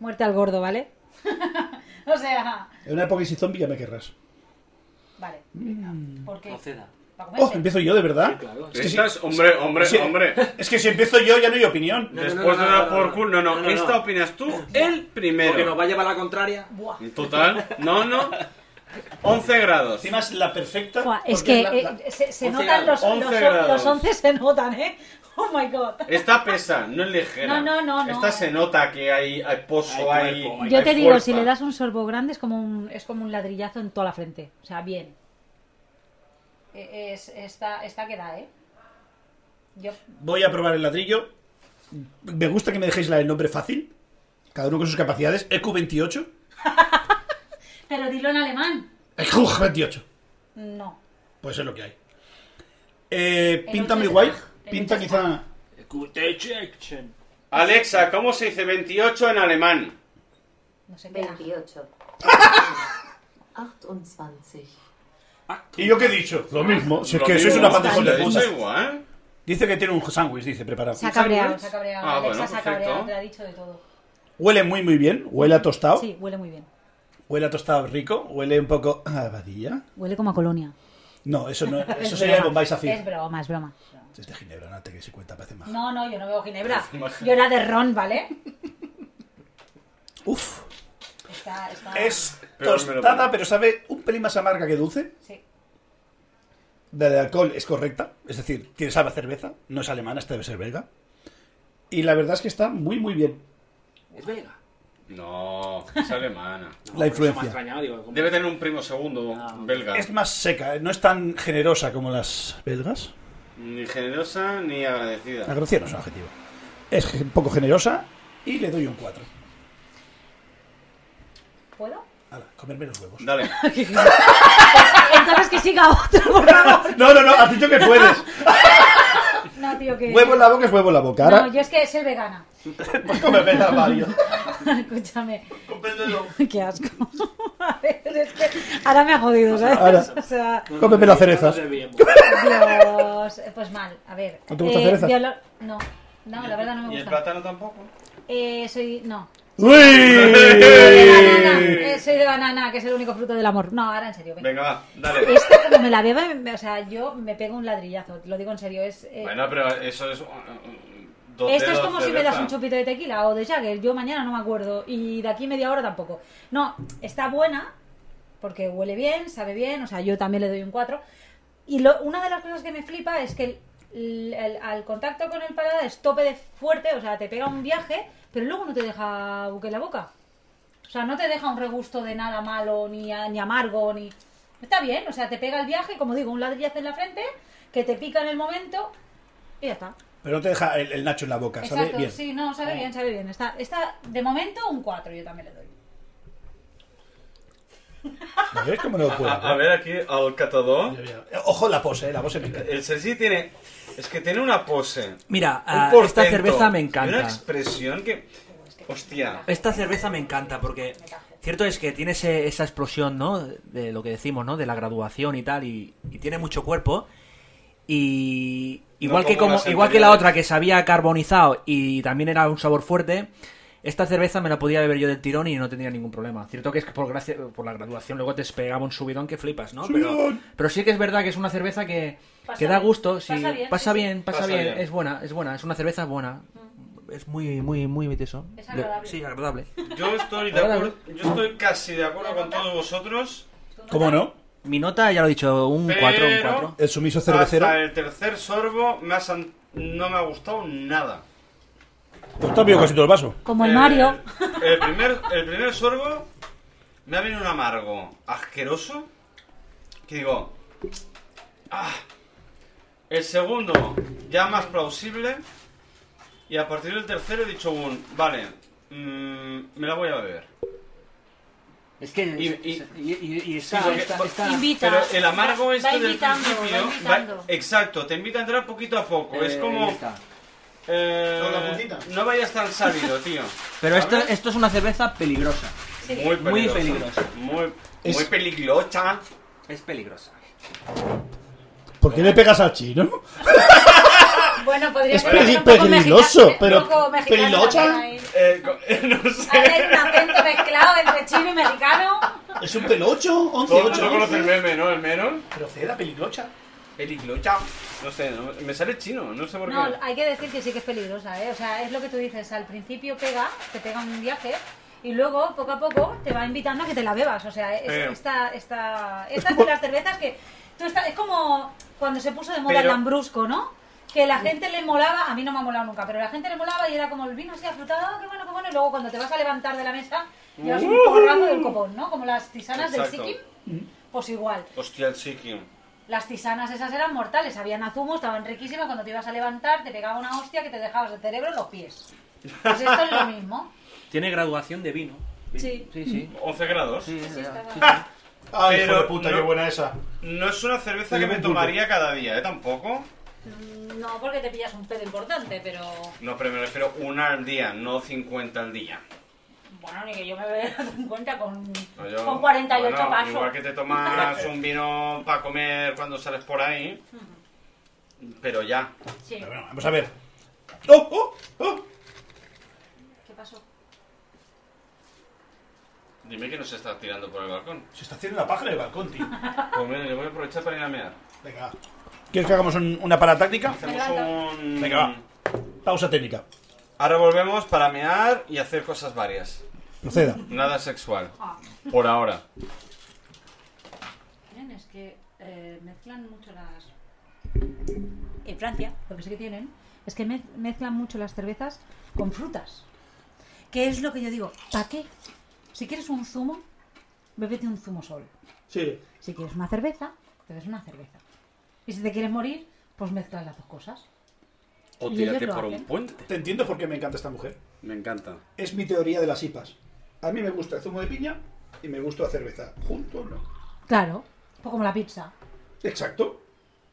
Speaker 4: muerte al gordo, ¿vale? [laughs] o sea,
Speaker 2: En una época sin zombie ya me querrás.
Speaker 4: vale. ¿Por qué?
Speaker 17: Proceda.
Speaker 4: ¿Para
Speaker 2: Oh,
Speaker 4: comerse?
Speaker 2: empiezo yo, de verdad.
Speaker 17: claro.
Speaker 2: Es que si-
Speaker 1: Estas, hombre, hombre,
Speaker 2: Sí.
Speaker 1: hombre.
Speaker 2: Es que si empiezo yo ya no hay opinión.
Speaker 17: No, no, no,
Speaker 1: Después
Speaker 17: no,
Speaker 1: de
Speaker 17: no,
Speaker 1: dar
Speaker 17: no,
Speaker 1: por
Speaker 17: no.
Speaker 1: culo. No, no,
Speaker 17: No, no, no.
Speaker 1: esta opinas tú el
Speaker 17: Porque nos
Speaker 1: primero.
Speaker 17: va a llevar la contraria.
Speaker 4: Buah.
Speaker 1: Total. No, no. 11 grados.
Speaker 2: Encima es la perfecta.
Speaker 4: Buah, es
Speaker 2: porque
Speaker 4: que
Speaker 2: la- la-
Speaker 4: eh, se, se
Speaker 17: 11
Speaker 4: notan los,
Speaker 17: grados,
Speaker 4: los,
Speaker 1: 11 grados.
Speaker 4: los 11 se notan, ¿eh? [laughs] Oh my god.
Speaker 1: Esta pesa, no es ligera.
Speaker 4: No, no, no, no.
Speaker 1: Esta se nota que hay, hay pozo,
Speaker 17: Hay
Speaker 1: hay.
Speaker 17: cuerpo,
Speaker 4: Yo
Speaker 1: hay
Speaker 4: te digo,
Speaker 1: fuerza.
Speaker 4: si le das un sorbo grande es como un, es como un ladrillazo en toda la frente. O sea, bien. E, Es, esta, esta que da, ¿eh? Yo,
Speaker 2: Voy a probar el ladrillo. Me gusta que me dejéis la del nombre fácil. Cada uno con sus capacidades. E EQ28.
Speaker 4: pero dilo en alemán.
Speaker 2: E EQ28.
Speaker 4: No.
Speaker 2: Pues es lo que hay. Eh,
Speaker 4: El
Speaker 2: pinta
Speaker 4: ocho
Speaker 2: muy
Speaker 4: está.
Speaker 2: guay.
Speaker 4: El
Speaker 2: Pinta
Speaker 4: ocho está.
Speaker 2: quizá.
Speaker 1: Alexa, ¿cómo se dice 28 en alemán?
Speaker 4: No sé qué.
Speaker 22: 28. 28.
Speaker 2: ¿Y yo qué he dicho? Lo mismo. Si es
Speaker 1: Lo
Speaker 2: que
Speaker 1: mismo.
Speaker 2: sois una bandejón de
Speaker 1: Lo
Speaker 2: puta.
Speaker 1: dice igual.
Speaker 2: Dice que tiene un sándwich, dice, preparado.
Speaker 4: Se ha cabreado, se ha cabreado.
Speaker 1: Ah,
Speaker 4: Alexa
Speaker 1: bueno,
Speaker 4: se ha cabreado,
Speaker 1: perfecto.
Speaker 4: te ha dicho de todo.
Speaker 2: Huele muy, muy bien. Huele a tostado.
Speaker 4: Sí, huele muy bien.
Speaker 2: Huele a tostado rico. Huele un poco a abadilla.
Speaker 4: Huele como a colonia.
Speaker 2: No, eso no. Eso
Speaker 4: [laughs] Es
Speaker 2: sería de
Speaker 4: broma.
Speaker 2: Bombay
Speaker 4: Es
Speaker 2: Safir.
Speaker 4: broma, es broma.
Speaker 2: Es de Ginebra, no te que se cuenta, parece más.
Speaker 4: No, no, yo no veo
Speaker 1: [laughs]
Speaker 4: Ginebra. Yo era de Ron, ¿vale?
Speaker 2: Uf.
Speaker 4: Está, está...
Speaker 2: Es
Speaker 1: Pero me lo
Speaker 2: tostada,
Speaker 1: pongo.
Speaker 2: pero sabe un pelín más amarga que dulce.
Speaker 4: Sí.
Speaker 2: La de alcohol es correcta, es decir, tiene sabe a cerveza, no es alemana, esta debe ser belga. Y la verdad es que está muy, muy bien
Speaker 17: Es belga.
Speaker 1: No, es alemana.
Speaker 2: la
Speaker 17: Me ha
Speaker 2: influencia.
Speaker 17: extrañado, digo, ¿cómo?
Speaker 1: Debe tener un primo segundo
Speaker 3: Ah,
Speaker 1: belga.
Speaker 2: Es más seca, no es tan generosa como las belgas.
Speaker 1: Ni generosa ni
Speaker 2: La
Speaker 1: agradecida.
Speaker 2: gracia no es un adjetivo. Es ge- poco generosa y le doy un 4.
Speaker 4: ¿Puedo?
Speaker 2: Hala, comerme los huevos.
Speaker 1: Dale.
Speaker 4: [laughs] Entonces que siga otro, por favor.
Speaker 2: No, no, no, has dicho que puedes.
Speaker 4: No, tío, que...
Speaker 2: Huevo en la boca es huevo en la boca. Ahora,
Speaker 4: No, yo es que soy vegana. [laughs]
Speaker 2: pues cómeme la Mario.
Speaker 4: Escúchame. [laughs] Qué asco. A ver, es que ahora me ha jodido,
Speaker 1: Pues
Speaker 4: ¿sabes?
Speaker 2: Ahora.
Speaker 1: [laughs]
Speaker 4: O sea,
Speaker 2: Cómeme las cerezas.
Speaker 4: Dios, pues mal. A ver.
Speaker 2: ¿No te gustan cerezas?
Speaker 4: de olor- No, no, la verdad no me gusta.
Speaker 1: tampoco?
Speaker 4: Eh, soy, no. Soy de banana, eh,
Speaker 2: ¡Uy!
Speaker 4: soy de banana, que es el único fruto del amor. No, ahora en serio, venga.
Speaker 1: Venga, va, dale.
Speaker 4: Esta como me la beba, me- o sea, yo me pego un ladrillazo, te lo digo en serio, es... eh,
Speaker 1: Bueno, pero eso es. uh, uh, dos
Speaker 4: Esto es
Speaker 1: dedos
Speaker 4: como
Speaker 1: de
Speaker 4: si me das
Speaker 1: cerveza.
Speaker 4: un chupito de tequila o de Jagger. Yo mañana no me acuerdo. Y de aquí media hora tampoco. No, está buena. Porque huele bien, sabe bien. O sea, yo también le doy un 4. Y lo- una de las cosas que me flipa es que el- el- al contacto con el paladar es tope de fuerte. O sea, te pega un viaje. Pero luego no te deja buque en la boca. O sea, no te deja un regusto de nada malo, ni, a- ni amargo, ni. Está bien, o sea, te pega el viaje, como digo, un ladrillazo en la frente, que te pica en el momento y ya está.
Speaker 2: Pero no te deja el, el nacho en la boca, ¿sabes?
Speaker 4: Exacto,
Speaker 2: Bien.
Speaker 4: sí, no, sabe bien, sabe bien. Está, está de momento un 4, yo también le doy.
Speaker 2: ¿Ves cómo no lo puedo?
Speaker 1: A, a ver aquí al catador.
Speaker 2: Mira, mira. Ojo la pose, eh, la pose me encanta.
Speaker 1: El Sergi tiene. Es que tiene una pose.
Speaker 3: Mira,
Speaker 1: un
Speaker 3: ah, esta
Speaker 1: portento,
Speaker 3: cerveza me
Speaker 1: y Una
Speaker 3: encanta.
Speaker 1: expresión que. Hostia.
Speaker 3: Esta cerveza me encanta porque cierto es que tiene ese- esa explosión, ¿no? De lo que decimos, ¿no? De la graduación y tal y, y tiene mucho cuerpo y igual
Speaker 1: No
Speaker 3: que
Speaker 1: como
Speaker 3: como
Speaker 1: las
Speaker 3: igual que la
Speaker 1: anteriores.
Speaker 3: otra que se había carbonizado y también era un sabor fuerte. Esta cerveza me la podía beber yo del tirón y no tendría ningún problema. Cierto que es que por gracia, por la graduación luego te pegaba un subidón que flipas, ¿no? Pero, pero sí que es verdad que es una cerveza que,
Speaker 4: Pasa
Speaker 3: que da
Speaker 4: bien,
Speaker 3: gusto, sí, pasa
Speaker 4: pasa bien, sí, Mm. sí.
Speaker 3: bien, pasa,
Speaker 1: Pasa
Speaker 3: bien,
Speaker 1: bien.
Speaker 3: es buena, es buena, es una cerveza buena. Es muy, muy, muy eso.
Speaker 4: Es agradable.
Speaker 3: Sí, agradable.
Speaker 1: Yo estoy de
Speaker 3: Ahora,
Speaker 1: acuerdo. Yo estoy casi de acuerdo con todos vosotros.
Speaker 2: ¿Cómo no?
Speaker 3: Mi nota, ya lo he dicho, un 4, un
Speaker 1: Pero-
Speaker 3: 4.
Speaker 2: El sumiso cervecero.
Speaker 1: Hasta el tercer sorbo me ha san- no me ha gustado nada.
Speaker 2: Pues te ha pillado casi todo el vaso.
Speaker 4: Como el Mario.
Speaker 1: Eh, El primer, el primer sorbo me ha venido un amargo asqueroso. Que digo. "Ah, El segundo, ya más plausible. Y a partir del tercero he dicho un, vale, mm, me la voy a beber.
Speaker 3: Es que.
Speaker 1: Y- y-
Speaker 3: y- y está-
Speaker 1: Sí, porque-
Speaker 3: está-
Speaker 1: porque-
Speaker 3: está-
Speaker 4: Invita.
Speaker 1: Pero el amargo
Speaker 4: va,
Speaker 1: este
Speaker 4: va
Speaker 1: del
Speaker 4: invitando,
Speaker 1: principio...
Speaker 4: va invitando.
Speaker 1: exacto, te invita a entrar poquito a poco. es
Speaker 3: eh,
Speaker 1: como...
Speaker 3: está.
Speaker 1: eh,
Speaker 19: Con la puntita.
Speaker 1: no vayas tan salido, tío.
Speaker 3: Pero esto,
Speaker 1: ¿Sabes?
Speaker 3: esto es una cerveza peligrosa.
Speaker 4: Sí.
Speaker 1: Muy
Speaker 3: Muy
Speaker 1: peligrosa.
Speaker 3: peligrosa.
Speaker 1: Muy,
Speaker 2: Es-
Speaker 1: muy peligrosa.
Speaker 3: Es peligrosa.
Speaker 2: ¿Por qué le pegas al chino?
Speaker 4: Bueno, podría
Speaker 2: Es
Speaker 4: ser un
Speaker 2: peli-
Speaker 4: poco mexica-
Speaker 2: peligroso, pero-
Speaker 4: Un poco mexicano
Speaker 2: ¿pelilocha?
Speaker 4: también ahí.
Speaker 1: Eh, co- [laughs] no sé.
Speaker 4: Hay un acento mezclado entre chino y mexicano.
Speaker 2: Es un pelocho, 11,
Speaker 1: Todo
Speaker 2: 8,
Speaker 1: conoce el meme, ¿no? El menos.
Speaker 19: Pero ceda, peligrocha.
Speaker 1: Peligrosa. No sé, no- me sale chino, no sé por qué.
Speaker 4: No, hay que decir que sí que es peligrosa, ¿eh? O sea, es lo que tú dices, al principio pega, te pega un viaje. Y luego, poco a poco, te va invitando a que te la bebas. O sea, es-
Speaker 1: Eh.
Speaker 4: esta,
Speaker 1: [laughs]
Speaker 4: esta, esta es de las cervezas que... Tú estás, es como cuando se puso de moda el
Speaker 1: Pero-
Speaker 4: lambrusco, ¿no? Que la gente le molaba, a mí no me ha molado nunca, pero la gente le molaba y era como el vino así afrutado, ah, qué bueno, qué bueno. Y luego cuando te vas a levantar de la mesa, llevas un porrazo del copón, ¿no? Como las tisanas
Speaker 1: Exacto.
Speaker 4: del Sikkim, pues igual.
Speaker 1: Hostia, el Sikkim.
Speaker 4: Las tisanas esas eran mortales, habían azumo, estaban riquísimas, cuando te ibas a levantar te pegaba una hostia que te dejabas el cerebro en los pies. Pues esto es lo mismo.
Speaker 17: Tiene graduación de vino.
Speaker 4: Sí.
Speaker 17: Sí, sí.
Speaker 1: 11 grados.
Speaker 4: [laughs] Sí, estaba-
Speaker 19: Ay,
Speaker 1: Pero
Speaker 19: hijo de puta,
Speaker 1: no-
Speaker 19: qué buena esa.
Speaker 1: No es una cerveza que
Speaker 2: Ningún
Speaker 1: me
Speaker 2: punto.
Speaker 1: tomaría cada día, ¿eh? Tampoco.
Speaker 4: Mm, No, porque te pillas un pedo importante, pero
Speaker 1: No, pero me refiero una al día, no 50 al día.
Speaker 4: bueno, ni que yo me vea [laughs] 50 con,
Speaker 1: No, yo-
Speaker 4: con 48
Speaker 1: bueno,
Speaker 4: pasos.
Speaker 1: Igual que te tomas un vino para comer cuando sales por ahí. Pero ya.
Speaker 4: Sí.
Speaker 2: Pero bueno, vamos a ver.
Speaker 1: ¡Oh, oh, oh!
Speaker 4: ¿Qué pasó?
Speaker 1: Dime que no se está tirando por el balcón.
Speaker 19: Se está haciendo una paja en el balcón, tío.
Speaker 1: Pues mira, yo voy a aprovechar para ir a mear.
Speaker 19: Venga, va.
Speaker 2: ¿Quieres que hagamos un- una paratáctica?
Speaker 1: Hacemos
Speaker 4: Venga,
Speaker 1: un...
Speaker 2: Venga, va. Pausa técnica.
Speaker 1: Ahora volvemos para mear y hacer cosas varias.
Speaker 2: Proceda.
Speaker 1: Nada sexual.
Speaker 4: Ah,
Speaker 1: Por ahora.
Speaker 4: miren, es que eh, mezclan mucho las... En Francia, lo que sí que tienen, es que mez- mezclan mucho las cervezas con frutas. Que es lo que yo digo, ¿para qué? Si quieres un zumo, bébete un zumo solo.
Speaker 2: Sí.
Speaker 4: Si quieres una cerveza, te ves una cerveza. Y si te quieres morir, pues mezclas las dos cosas.
Speaker 11: O
Speaker 4: ¿Y
Speaker 11: tírate
Speaker 4: ellos lo
Speaker 11: por
Speaker 4: hacen?
Speaker 11: un puente.
Speaker 2: Te entiendo por qué me encanta esta mujer.
Speaker 11: Me encanta.
Speaker 2: Es mi teoría de las IPAs. A mí me gusta el zumo de piña y me gusta la cerveza. Junto no.
Speaker 4: Claro, un poco como la pizza.
Speaker 2: Exacto.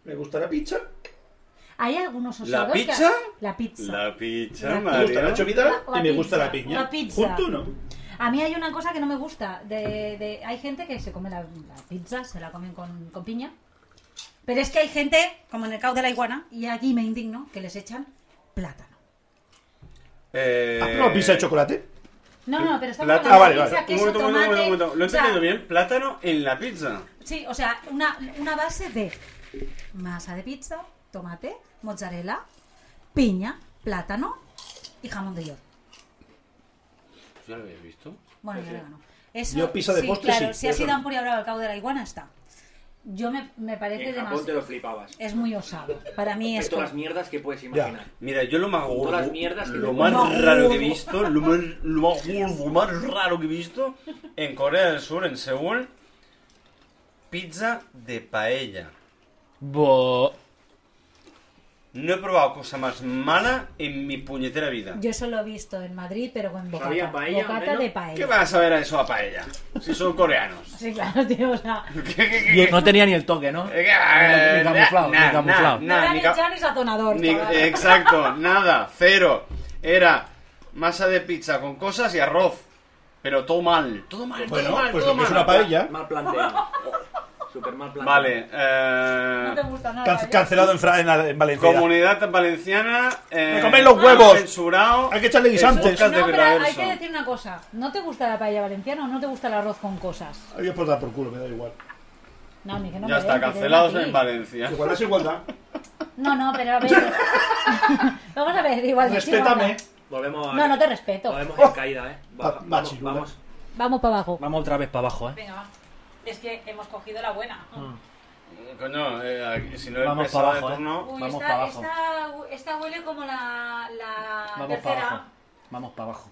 Speaker 2: Me gusta la pizza.
Speaker 4: Hay algunos
Speaker 11: ¿La
Speaker 4: osadores que-
Speaker 11: pizza?
Speaker 4: La pizza.
Speaker 11: picha,
Speaker 4: La picha.
Speaker 2: Me gusta la chovita
Speaker 4: La- la
Speaker 2: y me gusta
Speaker 4: pizza.
Speaker 2: la piña.
Speaker 4: La pizza.
Speaker 2: Junto no.
Speaker 4: A mí hay una cosa que no me gusta. De, de- hay gente que se come la, la pizza, se la comen con, con piña. Pero es que hay gente, como en el caos de la iguana, y aquí me indigno, que les echan plátano.
Speaker 2: ¿Has
Speaker 11: Ah,
Speaker 2: probado pizza de chocolate?
Speaker 4: No, no, pero está hablando
Speaker 11: Plátano.
Speaker 2: Ah, vale,
Speaker 4: de
Speaker 2: vale.
Speaker 4: pizza,
Speaker 11: Un
Speaker 4: queso,
Speaker 11: momento, un momento, un
Speaker 4: tomate,
Speaker 11: momento, un momento. Lo he
Speaker 4: o sea,
Speaker 11: entendido bien. Plátano en la pizza.
Speaker 4: Sí, o sea, una, una base de masa de pizza, tomate, mozzarella, piña, plátano y jamón de york.
Speaker 11: ¿Ya lo habéis visto?
Speaker 4: Bueno, yo le gano. Eso,
Speaker 2: Yo pizza de postre,
Speaker 4: claro,
Speaker 2: sí,
Speaker 4: si has
Speaker 2: eso
Speaker 4: ido a
Speaker 2: no.
Speaker 4: Ampuriabrado al cabo de la iguana, está. Yo me, me parece
Speaker 1: Eh,
Speaker 17: En Japón te
Speaker 4: demasiado...
Speaker 17: lo flipabas.
Speaker 4: Es muy osado. Para mí
Speaker 17: De
Speaker 4: es...
Speaker 17: todas las
Speaker 4: como-
Speaker 17: mierdas que puedes imaginar.
Speaker 11: Mira, yo lo más gordo,
Speaker 17: Todas las mierdas que
Speaker 11: lo
Speaker 17: te-
Speaker 11: más
Speaker 4: Lo más
Speaker 11: raro
Speaker 4: gordo.
Speaker 11: que he visto, lo más, lo más gordo, lo más raro que he visto,
Speaker 1: En Corea del Sur, en Seúl, pizza de paella.
Speaker 3: Bo-
Speaker 1: No he probado cosa más mala en mi puñetera vida.
Speaker 4: Yo eso lo he visto en Madrid, pero con bocata.
Speaker 17: ¿Sabía paella,
Speaker 4: bocata
Speaker 17: menos?
Speaker 4: de
Speaker 1: ¿Qué
Speaker 4: paella.
Speaker 1: vas a ver a eso a paella? Si son coreanos.
Speaker 2: [laughs]
Speaker 4: Sí, claro, tío, o sea...
Speaker 3: Y no tenía ni el toque, ¿no?
Speaker 1: Eh, eh,
Speaker 3: Ni camuflado,
Speaker 1: na-
Speaker 3: ni
Speaker 1: na-
Speaker 3: camuflado.
Speaker 4: No
Speaker 1: na-
Speaker 4: era
Speaker 1: ni
Speaker 4: ni
Speaker 1: ca-
Speaker 4: chao ni sazonador.
Speaker 1: ni- eh,
Speaker 4: chaval. [laughs]
Speaker 1: exacto, nada, cero. Era masa de pizza con cosas y arroz. Pero todo mal, todo mal, todo
Speaker 2: Bueno,
Speaker 1: mal,
Speaker 2: pues
Speaker 1: todo
Speaker 2: lo que es
Speaker 1: mal.
Speaker 2: una paella.
Speaker 17: Mal [laughs] planteado. Super mal planteado.
Speaker 1: Vale, eh,
Speaker 4: No te gusta nada.
Speaker 2: can-
Speaker 4: ya.
Speaker 2: cancelado en, Fra- en, en Valencia.
Speaker 1: Comunidad valenciana. eh,
Speaker 2: ¡Me coméis los huevos!
Speaker 1: Censurado.
Speaker 2: Hay que echarle guisantes.
Speaker 1: El Este podcast de
Speaker 4: No, pero
Speaker 1: Verdadero
Speaker 4: hay que
Speaker 1: Son.
Speaker 4: decir una cosa. ¿No te gusta la paella valenciana o no te gusta el arroz con cosas?
Speaker 2: Ay, Yo por dar por culo, me da igual.
Speaker 4: No, a mí que no
Speaker 1: Ya
Speaker 4: me
Speaker 1: está,
Speaker 4: den, que
Speaker 1: cancelados eh,
Speaker 4: den a ti.
Speaker 1: en Valencia.
Speaker 2: Igualdad es igualdad.
Speaker 4: No, no, pero a ver. Vamos a ver, igual.
Speaker 2: Respétame.
Speaker 17: Volvemos a.
Speaker 4: No, no te respeto.
Speaker 17: Volvemos en caída, eh.
Speaker 2: Va-
Speaker 17: vamos-
Speaker 2: machirula.
Speaker 17: vamos.
Speaker 4: Vamos para abajo.
Speaker 3: Vamos otra vez para abajo, ¿eh?
Speaker 4: Venga, va. Es que hemos cogido la buena.
Speaker 1: Coño, eh, aquí, si no he
Speaker 3: Vamos
Speaker 1: empezado
Speaker 3: para
Speaker 1: de
Speaker 3: abajo, eh.
Speaker 1: turno.
Speaker 4: Uy,
Speaker 3: Vamos
Speaker 4: esta,
Speaker 3: para abajo.
Speaker 4: Esta, esta huele como la, la
Speaker 3: Vamos para abajo.
Speaker 4: tercera.
Speaker 3: Vamos para abajo.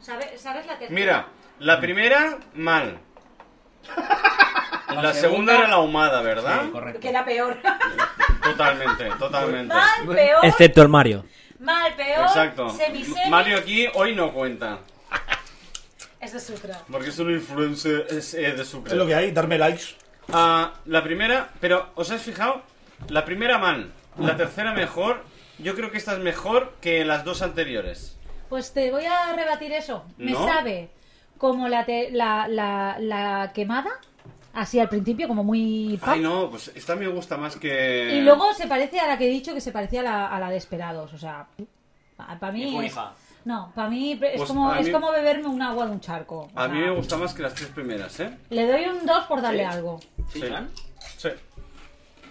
Speaker 4: ¿Sabes, ¿Sabes la tercera?
Speaker 1: Mira, la primera, mal. La, segunda era la ahumada, ¿verdad?
Speaker 17: Sí, correcto.
Speaker 18: Que era peor.
Speaker 4: [laughs]
Speaker 1: Totalmente, totalmente.
Speaker 18: Mal, peor.
Speaker 3: Excepto el Mario.
Speaker 18: Mal, peor.
Speaker 1: Exacto.
Speaker 18: Semi, semi.
Speaker 1: Mario aquí hoy no cuenta.
Speaker 18: Esto es ultra.
Speaker 1: Porque es un influencer es, eh, de su
Speaker 2: Es lo que hay, darme likes.
Speaker 1: Ah, la primera, pero ¿os has fijado? La primera mal, la tercera mejor. Yo creo que esta es mejor que las dos anteriores.
Speaker 4: Pues te voy a rebatir eso. Me
Speaker 1: No.
Speaker 4: sabe como la, te- la, la, la quemada, así al principio, como muy... pa-
Speaker 1: Ay, no, eh. pues esta me gusta más que.
Speaker 4: Y luego se parece a la que he dicho que se parecía a la, a la de Esperados. O sea, para mí...
Speaker 17: Es
Speaker 4: es-
Speaker 17: hija.
Speaker 4: no, para mí es,
Speaker 1: Pues
Speaker 4: como,
Speaker 1: a
Speaker 4: es
Speaker 1: mí-
Speaker 4: como beberme un agua de un charco. O
Speaker 1: A mí
Speaker 4: sea,
Speaker 1: me gusta más que las tres primeras, ¿eh?
Speaker 4: Le doy un 2 por darle
Speaker 17: ¿Sí?
Speaker 4: algo.
Speaker 17: ¿Sí,
Speaker 1: Sí.
Speaker 17: Fran?
Speaker 1: Sí.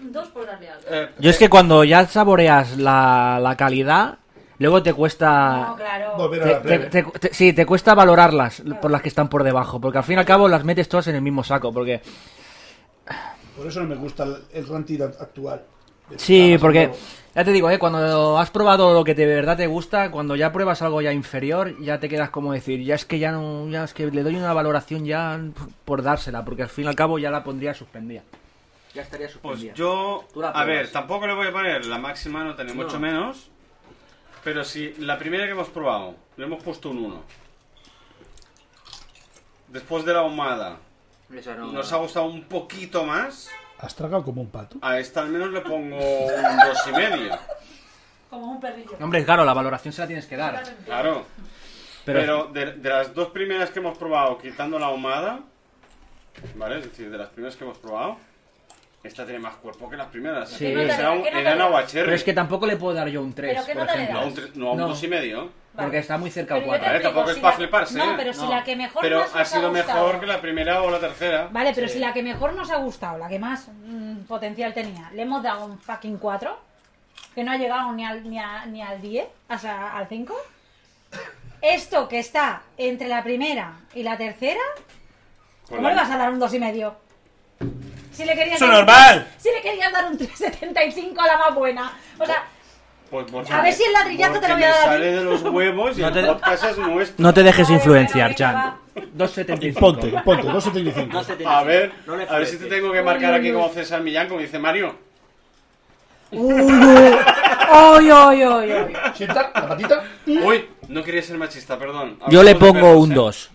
Speaker 4: Un 2 por darle algo.
Speaker 1: Eh,
Speaker 3: Yo es que cuando ya saboreas la, la calidad, luego te
Speaker 18: No,
Speaker 3: cuesta...
Speaker 18: claro.
Speaker 2: Volver a
Speaker 3: te-
Speaker 2: la plebe.
Speaker 3: te- te- te- sí, te cuesta valorarlas por las que están por debajo, porque al fin y al cabo las metes todas en el mismo saco, porque...
Speaker 2: Por eso no me gusta el, el Ranty actual.
Speaker 3: Sí,
Speaker 2: Además,
Speaker 3: porque...
Speaker 2: no-
Speaker 3: Ya te digo, eh, cuando has probado lo que de verdad te gusta, cuando ya pruebas algo ya inferior, ya te quedas como decir, ya es que ya no, ya es que le doy una valoración ya por dársela, porque al fin y al cabo ya la pondría suspendida. Ya estaría
Speaker 1: pues
Speaker 3: suspendida.
Speaker 1: yo.
Speaker 3: Tú la
Speaker 1: A ver,
Speaker 3: pruebas.
Speaker 1: tampoco le voy a poner la máxima, no tenemos
Speaker 3: No.
Speaker 1: mucho menos. Pero si la primera que hemos probado, le hemos puesto un 1. Después de la ahumada,
Speaker 17: Eso no.
Speaker 1: nos ha gustado un poquito más.
Speaker 2: ¿Has tragado como un pato?
Speaker 1: A esta al menos le pongo un dos y medio.
Speaker 18: Como un perrillo.
Speaker 3: Hombre, claro, la valoración se la tienes que dar.
Speaker 1: Claro. Pero, de, de las dos primeras que hemos probado, quitando la ahumada, ¿vale? Es decir, de las primeras que hemos probado, esta tiene más cuerpo que las primeras.
Speaker 3: Sí.
Speaker 1: Era
Speaker 3: ¿Qué nota
Speaker 4: le da?
Speaker 1: un,
Speaker 4: ¿Qué nota
Speaker 1: era un
Speaker 4: le da?
Speaker 1: aguacherri.
Speaker 3: Pero es que tampoco le puedo dar yo un 3,
Speaker 4: ¿Pero qué
Speaker 3: por
Speaker 4: nota le
Speaker 3: ejemplo.
Speaker 1: No, un, tres- no, un
Speaker 3: No.
Speaker 1: dos y medio.
Speaker 3: Porque está muy cerca
Speaker 4: Pero
Speaker 3: al
Speaker 4: yo te
Speaker 3: 4.
Speaker 1: Vale,
Speaker 4: explico,
Speaker 1: tampoco es
Speaker 4: si
Speaker 1: para
Speaker 4: la-
Speaker 1: fliparse,
Speaker 4: No,
Speaker 1: ¿eh?
Speaker 4: pero si
Speaker 17: No.
Speaker 4: la que mejor
Speaker 1: Pero
Speaker 4: más
Speaker 1: ha
Speaker 4: nos
Speaker 1: sido
Speaker 4: gustado-
Speaker 1: mejor que la primera o la tercera.
Speaker 4: Vale, pero si la que mejor nos ha gustado, la que más mm, potencial tenía, le hemos dado un fucking 4, que no ha llegado ni al, ni a- ni al 10, o sea, al 5. Esto que está entre la primera y la tercera, ¿cómo
Speaker 1: Con
Speaker 4: le
Speaker 1: la-
Speaker 4: vas a dar un 2,5? y medio? Si le querías
Speaker 19: Eso
Speaker 4: dar un
Speaker 19: normal.
Speaker 4: tres- si le querías dar un 3,75 a la más buena. O sea,
Speaker 1: Pues porque-
Speaker 4: A ver si el ladrillazo te
Speaker 1: porque
Speaker 4: lo voy a
Speaker 1: me
Speaker 4: dar.
Speaker 1: sale de los huevos y
Speaker 3: No te-
Speaker 1: el podcast es nuestro.
Speaker 3: No te dejes
Speaker 4: Vale,
Speaker 3: influenciar,
Speaker 4: bueno, venga,
Speaker 3: Chan.
Speaker 2: Y
Speaker 3: 2.75.
Speaker 2: ponte, ponte, 2.75.
Speaker 1: A ver,
Speaker 17: No le
Speaker 1: a ver si te
Speaker 17: fletes.
Speaker 1: tengo que marcar aquí como César Millán, como dice Mario.
Speaker 18: Oy, oy, oy, oy.
Speaker 2: Sienta, la patita.
Speaker 1: Uy, no quería ser machista, perdón.
Speaker 3: Yo le
Speaker 1: Hablamos de
Speaker 3: pongo
Speaker 1: perros,
Speaker 3: un
Speaker 1: ¿eh?
Speaker 3: 2.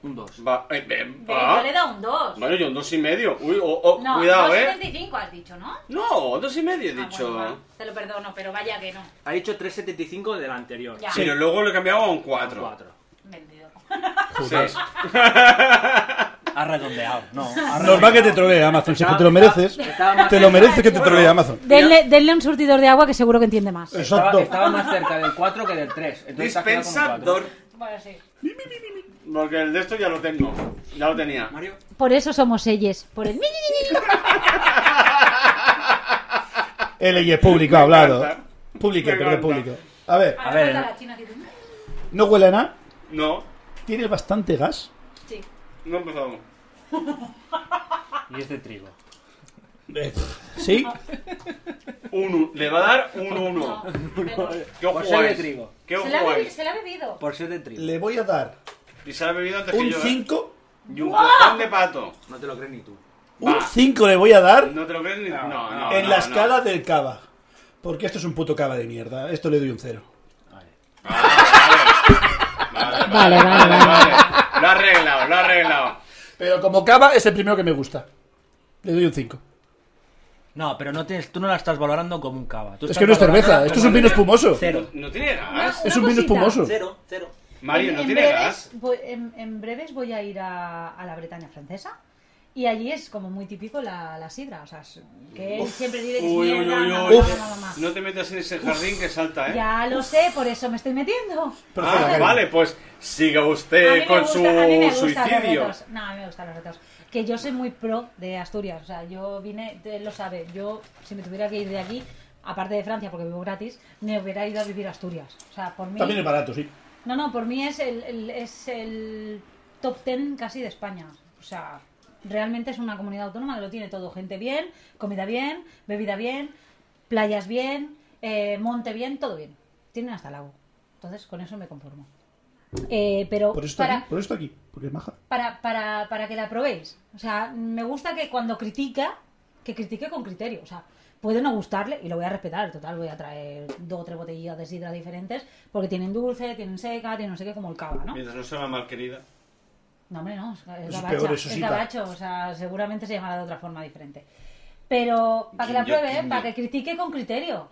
Speaker 17: Un 2.
Speaker 1: Va, eh, eh,
Speaker 4: pero
Speaker 1: va.
Speaker 4: yo le he dado un 2.
Speaker 1: Bueno, yo un dos y medio. Uy, oh, oh,
Speaker 4: No,
Speaker 1: Ah. cuidado, eh.
Speaker 4: 2,75 has dicho, ¿no?
Speaker 1: No, dos y medio he
Speaker 4: Ah,
Speaker 1: dicho.
Speaker 4: bueno, va, te lo perdono, pero vaya que no.
Speaker 17: Ha dicho 3.75 del anterior.
Speaker 4: Ya.
Speaker 1: Pero luego lo he cambiado a un 4.
Speaker 17: 4.
Speaker 4: Vendido.
Speaker 17: Ha redondeado. No.
Speaker 2: Normal que te trolee Amazon, si es que te lo mereces. Te lo mereces que te trolee Amazon.
Speaker 4: Denle, denle un surtidor de agua que seguro que entiende más.
Speaker 2: Exacto.
Speaker 17: más cerca del 4 que del 3.
Speaker 1: Dispensador.
Speaker 4: Bueno, sí.
Speaker 1: Porque el de esto ya lo tengo. Ya lo tenía.
Speaker 17: Mario.
Speaker 4: Por eso somos ellos. Por el...
Speaker 2: LI es E, público, hablado.
Speaker 1: encanta.
Speaker 2: Público,
Speaker 1: Me
Speaker 2: pero
Speaker 1: encanta.
Speaker 2: público. A ver,
Speaker 4: A
Speaker 3: ver,
Speaker 4: la china que tiene.
Speaker 2: no huele a nada.
Speaker 1: No,
Speaker 2: Tiene bastante gas.
Speaker 4: Sí.
Speaker 1: no empezamos.
Speaker 17: Y es de trigo.
Speaker 2: Sí.
Speaker 1: Un, u- le va a dar un 1.
Speaker 4: Pero-
Speaker 1: ¿Qué
Speaker 17: Por
Speaker 1: os
Speaker 17: ser de
Speaker 1: jugáis?
Speaker 17: trigo.
Speaker 1: ¿Qué os
Speaker 4: se, la ha bebi-
Speaker 1: jugáis?
Speaker 4: se la ha bebido.
Speaker 17: Por ser de trigo.
Speaker 2: Le voy a dar
Speaker 1: Y se ha bebido antes que
Speaker 2: un
Speaker 1: yo. ¿eh?
Speaker 2: 5.
Speaker 1: Y un cojón de pato.
Speaker 17: No te lo crees ni tú.
Speaker 2: Un 5 le voy a dar
Speaker 1: No te lo crees ni. No, no.
Speaker 2: en
Speaker 1: no,
Speaker 2: la
Speaker 1: no.
Speaker 2: escala del cava. Porque esto es un puto cava de mierda. ¿eh? Esto le doy un 0.
Speaker 1: Vale,
Speaker 4: Vale, vale,
Speaker 1: vale, vale. Lo ha arreglado, lo ha arreglado.
Speaker 2: Pero como cava es el primero que me gusta. Le doy un 5.
Speaker 3: No, pero no tienes, tú no la estás valorando como un cava. Tú
Speaker 2: Es
Speaker 3: estás
Speaker 2: que no es
Speaker 3: valorando-
Speaker 2: cerveza, esto es un vino espumoso.
Speaker 3: Cero.
Speaker 1: No tiene gas.
Speaker 2: Es un vino espumoso.
Speaker 17: Cero, cero.
Speaker 1: Mario,
Speaker 4: En-
Speaker 1: no
Speaker 4: en
Speaker 1: tiene
Speaker 4: breves
Speaker 1: gas.
Speaker 4: voy- en, en breves voy a ir a, a la Bretaña francesa. Y allí es como muy típico la, la sidra. O sea, es- que siempre dice que es
Speaker 1: Uy, uy,
Speaker 4: mierda,
Speaker 1: uy,
Speaker 4: mamá,
Speaker 1: uy.
Speaker 4: mamá, mamá.
Speaker 1: No te metas en ese jardín que salta, ¿eh?
Speaker 4: Ya lo sé, por eso me estoy metiendo.
Speaker 2: Pero
Speaker 1: Ah,
Speaker 2: Karen.
Speaker 1: vale, pues siga
Speaker 4: A mí
Speaker 1: usted
Speaker 4: me
Speaker 1: Eh, con
Speaker 4: gusta- a mí me
Speaker 1: su
Speaker 4: gustan los
Speaker 1: suicidio.
Speaker 4: retos. No, a mí me gustan los retos. Que yo soy muy pro de Asturias. O sea, yo vine, él lo sabe. Yo, si me tuviera que ir de aquí, aparte de Francia, porque vivo gratis, me hubiera ido a vivir a Asturias. O sea, por mí.
Speaker 2: También es barato, sí.
Speaker 4: No, no, por mí es el, el- es el top ten casi de España. O sea, realmente es una comunidad autónoma que lo tiene todo. Gente bien, comida bien, bebida bien, playas bien, eh, monte bien, todo bien. Tienen hasta lago. Entonces, con eso me conformo. Eh, pero
Speaker 2: Por esto
Speaker 4: para,
Speaker 2: aquí, por esto aquí, porque es maja.
Speaker 4: para, para, para que la probéis. O sea, me gusta que cuando critica, que critique con criterio. O sea, puede no gustarle y lo voy a respetar. Total, voy a traer dos o tres botellitas de sidra diferentes porque tienen dulce, tienen seca, tienen no sé qué, como el cava, ¿no?
Speaker 1: Mientras no sea una malquerida.
Speaker 4: No, hombre, no, es
Speaker 2: es
Speaker 4: gabacha.
Speaker 2: peor,
Speaker 4: es
Speaker 2: eso sí, pa.
Speaker 4: gabacho, o sea, seguramente se llamará de otra forma diferente. Pero para que la
Speaker 1: Guiño,
Speaker 4: pruebe,
Speaker 1: guiño.
Speaker 4: para que critique con criterio.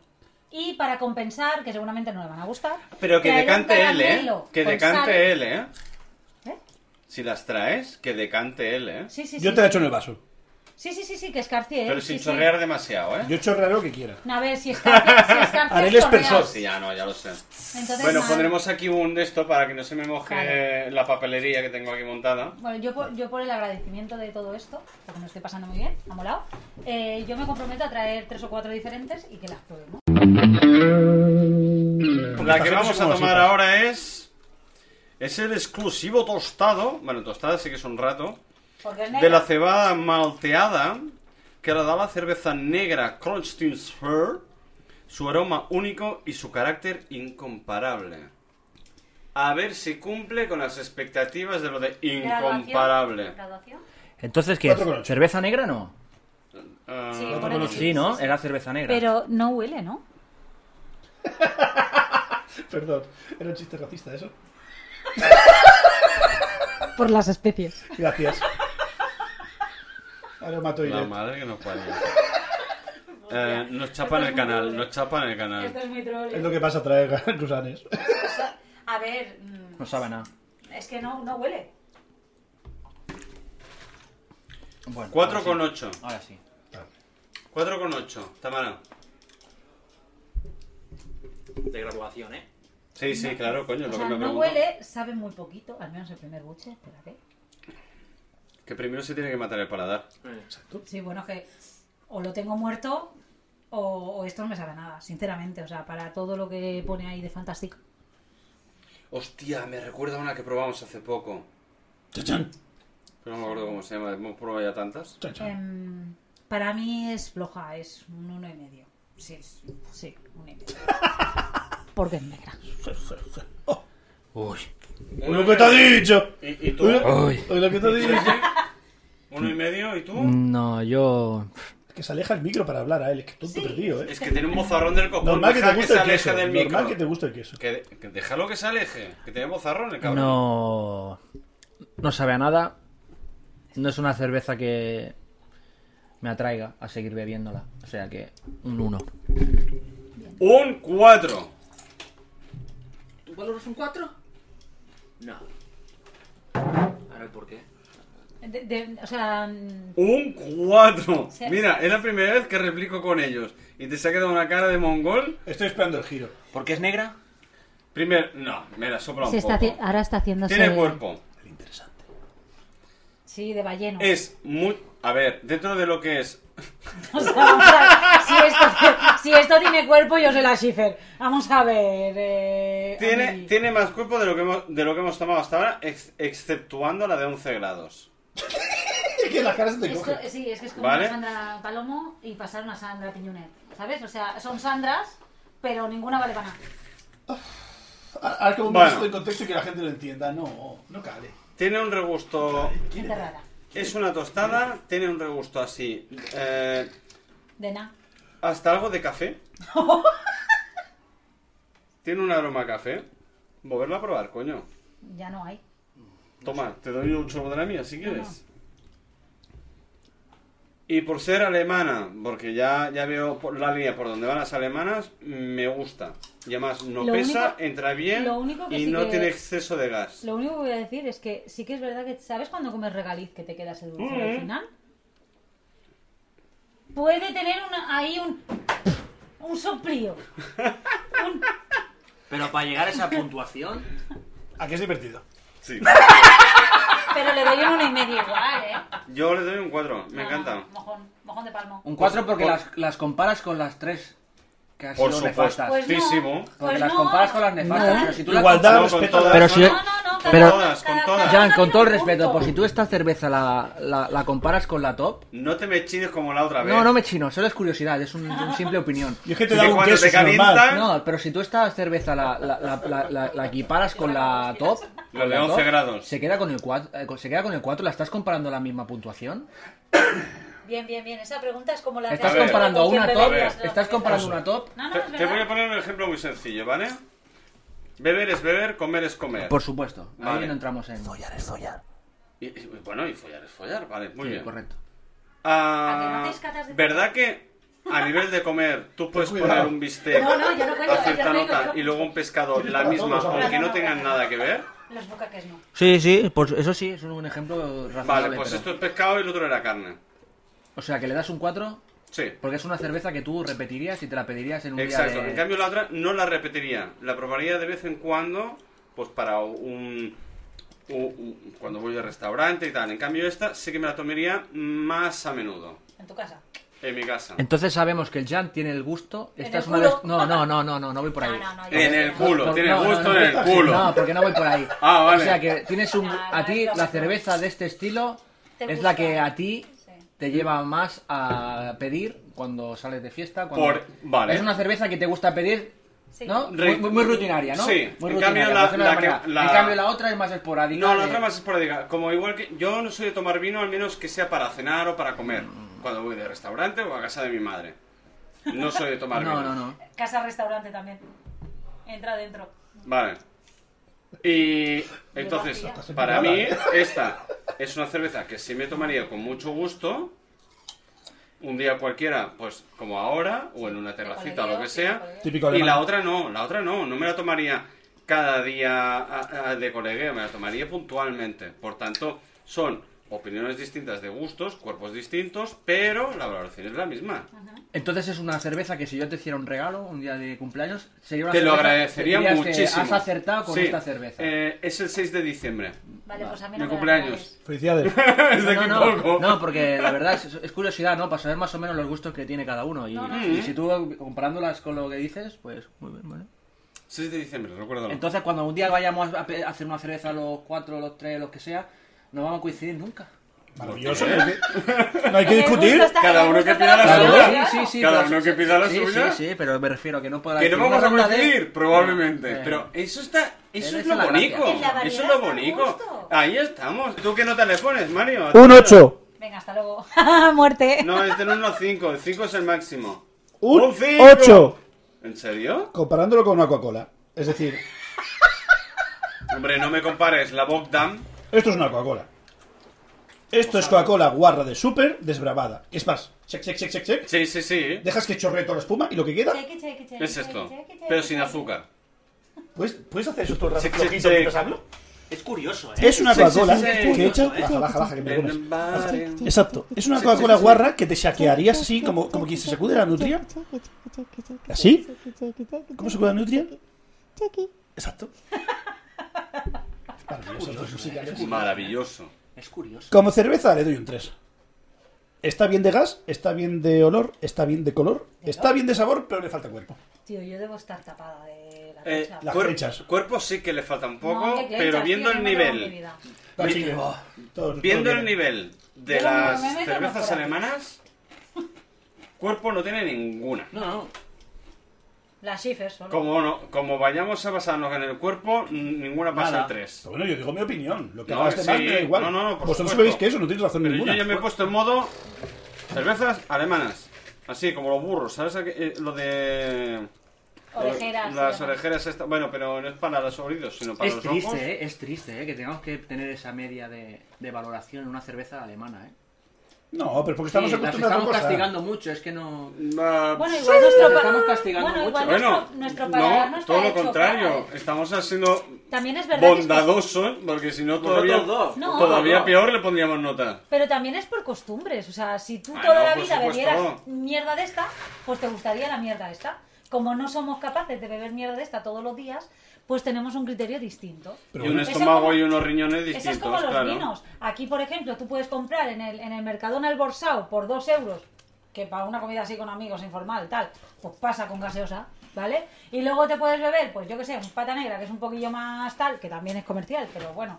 Speaker 4: Y para compensar, que seguramente no le van a gustar.
Speaker 1: Pero que
Speaker 4: traer un
Speaker 1: decante él, ¿eh?
Speaker 4: caramelo
Speaker 1: Que
Speaker 4: con sal.
Speaker 1: decante él, ¿eh?
Speaker 4: ¿Eh?
Speaker 1: Si las traes, que decante él, ¿eh?
Speaker 4: Sí, sí,
Speaker 2: Yo
Speaker 4: sí.
Speaker 2: te la echo en el vaso.
Speaker 4: Sí, sí, sí, sí, que escarcie. ¿eh?
Speaker 1: Pero
Speaker 4: sí,
Speaker 1: sin
Speaker 4: sí.
Speaker 1: chorrear demasiado, ¿eh?
Speaker 2: Yo chorraré lo que quiera.
Speaker 4: No, a ver, si escarcia,
Speaker 2: [laughs]
Speaker 4: si escarcia
Speaker 2: Haré el
Speaker 4: es chorrear.
Speaker 2: espersor.
Speaker 1: Sí, ya no, ya lo sé.
Speaker 4: Entonces,
Speaker 1: Bueno,
Speaker 4: nada.
Speaker 1: pondremos aquí un de esto para que no se me moje
Speaker 4: Vale.
Speaker 1: la papelería que tengo aquí montada.
Speaker 4: Bueno, yo por, yo por el agradecimiento de todo esto, porque me lo estoy pasando muy bien, ha molado, eh, yo me comprometo a traer tres o cuatro diferentes y que las probemos.
Speaker 1: La que
Speaker 2: Estas
Speaker 1: vamos
Speaker 2: cosas
Speaker 1: a
Speaker 2: como
Speaker 1: tomar
Speaker 2: las
Speaker 1: ahora es. Es el exclusivo tostado. Bueno, tostada sí que es un rato.
Speaker 4: Porque es
Speaker 1: De
Speaker 4: negro.
Speaker 1: la cebada malteada que la da la cerveza negra Kronsteinsherr. Su aroma único y su carácter incomparable. A ver si cumple con las expectativas de lo de
Speaker 4: Graduación,
Speaker 1: incomparable.
Speaker 4: graduación.
Speaker 3: Entonces, ¿qué es?
Speaker 2: Cuatro con ocho.
Speaker 3: ¿Cerveza negra no?
Speaker 1: Ah,
Speaker 4: Sí,
Speaker 2: Cuatro
Speaker 4: por
Speaker 2: con
Speaker 4: aquí.
Speaker 2: ocho.
Speaker 3: Sí, ¿no? Era cerveza negra.
Speaker 4: Pero no huele, ¿no?
Speaker 2: Perdón, era un chiste racista eso.
Speaker 4: [laughs] Por las especies.
Speaker 2: Gracias. Ahora mato y
Speaker 1: la
Speaker 2: le-
Speaker 1: madre que nos parió.
Speaker 4: [laughs]
Speaker 1: Eh, nos chapan el canal, nos chapan el
Speaker 4: Esto
Speaker 1: canal.
Speaker 4: es muy troll.
Speaker 2: Es lo que pasa a traer gusanes.
Speaker 4: O sea, A ver, mm,
Speaker 3: No sabe nada.
Speaker 4: es que no, no huele.
Speaker 3: Bueno, ahora Ah, sí.
Speaker 1: 4,8.
Speaker 3: Ahora sí.
Speaker 1: 4,8. Tamara.
Speaker 17: De graduación, ¿eh?
Speaker 1: Sí, sí, claro, coño, es
Speaker 4: O
Speaker 1: lo
Speaker 4: sea,
Speaker 1: que me
Speaker 4: no
Speaker 1: pregunto.
Speaker 4: huele, sabe muy poquito, al menos el primer buche, espérate.
Speaker 1: Que primero se tiene que matar el paladar.
Speaker 4: Sí, bueno, es que o lo tengo muerto o, o esto no me sabe a nada, sinceramente. O sea, para todo lo que pone ahí de fantástico.
Speaker 1: Hostia, me recuerda a una que probamos hace poco.
Speaker 2: Chachán,
Speaker 1: Pero no me acuerdo cómo se llama, hemos probado ya tantas.
Speaker 2: chachán.
Speaker 4: Em, para mí es floja, es un uno y medio. Sí, es- sí, un y medio. Porque es negra.
Speaker 3: Uy.
Speaker 2: Uy, lo que te he dicho.
Speaker 1: ¿Y, y tú? Ah.
Speaker 2: Uy, lo- uy, lo que te he dicho.
Speaker 1: ¿Uno y medio? ¿Y tú?
Speaker 3: No, yo.
Speaker 2: Es que se aleja el micro para hablar a él. Es que tonto perdido, eh.
Speaker 1: Es que tiene un bozarrón del copón.
Speaker 2: Normal que
Speaker 1: deja
Speaker 2: te
Speaker 1: que se
Speaker 2: guste el
Speaker 1: aleje
Speaker 2: queso.
Speaker 1: del
Speaker 2: Normal
Speaker 1: micro.
Speaker 2: que te guste el queso.
Speaker 1: Que de- que déjalo que se aleje, que tiene bozarrón el cabrón.
Speaker 3: No. No sabe a nada. No es una cerveza que me atraiga a seguir bebiéndola. O sea que un 1.
Speaker 1: Un 4.
Speaker 17: ¿Tu valor es un 4? No. Ahora, ¿por qué?
Speaker 4: De- de- o sea, mm,
Speaker 1: Un 4.
Speaker 4: Sí.
Speaker 1: Mira, es la primera vez que replico con ellos. Y te se ha quedado una cara de mongol.
Speaker 2: Estoy esperando el giro.
Speaker 17: ¿Por qué es negra?
Speaker 1: Primero, no, me la sopla un
Speaker 4: se está
Speaker 1: poco.
Speaker 4: haci- ah, ahora está haciéndose.
Speaker 1: Tiene cuerpo.
Speaker 4: Sí, de balleno.
Speaker 1: Es muy. A ver, dentro de lo que es.
Speaker 4: [laughs] O sea, vamos a- si, esto, si esto tiene cuerpo, yo soy la Schiffer. Vamos a ver. eh,
Speaker 1: Tiene,
Speaker 4: ay.
Speaker 1: tiene más cuerpo de lo que hemos, de lo que hemos tomado hasta ahora, ex- exceptuando la de 11 grados.
Speaker 2: Es que las caras se te
Speaker 4: Es
Speaker 2: cogen.
Speaker 4: co- sí, es que es como
Speaker 1: ¿Vale?
Speaker 4: una Sandra Palomo y pasar una Sandra Piñonet. ¿Sabes? O sea, son Sandras, pero ninguna vale para nada.
Speaker 2: Ahora ahora como me
Speaker 1: Bueno.
Speaker 2: esto en contexto y que la gente lo entienda. No, no cale.
Speaker 1: Tiene un regusto.
Speaker 4: Gente rara.
Speaker 1: Es una tostada, tiene un regusto así. eh,
Speaker 4: De nada.
Speaker 1: hasta algo de café. tiene un aroma a café. Volverlo a probar, coño.
Speaker 4: Ya no hay.
Speaker 1: Toma, te doy un sorbo de la mía si quieres. Y por ser alemana, porque ya, ya veo por la línea por donde van las alemanas, me gusta. Y además no
Speaker 4: Lo
Speaker 1: pesa,
Speaker 4: único-
Speaker 1: entra bien
Speaker 4: lo único que
Speaker 1: y
Speaker 4: sí
Speaker 1: no
Speaker 4: que-
Speaker 1: tiene exceso de gas.
Speaker 4: Lo único que voy a decir es que sí que es verdad que, ¿sabes cuando comes regaliz que te quedas dulce al final? Puede tener una- ahí un. un soplío. Un-
Speaker 17: Pero para llegar a esa puntuación,
Speaker 2: Aquí es divertido.
Speaker 1: Sí.
Speaker 4: pero le doy un uno y medio igual, ¿eh?
Speaker 1: Yo le doy un 4, me
Speaker 4: Ah,
Speaker 1: encanta.
Speaker 4: Mojón, mojón de palmo.
Speaker 3: Un 4 porque
Speaker 1: Por-
Speaker 3: las, las comparas con las 3 que han
Speaker 1: Por
Speaker 3: sido
Speaker 1: supuesto.
Speaker 3: nefastas.
Speaker 4: Pues no,
Speaker 1: Fastísimo.
Speaker 4: pues
Speaker 3: Porque las
Speaker 4: no.
Speaker 3: comparas con las nefastas.
Speaker 4: No.
Speaker 3: Pero si tú las
Speaker 2: Igualdad,
Speaker 1: No, con
Speaker 2: respeto a
Speaker 1: todas,
Speaker 2: la
Speaker 3: Pero si-
Speaker 4: No, no, no,
Speaker 3: Pero-
Speaker 1: todas, con todas.
Speaker 3: Jan, con todo el
Speaker 4: Punto.
Speaker 3: respeto, por si tú esta cerveza la, la- la comparas con la top,
Speaker 1: No te me chines como la otra vez.
Speaker 3: no, no me chino, solo es curiosidad, es un, un simple opinión.
Speaker 2: Y es que te
Speaker 1: Que
Speaker 2: da un
Speaker 1: cuando
Speaker 2: queso,
Speaker 1: te
Speaker 2: es normal.
Speaker 1: calientan,
Speaker 3: No, pero si tú esta cerveza la, la, la- la- la- la equiparas con la top,
Speaker 1: Lo
Speaker 3: con
Speaker 1: de
Speaker 3: la
Speaker 1: 11
Speaker 3: top,
Speaker 1: grados.
Speaker 3: Se queda con el 4, se queda con el 4, la estás comparando a la misma puntuación?
Speaker 4: Bien, bien, bien. Esa pregunta es como la que
Speaker 3: ¿Estás
Speaker 4: has hecho
Speaker 3: comparando
Speaker 4: con
Speaker 3: una
Speaker 4: quien
Speaker 3: top?
Speaker 4: bebías
Speaker 3: ¿Estás
Speaker 4: la cerveza.
Speaker 3: comparando una top?
Speaker 4: Ah, No, no,
Speaker 1: Te,
Speaker 4: es
Speaker 1: te voy a
Speaker 4: verdad.
Speaker 1: poner un ejemplo muy sencillo, ¿vale? Beber es beber, comer es comer.
Speaker 3: Por supuesto, ahí
Speaker 1: Vale.
Speaker 3: no entramos en
Speaker 1: Y- y- bueno, y follar es follar, vale, muy
Speaker 3: Sí,
Speaker 1: bien.
Speaker 3: correcto.
Speaker 1: Ah,
Speaker 4: ¿A que no hacéis catas de-
Speaker 1: ¿Verdad que a nivel de comer tú puedes
Speaker 2: cuidado.
Speaker 1: poner un bistec
Speaker 4: No, no, yo no cuelgo,
Speaker 1: a cierta
Speaker 4: yo no
Speaker 1: nota
Speaker 4: cuelgo, yo-
Speaker 1: y luego un pescado la
Speaker 2: para
Speaker 1: misma,
Speaker 2: todos, vamos.
Speaker 1: aunque
Speaker 4: No,
Speaker 1: no
Speaker 4: no,
Speaker 1: tengan
Speaker 4: no, no.
Speaker 1: nada que ver?
Speaker 4: Los bocaques no.
Speaker 3: Sí, sí, pues eso sí, es un ejemplo razonable.
Speaker 1: Vale, pues
Speaker 3: pero-
Speaker 1: esto es pescado y el otro era carne.
Speaker 3: O sea, que le das un 4
Speaker 1: Sí,
Speaker 3: porque es una cerveza que tú repetirías y te la pedirías en un
Speaker 1: exacto.
Speaker 3: día de...
Speaker 1: En cambio la otra no la repetiría, la probaría de vez en cuando, pues para un... u- u- cuando voy al restaurante y tal. En cambio esta sí que me la tomaría más a menudo,
Speaker 4: En tu casa.
Speaker 1: en mi casa.
Speaker 3: Entonces sabemos que el Jan tiene el gusto.
Speaker 4: En
Speaker 3: Esta
Speaker 4: el
Speaker 3: es una de-
Speaker 4: culo.
Speaker 3: No, no, no, no, no, no voy por ahí.
Speaker 4: [laughs] No, no, no, yo
Speaker 1: En
Speaker 4: sé
Speaker 1: el
Speaker 4: que no.
Speaker 1: culo,
Speaker 3: Por-
Speaker 1: tiene
Speaker 3: no, no,
Speaker 1: gusto
Speaker 3: no.
Speaker 1: en el culo.
Speaker 3: No, porque no voy por ahí.
Speaker 1: Ah, vale.
Speaker 3: O sea que tienes un... A ti
Speaker 4: No, no,
Speaker 3: la cerveza de este estilo
Speaker 4: Ah, Te
Speaker 3: es
Speaker 4: gusta.
Speaker 3: la que a ti
Speaker 4: Sí.
Speaker 3: te lleva más a pedir cuando sales de fiesta. cuando-
Speaker 1: Por- vale.
Speaker 3: Es una cerveza que te gusta pedir,
Speaker 4: Sí.
Speaker 3: ¿no?
Speaker 1: Re-
Speaker 3: Muy, muy- muy rutinaria, ¿no?
Speaker 1: Sí.
Speaker 3: Muy
Speaker 1: En
Speaker 3: rutinaria,
Speaker 1: cambio,
Speaker 3: por
Speaker 1: la-
Speaker 3: decirlo
Speaker 1: la
Speaker 3: de alguna
Speaker 1: que-
Speaker 3: manera.
Speaker 1: la-
Speaker 3: En cambio la otra es más esporádica.
Speaker 1: No,
Speaker 3: de-
Speaker 1: la otra más esporádica. Como igual que yo no soy de tomar vino, al menos que sea para cenar o para comer.
Speaker 3: Mm.
Speaker 1: Cuando voy de restaurante o a casa de mi madre. No soy de tomar
Speaker 3: [laughs] No,
Speaker 1: vino.
Speaker 3: no, no.
Speaker 4: Casa-restaurante también. Entra dentro.
Speaker 1: Vale. Y entonces,
Speaker 4: vacía.
Speaker 1: para mí,
Speaker 3: [laughs]
Speaker 1: esta es una cerveza que sí me tomaría con mucho gusto. Un día cualquiera, pues como ahora, o en una terracita o lo que sea.
Speaker 2: Típico
Speaker 1: Y
Speaker 2: alemán.
Speaker 1: la otra no, la otra no, no me la tomaría cada día a- a- de colegueo, me la tomaría puntualmente. Por tanto, son opiniones distintas de gustos, cuerpos distintos, pero la valoración es la misma.
Speaker 3: Entonces es una cerveza que si yo te hiciera un regalo un día de cumpleaños, sería una
Speaker 1: Te lo
Speaker 3: cerveza que
Speaker 1: agradecería
Speaker 3: dirías que
Speaker 1: muchísimo.
Speaker 3: Has acertado con
Speaker 1: Sí,
Speaker 3: esta cerveza.
Speaker 1: eh, es el 6 de diciembre.
Speaker 4: Vale, pues a mí
Speaker 1: Mi
Speaker 4: no me la
Speaker 1: cumpleaños. [laughs]
Speaker 2: Felicidades.
Speaker 1: es de
Speaker 3: no,
Speaker 1: aquí
Speaker 3: no,
Speaker 1: poco.
Speaker 3: no, porque la verdad es, es curiosidad, ¿no? Para saber más o menos los gustos que tiene cada uno. Y, y si tú comparándolas con lo que dices, pues muy bien, ¿vale?
Speaker 1: 6 de diciembre, recuérdalo.
Speaker 3: Entonces cuando un día vayamos a pe- a hacer una cerveza los cuatro, los tres, los que sea, no vamos a coincidir nunca.
Speaker 2: Maravilloso.
Speaker 1: Eh,
Speaker 3: ¿eh?
Speaker 2: no hay que- No hay que
Speaker 4: El gusto
Speaker 2: discutir.
Speaker 4: está-
Speaker 1: Cada
Speaker 4: el
Speaker 1: uno
Speaker 4: gusto
Speaker 1: que
Speaker 4: está
Speaker 1: pida la
Speaker 4: en
Speaker 1: suya.
Speaker 4: casa,
Speaker 1: Claro,
Speaker 4: claro.
Speaker 1: ¿Ah, Cada
Speaker 3: pero-
Speaker 1: uno que pida la
Speaker 3: sí,
Speaker 1: suya.
Speaker 3: Sí, sí, pero me refiero que no podrá
Speaker 1: Que no
Speaker 3: decir
Speaker 1: vamos
Speaker 3: una
Speaker 1: a
Speaker 3: ronda de-
Speaker 1: coincidir, probablemente.
Speaker 3: Eh,
Speaker 1: Pero eso está. Eso
Speaker 3: Pero
Speaker 1: es
Speaker 3: esa
Speaker 1: lo
Speaker 3: es la
Speaker 1: bonito.
Speaker 3: gracia.
Speaker 4: En la variedad
Speaker 1: Eso es lo
Speaker 4: está
Speaker 1: bonito.
Speaker 4: justo.
Speaker 1: Ahí estamos. ¿Tú qué nota le pones, Mario?
Speaker 2: Un 8.
Speaker 4: Venga, hasta luego.
Speaker 18: Muerte.
Speaker 1: No, es del 1 al 5. El 5 es el máximo.
Speaker 2: Un
Speaker 1: Un cinco.
Speaker 2: 8.
Speaker 1: ¿En serio?
Speaker 2: Comparándolo con una Coca-Cola. Es decir,
Speaker 1: Hombre, no me compares. La Bogdan.
Speaker 2: esto es una Coca-Cola. Esto es Coca-Cola guarra de súper desbravada. Es más, check, check, check, check, check.
Speaker 1: Sí, sí, sí.
Speaker 2: Dejas que chorree toda la espuma y lo que queda,
Speaker 4: Cheque, cheque, cheque,
Speaker 1: Es
Speaker 4: cheque,
Speaker 1: esto.
Speaker 4: cheque, cheque,
Speaker 1: Pero
Speaker 4: cheque,
Speaker 1: sin
Speaker 4: cheque.
Speaker 1: azúcar.
Speaker 2: ¿Puedes, puedes hacer eso todo el rato
Speaker 1: Check, check,
Speaker 2: flojito mientras
Speaker 1: check.
Speaker 2: hablo?
Speaker 17: Es curioso, ¿eh?
Speaker 2: Es una
Speaker 1: Sí, sí,
Speaker 2: Coca-Cola
Speaker 1: sí, sí,
Speaker 2: que
Speaker 1: sí.
Speaker 2: echa...
Speaker 1: Eh.
Speaker 2: Baja, baja, baja, que me lo comes.
Speaker 1: Vale.
Speaker 2: Exacto. Es una Coca-Cola guarra que te saquearías así, como, como quien se sacude la nutria. ¿Así? ¿Cómo se sacude la nutria? Exacto. Es maravilloso, estos musicales.
Speaker 1: Maravilloso.
Speaker 17: Es curioso.
Speaker 2: Como cerveza le doy un 3. Está bien de gas, está bien de olor, está bien de color, está bien de sabor, pero le falta cuerpo.
Speaker 4: Tío, yo debo estar tapada de la
Speaker 1: Eh,
Speaker 4: cosa.
Speaker 2: Las
Speaker 1: cuer-
Speaker 2: flechas.
Speaker 1: Cuerpo sí que le falta un poco,
Speaker 4: No, qué creencias,
Speaker 1: pero
Speaker 4: tío,
Speaker 1: viendo
Speaker 4: no
Speaker 1: el
Speaker 4: me lo hago en mi
Speaker 1: nivel
Speaker 4: vida.
Speaker 2: Así que, oh, todo- todo
Speaker 1: Viendo
Speaker 2: bien.
Speaker 1: el nivel de
Speaker 4: Yo no me
Speaker 1: las
Speaker 4: meto, no
Speaker 1: cervezas
Speaker 4: por ahí.
Speaker 1: alemanas, cuerpo no tiene ninguna.
Speaker 3: No, no.
Speaker 4: Las shifers solo.
Speaker 1: Como, no, como vayamos a basarnos en el cuerpo, n- ninguna pasa el 3.
Speaker 2: Pero Bueno, yo digo mi opinión. Lo que
Speaker 1: No,
Speaker 2: hagas
Speaker 1: que
Speaker 2: de mal
Speaker 1: sí.
Speaker 2: me da igual.
Speaker 1: No, no, no, por
Speaker 2: Vosotros
Speaker 1: supuesto.
Speaker 2: sabéis que eso, no tenéis razón
Speaker 1: Pero yo
Speaker 2: ninguna.
Speaker 1: ya me he puesto en modo cervezas alemanas. Así, como los burros, ¿sabes? a qué- eh, Lo de...
Speaker 4: Orejeras.
Speaker 1: Las
Speaker 4: se llaman.
Speaker 1: orejeras estas... Bueno, pero no es para los oídos, sino para
Speaker 3: Es
Speaker 1: los
Speaker 3: triste,
Speaker 1: ojos.
Speaker 3: ¿eh? es triste ¿eh? que tengamos que tener esa media de, de valoración en una cerveza alemana. ¿eh?
Speaker 2: No, pero porque
Speaker 3: Sí,
Speaker 2: estamos
Speaker 3: las
Speaker 2: acostumbrados a
Speaker 3: estamos
Speaker 2: otra cosa.
Speaker 3: castigando mucho, es que no...
Speaker 1: Ah,
Speaker 4: Bueno, igual nuestro
Speaker 3: Las
Speaker 4: pa-
Speaker 3: estamos castigando
Speaker 4: bueno,
Speaker 3: mucho.
Speaker 4: igual
Speaker 1: Bueno,
Speaker 4: nuestro, nuestro paladar no
Speaker 1: no,
Speaker 4: está
Speaker 1: todo lo
Speaker 4: hecho
Speaker 1: contrario.
Speaker 4: para-
Speaker 1: Estamos haciendo
Speaker 4: También es verdad que es que-
Speaker 1: bondadosos, porque si no todavía,
Speaker 17: Vosotros dos.
Speaker 4: No.
Speaker 1: todavía peor le pondríamos nota.
Speaker 4: Pero también es por costumbres. O sea, si tú
Speaker 1: Ah,
Speaker 4: toda
Speaker 1: no,
Speaker 4: la
Speaker 1: por
Speaker 4: vida
Speaker 1: supuesto.
Speaker 4: bebieras mierda de esta, pues te gustaría la mierda esta. Como no somos capaces de beber mierda de esta todos los días, pues tenemos un criterio distinto.
Speaker 1: y un
Speaker 4: Eso
Speaker 1: estómago
Speaker 4: como-
Speaker 1: y unos riñones
Speaker 4: Eso es
Speaker 1: distintos,
Speaker 4: como los
Speaker 1: claro.
Speaker 4: vinos. Aquí, por ejemplo, tú puedes comprar en el, en el Mercadona el Borsao por 2 euros, que para una comida así con amigos informal, tal, pues pasa con gaseosa, ¿vale? Y luego te puedes beber, pues yo que sé, un pata negra, que es un poquillo más tal, que también es comercial, pero bueno.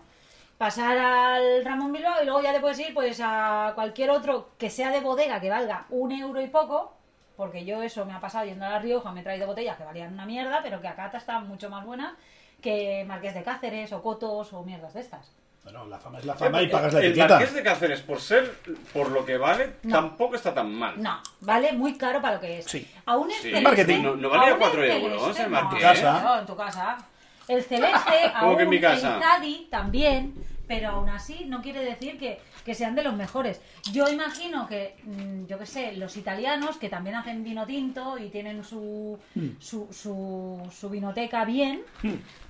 Speaker 4: Pasar al Ramón Bilbao y luego ya te puedes ir pues a cualquier otro que sea de bodega que valga un euro y poco, porque yo eso me ha pasado yendo a La Rioja, me he traído botellas que valían una mierda, pero que acá estaban mucho más buenas que Marqués de Cáceres o Cotos o mierdas de estas.
Speaker 2: Bueno, la fama es la fama y pagas la
Speaker 1: Eh, el
Speaker 2: etiqueta.
Speaker 1: Marqués de Cáceres, por ser, por lo que vale,
Speaker 4: No.
Speaker 1: tampoco está tan mal.
Speaker 4: No, vale muy caro para lo que es.
Speaker 2: Sí.
Speaker 4: A un
Speaker 1: Sí.
Speaker 4: celeste-
Speaker 2: Marketing.
Speaker 1: No- no valía
Speaker 4: a un
Speaker 1: cuatro
Speaker 4: celeste-
Speaker 1: euros, ¿eh, el
Speaker 4: no,
Speaker 1: Marqués.
Speaker 2: En tu casa.
Speaker 4: no, en tu casa. El celeste,
Speaker 1: [laughs] Como
Speaker 4: aún,
Speaker 1: que en mi casa.
Speaker 4: el Zadi también, pero aún así no quiere decir que, que sean de los mejores. Yo imagino que, mm, yo qué sé, los italianos que también hacen vino tinto y tienen su, su, su, su vinoteca bien,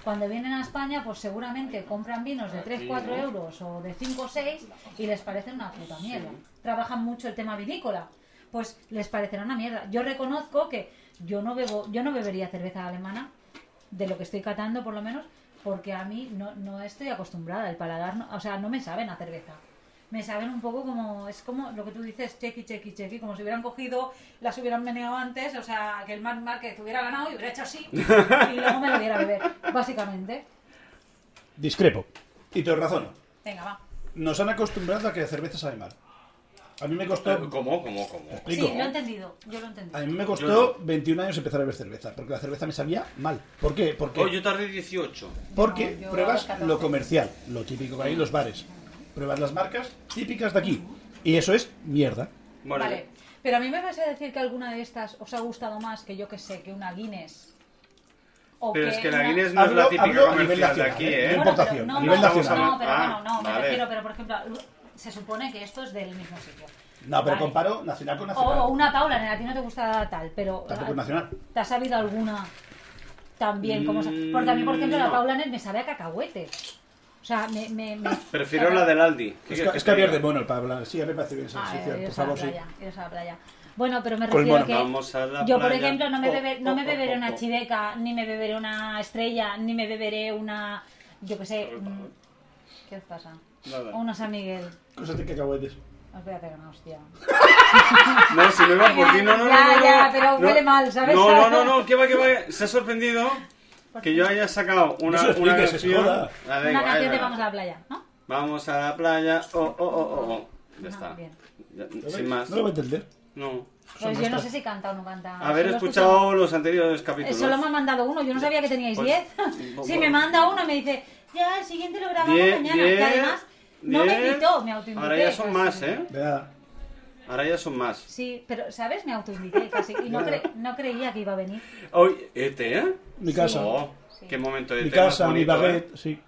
Speaker 4: cuando vienen a España, pues seguramente compran vinos de 3, 4 euros o de 5 o 6 y les parecen una puta mierda. Trabajan mucho el tema vinícola, pues les parecerá una mierda. Yo reconozco que yo no bebo, yo no bebería cerveza alemana, de lo que estoy catando por lo menos, porque a mí no, no estoy acostumbrada, el paladar, no- o sea, no me saben a cerveza. Me saben un poco como, es como lo que tú dices, chequi, chequi, chequi, como si hubieran cogido, las hubieran meneado antes, o sea, que el Mark Márquez hubiera ganado y hubiera
Speaker 1: [laughs]
Speaker 4: hecho así, y luego me lo hubiera beber, básicamente.
Speaker 2: Discrepo. Y te lo razono.
Speaker 4: Venga, va.
Speaker 2: Nos han acostumbrado a que la cerveza sabe mal. A mí me
Speaker 1: ¿Cómo,
Speaker 2: costó.
Speaker 1: cómo, cómo?
Speaker 4: Sí,
Speaker 2: Explico.
Speaker 4: lo he entendido, yo lo he entendido.
Speaker 2: A mí me
Speaker 1: Yo
Speaker 2: costó 21 años empezar a beber cerveza, porque la cerveza me sabía mal. ¿Por qué? Porque,
Speaker 1: Oh, yo tardé 18.
Speaker 2: porque
Speaker 4: No, yo
Speaker 2: pruebas
Speaker 4: a los 14.
Speaker 2: lo comercial, lo típico que hay en los bares. Pruebas las marcas típicas de aquí. Y eso es mierda.
Speaker 1: Bueno,
Speaker 4: vale, pero a mí me vas a decir que alguna de estas os ha gustado más que yo que sé, que una Guinness. O
Speaker 1: pero es que la
Speaker 4: una-
Speaker 1: Guinness no es la
Speaker 2: Hablo- hablo
Speaker 1: típica
Speaker 2: a
Speaker 1: comercial
Speaker 2: nivel
Speaker 1: de
Speaker 2: nacional,
Speaker 1: aquí,
Speaker 2: ¿eh?
Speaker 1: ¿eh?
Speaker 2: No importación,
Speaker 4: pero-
Speaker 2: a nivel
Speaker 4: pero-
Speaker 2: nacional.
Speaker 4: No, pero
Speaker 1: Ah,
Speaker 4: bueno, no, me
Speaker 1: vale.
Speaker 4: refiero, pero por ejemplo, se supone que esto es del mismo sitio.
Speaker 2: No, pero
Speaker 4: Vale.
Speaker 2: comparo nacional con
Speaker 4: O
Speaker 2: nacional.
Speaker 4: una Paula, nena, a ti no te gusta tal, pero...
Speaker 2: Tampoco es nacional.
Speaker 4: ¿Te has sabido alguna también? Como sa- Porque a mí, por ejemplo, la
Speaker 1: Mm, no. Ah,
Speaker 4: Paula Ner me sabe a cacahuete. O sea, me... me, me-
Speaker 1: Prefiero la del Aldi. ¿Qué
Speaker 2: Es,
Speaker 1: quieres
Speaker 2: ca- es
Speaker 1: te
Speaker 2: caviar de
Speaker 1: diga?
Speaker 2: mono el para hablar. Sí, pues a mí me parece bien esa
Speaker 4: Ah,
Speaker 2: sección, por
Speaker 4: iros a la
Speaker 2: favor, sí.
Speaker 4: playa, iros a la playa. Bueno, pero me
Speaker 2: Con el
Speaker 4: refiero
Speaker 2: mono.
Speaker 4: que
Speaker 1: Pues Vamos a la
Speaker 4: yo, por
Speaker 1: playa. Oh,
Speaker 4: ejemplo, no me,
Speaker 1: Po,
Speaker 4: bebe- no
Speaker 1: po,
Speaker 4: me
Speaker 1: po,
Speaker 4: beberé
Speaker 1: po,
Speaker 4: una
Speaker 1: po.
Speaker 4: chideca, ni me beberé una estrella, ni me beberé una... Yo qué sé... mm, ¿Qué os pasa?
Speaker 1: Nada.
Speaker 4: O una San Miguel.
Speaker 2: Cosas de cacahuetes.
Speaker 4: Os voy a pegar una hostia.
Speaker 1: No, si no iba por ti, no, no, no,
Speaker 4: Ya,
Speaker 1: no,
Speaker 4: ya,
Speaker 1: no,
Speaker 4: pero
Speaker 1: no.
Speaker 4: huele mal, ¿sabes?
Speaker 1: No, no, no, no, que va, que va. Se ha sorprendido que yo haya sacado una,
Speaker 2: No se lo
Speaker 1: una
Speaker 2: expliques,
Speaker 1: canción.
Speaker 2: joda.
Speaker 1: Ah, da
Speaker 4: Una
Speaker 1: igual,
Speaker 4: canción de
Speaker 1: da
Speaker 4: Vamos a
Speaker 1: igual.
Speaker 4: la playa, ¿no?
Speaker 1: Vamos a la playa. Oh, oh, oh, oh, oh. Ya
Speaker 4: Ah,
Speaker 1: está.
Speaker 4: bien.
Speaker 1: Ya, sin más.
Speaker 2: No lo voy a entender.
Speaker 1: No.
Speaker 4: Pues yo no sé si canta o no canta.
Speaker 1: Haber
Speaker 4: Ah, Solo he
Speaker 1: escuchado los anteriores
Speaker 4: escuchado- eh,
Speaker 1: capítulos.
Speaker 4: Solo me han mandado uno, yo no sabía que teníais
Speaker 1: Pues-
Speaker 4: 10. [laughs] Si me manda uno, me dice, ya, el siguiente lo grabamos
Speaker 1: Diez,
Speaker 4: mañana.
Speaker 1: diez,
Speaker 4: que además no me
Speaker 1: diez.
Speaker 4: invitó, me pues, autoinvité.
Speaker 1: Ahora ya son
Speaker 4: casi.
Speaker 1: más, ¿eh?
Speaker 2: De nada.
Speaker 1: Ahora ya son más.
Speaker 4: Sí, pero, ¿sabes? Me autoinvité casi. Y no, cre- no creía que iba a venir.
Speaker 1: Hoy,
Speaker 2: E
Speaker 1: ¿Ete, eh?
Speaker 2: Mi casa.
Speaker 1: Oh, qué momento de
Speaker 2: Mi
Speaker 1: té
Speaker 2: casa,
Speaker 1: más
Speaker 2: mi
Speaker 1: bonito, ¿eh?
Speaker 2: baguette, sí.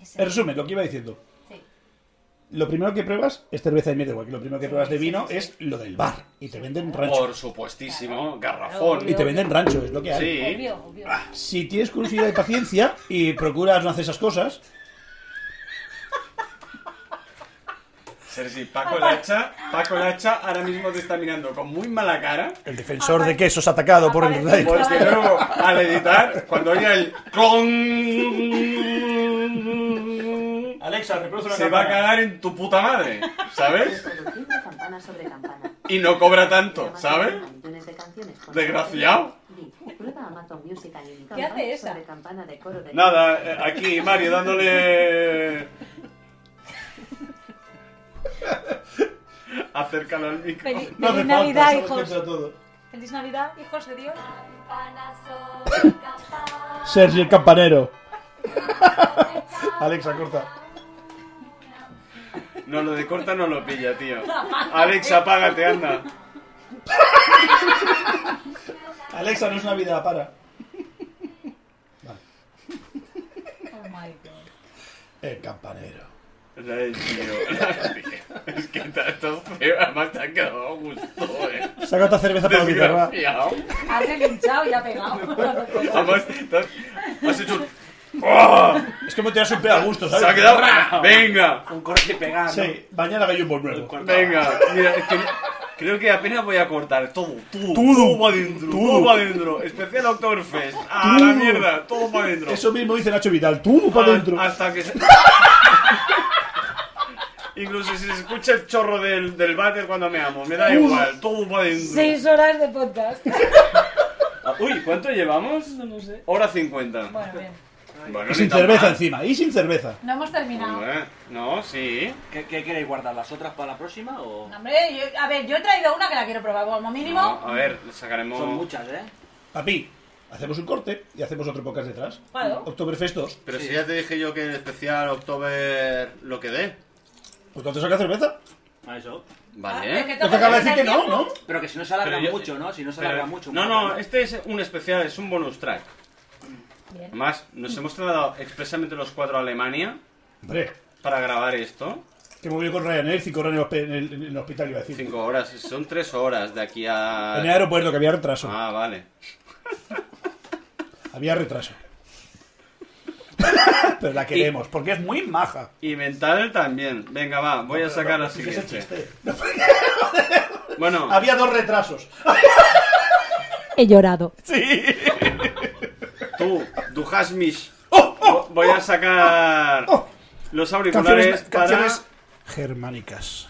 Speaker 4: Ese-
Speaker 2: En resumen, lo que iba diciendo.
Speaker 4: Sí.
Speaker 2: Lo primero que pruebas es cerveza de mierda, igual que lo primero que pruebas de vino es lo del bar. Y te venden rancho.
Speaker 1: Por supuestísimo, garrafón.
Speaker 2: Y te venden rancho, es lo que hay.
Speaker 1: Sí. Ah,
Speaker 4: Obvio, obvio.
Speaker 2: Si tienes curiosidad y paciencia y procuras no hacer esas cosas,
Speaker 1: Sergi, Paco el hacha, Paco el hacha ahora mismo te está mirando con muy mala cara.
Speaker 2: el defensor de quesos atacado por el rey.
Speaker 1: Pues de nuevo, al editar, cuando oiga el clon,
Speaker 19: Alexa, reproduce una
Speaker 1: se va a
Speaker 19: campana.
Speaker 1: cagar en tu puta madre, ¿sabes?
Speaker 22: Reproduciendo campana sobre campana.
Speaker 1: Y no cobra tanto, ¿sabes?
Speaker 22: Millones de canciones con-
Speaker 1: Desgraciado.
Speaker 22: Di, Prueba Amazon Music Unlimited.
Speaker 4: ¿Qué hace esa?
Speaker 22: Sobre campana de coro de-
Speaker 1: Nada, eh, aquí Mario dándole... Acércalo al micro.
Speaker 4: Fel- Feliz,
Speaker 2: No hace falta,
Speaker 4: Navidad,
Speaker 2: sabes
Speaker 4: hijos.
Speaker 2: contra todo.
Speaker 4: Feliz Navidad, hijos de Dios.
Speaker 2: Sergio el campanero. [laughs] Alexa, corta.
Speaker 1: No, lo de corta no lo pilla, tío. Alex, apágate, anda.
Speaker 2: Alexa, no es Navidad, para.
Speaker 4: [laughs] Oh my god.
Speaker 2: El campanero.
Speaker 1: La del tío, la del tío. [laughs] Es que tanto feo, además te ha quedado a gusto, eh.
Speaker 2: Saca otra cerveza para la guitarra.
Speaker 1: Desgraciado.
Speaker 4: Has relinchado y ha pegado.
Speaker 1: Además, te has, has hecho. un- ¡Oh!
Speaker 2: Es como te has un pedo a gusto,
Speaker 1: ¡Se ha
Speaker 2: ¿sabes?
Speaker 1: quedado! ¡Venga!
Speaker 5: Con corte y pegar, ¿no?
Speaker 2: Sí, mañana hay un bol nuevo.
Speaker 1: ¡Venga! Mira, es que creo que apenas voy a cortar todo. Todo, todo, para adentro. Todo,
Speaker 2: Todo.
Speaker 1: para adentro. Especial Oktoberfest. ¡A la
Speaker 2: Todo.
Speaker 1: mierda! Todo para adentro.
Speaker 2: Eso mismo dice Nacho Vidal. Tú para
Speaker 1: Ah,
Speaker 2: adentro.
Speaker 1: Hasta que se... Incluso si se escucha el chorro del, del váter cuando me amo, me da igual, todo va dentro.
Speaker 18: Seis horas de podcast.
Speaker 1: Ah, Uy, ¿cuánto llevamos? No lo sé. Hora 50.
Speaker 4: Bueno, bien.
Speaker 1: Bueno,
Speaker 2: Y
Speaker 1: ni
Speaker 2: sin
Speaker 1: tan
Speaker 2: cerveza
Speaker 1: mal.
Speaker 2: encima, y sin cerveza.
Speaker 4: No hemos terminado.
Speaker 1: Bueno, No, sí.
Speaker 17: ¿Qué, qué queréis guardar? ¿Las otras para la próxima o...?
Speaker 4: Hombre, yo- a ver, yo he traído una que la quiero probar, como mínimo.
Speaker 1: No, a ver, sacaremos.
Speaker 17: Son muchas, ¿eh?
Speaker 2: Papi, hacemos un corte y hacemos otro podcast detrás.
Speaker 4: Claro.
Speaker 2: Oktoberfest 2.
Speaker 1: Pero si ya te dije yo que en especial October lo que dé.
Speaker 2: Pues entonces saca cerveza.
Speaker 17: A eso.
Speaker 1: Vale.
Speaker 4: Ah, es que
Speaker 2: Te
Speaker 4: toca
Speaker 2: acaba de decir que
Speaker 4: perder
Speaker 2: no,
Speaker 4: tiempo.
Speaker 2: ¿no?
Speaker 17: Pero que si no se alarga
Speaker 1: Pero yo-
Speaker 17: mucho, ¿no? Si no se
Speaker 1: Pero-
Speaker 17: alarga mucho.
Speaker 1: no,
Speaker 17: una
Speaker 1: no,
Speaker 17: banda.
Speaker 1: este es un especial, es un bonus track.
Speaker 4: Bien.
Speaker 1: Más, nos hemos trasladado expresamente los cuatro a Alemania
Speaker 2: Hombre,
Speaker 1: para grabar esto.
Speaker 2: que me voy con Ryanair, cinco horas en el, hosp- en el- en el hospital, iba a decir.
Speaker 1: Cinco horas, son tres horas de aquí
Speaker 2: En el
Speaker 1: a.
Speaker 2: aeropuerto, que había retraso.
Speaker 1: Ah, vale.
Speaker 19: [laughs]
Speaker 2: Había retraso. Pero la queremos, porque es muy maja.
Speaker 1: Y mental también. Venga, va, voy a sacar la
Speaker 2: ¿Qué es el
Speaker 1: siguiente.
Speaker 2: chiste? [laughs]
Speaker 1: Bueno,
Speaker 2: Había dos
Speaker 19: [laughs]
Speaker 2: retrasos.
Speaker 18: He llorado.
Speaker 1: tú, Duhasmish. Vo- Voy a sacar
Speaker 2: Oh.
Speaker 1: los
Speaker 2: Canciones,
Speaker 1: auriculares para.
Speaker 2: canciones germánicas.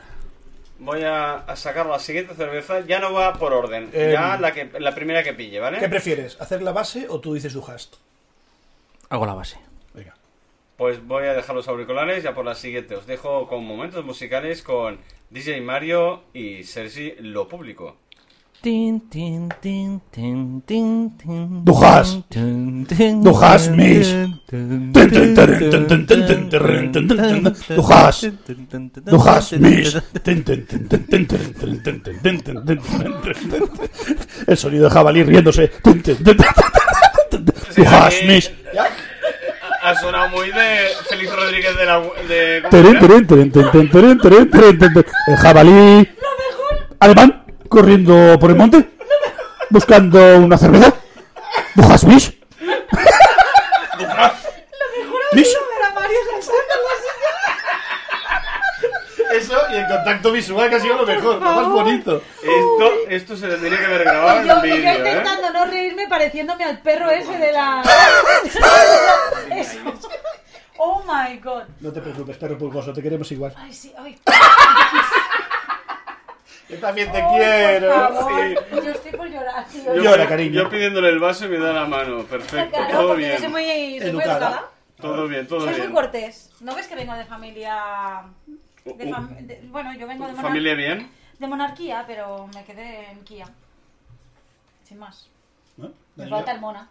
Speaker 1: Voy a, a sacar la siguiente cerveza. Ya no va por orden.
Speaker 2: Em.
Speaker 1: Ya la, que, la primera que pille, ¿vale?
Speaker 2: ¿Qué prefieres? ¿Hacer la base o tú dices du hast?
Speaker 3: Hago la base.
Speaker 2: Venga.
Speaker 1: Pues voy a dejar los auriculares ya por la siguiente. Os dejo con momentos musicales con DJ Mario y Sergi Lo Público.
Speaker 3: Tin, tin, tin, tin, tin, tin,
Speaker 2: Dujas.
Speaker 3: tin, tin,
Speaker 2: Dujas,
Speaker 3: tin,
Speaker 2: mis.
Speaker 3: tin,
Speaker 2: Tin, tin, tin,
Speaker 3: tin,
Speaker 2: tin,
Speaker 3: tin,
Speaker 2: tin, tin, tin, tin, tin, tin, tin. Dujas.
Speaker 3: tin, tin, tin, tin,
Speaker 2: Du hast
Speaker 3: tin,
Speaker 2: mich.
Speaker 3: tin,
Speaker 2: Tin, tin, tin, tin, tin, tin, tin, tin, tin, tin, tin, tin, tin, tin. El sonido de jabalí riéndose. Tin, tin, tin, tin, tin, tin, tin. Du hast mich.
Speaker 1: Ha sonado muy de Félix Rodríguez de la. De,
Speaker 2: Terén, terén, terén, terén, terén, terén, terén, terén, terén, terén. El jabalí alemán corriendo por el monte buscando una cerveza. ¿Bujas Mish? ¿Mish?
Speaker 19: Eso y el contacto visual que ha sido lo mejor, lo más bonito.
Speaker 1: Esto, esto se lo tenía que haber grabado
Speaker 18: Y yo,
Speaker 1: en
Speaker 18: y yo
Speaker 1: vídeo, ¿eh?
Speaker 18: intentando no reírme pareciéndome al perro ese de la...
Speaker 4: Eso. Oh my god.
Speaker 2: No te preocupes, perro pulgoso, te queremos igual.
Speaker 4: Ay, sí, ay.
Speaker 19: Yo también te
Speaker 4: ay, por
Speaker 19: quiero.
Speaker 4: favor.
Speaker 1: sí.
Speaker 4: Yo estoy por llorar, tío.
Speaker 2: Yo- Llora, cariño.
Speaker 1: Yo pidiéndole el vaso y me da la mano. Perfecto,
Speaker 4: Claro,
Speaker 1: todo
Speaker 4: porque
Speaker 1: bien.
Speaker 4: yo soy muy, soy muy
Speaker 2: Educada.
Speaker 4: educada.
Speaker 1: Todo bien, todo
Speaker 4: Soy muy
Speaker 1: bien.
Speaker 4: cortés. ¿No ves que vengo de familia... de fam- de- bueno, yo vengo de, monar-
Speaker 1: Uh, Familia bien.
Speaker 4: de monarquía, pero me quedé en Kia. Sin más. Me falta el mona.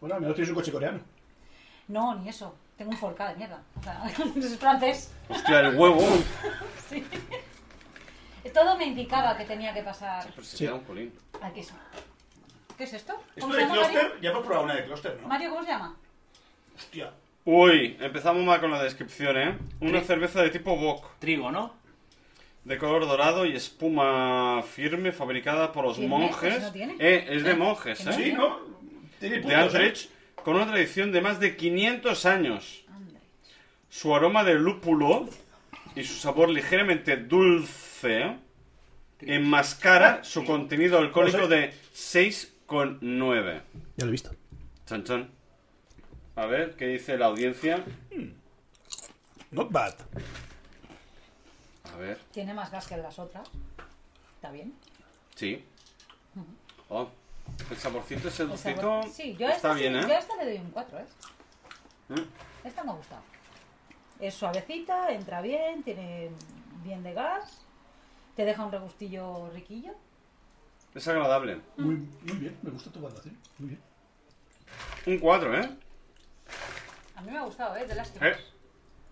Speaker 2: Bueno, al menos tienes un coche coreano.
Speaker 4: No, ni eso. Tengo un forca de mierda. O sea, [laughs] es francés.
Speaker 1: Hostia, el huevo.
Speaker 4: Todo me indicaba que tenía que pasar.
Speaker 1: Pero se queda un colín.
Speaker 4: Aquí eso. ¿Qué es esto?
Speaker 19: Esto
Speaker 4: ¿Cómo se
Speaker 19: de
Speaker 4: llama Mario?
Speaker 19: Cluster, ya hemos probado una de Cluster, ¿no?
Speaker 4: Mario, ¿cómo se llama?
Speaker 19: Hostia.
Speaker 1: Uy, empezamos mal con la descripción, ¿eh? Una cerveza de tipo Bock,
Speaker 17: Trigo, ¿no?
Speaker 1: de color dorado y espuma firme, fabricada por los
Speaker 4: ¿Firme?
Speaker 1: monjes.
Speaker 4: Eso no tiene.
Speaker 1: Eh, es de monjes,
Speaker 4: ¿Que
Speaker 1: ¿eh?
Speaker 19: Sí, ¿no? Tiene
Speaker 1: De
Speaker 19: puntos, ¿eh?
Speaker 1: Andrich, con una tradición de más de 500 años.
Speaker 4: Anda.
Speaker 1: Su aroma de lúpulo y su sabor ligeramente dulce
Speaker 4: Ah,
Speaker 1: enmascara su contenido alcohólico de 6,9.
Speaker 2: Ya lo he visto.
Speaker 1: Chan, chan. A ver, ¿qué dice la audiencia?
Speaker 2: Not bad.
Speaker 1: A ver,
Speaker 4: Tiene más gas que las otras. Está bien.
Speaker 1: sí. Oh, el saborcito ese
Speaker 4: El
Speaker 1: dulcito
Speaker 4: sabor- Sí, yo a
Speaker 1: está
Speaker 4: esta, sí-
Speaker 1: bien,
Speaker 4: yo a
Speaker 1: ¿eh?
Speaker 4: esta le doy un 4, ¿eh?
Speaker 1: Mm,
Speaker 4: Esta me ha gustado. Es suavecita, entra bien, tiene bien de gas. Te deja un regustillo riquillo.
Speaker 1: Es agradable.
Speaker 2: Muy, muy bien, me gusta tu valoración. Muy bien.
Speaker 1: Un 4, ¿eh?
Speaker 4: A mí me ha gustado, ¿eh? De las que...
Speaker 1: ¿eh?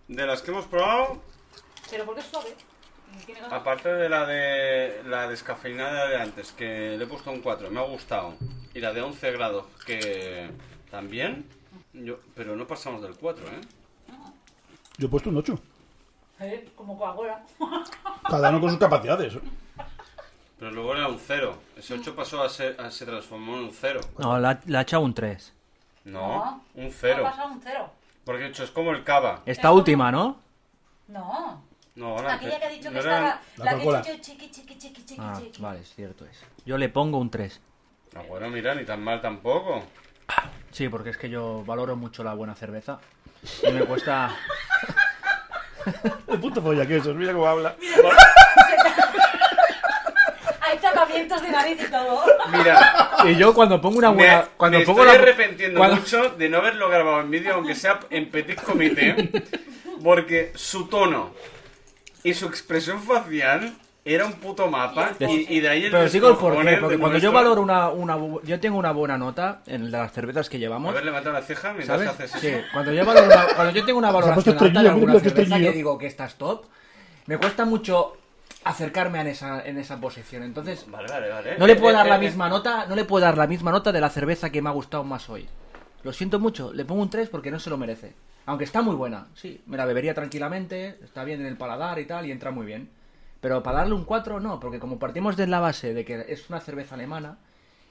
Speaker 1: De las que hemos probado,
Speaker 4: Pero porque es suave. y Tiene gas.
Speaker 1: Aparte de la de la descafeinada de antes, que le he puesto un 4, me ha gustado. Y la de 11 grados, que también. Yo, pero no pasamos del 4, ¿eh?
Speaker 2: Yo he puesto un 8.
Speaker 4: ¿Eh? Como Coca-Cola. [laughs]
Speaker 2: Cada uno con sus capacidades. ¿eh?
Speaker 1: Pero luego era un 0. Ese 8 pasó a ser, a- se transformó en un 0.
Speaker 3: No, la la he echado un 3.
Speaker 1: No,
Speaker 4: No,
Speaker 1: un
Speaker 4: Ha
Speaker 1: 0.
Speaker 4: pasado un cero.
Speaker 1: Porque de hecho es como el cava.
Speaker 3: Esta última, ¿no?
Speaker 4: No.
Speaker 1: No, la
Speaker 4: Aquella que ha dicho que
Speaker 1: Ah, no era-
Speaker 4: estaba... La, que
Speaker 2: Coca-Cola.
Speaker 4: he dicho chiqui, chiqui, chiqui, chiqui,
Speaker 3: Ah,
Speaker 4: chiqui.
Speaker 3: vale, es cierto es. Yo le pongo un 3.
Speaker 1: Ah, bueno, mira, ni tan mal tampoco. [laughs]
Speaker 3: Sí, porque es que yo valoro mucho la buena cerveza. Y me cuesta.
Speaker 2: De puto folla que eso, mira cómo habla.
Speaker 18: Hay tapamientos de nariz y todo.
Speaker 1: Mira,
Speaker 23: Y yo cuando pongo una buena.
Speaker 1: me,
Speaker 23: cuando
Speaker 1: me
Speaker 23: pongo
Speaker 1: estoy
Speaker 23: la-
Speaker 1: arrepintiendo
Speaker 23: cuando-
Speaker 1: mucho de no haberlo grabado en vídeo, aunque sea en petit
Speaker 3: [laughs]
Speaker 1: comité, porque su tono y su expresión facial era un puto mapa y, y de ahí el
Speaker 3: Pero sigo el porqué,
Speaker 1: descompone
Speaker 3: porque
Speaker 1: de
Speaker 3: cuando yo
Speaker 1: nuestro-
Speaker 3: valoro una, una bu- Yo tengo una buena nota en de las cervezas que llevamos.
Speaker 1: Haber levantado la ceja mientras
Speaker 3: ¿Sabes?
Speaker 1: haces
Speaker 3: Sí,
Speaker 1: eso.
Speaker 3: cuando yo, valoro una- cuando yo tengo una
Speaker 2: Se ha puesto
Speaker 3: valoración alta de
Speaker 2: estreñido,
Speaker 3: alguna
Speaker 2: mira que
Speaker 3: cerveza que
Speaker 2: estreñido.
Speaker 3: digo que esta es top, me cuesta mucho acercarme en esa, en esa posición. Entonces,
Speaker 1: Vale, vale, vale.
Speaker 3: no le puedo
Speaker 1: Eh,
Speaker 3: dar
Speaker 1: eh,
Speaker 3: la
Speaker 1: eh,
Speaker 3: misma nota, no le puedo dar la misma nota de la cerveza que me ha gustado más hoy. Lo siento mucho, le pongo un 3 porque no se lo merece. Aunque está muy buena, sí, me la bebería tranquilamente, está bien en el paladar y tal, y entra muy bien. Pero para darle un 4 no, porque como partimos de la base de que es una cerveza alemana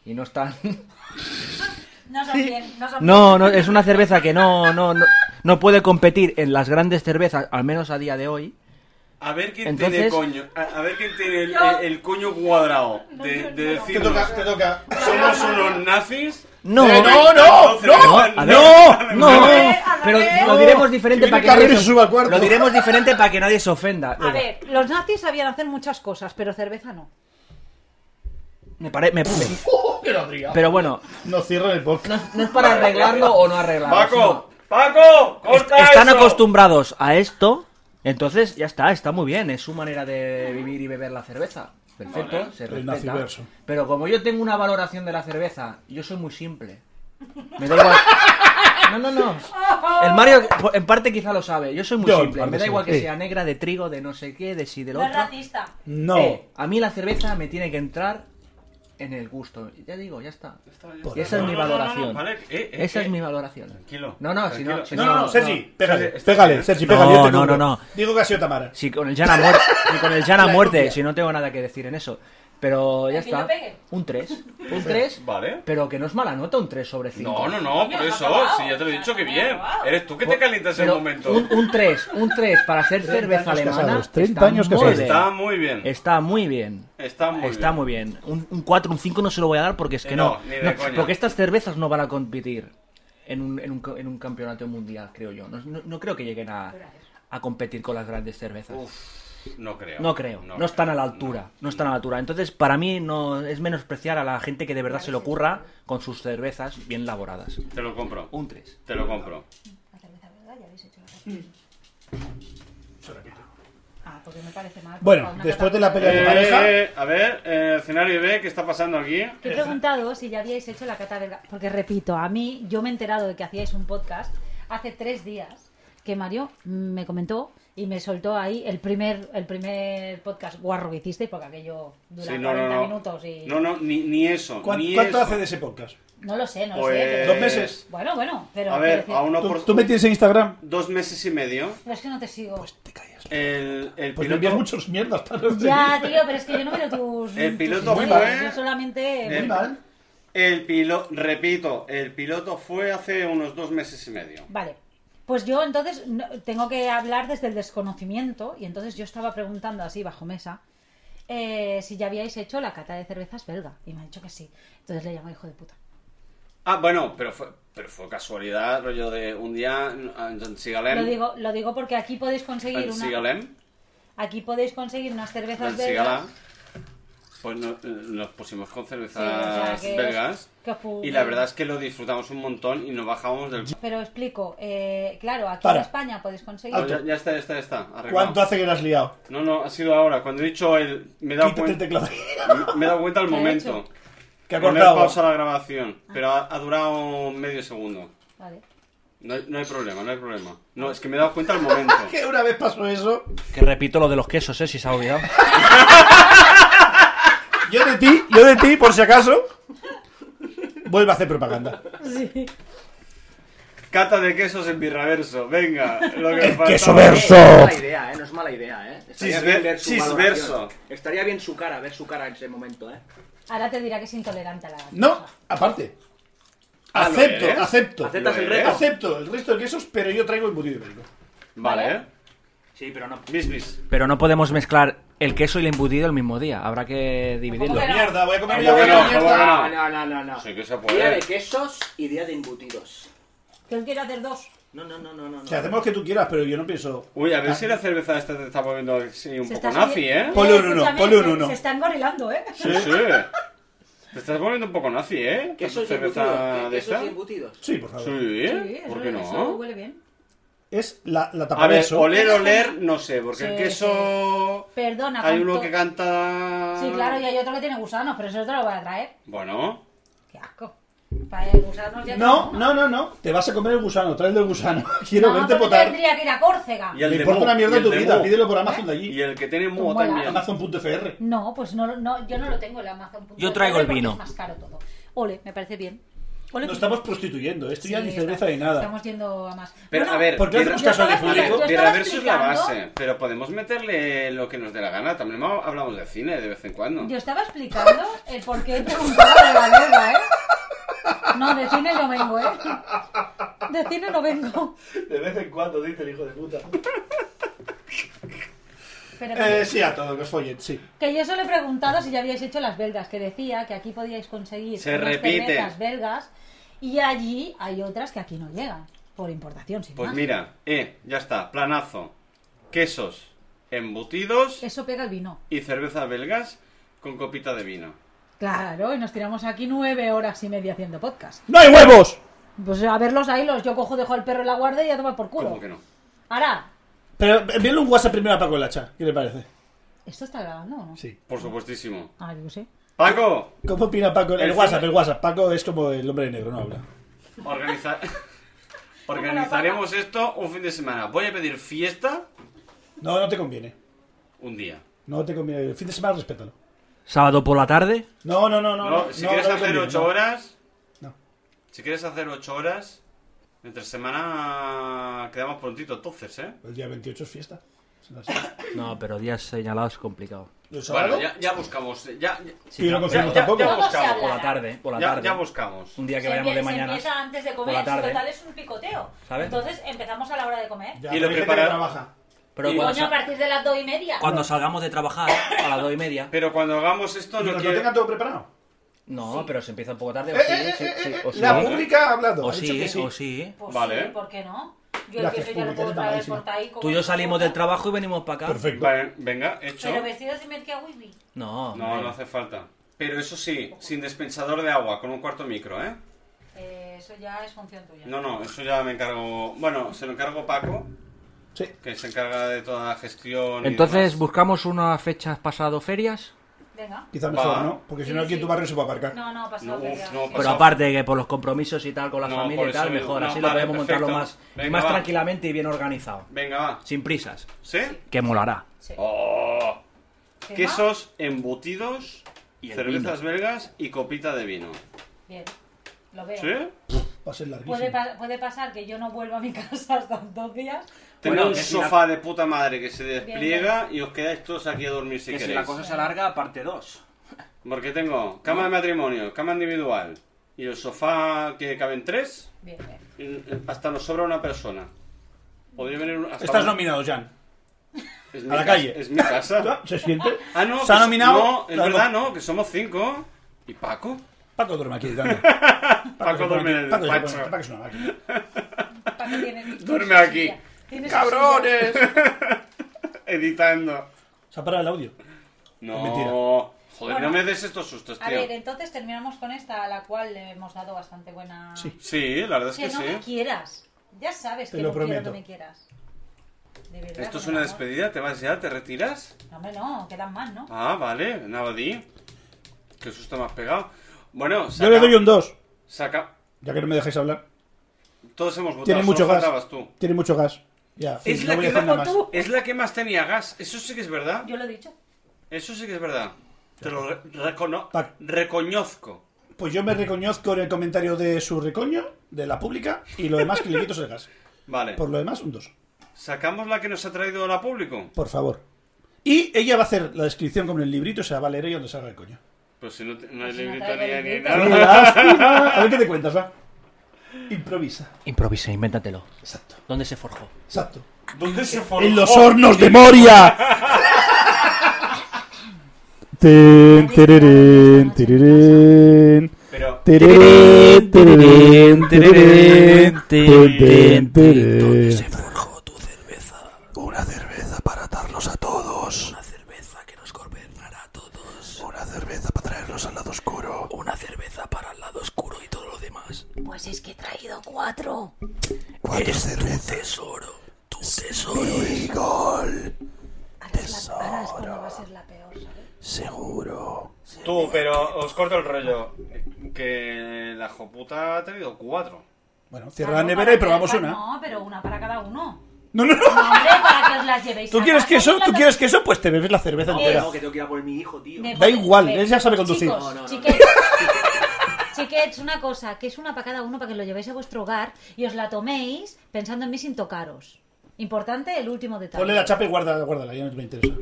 Speaker 3: y no está...
Speaker 4: No son bien, no son
Speaker 3: No, no, es una cerveza que no, no, no, no puede competir en las grandes cervezas, al menos a día de hoy.
Speaker 1: A ver quién tiene
Speaker 3: Entonces-
Speaker 1: coño. A, a ver quién tiene el, el- el coño cuadrado. De, de
Speaker 19: Te
Speaker 1: decirnos,
Speaker 19: toca, te toca.
Speaker 1: somos unos nazis.
Speaker 3: No,
Speaker 1: pero
Speaker 3: no,
Speaker 1: no,
Speaker 3: a ver, no, pero lo diremos diferente
Speaker 2: Que
Speaker 3: para que
Speaker 2: viene
Speaker 3: nadie
Speaker 2: Carrera y
Speaker 3: se-
Speaker 2: suba al cuarto.
Speaker 3: lo diremos diferente para que nadie se ofenda.
Speaker 18: A ver, los nazis sabían hacer muchas cosas, pero cerveza no.
Speaker 3: Me parece, [laughs]
Speaker 2: Pero Adrián.
Speaker 3: pero bueno,
Speaker 2: No cierran el podcast.
Speaker 3: no, es- no es para arreglarlo o no arreglarlo. sino-
Speaker 1: Paco, Paco, corta
Speaker 3: están
Speaker 1: eso.
Speaker 3: acostumbrados a esto, entonces ya está, está muy bien, es su manera de vivir y beber la cerveza. Perfecto,
Speaker 1: Vale.
Speaker 3: se
Speaker 2: El
Speaker 3: respeta.
Speaker 2: naciverso.
Speaker 3: Pero como yo tengo una valoración de la cerveza, yo soy muy simple. Me
Speaker 1: [laughs]
Speaker 3: da igual. No, no, no.
Speaker 1: Oh.
Speaker 3: El Mario, en parte, quizá lo sabe. Yo soy muy
Speaker 2: Yo, en
Speaker 3: simple.
Speaker 2: parte,
Speaker 3: Me da
Speaker 2: sí.
Speaker 3: igual que
Speaker 2: Sí.
Speaker 3: sea negra, de trigo, de no sé qué, de sí, del
Speaker 4: No es
Speaker 3: otro.
Speaker 4: racista.
Speaker 2: No.
Speaker 3: Eh, a mí la cerveza me tiene que entrar en el gusto. Ya digo, ya está. Esa es mi valoración.
Speaker 1: Vale, eh, eh,
Speaker 3: Esa es
Speaker 1: eh.
Speaker 3: mi valoración.
Speaker 1: Tranquilo,
Speaker 3: No, no, si no,
Speaker 1: tranquilo.
Speaker 3: si
Speaker 2: No, no, no, Sergi, pégale.
Speaker 1: Sergi,
Speaker 2: Pégale,
Speaker 1: está-
Speaker 2: Sergi,
Speaker 3: No,
Speaker 2: pégale. yo te
Speaker 3: no,
Speaker 2: juro.
Speaker 3: no, no.
Speaker 2: Digo que ha sido Tamara.
Speaker 3: Si con el Jan a muerte, si con el Jan
Speaker 2: [laughs]
Speaker 3: a
Speaker 2: La
Speaker 3: muerte,
Speaker 2: copia.
Speaker 3: si no tengo nada que decir en eso. Pero ya
Speaker 4: ¿El que yo
Speaker 3: está.
Speaker 4: pegue?
Speaker 2: [laughs]
Speaker 3: Un 3. Un 3.
Speaker 1: Vale.
Speaker 3: Pero que no es mala nota un 3 sobre
Speaker 1: No,
Speaker 3: 5.
Speaker 1: no, no, por
Speaker 4: Mira,
Speaker 1: eso,
Speaker 4: acabado.
Speaker 1: si ya te lo he dicho que
Speaker 4: Ya
Speaker 1: bien.
Speaker 4: acabado.
Speaker 1: Eres tú que te calientas en el momento.
Speaker 3: Un, un 3, un 3 para ser cerveza
Speaker 2: años
Speaker 3: alemana.
Speaker 2: casados, 30
Speaker 3: está
Speaker 2: años
Speaker 3: muy
Speaker 2: casados.
Speaker 3: bien.
Speaker 1: Está muy bien.
Speaker 3: Está muy bien.
Speaker 1: Está muy
Speaker 3: Está
Speaker 1: bien.
Speaker 3: muy bien. Un, un 4, un 5 no se lo voy a dar porque es que
Speaker 1: Eh,
Speaker 3: no.
Speaker 1: no, ni de
Speaker 3: no,
Speaker 1: coña.
Speaker 3: porque estas cervezas no van a competir en un, en un, co- en un campeonato mundial, creo yo. No, no- no creo que lleguen a, a competir con las grandes cervezas.
Speaker 1: No creo.
Speaker 3: No creo, no, están a la altura, no. están a la altura. Entonces, para mí no es menospreciar a la gente que de verdad se le ocurra con sus cervezas bien laboradas.
Speaker 1: Te lo compro.
Speaker 3: Un 3.
Speaker 1: Te lo compro.
Speaker 4: La cerveza, ¿verdad? Ya habéis hecho la cerveza. Ah, porque me parece mal.
Speaker 2: Bueno,
Speaker 4: Para una
Speaker 2: después de
Speaker 4: catarata.
Speaker 2: la pelea de
Speaker 1: Eh,
Speaker 2: pareja.
Speaker 1: a ver, eh, escenario B, ¿qué está pasando aquí?
Speaker 4: Te he preguntado si ya habíais hecho la cata verga. Porque repito, a mí yo me he enterado de que hacíais un podcast hace tres días que Mario me comentó y me soltó ahí el primer el primer podcast guarro que hicisteis porque aquello dura
Speaker 1: Sí,
Speaker 4: 40 minutos y
Speaker 1: No, no, ni, ni eso.
Speaker 2: ¿Cuán-
Speaker 1: ni
Speaker 2: ¿Cuánto
Speaker 1: eso.
Speaker 2: hace de ese podcast?
Speaker 4: No lo sé, no lo sé.
Speaker 1: Pues-
Speaker 4: pero-
Speaker 2: ¿Dos meses?
Speaker 4: Bueno, bueno, pero
Speaker 1: A
Speaker 4: quiero
Speaker 1: ver,
Speaker 4: decir-
Speaker 1: a uno
Speaker 2: ¿Tú,
Speaker 1: por
Speaker 2: tú me tienes en Instagram?
Speaker 1: dos meses y medio.
Speaker 4: Pero es que no te sigo.
Speaker 1: Pues, El, el
Speaker 2: Pues me envías
Speaker 1: piloto,
Speaker 2: muchos mierdas. tal vez.
Speaker 4: Ya, tío, pero es que yo no veo tus.
Speaker 1: El
Speaker 4: tus
Speaker 1: piloto
Speaker 4: historias,
Speaker 1: fue-
Speaker 4: Yo solamente.
Speaker 1: Eh,
Speaker 2: Muy mal.
Speaker 1: el pilo- repito, el piloto fue hace unos dos meses y medio.
Speaker 4: Vale. Pues yo entonces no- tengo que hablar desde el desconocimiento y entonces yo estaba preguntando así bajo mesa eh, si ya habíais hecho la cata de cervezas belga y me ha dicho que sí. Entonces le llamo hijo de puta.
Speaker 1: Ah, bueno, pero fue, pero fue casualidad, rollo de un día en Sigalem.
Speaker 4: Lo digo, lo digo porque aquí podéis conseguir
Speaker 1: En
Speaker 4: una,
Speaker 1: Sigalem,
Speaker 4: aquí podéis conseguir unas cervezas
Speaker 1: en Sigala,
Speaker 4: belgas.
Speaker 1: pues no- nos pusimos con
Speaker 4: Sí, o sea,
Speaker 1: cervezas
Speaker 4: que-
Speaker 1: em, belgas.
Speaker 4: que fu-
Speaker 1: Y la verdad es que lo disfrutamos un montón y nos bajamos del...
Speaker 4: Pero explico, eh, claro, aquí
Speaker 2: Para.
Speaker 4: en España podéis conseguir.
Speaker 1: Ah, ya, ya está, ya está, ya está. arreglado.
Speaker 2: ¿Cuánto hace que lo has liado?
Speaker 1: No, no, ha sido ahora. Cuando he dicho el... Me he dado,
Speaker 2: Quítate el
Speaker 1: cuenta,
Speaker 2: teclado.
Speaker 1: me he dado cuenta al
Speaker 4: ¿Qué ha
Speaker 1: momento.
Speaker 2: Que ha
Speaker 1: Poner
Speaker 2: cortado.
Speaker 1: pausa a la grabación.
Speaker 4: Ah.
Speaker 1: Pero ha, ha durado medio segundo.
Speaker 4: Vale.
Speaker 1: No, hay- no hay problema, no hay problema. No, es que me he dado cuenta al
Speaker 4: [laughs]
Speaker 1: momento.
Speaker 2: Que una vez pasó eso,
Speaker 3: Que repito lo de los quesos, eh, si se
Speaker 23: [laughs]
Speaker 3: ha olvidado.
Speaker 2: yo de ti, yo de ti, por si acaso, vuelvo a hacer propaganda.
Speaker 1: Cata de quesos en birraverso. Venga, lo que
Speaker 2: El
Speaker 1: faltaba.
Speaker 2: queso
Speaker 23: Eh,
Speaker 2: verso.
Speaker 23: No es mala idea, eh. No es mala idea, eh. Estaría
Speaker 1: Chisver-
Speaker 23: bien ver su
Speaker 1: chisverso.
Speaker 23: valoración. Estaría bien su cara, ver su cara en ese momento, eh.
Speaker 4: Ahora te dirá que es intolerante a la lactosa.
Speaker 2: No, aparte.
Speaker 1: Ah, ¿lo
Speaker 2: Acepto,
Speaker 1: eres?
Speaker 2: acepto.
Speaker 23: ¿Aceptas
Speaker 1: Pues
Speaker 23: el
Speaker 1: Lo eres.
Speaker 23: reto?
Speaker 2: Acepto el resto de quesos, pero yo traigo el butido ibérico.
Speaker 1: Vale, ¿eh?
Speaker 17: Sí, pero no.
Speaker 1: Bis, bis.
Speaker 3: Pero no podemos mezclar el queso y el embutido el mismo día, habrá que dividirlo.
Speaker 4: ¿Cómo que no?
Speaker 2: Mierda, voy a comer
Speaker 1: ¿Cómo
Speaker 2: yo
Speaker 1: que no?
Speaker 2: mierda.
Speaker 1: ¿Cómo que
Speaker 23: no,
Speaker 1: no?
Speaker 23: no, no, no.
Speaker 1: Sí que se
Speaker 23: Día de
Speaker 1: puede.
Speaker 23: quesos y día de embutidos.
Speaker 4: Que él quiere hacer dos.
Speaker 23: No, no, no, no, no.
Speaker 2: O sea, hacemos lo que tú quieras, pero yo no pienso. Ah,
Speaker 1: Uy, a ver si la cerveza esta te está poniendo así un
Speaker 4: Se
Speaker 1: poco
Speaker 4: está
Speaker 1: nazi,
Speaker 4: subiendo-
Speaker 1: ¿eh?
Speaker 2: Ponle un uno,
Speaker 4: Escúchame,
Speaker 2: ponle un
Speaker 4: se-
Speaker 2: uno.
Speaker 4: Se están gorilando, ¿eh?
Speaker 1: Sí, sí. Te estás poniendo un poco nazi, ¿eh?
Speaker 23: ¿Qué sois
Speaker 1: cerveza
Speaker 23: embutidos?
Speaker 1: de
Speaker 23: ¿Qué
Speaker 1: esta?
Speaker 23: sois embutidos?
Speaker 2: Sí, por favor.
Speaker 1: Sí,
Speaker 4: Sí,
Speaker 1: ¿eh? ¿Por
Speaker 4: eso-
Speaker 1: qué
Speaker 4: eso
Speaker 1: no?
Speaker 4: huele bien.
Speaker 2: Es la, la tapa
Speaker 1: A ver,
Speaker 2: beso.
Speaker 1: oler, oler, no sé, porque el
Speaker 4: Sí,
Speaker 1: queso...
Speaker 4: Perdona,
Speaker 1: Hay uno
Speaker 4: cuánto-
Speaker 1: que canta...
Speaker 4: Sí, claro, y hay otro que tiene gusanos, pero eso te lo voy a traer.
Speaker 1: Bueno,
Speaker 4: Qué asco. Para el gusano ya
Speaker 2: No, no, no, no. Te vas a comer el gusano, traes del gusano. [laughs] Quiero
Speaker 4: no,
Speaker 2: verte
Speaker 4: porque
Speaker 2: potar.
Speaker 4: tendría que ir a Córcega.
Speaker 1: y el
Speaker 2: Me
Speaker 1: de
Speaker 2: importa
Speaker 1: Mo,
Speaker 2: una
Speaker 1: y
Speaker 2: mierda
Speaker 1: el
Speaker 2: tu
Speaker 1: de
Speaker 2: vida,
Speaker 1: Mo.
Speaker 2: pídelo por Amazon de allí.
Speaker 1: Y el que tiene moho
Speaker 4: mola.
Speaker 1: también.
Speaker 2: Amazon.fr.
Speaker 4: No, pues no, no, yo no lo tengo el Amazon.
Speaker 3: Yo traigo el vino.
Speaker 4: Es más caro todo. Ole, me parece bien. Ole,
Speaker 2: No
Speaker 4: que-
Speaker 2: estamos prostituyendo, esto
Speaker 4: Sí,
Speaker 2: ya ni
Speaker 4: está-
Speaker 2: cerveza ni nada.
Speaker 4: Estamos yendo a más.
Speaker 1: Pero
Speaker 4: Bueno,
Speaker 1: a ver,
Speaker 2: ¿por qué
Speaker 1: Viera-
Speaker 2: hacemos caso al
Speaker 4: yo estaba-
Speaker 2: público?
Speaker 4: yo
Speaker 1: Viera
Speaker 4: estaba
Speaker 1: Verso es la
Speaker 4: explicando-
Speaker 1: base, pero podemos meterle lo que nos dé la gana. También hablamos de cine de vez en cuando.
Speaker 4: Yo estaba explicando el por qué he preguntado de la mierda, ¿eh? No, de cine no vengo, ¿eh? De cine no vengo.
Speaker 19: De vez en cuando, dice el hijo de puta.
Speaker 4: Pero que,
Speaker 2: Eh, sí, a todo, que os follen, sí.
Speaker 4: que yo solo he preguntado si ya habíais hecho las belgas, que decía que aquí podíais conseguir
Speaker 1: Se
Speaker 4: unas
Speaker 1: repite.
Speaker 4: cervezas belgas y allí hay otras que aquí no llegan, por importación, sin
Speaker 1: Pues
Speaker 4: más.
Speaker 1: mira, eh, ya está, planazo. Quesos, embutidos
Speaker 4: Eso pega el vino.
Speaker 1: y cerveza belgas con copita de vino.
Speaker 4: Claro, y nos tiramos aquí nueve horas y media haciendo podcast.
Speaker 2: ¡No hay huevos!
Speaker 4: Pues a verlos ahí, los yo cojo, dejo al perro en la guardia y a tomar por culo.
Speaker 1: ¿Cómo que no?
Speaker 4: Ahora,
Speaker 2: Pero eh, envíale un WhatsApp primero a Paco el hacha, ¿qué le parece?
Speaker 4: ¿esto está grabando o no?
Speaker 2: Sí.
Speaker 1: Por supuestísimo.
Speaker 4: Ah, yo qué sé.
Speaker 1: Paco,
Speaker 2: ¿Cómo opina Paco? El,
Speaker 1: El
Speaker 2: WhatsApp,
Speaker 1: cine-
Speaker 2: el WhatsApp. Paco es como el hombre de negro, no habla.
Speaker 4: [laughs]
Speaker 1: organiza- organizaremos esto un fin de semana. Voy a pedir fiesta
Speaker 2: No, no te conviene.
Speaker 1: un día.
Speaker 2: No te conviene. El fin de semana respétalo.
Speaker 3: Sábado por la tarde.
Speaker 2: No, no, no, no.
Speaker 1: No,
Speaker 2: no,
Speaker 1: si
Speaker 2: no,
Speaker 1: quieres
Speaker 2: no te
Speaker 1: hacer
Speaker 2: conviene,
Speaker 1: ocho
Speaker 2: no.
Speaker 1: horas,
Speaker 2: No.
Speaker 1: si quieres hacer ocho horas, entre semana quedamos prontito entonces, ¿eh?
Speaker 2: El día 28 es fiesta. Es una-
Speaker 3: No, pero días señalados complicado.
Speaker 2: ¿Los sábados?
Speaker 1: Bueno, ya, ya buscamos, eh, ya, ya,
Speaker 2: Y no
Speaker 1: ya,
Speaker 2: conseguimos
Speaker 1: ya-
Speaker 2: tampoco.
Speaker 1: ya
Speaker 4: Vamos a
Speaker 1: buscamos.
Speaker 3: Por la tarde, por la
Speaker 1: Ya-
Speaker 3: tarde.
Speaker 1: ya buscamos.
Speaker 3: Un día que
Speaker 4: se
Speaker 3: vayamos de
Speaker 4: empie- se
Speaker 3: mañana.
Speaker 4: empieza antes de
Speaker 3: Por
Speaker 4: comer,
Speaker 3: la tarde.
Speaker 4: total es un picoteo.
Speaker 3: ¿Sabes?
Speaker 4: Entonces empezamos a la hora de comer.
Speaker 2: Ya,
Speaker 1: Y lo
Speaker 2: hay gente que
Speaker 1: prepara-
Speaker 2: trabaja.
Speaker 3: Pero
Speaker 1: Y
Speaker 3: cuando,
Speaker 4: Coño, a
Speaker 3: sa-
Speaker 4: partir de las dos y media.
Speaker 3: cuando salgamos de trabajar a las dos y media.
Speaker 1: Pero cuando hagamos esto,
Speaker 2: Pero
Speaker 1: no
Speaker 2: que
Speaker 1: quiero...
Speaker 2: tengan todo preparado.
Speaker 3: No, pero se empieza un poco tarde. O
Speaker 2: Eh,
Speaker 3: sí,
Speaker 2: eh,
Speaker 3: sí,
Speaker 2: eh,
Speaker 3: sí,
Speaker 2: eh,
Speaker 3: o sí.
Speaker 2: la pública ha hablado.
Speaker 3: O
Speaker 2: ha dicho
Speaker 3: sí,
Speaker 2: que sí.
Speaker 3: o sí.
Speaker 4: Pues
Speaker 1: Vale.
Speaker 4: sí, ¿por qué no? Yo
Speaker 2: Gracias,
Speaker 4: empiezo y ya lo
Speaker 2: público,
Speaker 4: puedo
Speaker 2: eres
Speaker 4: traer
Speaker 2: malísimo.
Speaker 4: por ahí. como
Speaker 3: Tú y yo salimos del
Speaker 4: puta.
Speaker 3: trabajo y venimos para acá.
Speaker 2: Perfecto.
Speaker 1: Vale, venga, hecho.
Speaker 4: Pero vestidos y media wifi.
Speaker 3: No,
Speaker 1: No, no hace falta. Pero eso sí, sin dispensador de agua, con un cuarto micro, ¿eh?
Speaker 4: Eh, eso ya es función tuya.
Speaker 1: No, no, eso ya me encargo... Bueno, se lo encargo Paco,
Speaker 2: Sí.
Speaker 1: que se encarga de toda la gestión y
Speaker 3: Entonces,
Speaker 1: demás.
Speaker 3: ¿buscamos unas fechas pasado ferias?
Speaker 4: Venga.
Speaker 2: Quizá mejor,
Speaker 1: Va.
Speaker 2: ¿no? Porque si
Speaker 4: Sí,
Speaker 2: no, aquí en
Speaker 4: sí.
Speaker 2: tu barrio se puede aparcar.
Speaker 4: No, no, pasado.
Speaker 1: No, uf,
Speaker 4: ya,
Speaker 1: no,
Speaker 4: sí.
Speaker 3: Pero
Speaker 1: Pasado.
Speaker 3: aparte que por los compromisos y tal con la
Speaker 1: Pues No,
Speaker 3: familia
Speaker 1: por
Speaker 3: y tal,
Speaker 1: eso digo,
Speaker 3: mejor.
Speaker 1: no,
Speaker 3: Así lo
Speaker 1: vale,
Speaker 3: podemos montarlo
Speaker 1: perfecto.
Speaker 3: más, y
Speaker 1: Venga,
Speaker 3: más
Speaker 1: va.
Speaker 3: tranquilamente y bien organizado.
Speaker 1: Venga, va.
Speaker 3: Sin prisas.
Speaker 1: ¿Sí?
Speaker 3: Que molará.
Speaker 4: Sí.
Speaker 1: ¡Oh!
Speaker 4: ¿Tema?
Speaker 1: Quesos embutidos,
Speaker 3: Y el
Speaker 1: cervezas belgas y copita de vino.
Speaker 4: Bien. Lo veo.
Speaker 1: ¿Sí?
Speaker 2: Va a ser larguísimo.
Speaker 4: Puede, pa- puede pasar que yo no vuelva a mi [laughs] casa hasta dos días.
Speaker 1: Tener
Speaker 17: Bueno,
Speaker 1: un
Speaker 17: que si la-
Speaker 1: sofá de puta madre que se despliega y os quedáis todos aquí a dormir si
Speaker 17: que si
Speaker 1: queréis.
Speaker 17: la cosa se alarga, parte 2.
Speaker 1: Porque tengo cama de matrimonio, cama individual y el sofá que caben tres,
Speaker 4: Bien, bien.
Speaker 1: y hasta nos sobra una persona. Podría venir un- hasta
Speaker 2: Estás
Speaker 1: un-
Speaker 2: nominado, Jan.
Speaker 1: es mi
Speaker 2: a la
Speaker 1: cas-
Speaker 2: calle.
Speaker 1: Es mi
Speaker 2: [laughs]
Speaker 1: casa.
Speaker 2: ¿Se
Speaker 4: [laughs]
Speaker 2: siente?
Speaker 1: Ah, no,
Speaker 2: ¿Se ha
Speaker 1: que-
Speaker 2: nominado?
Speaker 1: No, es
Speaker 2: Claro.
Speaker 1: verdad, no, que somos cinco. ¿Y Paco?
Speaker 2: Paco duerme aquí. Dani.
Speaker 1: Paco
Speaker 2: se pone
Speaker 1: duerme en
Speaker 2: aquí.
Speaker 1: el
Speaker 2: Paco se
Speaker 1: despacho.
Speaker 2: pone aquí. Paco es una máquina.
Speaker 4: ¿Para qué
Speaker 1: [laughs]
Speaker 4: tienes-
Speaker 1: Duerme aquí.
Speaker 4: Tienes su
Speaker 19: ¡Cabrones!
Speaker 1: Editando.
Speaker 2: Se ha parado el audio.
Speaker 1: No.
Speaker 2: Mentira.
Speaker 1: Joder,
Speaker 4: Bueno.
Speaker 1: no me des estos sustos,
Speaker 4: A
Speaker 1: tío.
Speaker 4: ver, entonces terminamos con esta, a la cual le hemos dado bastante buena.
Speaker 2: Sí.
Speaker 1: Sí, la verdad es
Speaker 4: Que
Speaker 1: que
Speaker 4: no me
Speaker 1: sí.
Speaker 4: quieras. Ya sabes
Speaker 2: Te
Speaker 4: que
Speaker 2: lo
Speaker 4: no quiero que
Speaker 2: prometo.
Speaker 4: me quieras. De verdad,
Speaker 1: ¿Esto es
Speaker 4: por
Speaker 1: una
Speaker 4: favor.
Speaker 1: despedida? ¿Te vas ya? ¿Te retiras?
Speaker 4: No, hombre, no, quedan más, ¿no?
Speaker 1: Ah, vale, Navadí. Qué susto me has pegado. Bueno, se
Speaker 2: Yo le
Speaker 1: acaba-
Speaker 2: doy un 2,
Speaker 1: se acaba-
Speaker 2: ya que no me dejáis hablar.
Speaker 1: Todos hemos votado.
Speaker 2: Tiene
Speaker 1: solo
Speaker 2: mucho gas.
Speaker 1: faltabas tú.
Speaker 2: Tiene mucho gas. Ya, fin,
Speaker 1: Es
Speaker 2: no
Speaker 1: la
Speaker 2: voy
Speaker 1: que
Speaker 2: a hacer
Speaker 1: me
Speaker 2: nada más.
Speaker 1: Es la que más tenía gas. Eso sí que es verdad.
Speaker 4: Yo lo he dicho.
Speaker 1: Eso sí que es verdad. Te lo re- recono-
Speaker 2: Pac.
Speaker 1: reconozco.
Speaker 2: Pues yo me reconozco en el comentario de su recoño, de la pública, y lo demás que le quito es el gas.
Speaker 1: Vale.
Speaker 2: Por lo demás, un 2.
Speaker 1: ¿Sacamos la que nos ha traído la público?
Speaker 2: Por favor. Y ella va a hacer la descripción con el librito, se la va a leer ella donde salga el coño.
Speaker 1: Pues si no, te- no hay
Speaker 4: Pues si no
Speaker 1: librito
Speaker 4: traigo
Speaker 1: ni- ni
Speaker 4: librito.
Speaker 2: ¡Qué
Speaker 1: nada.
Speaker 2: lástima! A ver qué te cuentas, va. Improvisa.
Speaker 3: Improvisa, invéntatelo.
Speaker 2: Exacto.
Speaker 3: ¿Dónde se forjó?
Speaker 2: Exacto.
Speaker 1: ¿Dónde se formó?
Speaker 2: ¡En los hornos de Moria! Ten,
Speaker 4: tererén, tererén,
Speaker 1: [laughs] Pero,
Speaker 2: Tererén, tererén, tererén, tererén,
Speaker 3: ¿Dónde se
Speaker 2: tererén.
Speaker 3: forjó tu cerveza?
Speaker 2: Una cerveza para atarlos a todos.
Speaker 3: Una cerveza que nos gobernará a todos.
Speaker 2: Una cerveza para traerlos al lado oscuro.
Speaker 3: Una cerveza para el lado oscuro y todo lo demás.
Speaker 22: Pues es que he traído cuatro.
Speaker 3: Eres tu tesoro. Tu tesoro es...
Speaker 4: ¿Cuándo va a ser la peor?
Speaker 2: Seguro.
Speaker 1: Tú, pero os corto el rollo. Que la joputa ha tenido cuatro.
Speaker 2: Bueno, cierra la nevera y probamos
Speaker 4: Para-
Speaker 2: una.
Speaker 4: No, pero una para cada uno.
Speaker 2: No, no,
Speaker 4: No, hombre, para que os las llevéis.
Speaker 2: ¿Tú
Speaker 4: a
Speaker 2: quieres
Speaker 4: casa,
Speaker 2: queso?
Speaker 4: las
Speaker 2: ¿Tú quieres queso? Pues te bebes la cerveza
Speaker 23: No,
Speaker 2: entera.
Speaker 23: no, que tengo que ir a por mi hijo, tío.
Speaker 4: Me
Speaker 2: Da
Speaker 4: pone-
Speaker 2: igual,
Speaker 4: me-
Speaker 2: él ya sabe conducir.
Speaker 4: Chicos,
Speaker 2: No, no, no.
Speaker 4: chiquets, chiquets, una cosa, que es una para cada uno para que lo llevéis a vuestro hogar y os la toméis pensando en mí sin tocaros. Importante el último detalle.
Speaker 2: Ponle la chapa y guarda- guárdala, ya no me interesa.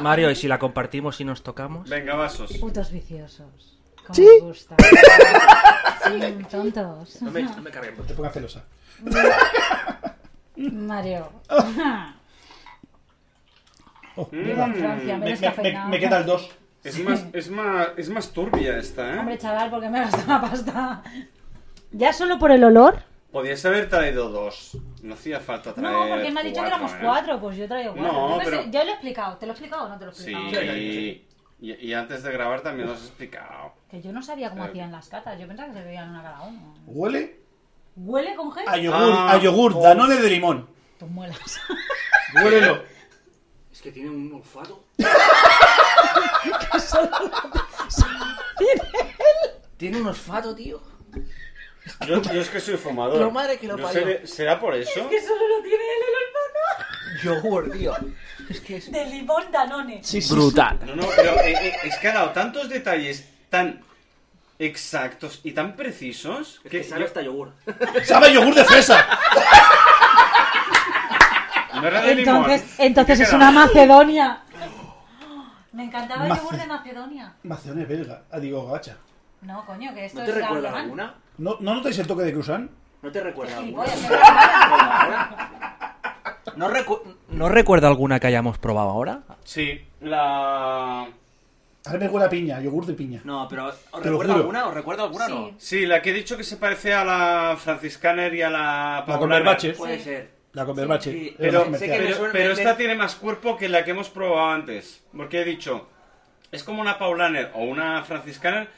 Speaker 3: Mario, ¿y si la compartimos y nos tocamos?
Speaker 1: Venga, vasos.
Speaker 4: Putos viciosos. Como
Speaker 2: ¿Sí?
Speaker 4: os [laughs] gusta. Sí, tontos.
Speaker 23: No me, no me carguen.
Speaker 2: No te pongas celosa.
Speaker 4: Mario.
Speaker 23: Mm.
Speaker 2: Oh,
Speaker 4: Viva Francia,
Speaker 2: me,
Speaker 4: menos
Speaker 2: me-
Speaker 4: cafeinado.
Speaker 2: me- me queda el 2.
Speaker 1: Es más, es más, es más turbia esta, ¿eh?
Speaker 4: Hombre, chaval, porque me he gastado la pasta.
Speaker 18: ¿Ya solo por el olor?
Speaker 1: Podías haber traído dos. No hacía falta traer.
Speaker 4: No, porque me ha dicho que éramos
Speaker 1: ¿eh?
Speaker 4: cuatro, pues yo traigo cuatro.
Speaker 1: No,
Speaker 4: yo, qué sé,
Speaker 1: pero-
Speaker 4: yo lo he explicado, ¿te lo he explicado o no te lo he
Speaker 1: Sí.
Speaker 4: explicado?
Speaker 1: Y, y antes de grabar también lo has explicado.
Speaker 4: Que yo no sabía cómo
Speaker 1: Claro.
Speaker 4: hacían las catas, yo pensaba que se bebían una cada uno.
Speaker 2: Huele
Speaker 4: ¿Huele con gel?
Speaker 2: a yogur,
Speaker 1: Ah,
Speaker 2: a yogur,
Speaker 1: oh.
Speaker 2: danone de limón.
Speaker 4: Tus muelas.
Speaker 2: Huélelo.
Speaker 23: Es que tiene un [laughs] olfato.
Speaker 17: Tiene un olfato, tío.
Speaker 1: Yo, yo es que soy fumador.
Speaker 17: Lo madre que lo
Speaker 1: Yo
Speaker 17: parió.
Speaker 1: seré- ¿Será por eso?
Speaker 4: [laughs] Que solo lo tiene él el
Speaker 17: Yogur, tío. Es que es...
Speaker 4: olfato. De limón danone.
Speaker 2: Sí, sí.
Speaker 3: Brutal.
Speaker 1: No, no, pero eh, eh, es que ha dado tantos detalles tan exactos y tan precisos
Speaker 23: Es que sabe hasta yogur.
Speaker 2: sí. Sabe a yogur de fresa.
Speaker 1: no era de limón.
Speaker 4: eh-
Speaker 18: Entonces, entonces es una Macedonia.
Speaker 4: Me encantaba el
Speaker 2: Mace-
Speaker 4: yogur de Macedonia.
Speaker 2: Macedonia belga. Ah, digo, gacha.
Speaker 4: No, coño, que esto
Speaker 23: ¿No
Speaker 4: es
Speaker 23: te recuerda
Speaker 4: alemán.
Speaker 23: alguna?
Speaker 2: ¿No, ¿No notáis el toque de croissant?
Speaker 23: ¿No te recuerda alguna?
Speaker 4: Gilipollas, me recuerda.
Speaker 3: [laughs]
Speaker 17: ¿No, recu- ¿No recuerda alguna que hayamos probado ahora?
Speaker 1: Sí, la...
Speaker 2: Ahora me huele a piña, yogur de piña.
Speaker 23: No, pero ¿os
Speaker 2: Te lo
Speaker 23: recuerda
Speaker 2: juro.
Speaker 23: alguna? ¿Os recuerda alguna o no?
Speaker 4: Sí.
Speaker 1: Sí, la que he dicho que se parece a la Franciscaner y a la
Speaker 2: La con
Speaker 1: Paulana.
Speaker 2: berbache.
Speaker 23: Puede ser.
Speaker 2: La con berbache.
Speaker 23: sí,
Speaker 2: Era
Speaker 1: Pero,
Speaker 2: más
Speaker 23: sé
Speaker 2: comercial.
Speaker 23: que- me
Speaker 1: pero-
Speaker 23: suena-
Speaker 1: pero
Speaker 23: me-
Speaker 1: esta
Speaker 23: me-
Speaker 1: tiene más cuerpo que la que hemos probado antes. Porque he dicho, es como una Paulaner o una Franciscaner,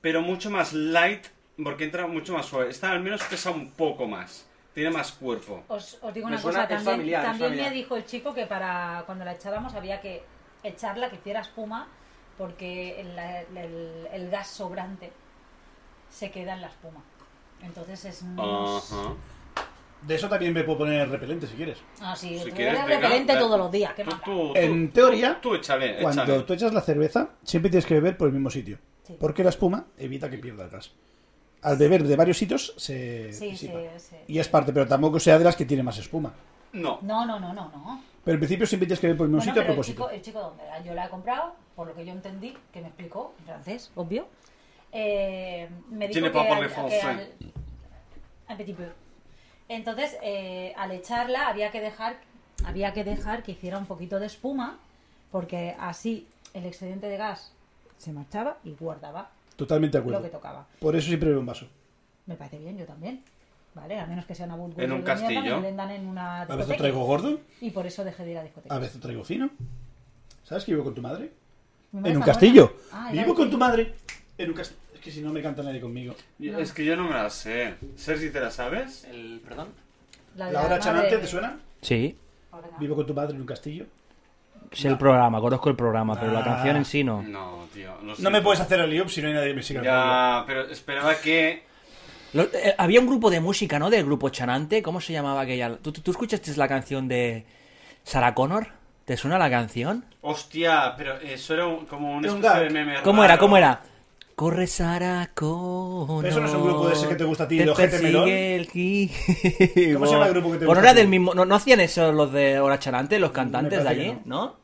Speaker 1: pero mucho más light, porque entra mucho más suave. Esta al menos pesa un poco más. Tiene más cuerpo.
Speaker 4: Os, os digo
Speaker 23: Me
Speaker 4: una
Speaker 23: suena-
Speaker 4: cosa,
Speaker 23: es
Speaker 4: también,
Speaker 23: familiar, es
Speaker 4: también me
Speaker 23: familiar.
Speaker 4: dijo el chico que para cuando la echáramos había que echarla, que hiciera espuma, porque el, la- el- el gas sobrante se queda en la espuma. Entonces es menos...
Speaker 1: Ajá.
Speaker 2: De eso también me puedo poner repelente si quieres.
Speaker 4: Ah, sí,
Speaker 1: Si
Speaker 4: tú
Speaker 1: quieres,
Speaker 4: eres
Speaker 1: venga,
Speaker 4: repelente
Speaker 1: da-
Speaker 4: todos los días, qué
Speaker 1: Tú,
Speaker 4: mata.
Speaker 1: tú, tú,
Speaker 2: En teoría,
Speaker 1: tú échale,
Speaker 2: cuando
Speaker 1: échale.
Speaker 2: tú echas la cerveza, siempre tienes que beber por el mismo sitio.
Speaker 4: Sí.
Speaker 2: Porque la espuma evita que pierda el gas. Al beber de varios sitios se
Speaker 4: Sí,
Speaker 2: disipa.
Speaker 4: sí, sí.
Speaker 2: Y es parte, pero tampoco sea de las que tiene más espuma.
Speaker 1: No.
Speaker 4: No, no, no, no, no.
Speaker 2: Pero en principio siempre tienes que beber por el mismo
Speaker 4: Bueno,
Speaker 2: sitio a
Speaker 4: pero el
Speaker 2: propósito.
Speaker 4: chico, el chico donde era, yo la he comprado, por lo que yo entendí, que me explicó en francés, obvio, eh, me dijo
Speaker 1: Tiene
Speaker 4: que,
Speaker 1: papá
Speaker 4: al-
Speaker 1: de
Speaker 4: que
Speaker 1: francés.
Speaker 4: al- un petit peu. entonces eh, al echarla había que dejar, había que dejar que hiciera un poquito de espuma, porque así el excedente de gas se marchaba y guardaba
Speaker 2: Totalmente de
Speaker 4: lo que
Speaker 2: acuerdo.
Speaker 4: tocaba.
Speaker 2: Por eso siempre bebo un vaso.
Speaker 4: Me parece bien, yo también. Vale, a menos que sea una burbuja
Speaker 1: En un
Speaker 4: de mierda que
Speaker 1: castillo.
Speaker 4: me vendan en una
Speaker 2: A veces
Speaker 4: discoteca.
Speaker 2: traigo gordo,
Speaker 4: Y por eso dejé de ir a discoteca.
Speaker 2: a veces traigo fino. ¿Sabes que vivo con tu madre?
Speaker 4: Mi madre
Speaker 2: En un
Speaker 4: está
Speaker 2: castillo.
Speaker 4: buena. Ah, ya
Speaker 2: Vivo
Speaker 4: lo
Speaker 2: con
Speaker 4: sé.
Speaker 2: tu madre. En un castillo. Es que si no me canta nadie conmigo.
Speaker 1: Es que yo no me la sé. Sergi, ¿te la sabes?
Speaker 23: El, perdón.
Speaker 4: de
Speaker 2: ¿La hora
Speaker 4: madre-
Speaker 2: chanante te suena?
Speaker 3: Sí.
Speaker 4: Ahora no.
Speaker 2: Vivo con tu madre en un castillo.
Speaker 3: Es el programa, conozco el programa, pero la
Speaker 2: Ah.
Speaker 3: canción en sí no.
Speaker 1: No, tío. lo
Speaker 2: No
Speaker 1: siento.
Speaker 2: me puedes hacer el IOP si no hay nadie que me siga.
Speaker 1: Ya, pero esperaba que...
Speaker 17: Lo- eh, había un grupo de música, ¿no? Del grupo Chanante. ¿Cómo se llamaba aquella? ¿Tú, tú, tú escuchaste la canción de Sarah Connor? ¿Te suena la canción?
Speaker 1: Hostia, pero eso era un- como una
Speaker 2: Es un
Speaker 1: especie de
Speaker 2: gag.
Speaker 1: meme
Speaker 17: ¿Cómo era?
Speaker 1: raro.
Speaker 17: ¿Cómo era? Corre Sarah Connor.
Speaker 2: Eso no es un grupo de ese que te gusta a ti, el
Speaker 17: te
Speaker 2: ojete
Speaker 17: persigue
Speaker 2: melón.
Speaker 17: el ki-
Speaker 2: ¿Cómo se llama el grupo que te gusta
Speaker 17: Bueno, era
Speaker 2: a ti?
Speaker 17: del mismo. ¿No, no hacían eso los de Hora Chanante, los cantantes de
Speaker 2: parece que
Speaker 17: allí? ¿No?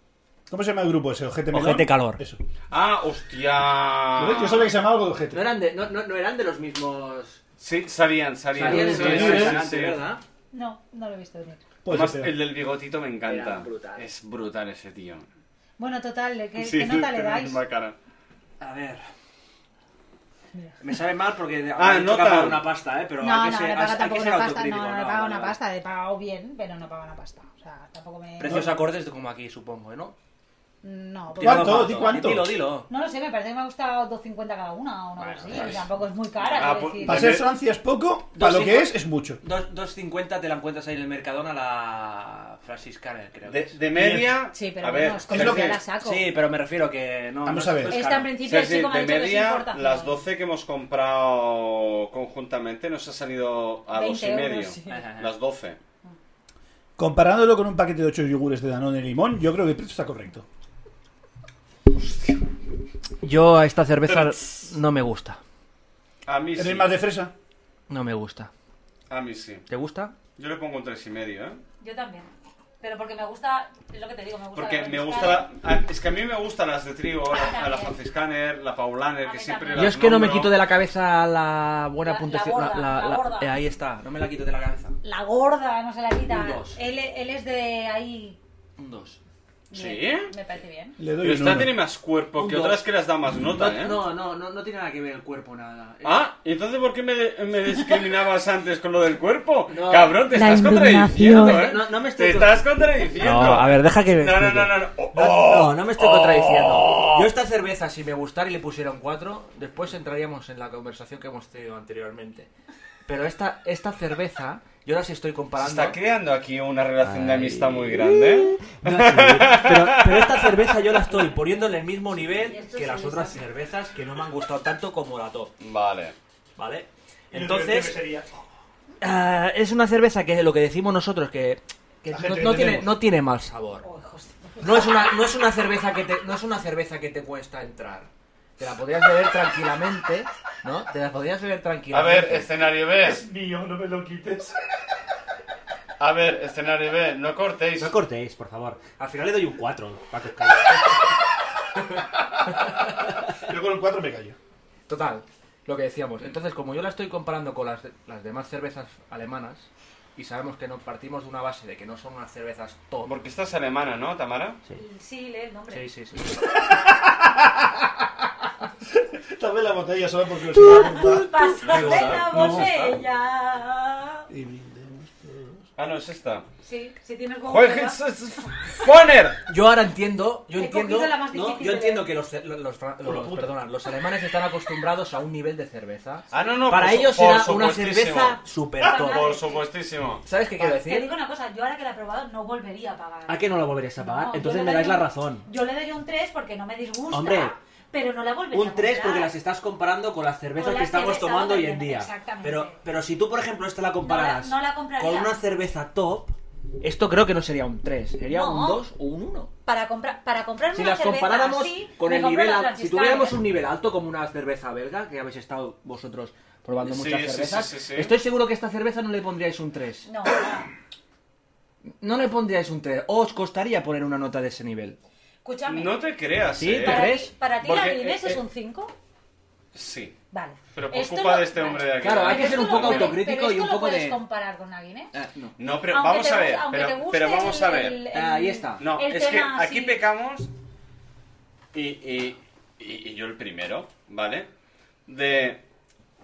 Speaker 2: ¿Cómo se llama el grupo ese? ¿Ojete Melón?
Speaker 17: Ojete Calor.
Speaker 2: Eso.
Speaker 1: Ah, hostia.
Speaker 2: ¿Lo ves? Yo sabía que se llamaba algo de ojete.
Speaker 23: No eran de, no, no, no eran de los mismos.
Speaker 1: Sí, salían, salían.
Speaker 23: Salían en
Speaker 1: Sí,
Speaker 23: el
Speaker 1: sí, sí, sí.
Speaker 23: ¿verdad?
Speaker 4: No, no lo he visto venir.
Speaker 2: Puede
Speaker 1: Además,
Speaker 2: ser peor.
Speaker 1: el del bigotito me encanta.
Speaker 23: Era brutal.
Speaker 1: Es brutal ese tío.
Speaker 4: Bueno, total, ¿qué,
Speaker 1: Sí,
Speaker 2: [laughs]
Speaker 4: qué nota le
Speaker 1: tiene la
Speaker 4: dais?
Speaker 1: misma cara.
Speaker 23: A ver.
Speaker 3: Me sabe mal porque
Speaker 24: Ah,
Speaker 3: me
Speaker 24: no
Speaker 3: toca pagar
Speaker 24: tan.
Speaker 3: una pasta, ¿eh? Pero
Speaker 4: No,
Speaker 3: hay que
Speaker 4: no,
Speaker 3: ser,
Speaker 4: no
Speaker 3: hay-
Speaker 4: paga
Speaker 3: hay que
Speaker 4: tampoco
Speaker 3: ser
Speaker 4: una pasta,
Speaker 3: autocrítico.
Speaker 4: no, no
Speaker 3: no,
Speaker 4: paga
Speaker 3: vale,
Speaker 4: una
Speaker 3: vale.
Speaker 4: pasta, he pagado bien, pero no paga una pasta. O sea, tampoco me.
Speaker 3: Precios acordes como aquí, supongo, ¿eh? ¿no?
Speaker 4: No, porque-
Speaker 3: Tirando
Speaker 2: ¿Cuánto?
Speaker 3: a
Speaker 2: ¿Di cuánto?
Speaker 3: Dilo, dilo.
Speaker 4: No lo sé, me parece que me ha costado 2.50 cada una o una cosa así. Tampoco es muy cara.
Speaker 24: Ah,
Speaker 4: quiero
Speaker 24: pues-
Speaker 4: decir.
Speaker 2: Para ser Francia es poco,
Speaker 3: Dos
Speaker 2: para lo que
Speaker 3: cinco-
Speaker 2: es, es mucho.
Speaker 3: Dos- 2.50 te la encuentras ahí en el Mercadona la franciscana, creo. que
Speaker 24: De,
Speaker 3: es.
Speaker 24: de media.
Speaker 4: Sí, pero
Speaker 24: a
Speaker 4: bueno,
Speaker 24: ver,
Speaker 4: es como
Speaker 24: Sergi,
Speaker 4: que la saco.
Speaker 3: Sí, pero me refiero que no.
Speaker 2: Vamos
Speaker 3: no-
Speaker 2: a ver.
Speaker 3: no es
Speaker 4: Esta
Speaker 3: caro.
Speaker 4: en principio
Speaker 24: Sergi,
Speaker 4: sí como ha
Speaker 24: de
Speaker 4: dicho que es
Speaker 24: media,
Speaker 4: importación.
Speaker 24: las 12 que hemos comprado conjuntamente nos ha salido a
Speaker 4: 20
Speaker 24: dos y
Speaker 4: euros,
Speaker 24: medio.
Speaker 4: sí.
Speaker 3: Ajá.
Speaker 24: Las 12.
Speaker 2: Comparándolo con un paquete de 8 yogures de Danone y limón, yo creo que el precio está correcto.
Speaker 25: Yo a esta cerveza no me gusta.
Speaker 24: A mí sí.
Speaker 2: ¿Eres más de fresa?
Speaker 25: No me gusta.
Speaker 24: A mí sí.
Speaker 25: ¿Te gusta?
Speaker 24: Yo le pongo un tres y medio, ¿eh?
Speaker 4: Yo también. Pero porque me gusta, es lo que te digo, me gusta.
Speaker 24: Porque
Speaker 4: la
Speaker 24: me
Speaker 4: franciscana.
Speaker 24: gusta la... ah, Es que a mí me gustan las de trigo,
Speaker 4: Ah,
Speaker 24: la, a la
Speaker 4: también.
Speaker 24: franciscaner, la paulaner,
Speaker 4: A
Speaker 24: que
Speaker 4: mí
Speaker 24: siempre
Speaker 4: también.
Speaker 24: las
Speaker 25: Yo es que no me
Speaker 24: nombro.
Speaker 25: quito de la cabeza la buena
Speaker 4: La- la
Speaker 25: puntuación.
Speaker 4: gorda, la gorda.
Speaker 25: eh, ahí está, no me la quito de la cabeza.
Speaker 4: La gorda, no se la quita.
Speaker 3: Un dos.
Speaker 4: Él, él es de ahí.
Speaker 3: Un 2.
Speaker 24: ¿Sí?
Speaker 4: Bien, Me parece bien.
Speaker 2: Le doy
Speaker 24: Pero
Speaker 2: un
Speaker 24: esta
Speaker 2: uno.
Speaker 24: tiene más cuerpo
Speaker 3: Un
Speaker 24: que
Speaker 3: dos.
Speaker 24: otras que las da más nota, ¿eh?
Speaker 3: No, no, no, no tiene nada que ver el cuerpo, nada.
Speaker 24: Ah, entonces ¿por qué me,
Speaker 3: [laughs]
Speaker 24: me discriminabas antes con lo del cuerpo?
Speaker 3: No.
Speaker 24: Cabrón, te
Speaker 26: La
Speaker 24: estás
Speaker 26: indignación.
Speaker 24: contradiciendo, ¿eh?
Speaker 3: No, no me estoy
Speaker 24: Te
Speaker 3: con-
Speaker 24: estás contradiciendo.
Speaker 25: deja que.
Speaker 24: No, no, no, no. no. Oh,
Speaker 3: No, no me estoy contradiciendo. Yo esta cerveza, si me gustara y le pusiera un 4, después entraríamos en la conversación que hemos tenido anteriormente. Pero esta, esta cerveza, yo ahora sí estoy
Speaker 24: oh, Se
Speaker 3: comparando...
Speaker 24: está creando aquí una relación de amistad muy grande.
Speaker 3: No, sí, pero, pero esta cerveza yo la estoy poniendo en el mismo nivel
Speaker 4: Esto
Speaker 3: que
Speaker 4: sí
Speaker 3: las
Speaker 4: es
Speaker 3: otras
Speaker 4: así.
Speaker 3: cervezas que no me han gustado tanto como la top,
Speaker 24: Vale.
Speaker 3: ¿vale?
Speaker 27: Y lo divertido
Speaker 3: Entonces,
Speaker 27: sería-
Speaker 3: ah, es una cerveza que lo que decimos nosotros que, que
Speaker 2: La
Speaker 3: no,
Speaker 2: gente que
Speaker 3: no tiene,
Speaker 2: tenemos.
Speaker 3: no tiene mal sabor.
Speaker 4: Oh, hijos de-
Speaker 3: No es una, no es una cerveza que te, no es una cerveza que te cuesta entrar. Te la podrías beber tranquilamente, ¿no? Te la podrías beber
Speaker 1: A
Speaker 3: tranquilamente.
Speaker 1: ver, escenario B.
Speaker 27: Mío, no me lo quites.
Speaker 1: A ver, escenario B. No cortéis.
Speaker 3: No cortéis, por favor. Al final le doy un 4 para que os
Speaker 1: [laughs]
Speaker 2: Yo con el 4 me callo.
Speaker 3: Total, lo que decíamos. Entonces, como yo la estoy comparando con las, las demás cervezas alemanas, y sabemos que nos partimos de una base de que no son unas cervezas top.
Speaker 1: Porque esta es alemana, ¿no, Tamara?
Speaker 4: Sí, lee el nombre.
Speaker 3: Sí, sí, sí.
Speaker 2: Tal vez la botella solo porque lo sé.
Speaker 4: Pasa de la botella.
Speaker 2: Y brindemos todos.
Speaker 1: Ah, no, es esta.
Speaker 4: Sí, si tienes como.
Speaker 1: Jueguen Foner.
Speaker 3: Yo ahora entiendo, yo
Speaker 4: He
Speaker 3: entiendo,
Speaker 4: cogido la más
Speaker 3: ¿no?
Speaker 4: difícil
Speaker 3: yo
Speaker 4: de
Speaker 3: entiendo
Speaker 4: ver.
Speaker 3: que los, ce- los, los fra- los- perdona, los alemanes están acostumbrados a un nivel de cerveza.
Speaker 1: Ah, no, no.
Speaker 3: Para
Speaker 1: por su-
Speaker 3: ellos
Speaker 1: por
Speaker 3: será una
Speaker 1: supuestísimo.
Speaker 3: cerveza super top.
Speaker 4: Para-
Speaker 1: Por supuestísimo.
Speaker 3: ¿Sabes qué quiero
Speaker 4: Te digo
Speaker 3: decir?
Speaker 4: una cosa, yo ahora que la he probado no volvería a pagar.
Speaker 3: ¿A que no la volverías a pagar?
Speaker 4: No, yo
Speaker 3: Entonces
Speaker 4: le
Speaker 3: me dais
Speaker 4: daría
Speaker 3: la
Speaker 4: un-
Speaker 3: razón.
Speaker 4: Yo le doy un 3 porque no me disgusta.
Speaker 3: Hombre,
Speaker 4: pero no la volvería
Speaker 3: Un 3
Speaker 4: a comprar.
Speaker 3: porque las estás comparando con las cervezas
Speaker 4: Con las
Speaker 3: que estamos
Speaker 4: cervezas
Speaker 3: tomando hoy en
Speaker 4: también,
Speaker 3: día.
Speaker 4: exactamente.
Speaker 3: Pero, pero si tú, por ejemplo, esta la compararas
Speaker 4: No la- no la compraría.
Speaker 3: con una cerveza top, esto creo que no sería un 3, sería
Speaker 4: No.
Speaker 3: un 2 o un 1.
Speaker 4: Para, comprar para comprarme
Speaker 3: Si
Speaker 4: una
Speaker 3: las
Speaker 4: cerveza
Speaker 3: comparáramos
Speaker 4: así,
Speaker 3: con
Speaker 4: me
Speaker 3: el
Speaker 4: compro
Speaker 3: nivel
Speaker 4: la
Speaker 3: alto, si
Speaker 4: Franciscana.
Speaker 3: tuviéramos un nivel alto como una cerveza belga, que habéis estado vosotros probando
Speaker 1: Sí,
Speaker 3: muchas
Speaker 1: sí,
Speaker 3: cervezas,
Speaker 1: sí, sí, sí.
Speaker 3: estoy seguro que a esta cerveza no le pondríais un 3.
Speaker 4: No, no.
Speaker 3: No le pondríais un 3, o os costaría poner una nota de ese nivel.
Speaker 4: Escúchame.
Speaker 1: No te creas,
Speaker 3: Sí,
Speaker 1: ¿eh?
Speaker 3: te-
Speaker 4: para, ti-
Speaker 3: ¿Tres?
Speaker 4: para ti
Speaker 1: Porque,
Speaker 4: la Guinness
Speaker 1: eh,
Speaker 4: es
Speaker 1: eh,
Speaker 4: un 5.
Speaker 1: Sí.
Speaker 4: Vale.
Speaker 1: Pero por
Speaker 4: Esto
Speaker 1: culpa
Speaker 4: lo-
Speaker 1: de este hombre de aquí.
Speaker 3: Claro, hay que
Speaker 4: Pero
Speaker 3: ser un
Speaker 4: esto
Speaker 3: poco
Speaker 4: lo puedes-
Speaker 3: autocrítico
Speaker 4: pero
Speaker 3: y un
Speaker 4: esto
Speaker 3: poco
Speaker 4: lo puedes
Speaker 3: de-
Speaker 4: comparar con la Guinness.
Speaker 3: Ah, no.
Speaker 1: Eh, No, pero
Speaker 4: Aunque
Speaker 1: vamos
Speaker 4: te
Speaker 1: a
Speaker 4: guste-
Speaker 1: ver.
Speaker 4: aunque te
Speaker 1: Pero,
Speaker 4: guste
Speaker 1: pero vamos a ver.
Speaker 4: el- el-
Speaker 3: Ah, Ahí está.
Speaker 1: No,
Speaker 4: el
Speaker 1: es que
Speaker 4: tema
Speaker 1: aquí
Speaker 4: así.
Speaker 1: pecamos. Y, y- y- y yo el primero, ¿vale? De.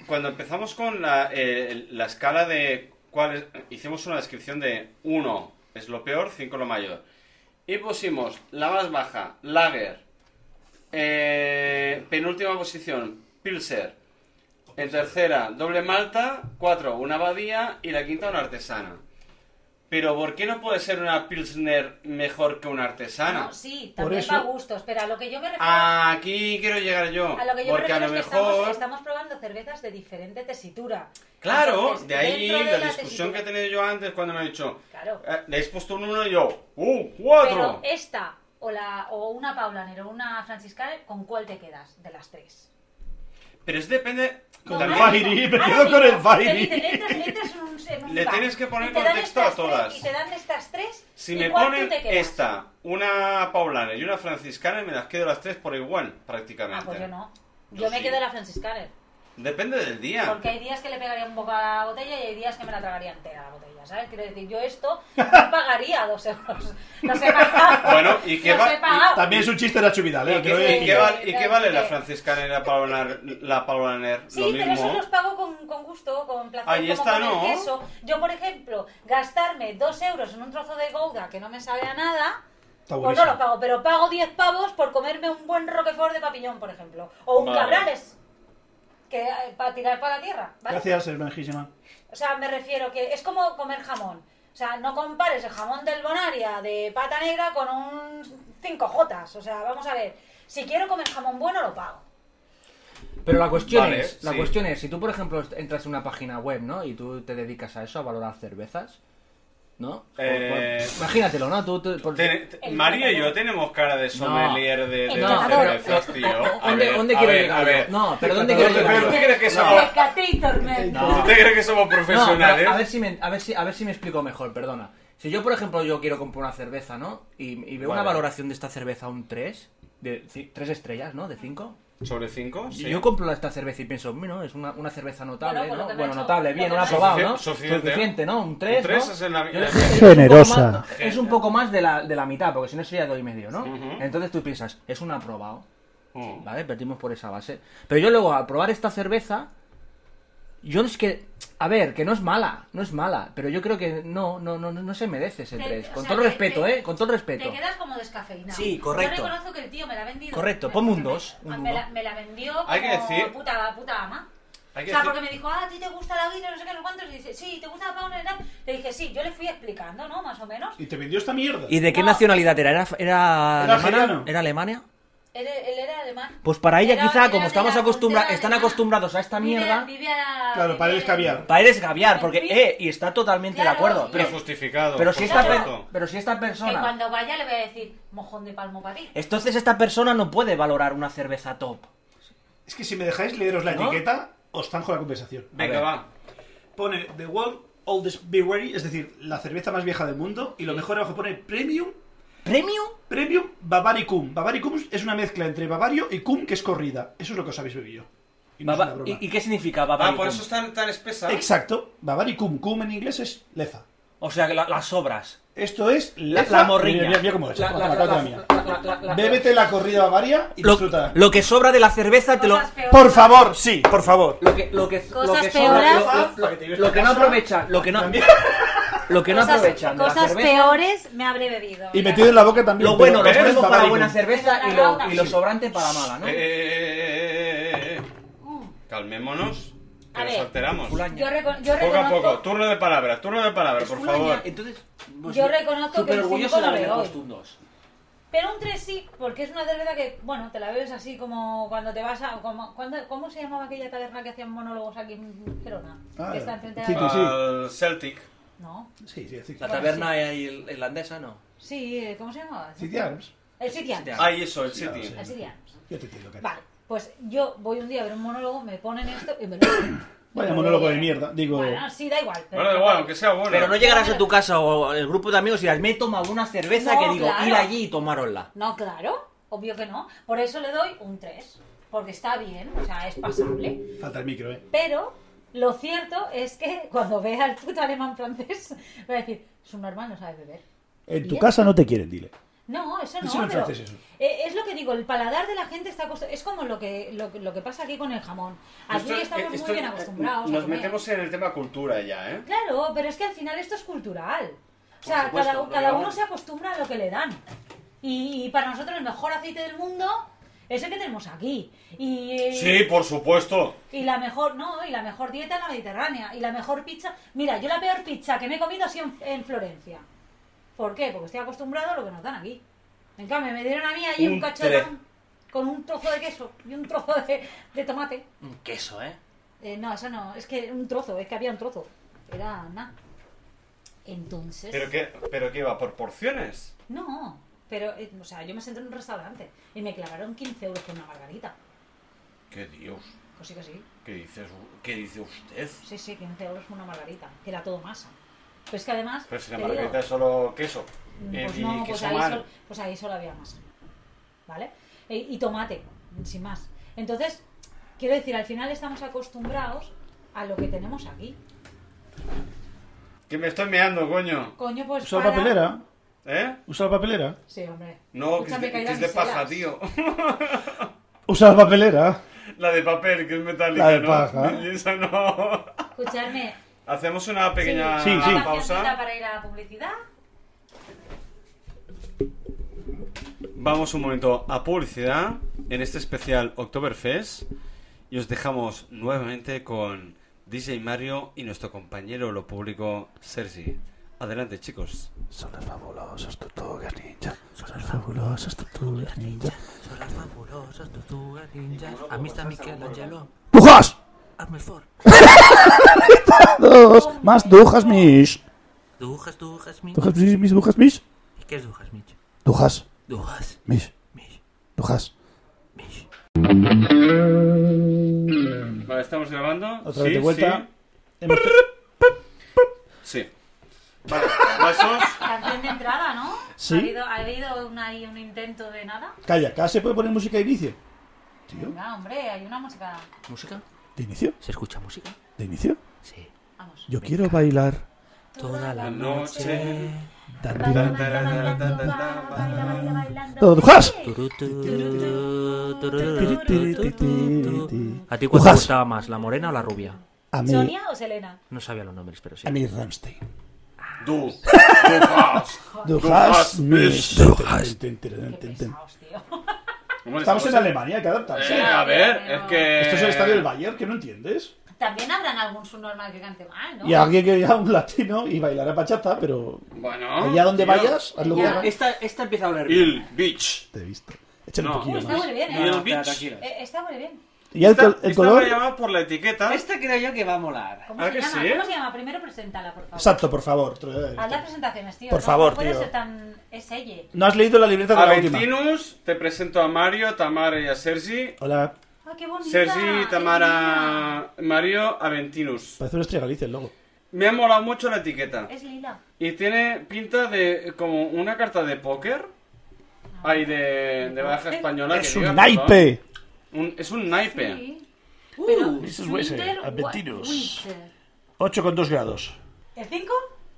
Speaker 1: Cuando empezamos con la, eh, la escala de. Cuál es- hicimos una descripción de 1 es lo peor, 5 lo mayor. Y pusimos la más baja, Lager. eh, penúltima posición, Pilser. En tercera, doble malta. Cuatro, una abadía. Y la quinta, una artesana. Pero ¿por qué no puede ser una Pilsner mejor que una artesana?
Speaker 4: No, sí,
Speaker 2: Por
Speaker 4: también
Speaker 2: eso-
Speaker 4: va a gustos. Pero a lo que yo me refiero.
Speaker 1: Aquí quiero llegar yo.
Speaker 4: A lo que yo
Speaker 1: Ah, porque
Speaker 4: me
Speaker 1: a lo
Speaker 4: refiero es que estamos-
Speaker 1: mejor.
Speaker 4: estamos, probando cervezas de diferente tesitura.
Speaker 1: Claro,
Speaker 4: Entonces,
Speaker 1: de ahí
Speaker 4: dentro de
Speaker 1: la, discusión
Speaker 4: tesitura-
Speaker 1: que he tenido yo antes cuando me he dicho.
Speaker 4: Claro.
Speaker 1: eh, le he puesto un uno y yo. ¡Uh! ¡Cuatro!
Speaker 4: Pero eh, esta o, la, o una Paulaner o una Franciscana, ¿con cuál te quedas de las tres?
Speaker 1: Pero es depende.
Speaker 2: Con
Speaker 1: también-
Speaker 2: el Fairy, me
Speaker 4: ahora
Speaker 2: quedo
Speaker 4: mismo,
Speaker 2: con el
Speaker 4: te
Speaker 2: Fairy.
Speaker 4: dicen, entras- entras en un- en un
Speaker 1: Le
Speaker 4: bar,
Speaker 1: tienes que poner
Speaker 4: y te dan
Speaker 1: contexto a
Speaker 4: estas tres,
Speaker 1: todas.
Speaker 4: y te dan estas tres.
Speaker 1: Si
Speaker 4: ¿y
Speaker 1: me
Speaker 4: cuál tú
Speaker 1: ponen
Speaker 4: te quedas?
Speaker 1: esta, una paulana y una franciscana, me las quedo las tres por igual, prácticamente.
Speaker 4: Ah, pues yo no. Yo,
Speaker 1: Yo
Speaker 4: me
Speaker 1: sí.
Speaker 4: quedo la Franciscana.
Speaker 11: Depende del día.
Speaker 4: Porque hay días que le pegaría un poco a la botella y hay días que me la tragaría entera la botella, ¿sabes? Quiero decir, yo esto no
Speaker 2: [laughs]
Speaker 4: pagaría dos euros. No se pagado. [laughs]
Speaker 11: Bueno, ¿y qué
Speaker 4: no
Speaker 11: va-
Speaker 4: se ha pagado.
Speaker 2: También es un chiste de la Vidal, ¿eh?
Speaker 11: ¿Y
Speaker 2: Creo
Speaker 11: qué,
Speaker 2: que-
Speaker 11: y qué val- y qué vale la franciscana y la paulana, la Paula Ner?
Speaker 4: Sí,
Speaker 11: Lo
Speaker 4: pero eso
Speaker 11: mismo.
Speaker 4: los pago con, con gusto, con placer,
Speaker 11: Ahí
Speaker 4: como
Speaker 11: está,
Speaker 4: con el
Speaker 11: ¿no?
Speaker 4: queso. Yo, por ejemplo, gastarme dos euros en un trozo de gouda que no me sabe a nada,
Speaker 2: Está
Speaker 4: pues
Speaker 2: buenísimo.
Speaker 4: no lo pago, pero pago 10 pavos por comerme un buen roquefort de papillón, por ejemplo. O un
Speaker 2: Vale.
Speaker 4: cabrales, que, eh, para tirar para la tierra, ¿vale?
Speaker 2: Gracias, hermangísima.
Speaker 4: O sea, me refiero que es como comer jamón. O sea, no compares el jamón del Bonaria de pata negra con un 5J. O sea, vamos a ver. Si quiero comer jamón bueno, lo pago.
Speaker 3: Pero la cuestión
Speaker 17: Vale,
Speaker 3: es, la
Speaker 17: sí.
Speaker 3: cuestión es, si tú por ejemplo entras en una página web, ¿no? Y tú te dedicas a eso, a valorar cervezas, ¿no?
Speaker 11: Eh,
Speaker 3: O- o- imagínatelo, ¿no? Tú, tú- por-
Speaker 11: María y yo tenemos cara de sommelier de, de las
Speaker 3: pero-
Speaker 11: cervezas, tío. A
Speaker 3: eh, ¿Dónde,
Speaker 11: ver,
Speaker 3: dónde
Speaker 11: a
Speaker 3: quiero
Speaker 11: ver,
Speaker 3: llegar?
Speaker 11: a ver.
Speaker 3: No, pero ¿dónde quiero
Speaker 11: ¿Pero
Speaker 3: llegar?
Speaker 11: tú crees que
Speaker 3: No.
Speaker 11: somos-
Speaker 4: Rescate y tormento.
Speaker 3: No.
Speaker 11: ¿Usted cree que somos
Speaker 3: No, pero
Speaker 11: profesionales?
Speaker 3: a, ver si me, a, ver si, a ver si me explico mejor, perdona. Si yo, por ejemplo, yo quiero comprar una cerveza, ¿no? Y, y veo una
Speaker 11: Vale.
Speaker 3: valoración de esta cerveza un 3, de 3 estrellas, ¿no? De 5.
Speaker 11: ¿Sobre 5?
Speaker 3: Y yo compro esta cerveza y pienso, bueno, es una, una cerveza notable,
Speaker 4: Bueno, por lo que
Speaker 3: ¿no?
Speaker 4: me
Speaker 3: Bueno,
Speaker 4: ha hecho-
Speaker 3: notable,
Speaker 4: lo
Speaker 3: bien,
Speaker 4: que
Speaker 3: una
Speaker 4: me ha
Speaker 3: probado,
Speaker 11: hecho-
Speaker 3: ¿no?
Speaker 11: Suficiente.
Speaker 3: Suficiente, ¿no? Un 3,
Speaker 11: Un tres
Speaker 3: ¿no?
Speaker 11: es en la-
Speaker 3: Yo-
Speaker 11: la-
Speaker 3: es un poco
Speaker 2: Generosa.
Speaker 3: más- Es un poco más de la, de la mitad, porque si no sería dos y medio, ¿no? Entonces tú piensas, es un aprobado, ¿vale? Partimos por esa base. Pero yo luego, al probar esta cerveza, yo es que... A ver, que no es mala, no es mala, pero yo creo que no, no, no, no se merece ese
Speaker 4: Te-
Speaker 3: 3.
Speaker 4: o
Speaker 3: Con
Speaker 4: sea,
Speaker 3: todo el
Speaker 4: te-
Speaker 3: respeto,
Speaker 4: te-
Speaker 3: ¿eh? Con todo el respeto.
Speaker 4: Te quedas como descafeinado.
Speaker 3: Sí, correcto.
Speaker 4: Yo reconozco que el tío me la ha vendido.
Speaker 3: Correcto,
Speaker 4: Me-
Speaker 3: ponme un 2. Un
Speaker 4: Me
Speaker 3: 1.
Speaker 4: la, me la vendió como
Speaker 3: Hay que decir-
Speaker 4: puta, puta ama.
Speaker 3: Hay
Speaker 4: O
Speaker 3: que
Speaker 4: sea,
Speaker 3: decir-
Speaker 4: porque me dijo, ah, ¿a ti te gusta la guina? No sé qué, no sé cuántos. Y dice, sí, ¿te gusta la pauna? y tal? Le dije, sí, yo le fui explicando, ¿no? Más o menos.
Speaker 2: Y te vendió esta mierda.
Speaker 4: Ah,
Speaker 3: ¿Y de qué nacionalidad era? ¿Era, era,
Speaker 2: Era
Speaker 3: alemana?
Speaker 2: gitano.
Speaker 3: ¿Era alemana?
Speaker 4: Él, él era alemán.
Speaker 3: Pues para ella
Speaker 4: Era-
Speaker 3: quizá,
Speaker 4: era
Speaker 3: como
Speaker 4: de
Speaker 3: estamos
Speaker 4: la
Speaker 3: acostumbrados,
Speaker 4: frontera
Speaker 3: están
Speaker 4: alemana.
Speaker 3: acostumbrados a esta
Speaker 4: Vive-
Speaker 3: mierda.
Speaker 4: vive a-
Speaker 2: Claro, para él es caviar.
Speaker 4: Ah.
Speaker 3: Para él es gaviar, porque, eh, y está totalmente de
Speaker 4: Claro,
Speaker 3: acuerdo.
Speaker 4: y
Speaker 3: Pero,
Speaker 4: es-
Speaker 11: justificado.
Speaker 3: Pero si,
Speaker 4: por
Speaker 3: esta,
Speaker 4: supuesto.
Speaker 3: per- pero si esta
Speaker 4: Que
Speaker 3: persona.
Speaker 4: cuando vaya le voy a decir, mojón de palmo para ti.
Speaker 3: Entonces esta persona no puede valorar una cerveza top.
Speaker 2: Es que si me dejáis leeros la
Speaker 3: ¿No?
Speaker 2: etiqueta, os tanjo la conversación.
Speaker 3: Venga,
Speaker 11: va.
Speaker 2: Pone The World Oldest Brewery, es decir, la cerveza más vieja del mundo, y lo mejor abajo pone Premium.
Speaker 3: ¿Premium?
Speaker 2: Premium Bavaricum. Bavaricum es una mezcla entre Bavario y Cum, que es corrida. Eso es lo que os habéis bebido. Y no es
Speaker 3: Bava-
Speaker 2: una broma.
Speaker 3: ¿Y, y qué significa Bavaria
Speaker 11: Ah, por
Speaker 3: Cum?
Speaker 11: eso es tan, tan espesa.
Speaker 2: Exacto. Bavaricum. Cum en inglés es leza.
Speaker 3: O sea, que la- las obras.
Speaker 2: Esto es
Speaker 3: La-
Speaker 2: leza.
Speaker 3: la morriña.
Speaker 2: Mira, mira, mira cómo es.
Speaker 3: La-
Speaker 2: La,
Speaker 3: la-
Speaker 2: cata
Speaker 3: la-
Speaker 2: mía.
Speaker 3: la- la- la-
Speaker 2: Bébete la corrida Bavaria y
Speaker 3: Lo,
Speaker 2: disfruta.
Speaker 3: lo que sobra de la cerveza te lo.
Speaker 2: Por favor, sí, por favor.
Speaker 3: Lo que, lo que, lo
Speaker 4: Cosas
Speaker 3: que sobra-
Speaker 4: peoras.
Speaker 3: lo- lo- lo- lo que no aprovechan, lo que no, lo que no
Speaker 4: Cosas-
Speaker 3: aprovechan de la
Speaker 4: Cosas
Speaker 3: cerveza-
Speaker 4: peores me habré bebido.
Speaker 2: Y metido en la boca también.
Speaker 3: Lo bueno, lo
Speaker 2: Pero
Speaker 3: ponemos
Speaker 2: es
Speaker 3: para
Speaker 2: Bavaricum.
Speaker 3: buena cerveza y lo, y lo
Speaker 11: Sí.
Speaker 3: sobrante para mala, ¿no?
Speaker 11: Eh, eh, eh, eh, eh. Calmémonos, que
Speaker 4: A
Speaker 11: nos
Speaker 4: ver,
Speaker 11: alteramos.
Speaker 4: yo reco- yo
Speaker 11: poco a
Speaker 4: reconozco-
Speaker 11: poco, turno de palabra, turno de palabra, por favor.
Speaker 3: Entonces,
Speaker 4: Yo reconozco que el
Speaker 3: superorgulloso
Speaker 4: 5
Speaker 3: de
Speaker 4: lo
Speaker 3: haberle
Speaker 4: veo hoy.
Speaker 3: puesto un 2.
Speaker 4: Pero un 3 sí, porque es una cerveza que, bueno, te la bebes así como cuando te vas a... Como, cuando- ¿Cómo se llamaba aquella taberna que hacían monólogos aquí en Gerona?
Speaker 2: Ah,
Speaker 4: que está enfrente de
Speaker 2: sí,
Speaker 4: la-
Speaker 2: sí, sí.
Speaker 11: Al Celtic.
Speaker 4: No.
Speaker 2: Sí, sí, sí.
Speaker 3: La taberna ahí irlandesa, ¿no.
Speaker 4: Sí, eh, ¿cómo se llamaba?
Speaker 2: City Arms.
Speaker 4: El City Arms. Ah,
Speaker 11: Ay, eso, el City.
Speaker 4: El City Arms.
Speaker 2: Yo te entiendo, cara.
Speaker 4: Vale, pues yo voy un día a ver un monólogo, me ponen esto y me lo...
Speaker 2: Vaya monólogo de mierda. Digo.
Speaker 4: Bueno, sí, da igual. pero-
Speaker 11: Bueno, da igual, aunque sea bueno.
Speaker 3: Pero no llegarás a tu casa o al grupo de amigos y dirás, me he tomado una cerveza
Speaker 4: No,
Speaker 3: que digo,
Speaker 4: claro.
Speaker 3: ir allí y tomárosla.
Speaker 4: No, claro, obvio que no. Por eso le doy un 3, porque está bien, o sea, es pasable.
Speaker 2: Falta el micro, eh.
Speaker 4: Pero lo cierto es que [laughs] cuando vea al puto alemán francés, va a decir, su normal no sabe beber.
Speaker 2: En
Speaker 4: Y
Speaker 2: tu
Speaker 4: ya.
Speaker 2: casa no te quieren, dile.
Speaker 4: No, eso no.
Speaker 2: Díselo en
Speaker 4: pero-
Speaker 2: francés, eso.
Speaker 4: Eh, es lo que digo, el paladar de la gente está acostumbrado. Es como lo que, lo, que- lo que pasa aquí con el jamón. Aquí
Speaker 11: Esto- eh,
Speaker 4: estamos
Speaker 11: esto-
Speaker 4: muy bien acostumbrados. a
Speaker 11: Nos
Speaker 4: comer.
Speaker 11: metemos en el tema cultura ya, ¿eh?
Speaker 4: Claro, pero es que al final esto es cultural. O sea,
Speaker 11: Por supuesto,
Speaker 4: cada,
Speaker 11: lo
Speaker 4: cada
Speaker 11: que
Speaker 4: uno
Speaker 11: vamos.
Speaker 4: se acostumbra a lo que le dan. Y, y para nosotros el mejor aceite del mundo es el que tenemos aquí. Y, eh,
Speaker 11: Sí, por supuesto.
Speaker 4: y la mejor, no, y la mejor dieta en la Mediterránea. Y la mejor pizza. Mira, yo la peor pizza que me he comido ha sido en, en Florencia. ¿Por qué? Porque estoy acostumbrado a lo que nos dan aquí. En cambio, me dieron a mí allí un,
Speaker 11: Un
Speaker 4: cacho de
Speaker 11: tres.
Speaker 4: pan con un trozo de queso y un trozo de, de tomate.
Speaker 3: Un queso, ¿eh?
Speaker 4: Eh, no, eso no, es que un trozo, es que había un trozo. Era nada. Entonces.
Speaker 11: Pero que, pero que va por porciones.
Speaker 4: No, pero, eh, o sea, yo me senté en un restaurante y me clavaron 15 euros por una margarita.
Speaker 11: ¡Qué Dios!
Speaker 4: Pues sí que sí.
Speaker 11: ¿Qué, dices, ¿Qué dice usted?
Speaker 4: Sí, sí, 15 euros por una margarita, que era todo masa. Pero es que además.
Speaker 11: Pero si la
Speaker 4: te digo,
Speaker 11: margarita es solo queso. Eh,
Speaker 4: Pues
Speaker 11: y
Speaker 4: no, pues
Speaker 11: queso
Speaker 4: ahí,
Speaker 11: mal.
Speaker 4: sol- pues Eh, ahí solo había masa. ¿Vale? E- y tomate, sin más. Entonces, Quiero decir, al final estamos acostumbrados a lo que tenemos aquí.
Speaker 1: Que me estoy meando, coño.
Speaker 4: Coño, pues
Speaker 2: Usa
Speaker 4: para-
Speaker 2: la papelera.
Speaker 1: ¿Eh?
Speaker 2: Usa la papelera.
Speaker 4: Sí, hombre.
Speaker 1: No, que es
Speaker 4: Escúchame,
Speaker 1: de,
Speaker 4: que hay
Speaker 1: que es de
Speaker 4: damiselas.
Speaker 1: paja, tío.
Speaker 2: Usa la papelera.
Speaker 1: La de papel, que es metálica,
Speaker 2: La de
Speaker 1: ¿no?
Speaker 2: paja.
Speaker 11: [laughs]
Speaker 1: Y esa no.
Speaker 4: Escuchadme.
Speaker 1: Hacemos una pequeña
Speaker 2: Sí, sí.
Speaker 4: ¿una cancioncita
Speaker 1: pausa.
Speaker 4: para ir a la publicidad?
Speaker 1: Vamos un momento a publicidad en este especial Oktoberfest y os dejamos nuevamente con DJ Mario y nuestro compañero lo público Sergi. Adelante, chicos.
Speaker 28: Son las fabulosas tortugas ninja. Son las fabulosas tortugas ninja. Son las fabulosas tortugas ninja. A mí está Michelangelo.
Speaker 2: ¡Dujas!
Speaker 28: Hazme el favor.
Speaker 2: Dos. Más dujas, mis.
Speaker 28: Dujas, dujas, mis.
Speaker 2: Dujas, mis, mis, dujas, mis.
Speaker 28: ¿Y qué es dujas, Mich?
Speaker 2: Dujas.
Speaker 28: Dujas.
Speaker 2: Mis. Dujas.
Speaker 1: Vale, estamos grabando.
Speaker 2: Otra vez de vuelta.
Speaker 1: Sí. sí. Vale, vasos.
Speaker 4: Canción de entrada, ¿no?
Speaker 2: Sí.
Speaker 4: ¿Ha habido, ha habido un, ahí un intento de nada?
Speaker 2: Calla, acá se puede poner música de inicio.
Speaker 4: Venga, hombre, hay una música.
Speaker 28: ¿Música?
Speaker 2: ¿De inicio?
Speaker 28: ¿Se escucha música?
Speaker 2: ¿De inicio?
Speaker 28: Sí.
Speaker 4: Vamos.
Speaker 2: Yo quiero bailar.
Speaker 28: Toda la
Speaker 1: noche.
Speaker 2: Tan,
Speaker 28: Tan,
Speaker 2: tan,
Speaker 28: tan, tan, tan, tan,
Speaker 2: Todo, ¡Dujas!
Speaker 28: Turu, turu, turu, turu,
Speaker 2: Tiri,
Speaker 28: turu,
Speaker 2: tiri, tiri,
Speaker 28: turu,
Speaker 2: tiri,
Speaker 28: turu.
Speaker 2: tiri.
Speaker 28: ¿A ti cuál te
Speaker 2: Ujas.
Speaker 28: gustaba más, la morena o la rubia?
Speaker 2: A mí,
Speaker 4: ¿Sonia o Selena?
Speaker 28: No sabía los nombres, pero sí.
Speaker 2: a mí Ramstein.
Speaker 1: Du. Dujas.
Speaker 2: Dujas, mis.
Speaker 28: Dujas.
Speaker 2: Ten, ten, ten, ten, ten.
Speaker 1: Hombre,
Speaker 2: Estamos en Alemania, hay que adaptarse.
Speaker 1: Eh, a ver, es que.
Speaker 2: Esto es el estadio del Bayern, que no entiendes.
Speaker 4: [laughs] También habrán algún subnormal que cante mal, ¿no?
Speaker 2: Y alguien que ya un latino y bailará bachata, pero.
Speaker 1: Bueno.
Speaker 2: Allá donde
Speaker 1: Ah, tío.
Speaker 2: vayas, hazlo
Speaker 23: Ya,
Speaker 2: bueno.
Speaker 23: esta, esta empieza a oler bien.
Speaker 1: Il Beach.
Speaker 2: Te he visto. Échale un
Speaker 1: No.
Speaker 4: Uy,
Speaker 2: poquillo
Speaker 4: está
Speaker 2: más.
Speaker 4: muy bien,
Speaker 1: Y
Speaker 4: ¿eh?
Speaker 1: el beach.
Speaker 23: tranquila.
Speaker 4: Eh, está muy bien.
Speaker 2: Y el,
Speaker 1: Esta-
Speaker 2: col- el
Speaker 1: esta me
Speaker 2: color.
Speaker 1: la llamaba por la etiqueta.
Speaker 23: Esta creo yo que va a molar.
Speaker 4: ¿Cómo
Speaker 1: ¿Ah,
Speaker 4: se
Speaker 1: que
Speaker 4: llama?
Speaker 1: sí?
Speaker 4: ¿Cómo se llama? Primero preséntala, por favor.
Speaker 2: Exacto, por favor.
Speaker 4: Haz las presentaciones, tío.
Speaker 2: Por
Speaker 4: no,
Speaker 2: favor,
Speaker 4: no puede
Speaker 2: tío.
Speaker 4: ser tan... Es ella.
Speaker 2: No has leído la libreta de la última.
Speaker 1: Aventinus, te presento a Mario, a Tamara y a Sergi.
Speaker 2: Hola.
Speaker 4: ¡Ah, qué bonita!
Speaker 1: Sergi,
Speaker 4: qué linda.
Speaker 1: Tamara, Mario, Aventinus.
Speaker 2: Parece una estrella Galicia el logo.
Speaker 1: Me ha molado mucho la etiqueta.
Speaker 4: Es lila.
Speaker 1: Y tiene pinta de como una carta de póker. Ahí de, de baraja española.
Speaker 2: ¡Es
Speaker 1: que
Speaker 2: un
Speaker 1: diga,
Speaker 2: naipe!
Speaker 1: perdón. Un- es un naipe.
Speaker 4: Sí.
Speaker 23: Pero-
Speaker 4: Pero...
Speaker 2: Eso es Wesser,
Speaker 4: Winter
Speaker 2: Adventinos.
Speaker 4: Wesser.
Speaker 2: 8,2 grados.
Speaker 4: ¿El 5?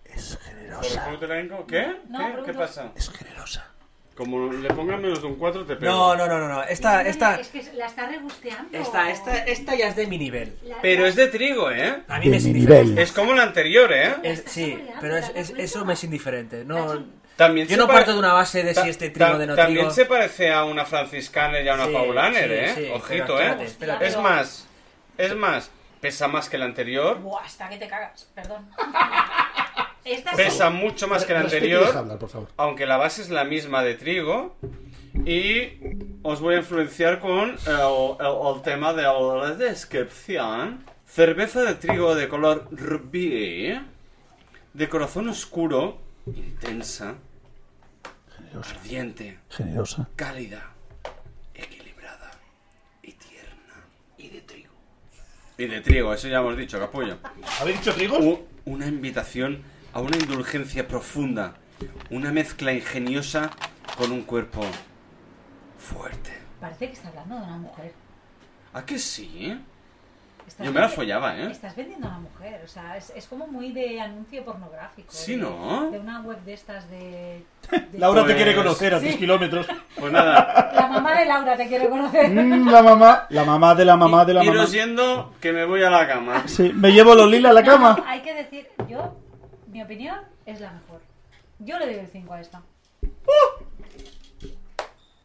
Speaker 1: ¿Pero cómo te la enco- ¿Qué?
Speaker 4: No,
Speaker 1: ¿Qué?
Speaker 4: pregunto.
Speaker 1: ¿Qué pasa?
Speaker 28: Es generosa.
Speaker 1: Como le pongan menos de un 4 te pego.
Speaker 17: No, no, no, no, no. Esta, esta,
Speaker 4: Es que la está regusteando.
Speaker 17: esta, esta, esta ya es de mi nivel.
Speaker 4: La-
Speaker 1: Pero
Speaker 4: la-
Speaker 1: es de trigo, ¿eh?
Speaker 17: A mí
Speaker 2: De
Speaker 17: me
Speaker 2: mi
Speaker 17: es
Speaker 2: nivel.
Speaker 17: indiferente.
Speaker 1: Es como la anterior, ¿eh?
Speaker 17: Es- sí, pero es- es- eso me es indiferente. No,
Speaker 1: También
Speaker 17: yo
Speaker 1: se
Speaker 17: no
Speaker 1: pare-
Speaker 17: parto de una base de
Speaker 1: Ta-
Speaker 17: si este trigo
Speaker 1: ta-
Speaker 17: de no
Speaker 1: También
Speaker 17: trigo.
Speaker 1: se parece a una Franciscaner y a una
Speaker 17: Sí,
Speaker 1: Paulaner,
Speaker 17: sí,
Speaker 1: ¿eh?
Speaker 17: sí,
Speaker 1: Ojito,
Speaker 17: espérate,
Speaker 1: ¿eh?
Speaker 17: espérate.
Speaker 1: Es más, es más, pesa más que la anterior,
Speaker 4: Buah, hasta que te cagas.
Speaker 1: [laughs]
Speaker 4: Perdón. Esta es...
Speaker 1: pesa mucho más que la
Speaker 2: Respeta y deja
Speaker 1: anterior,
Speaker 2: hablar, por favor.
Speaker 1: aunque la base es la misma de trigo. Y os voy a influenciar con el, el- el tema de la descripción. Cerveza de trigo de color rubí, de corazón oscuro, intensa, ardiente.
Speaker 2: Generosa.
Speaker 1: cálida, equilibrada y tierna. Y de trigo. Y de trigo, eso ya hemos dicho, capullo.
Speaker 2: ¿Habéis dicho trigo?
Speaker 1: U- una invitación a una indulgencia profunda, una mezcla ingeniosa con un cuerpo fuerte.
Speaker 4: Parece que está hablando de una mujer.
Speaker 1: ¿A que sí? eh?
Speaker 4: Estás
Speaker 1: Yo me la
Speaker 4: vendi-
Speaker 1: follaba, ¿eh?
Speaker 4: Estás vendiendo a una mujer, o sea, es, es como muy de anuncio pornográfico.
Speaker 1: Sí,
Speaker 4: de-
Speaker 1: ¿no?
Speaker 4: De una web de estas de... de-
Speaker 2: Laura
Speaker 1: Pues-
Speaker 2: te quiere conocer a 3 kilómetros.
Speaker 1: Pues nada.
Speaker 4: La mamá de Laura te quiere conocer.
Speaker 2: Mm, [laughs] la mamá. La mamá de la mamá de la mamá.
Speaker 1: Iros yendo que me voy a la cama.
Speaker 2: Sí, me llevo los lila a la
Speaker 4: No,
Speaker 2: cama.
Speaker 4: hay que decir, yo, mi opinión es la mejor. Yo le doy el 5 a esta,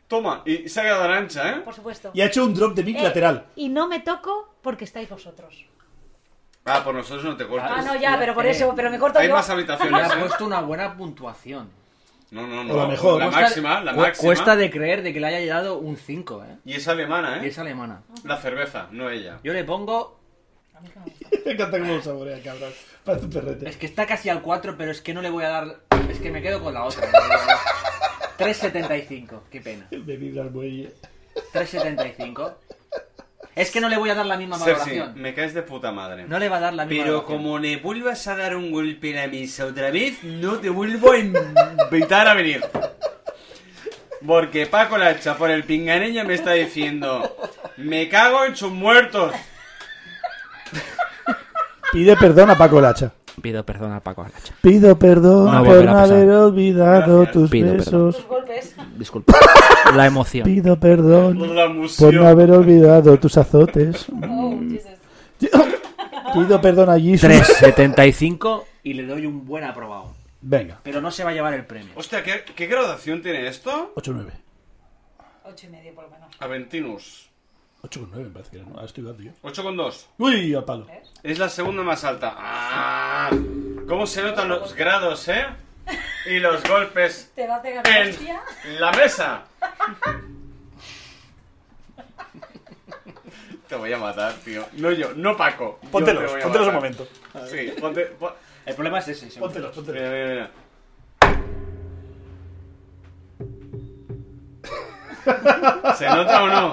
Speaker 1: Toma, y se ha quedado ancha, ¿eh?
Speaker 4: por supuesto.
Speaker 2: [laughs] Y ha hecho un drop de mic
Speaker 4: Eh,
Speaker 2: lateral.
Speaker 4: Y no me toco porque estáis vosotros.
Speaker 1: Ah, por nosotros no te cortes.
Speaker 4: Ah, no, ya, pero por eso, pero me corto
Speaker 1: Hay
Speaker 4: yo.
Speaker 1: más
Speaker 17: Le
Speaker 1: habitaciones,
Speaker 3: [laughs]
Speaker 17: ha
Speaker 1: ¿eh?
Speaker 17: puesto una buena puntuación.
Speaker 1: No, no,
Speaker 2: O
Speaker 1: no.
Speaker 2: la mejor.
Speaker 1: La
Speaker 2: Cuesta-
Speaker 1: máxima, la
Speaker 17: Cu-
Speaker 1: máxima.
Speaker 17: Cuesta de creer de que le haya llegado un 5, ¿eh?
Speaker 1: Y es alemana,
Speaker 17: Y
Speaker 1: ¿eh?
Speaker 17: es alemana.
Speaker 1: La cerveza, no ella.
Speaker 17: Yo le pongo...
Speaker 4: A mí que me gusta.
Speaker 2: [laughs] Me encanta cómo lo saborea, cabrón. Parece un perrete.
Speaker 17: Es que está casi al 4, pero es que no le voy a dar... Es que me quedo con
Speaker 1: [laughs]
Speaker 17: la otra. 3.75, qué pena.
Speaker 2: Me vibra el muelle.
Speaker 17: 3.75. Es que no le voy a dar la misma
Speaker 1: Cersei,
Speaker 17: valoración.
Speaker 1: me caes de puta madre.
Speaker 17: No le va a dar la misma
Speaker 1: Pero
Speaker 17: valoración.
Speaker 1: como le vuelvas a dar un golpe en la mesa otra vez, no te vuelvo a invitar a venir. Porque Paco Lacha, por el pinganilla, me está diciendo: Me cago en sus muertos.
Speaker 2: Pide perdón a Paco Lacha.
Speaker 17: Pido perdón a Paco Arracha.
Speaker 2: Pido perdón
Speaker 17: No
Speaker 2: por
Speaker 17: volverá
Speaker 2: no
Speaker 17: a pasar.
Speaker 2: haber olvidado tus
Speaker 17: Pido perdón.
Speaker 2: besos.
Speaker 17: Disculpa. [laughs] La emoción.
Speaker 2: Pido perdón
Speaker 17: La
Speaker 2: por
Speaker 17: emoción.
Speaker 2: no haber olvidado tus azotes.
Speaker 4: Oh,
Speaker 1: Mm.
Speaker 2: Pido perdón a Jesus.
Speaker 17: 3.75.
Speaker 3: Y le doy un buen aprobado.
Speaker 2: Venga.
Speaker 3: Pero no se va a llevar el premio.
Speaker 1: Hostia, ¿qué, qué graduación tiene esto?
Speaker 2: 8-9.
Speaker 4: Ocho y medio por lo menos.
Speaker 1: Aventinus.
Speaker 2: 8,9 me parece que era, ¿no? Ah, estoy dando yo.
Speaker 1: 8,2.
Speaker 2: Uy, al palo.
Speaker 1: Es la segunda más alta. Ah, ¿Cómo se notan los grados, eh? Y los golpes
Speaker 4: Te va a pegar una hostia.
Speaker 1: en la mesa. Te voy a matar, tío. No yo, no Paco. Yo
Speaker 29: Póntelos,
Speaker 1: te voy a
Speaker 29: póntelos un
Speaker 1: matar.
Speaker 29: momento.
Speaker 1: Sí, ponte, pon-
Speaker 3: El problema es ese. seguro.
Speaker 29: Póntelos, póntelos.
Speaker 1: Mira, mira, mira. ¿Se nota o no?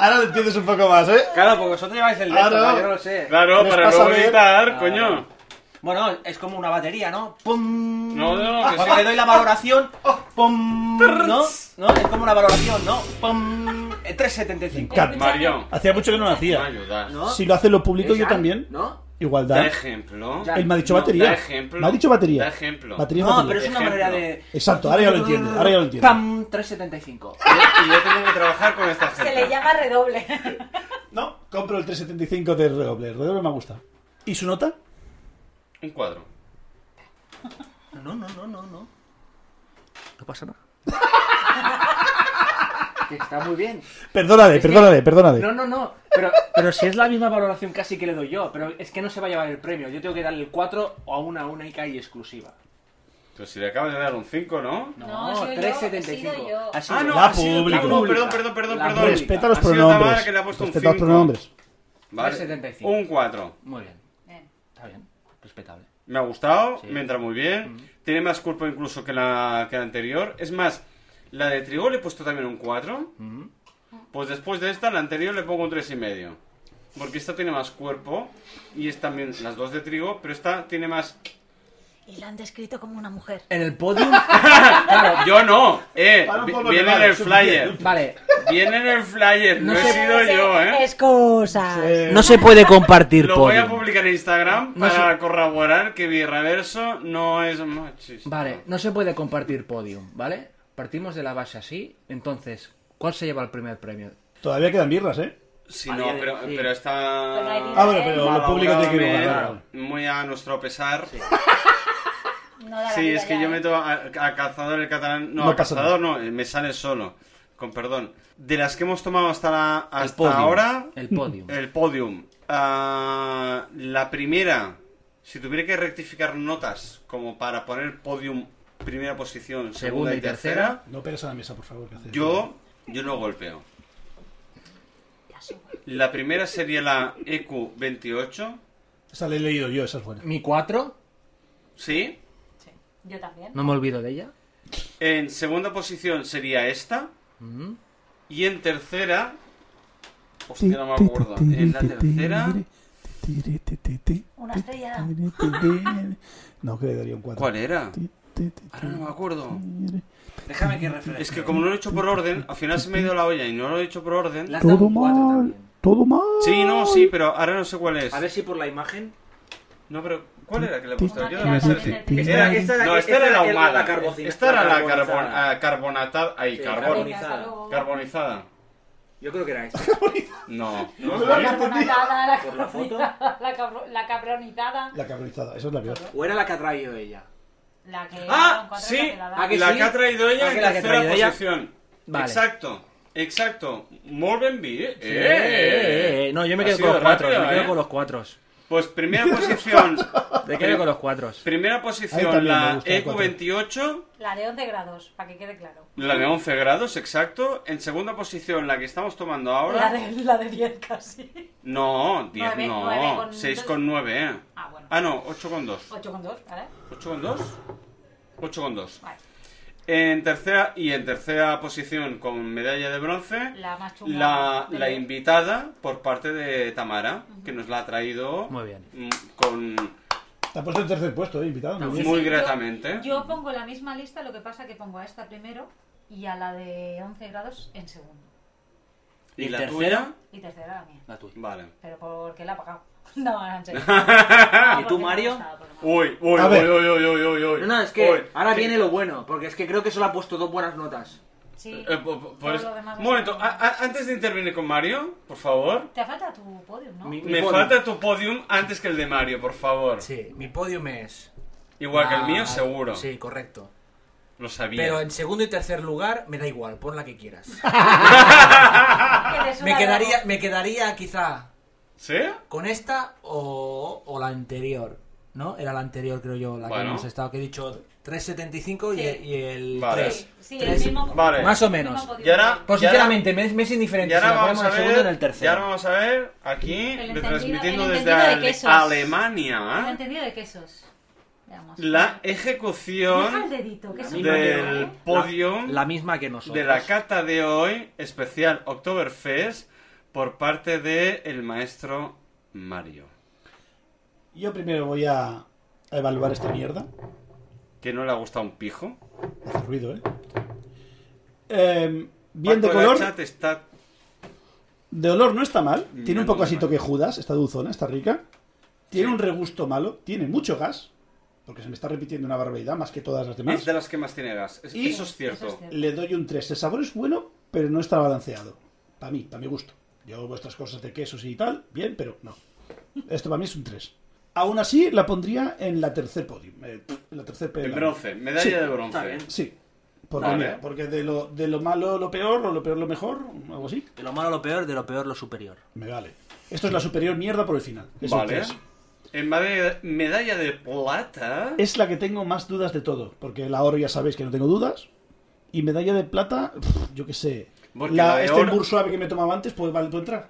Speaker 2: Ahora lo entiendes un poco más, ¿eh?
Speaker 3: Claro, porque vosotros lleváis el dedo,
Speaker 1: Claro.
Speaker 3: yo no lo sé.
Speaker 1: Claro,
Speaker 3: Les
Speaker 1: para
Speaker 3: pasa
Speaker 1: luego
Speaker 3: a ver-
Speaker 1: editar,
Speaker 3: Ah,
Speaker 1: coño.
Speaker 3: Bueno, es como una batería, ¿no? ¡Pum!
Speaker 1: No, no, que
Speaker 3: Cuando
Speaker 1: sí.
Speaker 3: le doy la valoración, oh, ¡pum! ¿No? ¿No? Es como una valoración, ¿no? ¡Pum! Eh, 3,75.
Speaker 2: Cal-
Speaker 1: Mario.
Speaker 2: Hacía mucho que no lo
Speaker 1: ¿Me
Speaker 2: hacía.
Speaker 1: ayudas?
Speaker 3: ¿No?
Speaker 2: Si lo hace lo público, yo
Speaker 3: Jan,
Speaker 2: también.
Speaker 3: ¿No?
Speaker 2: Igualdad.
Speaker 1: Da ejemplo.
Speaker 2: Él me ha dicho
Speaker 1: No,
Speaker 2: batería.
Speaker 1: Da ejemplo.
Speaker 2: Me ha dicho batería.
Speaker 1: Da ejemplo.
Speaker 2: Batería,
Speaker 3: No,
Speaker 2: batería.
Speaker 3: pero es una
Speaker 1: Ejemplo.
Speaker 3: manera de.
Speaker 2: Exacto, ahora ya lo entiendo. Ahora ya lo entiendo.
Speaker 3: ¡Pam! 3,75.
Speaker 1: Y yo tengo que trabajar con esta
Speaker 4: Se
Speaker 1: gente.
Speaker 4: le llama redoble. [laughs]
Speaker 2: No, compro el 375 de redoble. El redoble me gusta. ¿Y su nota?
Speaker 1: Un cuadro.
Speaker 3: No, no, no, no, no.
Speaker 17: No pasa nada.
Speaker 3: Que está muy bien.
Speaker 2: Perdóname,
Speaker 3: Es que-
Speaker 2: perdóname, perdóname.
Speaker 3: No, no, no. Pero, pero si es la misma valoración casi que le doy yo. Pero es que no se va a llevar el premio. Yo tengo que darle el 4 o a una única y exclusiva.
Speaker 1: Pero si le acabas de dar un 5, ¿no?
Speaker 4: No, he sido yo, he sido yo.
Speaker 3: Ha sido
Speaker 1: Ah, no,
Speaker 2: La
Speaker 1: ha sido-
Speaker 2: pública.
Speaker 1: no, perdón, perdón, perdón,
Speaker 3: La
Speaker 1: perdón.
Speaker 3: pública.
Speaker 2: Respeta los
Speaker 1: Ha sido Tamara
Speaker 2: pronombres.
Speaker 1: que le ha puesto un
Speaker 2: Respeta los
Speaker 1: cinco.
Speaker 2: pronombres.
Speaker 1: Vale.
Speaker 3: 3,75.
Speaker 1: Un 4.
Speaker 3: Muy bien.
Speaker 4: Bien.
Speaker 3: Está bien. Respetable.
Speaker 1: Me ha gustado, me entra muy bien. Tiene más cuerpo incluso que la, que la anterior. Es más, la de trigo le he puesto también un 4. Pues después de esta, la anterior le pongo un 3,5. Porque esta tiene más cuerpo. Y es también las dos de trigo, pero esta tiene más.
Speaker 30: Y la han descrito como una mujer.
Speaker 3: En el podium. [laughs]
Speaker 1: Yo no, eh.
Speaker 2: Para un
Speaker 1: vi-
Speaker 2: polvo
Speaker 1: Viene en
Speaker 2: quemado,
Speaker 1: el
Speaker 2: suficiente.
Speaker 1: flyer.
Speaker 3: Vale.
Speaker 1: Viene en el flyer, no, he sido yo, eh.
Speaker 30: Es cosa.
Speaker 1: Ah,
Speaker 17: No
Speaker 3: Eh,
Speaker 17: se puede compartir
Speaker 1: Lo voy a
Speaker 17: podium.
Speaker 1: publicar en Instagram
Speaker 3: No
Speaker 1: para corroborar que Virreverso no es machista.
Speaker 3: Vale, no se puede compartir podium, ¿vale? Partimos de la base así. Entonces, ¿cuál se lleva el primer premio?
Speaker 2: Todavía quedan birras, ¿eh?
Speaker 1: Sí,
Speaker 3: A
Speaker 1: no,
Speaker 3: día de-
Speaker 1: pero,
Speaker 3: sí.
Speaker 1: pero
Speaker 4: Pero hay
Speaker 1: está
Speaker 4: dinero.
Speaker 2: Ah, bueno, pero lo público tiene que ir igual, vale, vale.
Speaker 1: muy a nuestro pesar. Sí,
Speaker 4: No da la vida
Speaker 1: es que
Speaker 4: ya,
Speaker 1: yo
Speaker 4: ¿eh?
Speaker 1: meto a, a Cazador el catalán. No,
Speaker 2: No
Speaker 1: a
Speaker 2: pasa
Speaker 1: Cazador no, eh, me sale solo. Con perdón. De las que hemos tomado hasta, la-
Speaker 3: El
Speaker 1: hasta
Speaker 3: podium.
Speaker 1: ahora,
Speaker 3: El podium.
Speaker 1: el podium. Ah, la primera, si tuviera que rectificar notas como para poner podium primera posición, segunda,
Speaker 3: Segunda
Speaker 1: y
Speaker 3: y tercera.
Speaker 1: tercera
Speaker 2: No pegas a la mesa, por favor. que haces-
Speaker 1: Yo, yo no golpeo. La primera sería la E EQ28,
Speaker 2: Esa la he leído yo, esa es buena.
Speaker 3: Mi 4,
Speaker 1: ¿sí?
Speaker 4: Sí. Yo también.
Speaker 3: no me olvido de ella.
Speaker 1: En segunda posición sería esta.
Speaker 3: Mm.
Speaker 1: Y en tercera... Hostia, no me acuerdo. En la tercera...
Speaker 4: Una estrella.
Speaker 2: No, que le daría un 4.
Speaker 1: ¿Cuál era? Ahora no me acuerdo.
Speaker 3: Déjame que refresque.
Speaker 1: Es que como no lo he hecho por orden, al final se me ha ido la olla y no lo he hecho por orden.
Speaker 3: Le has dado
Speaker 2: Todo
Speaker 3: un 4
Speaker 2: mal,
Speaker 3: también.
Speaker 2: todo mal.
Speaker 1: Sí, no, sí, pero ahora no sé cuál es.
Speaker 3: A ver si por la imagen.
Speaker 1: No, pero ¿cuál era que le he puesto? Yo
Speaker 4: Una
Speaker 1: no
Speaker 4: que
Speaker 1: sé.
Speaker 4: era también
Speaker 2: sí.
Speaker 4: de-
Speaker 2: Era-
Speaker 3: esta
Speaker 1: No, esta era la ahumada.
Speaker 3: carbocina-
Speaker 1: Esta era la
Speaker 3: carbonizada.
Speaker 1: carbon- ah, carbonatada. Ahí,
Speaker 3: Sí,
Speaker 1: carbón.
Speaker 4: Venga,
Speaker 3: carbonizada.
Speaker 4: hasta luego.
Speaker 1: Carbonizada.
Speaker 3: Yo creo que era esta.
Speaker 1: No.
Speaker 4: La cabronizada, la
Speaker 3: Por la foto.
Speaker 4: cabronizada, la cabro- la cabronizada.
Speaker 2: La cabronizada, esa es la peor.
Speaker 3: ¿O era la que ha traído ella?
Speaker 4: La que
Speaker 1: Ah,
Speaker 4: con cuatro
Speaker 1: sí.
Speaker 4: que te la dan.
Speaker 3: ¿A que
Speaker 1: La
Speaker 3: sí?
Speaker 1: que ha traído
Speaker 3: Ah,
Speaker 1: ella
Speaker 3: que
Speaker 1: en
Speaker 3: la que ha
Speaker 1: tercera
Speaker 3: traído ella.
Speaker 1: posición.
Speaker 3: Vale.
Speaker 1: Exacto. Exacto. Muy bien, Vi. Eh,
Speaker 3: Eh, eh, eh. No, yo me
Speaker 1: Ha
Speaker 3: quedo con
Speaker 1: sido
Speaker 3: los cuatro.
Speaker 1: rápido,
Speaker 3: Yo me quedo
Speaker 1: eh.
Speaker 3: con los cuatro.
Speaker 1: Pues primera posición.
Speaker 3: [laughs] Me quedo con los cuatro.
Speaker 1: Primera
Speaker 2: Ahí
Speaker 1: posición,
Speaker 2: también me
Speaker 1: la
Speaker 2: gusta el cuatro.
Speaker 1: EQ28.
Speaker 4: La de 11 grados, para que quede claro.
Speaker 1: La de 11 grados, exacto. En segunda posición, la que estamos tomando
Speaker 4: La
Speaker 1: ahora.
Speaker 4: de, la de 10 casi.
Speaker 1: No, 10
Speaker 4: Nueve, nueve
Speaker 1: no.
Speaker 4: con
Speaker 1: 6,9.
Speaker 4: Ah, bueno.
Speaker 1: Ah, no, 8,2.
Speaker 4: 8,2, ¿vale?
Speaker 1: 8,2. 8,2.
Speaker 4: Vale.
Speaker 1: En tercera y en tercera posición con medalla de bronce,
Speaker 4: La más chunga. pues,
Speaker 1: la,
Speaker 4: de-
Speaker 1: la invitada por parte de Tamara, que nos la ha traído
Speaker 17: Muy bien.
Speaker 1: mm, con
Speaker 2: Te ha puesto el tercer puesto, eh, invitado.
Speaker 1: Muy Sí, sí, gratamente.
Speaker 4: Yo, yo pongo la misma lista, lo que pasa que pongo a esta primero y a la de 11 grados en segundo.
Speaker 1: ¿Y,
Speaker 4: ¿Y
Speaker 1: la
Speaker 4: tercera?
Speaker 1: tuya?
Speaker 4: Y tercera la mía.
Speaker 1: La tuya. Vale.
Speaker 4: Pero porque la ha pagado. [laughs] No, no, en
Speaker 1: [laughs]
Speaker 4: serio.
Speaker 17: ¿Y
Speaker 4: porque
Speaker 17: tú,
Speaker 4: me
Speaker 17: Mario?
Speaker 1: Ah.
Speaker 4: gustaba, porque
Speaker 1: Uy, uy, uy, uy, uy, uy, uy, uy.
Speaker 17: No, no, es que
Speaker 1: Uy,
Speaker 17: ahora
Speaker 1: sí.
Speaker 17: viene lo bueno, porque es que creo que solo ha puesto dos buenas notas.
Speaker 4: Sí.
Speaker 1: Eh, po- po-
Speaker 17: Todo
Speaker 1: pues-
Speaker 17: lo demás
Speaker 1: un momento, a- a- antes de intervenir con Mario, por favor,
Speaker 4: Te falta tu podium, ¿no?
Speaker 1: me falta tu podium antes que el de Mario, por favor.
Speaker 3: Sí, mi podium es.
Speaker 1: Igual que el
Speaker 3: la-
Speaker 1: mío, seguro.
Speaker 3: Sí, correcto.
Speaker 1: Lo sabía.
Speaker 3: Pero en segundo y tercer lugar me da igual, pon la que quieras.
Speaker 4: suena
Speaker 1: [laughs]
Speaker 3: me quedaría, me quedaría quizá.
Speaker 1: ¿Sí?
Speaker 3: Con esta o, o la anterior, ¿no? Era la anterior, creo yo, la que
Speaker 1: Bueno.
Speaker 3: hemos estado, que he dicho 3.75 y,
Speaker 1: Sí.
Speaker 3: y el
Speaker 1: Vale.
Speaker 3: 3.
Speaker 1: Sí, sí, el mismo- Vale.
Speaker 3: Más o
Speaker 1: el mismo
Speaker 3: menos.
Speaker 1: podium. Y ahora-
Speaker 3: pues
Speaker 1: y ahora-
Speaker 3: sinceramente, me, es- me es
Speaker 1: Y
Speaker 3: indiferente.
Speaker 1: ahora
Speaker 3: si la
Speaker 1: vamos a
Speaker 3: ponemos en el segundo o en
Speaker 1: ver.
Speaker 3: el tercero.
Speaker 1: Y ahora vamos a ver aquí,
Speaker 4: El entendido-
Speaker 1: retransmitiendo
Speaker 4: el
Speaker 1: desde
Speaker 4: entendido de
Speaker 1: Ale-
Speaker 4: quesos. El
Speaker 1: Alemania, ¿eh?
Speaker 4: entendido de quesos. Veamos.
Speaker 1: la
Speaker 4: Deja el
Speaker 1: ejecución
Speaker 4: dedito, que es un
Speaker 1: del
Speaker 4: problema, ¿eh?
Speaker 1: podio
Speaker 3: La misma que nosotros.
Speaker 1: de la cata de hoy, especial Oktoberfest, por parte de el maestro Mario.
Speaker 2: Yo primero voy a a evaluar esta mierda.
Speaker 1: Que no le ha gustado un pijo.
Speaker 2: Hace ruido, ¿eh? Eh, bien de
Speaker 1: Paco
Speaker 2: color.
Speaker 1: Gachat está
Speaker 2: De olor no está mal. Tiene
Speaker 1: Mm, No,
Speaker 2: un poco así toque Judas. Está dulzona, está rica. Tiene un regusto malo. Tiene mucho gas. Porque se me está repitiendo una barbaridad más que todas las demás.
Speaker 1: Es de las que más tiene gas. Es-
Speaker 2: Y-
Speaker 1: eso es cierto.
Speaker 2: Le doy un 3. El sabor es bueno, pero no está balanceado. Para mí, para mi gusto. Yo vuestras cosas de quesos y tal, bien, pero no. Esto para mí es un 3. Aún así, la pondría en la tercer podio. eh, en la tercer
Speaker 1: En bronce, medalla de bronce. Está bien.
Speaker 2: Sí. Porque,
Speaker 1: Vale.
Speaker 2: mira, porque de, lo, de lo malo lo peor, o lo peor lo mejor, algo así,
Speaker 3: De lo malo lo peor, de lo peor lo superior.
Speaker 2: me vale. Esto es la superior mierda por el final. Es un
Speaker 1: Vale.
Speaker 2: tres.
Speaker 1: En made- medalla de plata.
Speaker 2: Es la que tengo más dudas de todo, porque la oro ya sabéis que no tengo dudas. Y medalla de plata, pf, yo qué sé.
Speaker 1: Porque
Speaker 2: La-
Speaker 1: la de
Speaker 2: este
Speaker 1: oro-
Speaker 2: embur suave que me tomaba antes, pues vale, puede entrar.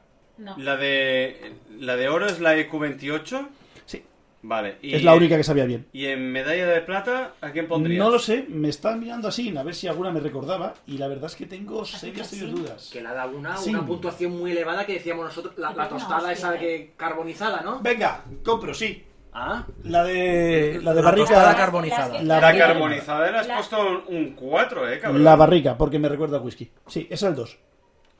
Speaker 1: La de la de oro es la EQ28.
Speaker 2: Sí.
Speaker 1: Vale. y-
Speaker 2: Es la única que sabía bien.
Speaker 1: Y en medalla de plata, ¿a quién pondrías?
Speaker 2: No lo sé, me está mirando así, a ver si alguna me recordaba, y la verdad es que tengo serias, serias dudas.
Speaker 17: Que le ha dado una,
Speaker 2: Sí.
Speaker 17: una puntuación muy elevada que decíamos nosotros, la, la
Speaker 2: Una
Speaker 17: tostada
Speaker 2: hostia,
Speaker 17: esa que carbonizada, ¿no?
Speaker 2: Venga, compro, sí.
Speaker 17: Ah,
Speaker 2: La de, la de
Speaker 17: La
Speaker 2: barrica...
Speaker 17: tostada carbonizada.
Speaker 1: La,
Speaker 2: La barrica,
Speaker 1: carbonizada le has puesto un 4, eh, cabrón.
Speaker 2: la barrica, porque me recuerda a whisky. Sí, ese es el 2.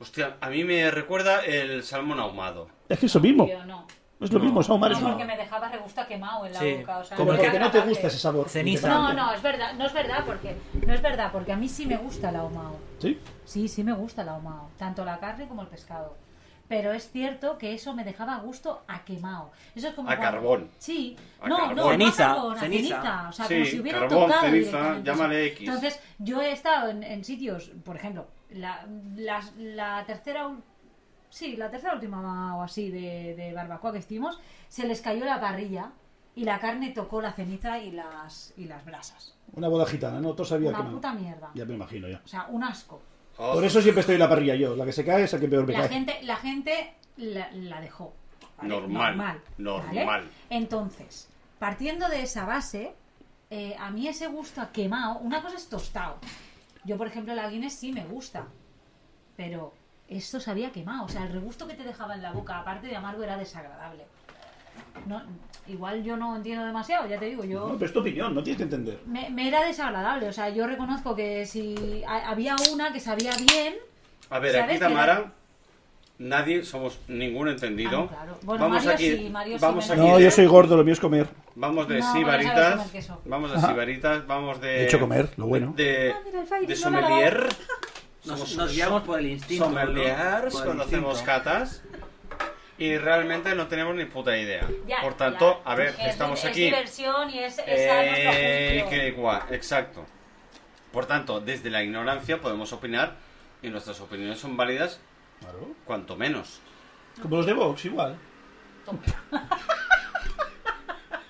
Speaker 1: Hostia, a mí me recuerda el salmón ahumado.
Speaker 2: Es que eso mismo.
Speaker 4: Yo no.
Speaker 2: Es lo mismo, es ahumar, es
Speaker 4: No,
Speaker 2: un-
Speaker 4: porque me dejaba regusto a quemado en la
Speaker 2: Sí.
Speaker 4: boca. O sea,
Speaker 2: Como
Speaker 4: me
Speaker 2: porque
Speaker 4: queda
Speaker 2: no te
Speaker 4: grabado.
Speaker 2: gusta ese sabor.
Speaker 4: Ceniza. No, no, es verdad, no es verdad porque no es verdad porque a mí sí me gusta la ahumado.
Speaker 2: ¿Sí?
Speaker 4: Sí, sí me gusta la ahumado, tanto la carne como el pescado. Pero es cierto que eso me dejaba gusto a quemado. Eso es como
Speaker 1: A
Speaker 4: cuando-
Speaker 1: carbón.
Speaker 4: Sí,
Speaker 1: A
Speaker 4: no,
Speaker 1: carbón.
Speaker 4: no, no a
Speaker 1: Ceniza,
Speaker 4: carbón, a
Speaker 1: ceniza.
Speaker 4: ceniza. O sea,
Speaker 1: Sí,
Speaker 4: como si hubiera
Speaker 1: carbón,
Speaker 4: tocado
Speaker 1: ceniza,
Speaker 4: directamente.
Speaker 1: llámale X.
Speaker 4: Entonces, yo he estado en, en sitios, por ejemplo, la, las- la tercera ul- Sí, la tercera última o así de, de barbacoa que estuvimos, se les cayó la parrilla y la carne tocó la ceniza y las, y las brasas.
Speaker 2: Una boda gitana, no, todo sabía
Speaker 4: Una
Speaker 2: que no.
Speaker 4: puta mierda.
Speaker 2: Ya me imagino, ya.
Speaker 4: O sea, un asco.
Speaker 1: Oh,
Speaker 2: Por eso siempre estoy en la parrilla yo. La que se cae es la que peor me
Speaker 4: La
Speaker 2: cae.
Speaker 4: gente, la gente la, la dejó. ¿vale?
Speaker 1: Normal.
Speaker 4: ¿vale?
Speaker 1: Normal.
Speaker 4: Entonces, partiendo de esa base, eh, a mí ese gusto a quemado, una cosa es tostado. Yo, por ejemplo, la Guinness sí me gusta, pero esto sabía quemado. O sea, el regusto que te dejaba en la boca, aparte de amargo, era desagradable. No, igual yo no entiendo demasiado, ya te digo, yo...
Speaker 2: No, pero es tu opinión, no tienes que entender.
Speaker 4: Me, me era desagradable, o sea, yo reconozco que si ha- había una que sabía bien,
Speaker 1: A ver,
Speaker 4: ¿Sabes
Speaker 1: aquí
Speaker 4: que
Speaker 1: Tamara, nadie somos ningún entendido.
Speaker 4: Ah, no, claro. Bueno, Mario sí, Mario sí,
Speaker 1: vamos
Speaker 4: menos
Speaker 1: aquí.
Speaker 2: No, yo soy gordo, lo mío es comer.
Speaker 1: Vamos de
Speaker 4: No, no sabes
Speaker 1: sibaritas,
Speaker 4: comer queso. Ah,
Speaker 1: vamos de
Speaker 2: Ajá.
Speaker 1: sibaritas, vamos de...
Speaker 2: He hecho comer, lo bueno.
Speaker 1: De,
Speaker 4: mira, el Fairy,
Speaker 1: de
Speaker 4: no me ha
Speaker 1: sommelier.
Speaker 4: dado.
Speaker 17: nos,
Speaker 1: Somos-
Speaker 17: nos guiamos por el instinto. ¿no?
Speaker 1: sommeliers
Speaker 17: Por el
Speaker 1: cuando
Speaker 17: instinto.
Speaker 1: hacemos catas. Y realmente no tenemos ni puta idea.
Speaker 4: Ya,
Speaker 1: Por tanto,
Speaker 4: ya.
Speaker 1: a ver,
Speaker 4: Es-
Speaker 1: estamos
Speaker 4: es
Speaker 1: aquí.
Speaker 4: diversión y es- es a nuestro
Speaker 1: Eh,
Speaker 4: juicio.
Speaker 1: que igual, exacto. Por tanto, desde la ignorancia podemos opinar y nuestras opiniones son válidas, cuanto menos.
Speaker 2: Como los de Vox, igual.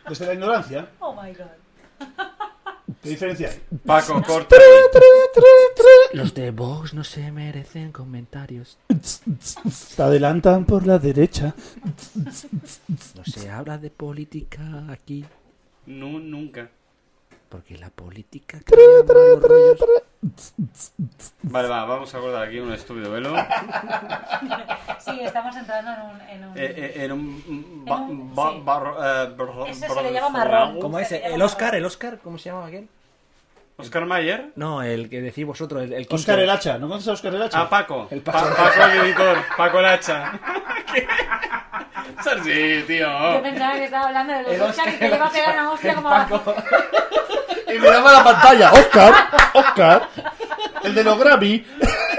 Speaker 2: Desde la ignorancia,
Speaker 4: Oh my god.
Speaker 2: ¿qué diferencia hay?
Speaker 1: Paco, corta.
Speaker 2: [laughs]
Speaker 11: Los de Vox no se merecen comentarios.
Speaker 2: Te adelantan por la derecha.
Speaker 11: No se habla de política aquí.
Speaker 1: No, nunca.
Speaker 3: Porque la política... crea malos rollos.
Speaker 1: Vale, va, vamos a acordar aquí un estúpido velo.
Speaker 4: Sí, estamos entrando en un. En un...
Speaker 1: Eh, eh, en un. ba- ba- barro- eh, barro-
Speaker 4: Eso se
Speaker 1: barro
Speaker 4: le
Speaker 1: de
Speaker 4: llama
Speaker 1: fuego.
Speaker 4: marrón.
Speaker 3: ¿Cómo es? ¿El Oscar? ¿El Oscar? ¿Cómo se llama aquel?
Speaker 1: ¿Oscar Mayer?
Speaker 3: No, el que decís vosotros, el, el quinto.
Speaker 2: Oscar el hacha, ¿no conoces a Oscar el hacha?
Speaker 1: Ah, Paco.
Speaker 2: El
Speaker 1: Pa-
Speaker 2: Paco.
Speaker 1: Paco el editor, Paco el hacha. Eso sí, tío.
Speaker 4: Yo pensaba que estaba hablando de
Speaker 1: El
Speaker 4: los Oscar y que le va a pegar una hostia como a.
Speaker 2: Y me llama la pantalla, Oscar, Oscar, el de los Grammy.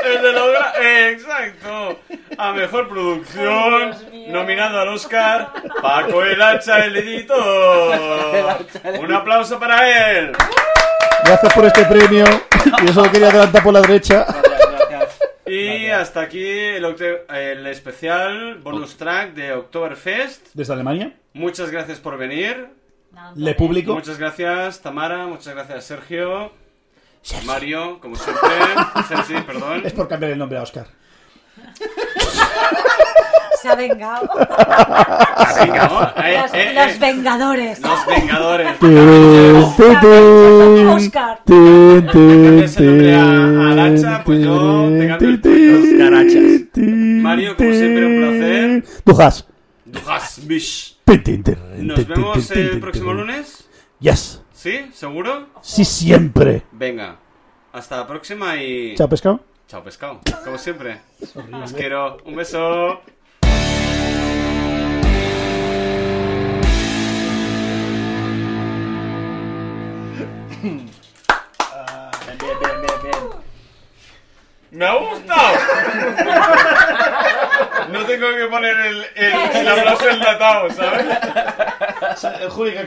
Speaker 1: El de los gra- eh, Exacto. A mejor producción, nominado al Oscar, Paco el hacha, el editor. Un aplauso para él.
Speaker 2: Gracias por este premio. [laughs] Y eso lo quería adelantar por la derecha.
Speaker 1: Y hasta aquí el, octe- el especial bonus track de Oktoberfest.
Speaker 2: Desde Alemania.
Speaker 1: Muchas gracias por venir.
Speaker 2: Le público.
Speaker 1: Muchas gracias, Tamara. Muchas gracias, Sergio. Mario, como siempre.
Speaker 18: [laughs]
Speaker 1: Sergi, perdón.
Speaker 2: Es por cambiar el nombre a Oscar.
Speaker 18: Se ha vengado.
Speaker 1: Se ha vengado. Eh,
Speaker 18: los,
Speaker 1: eh,
Speaker 18: los
Speaker 1: eh.
Speaker 18: Vengadores.
Speaker 1: Los Vengadores.
Speaker 2: Tin, tin, tin.
Speaker 18: Oscar.
Speaker 2: Tin, tin,
Speaker 1: Ese nombre a- a la
Speaker 2: tin,
Speaker 1: hacha, pues yo te
Speaker 2: tin,
Speaker 1: cambio el
Speaker 2: tin, tin,
Speaker 1: Oscar Hachas.
Speaker 2: tin,
Speaker 1: Mario, como siempre, un placer.
Speaker 2: tin. Dujas.
Speaker 1: Du hast mich.
Speaker 2: Tin, tin, tin,
Speaker 1: Nos
Speaker 2: tin, tin,
Speaker 1: vemos
Speaker 2: tin, tin,
Speaker 1: el
Speaker 2: tin,
Speaker 1: próximo
Speaker 2: tin.
Speaker 1: lunes.
Speaker 2: Yes.
Speaker 1: ¿Sí? ¿Seguro?
Speaker 2: Sí, siempre.
Speaker 1: Venga. Hasta la próxima y.
Speaker 2: Chao, pescado.
Speaker 1: Chao, pescado. Como siempre. Os quiero. Un beso.
Speaker 5: Bien, bien, bien, bien, bien.
Speaker 1: ¡Me ha gustado! No tengo que poner el, el, el aplauso enlatado, ¿sabes?
Speaker 2: Juli, que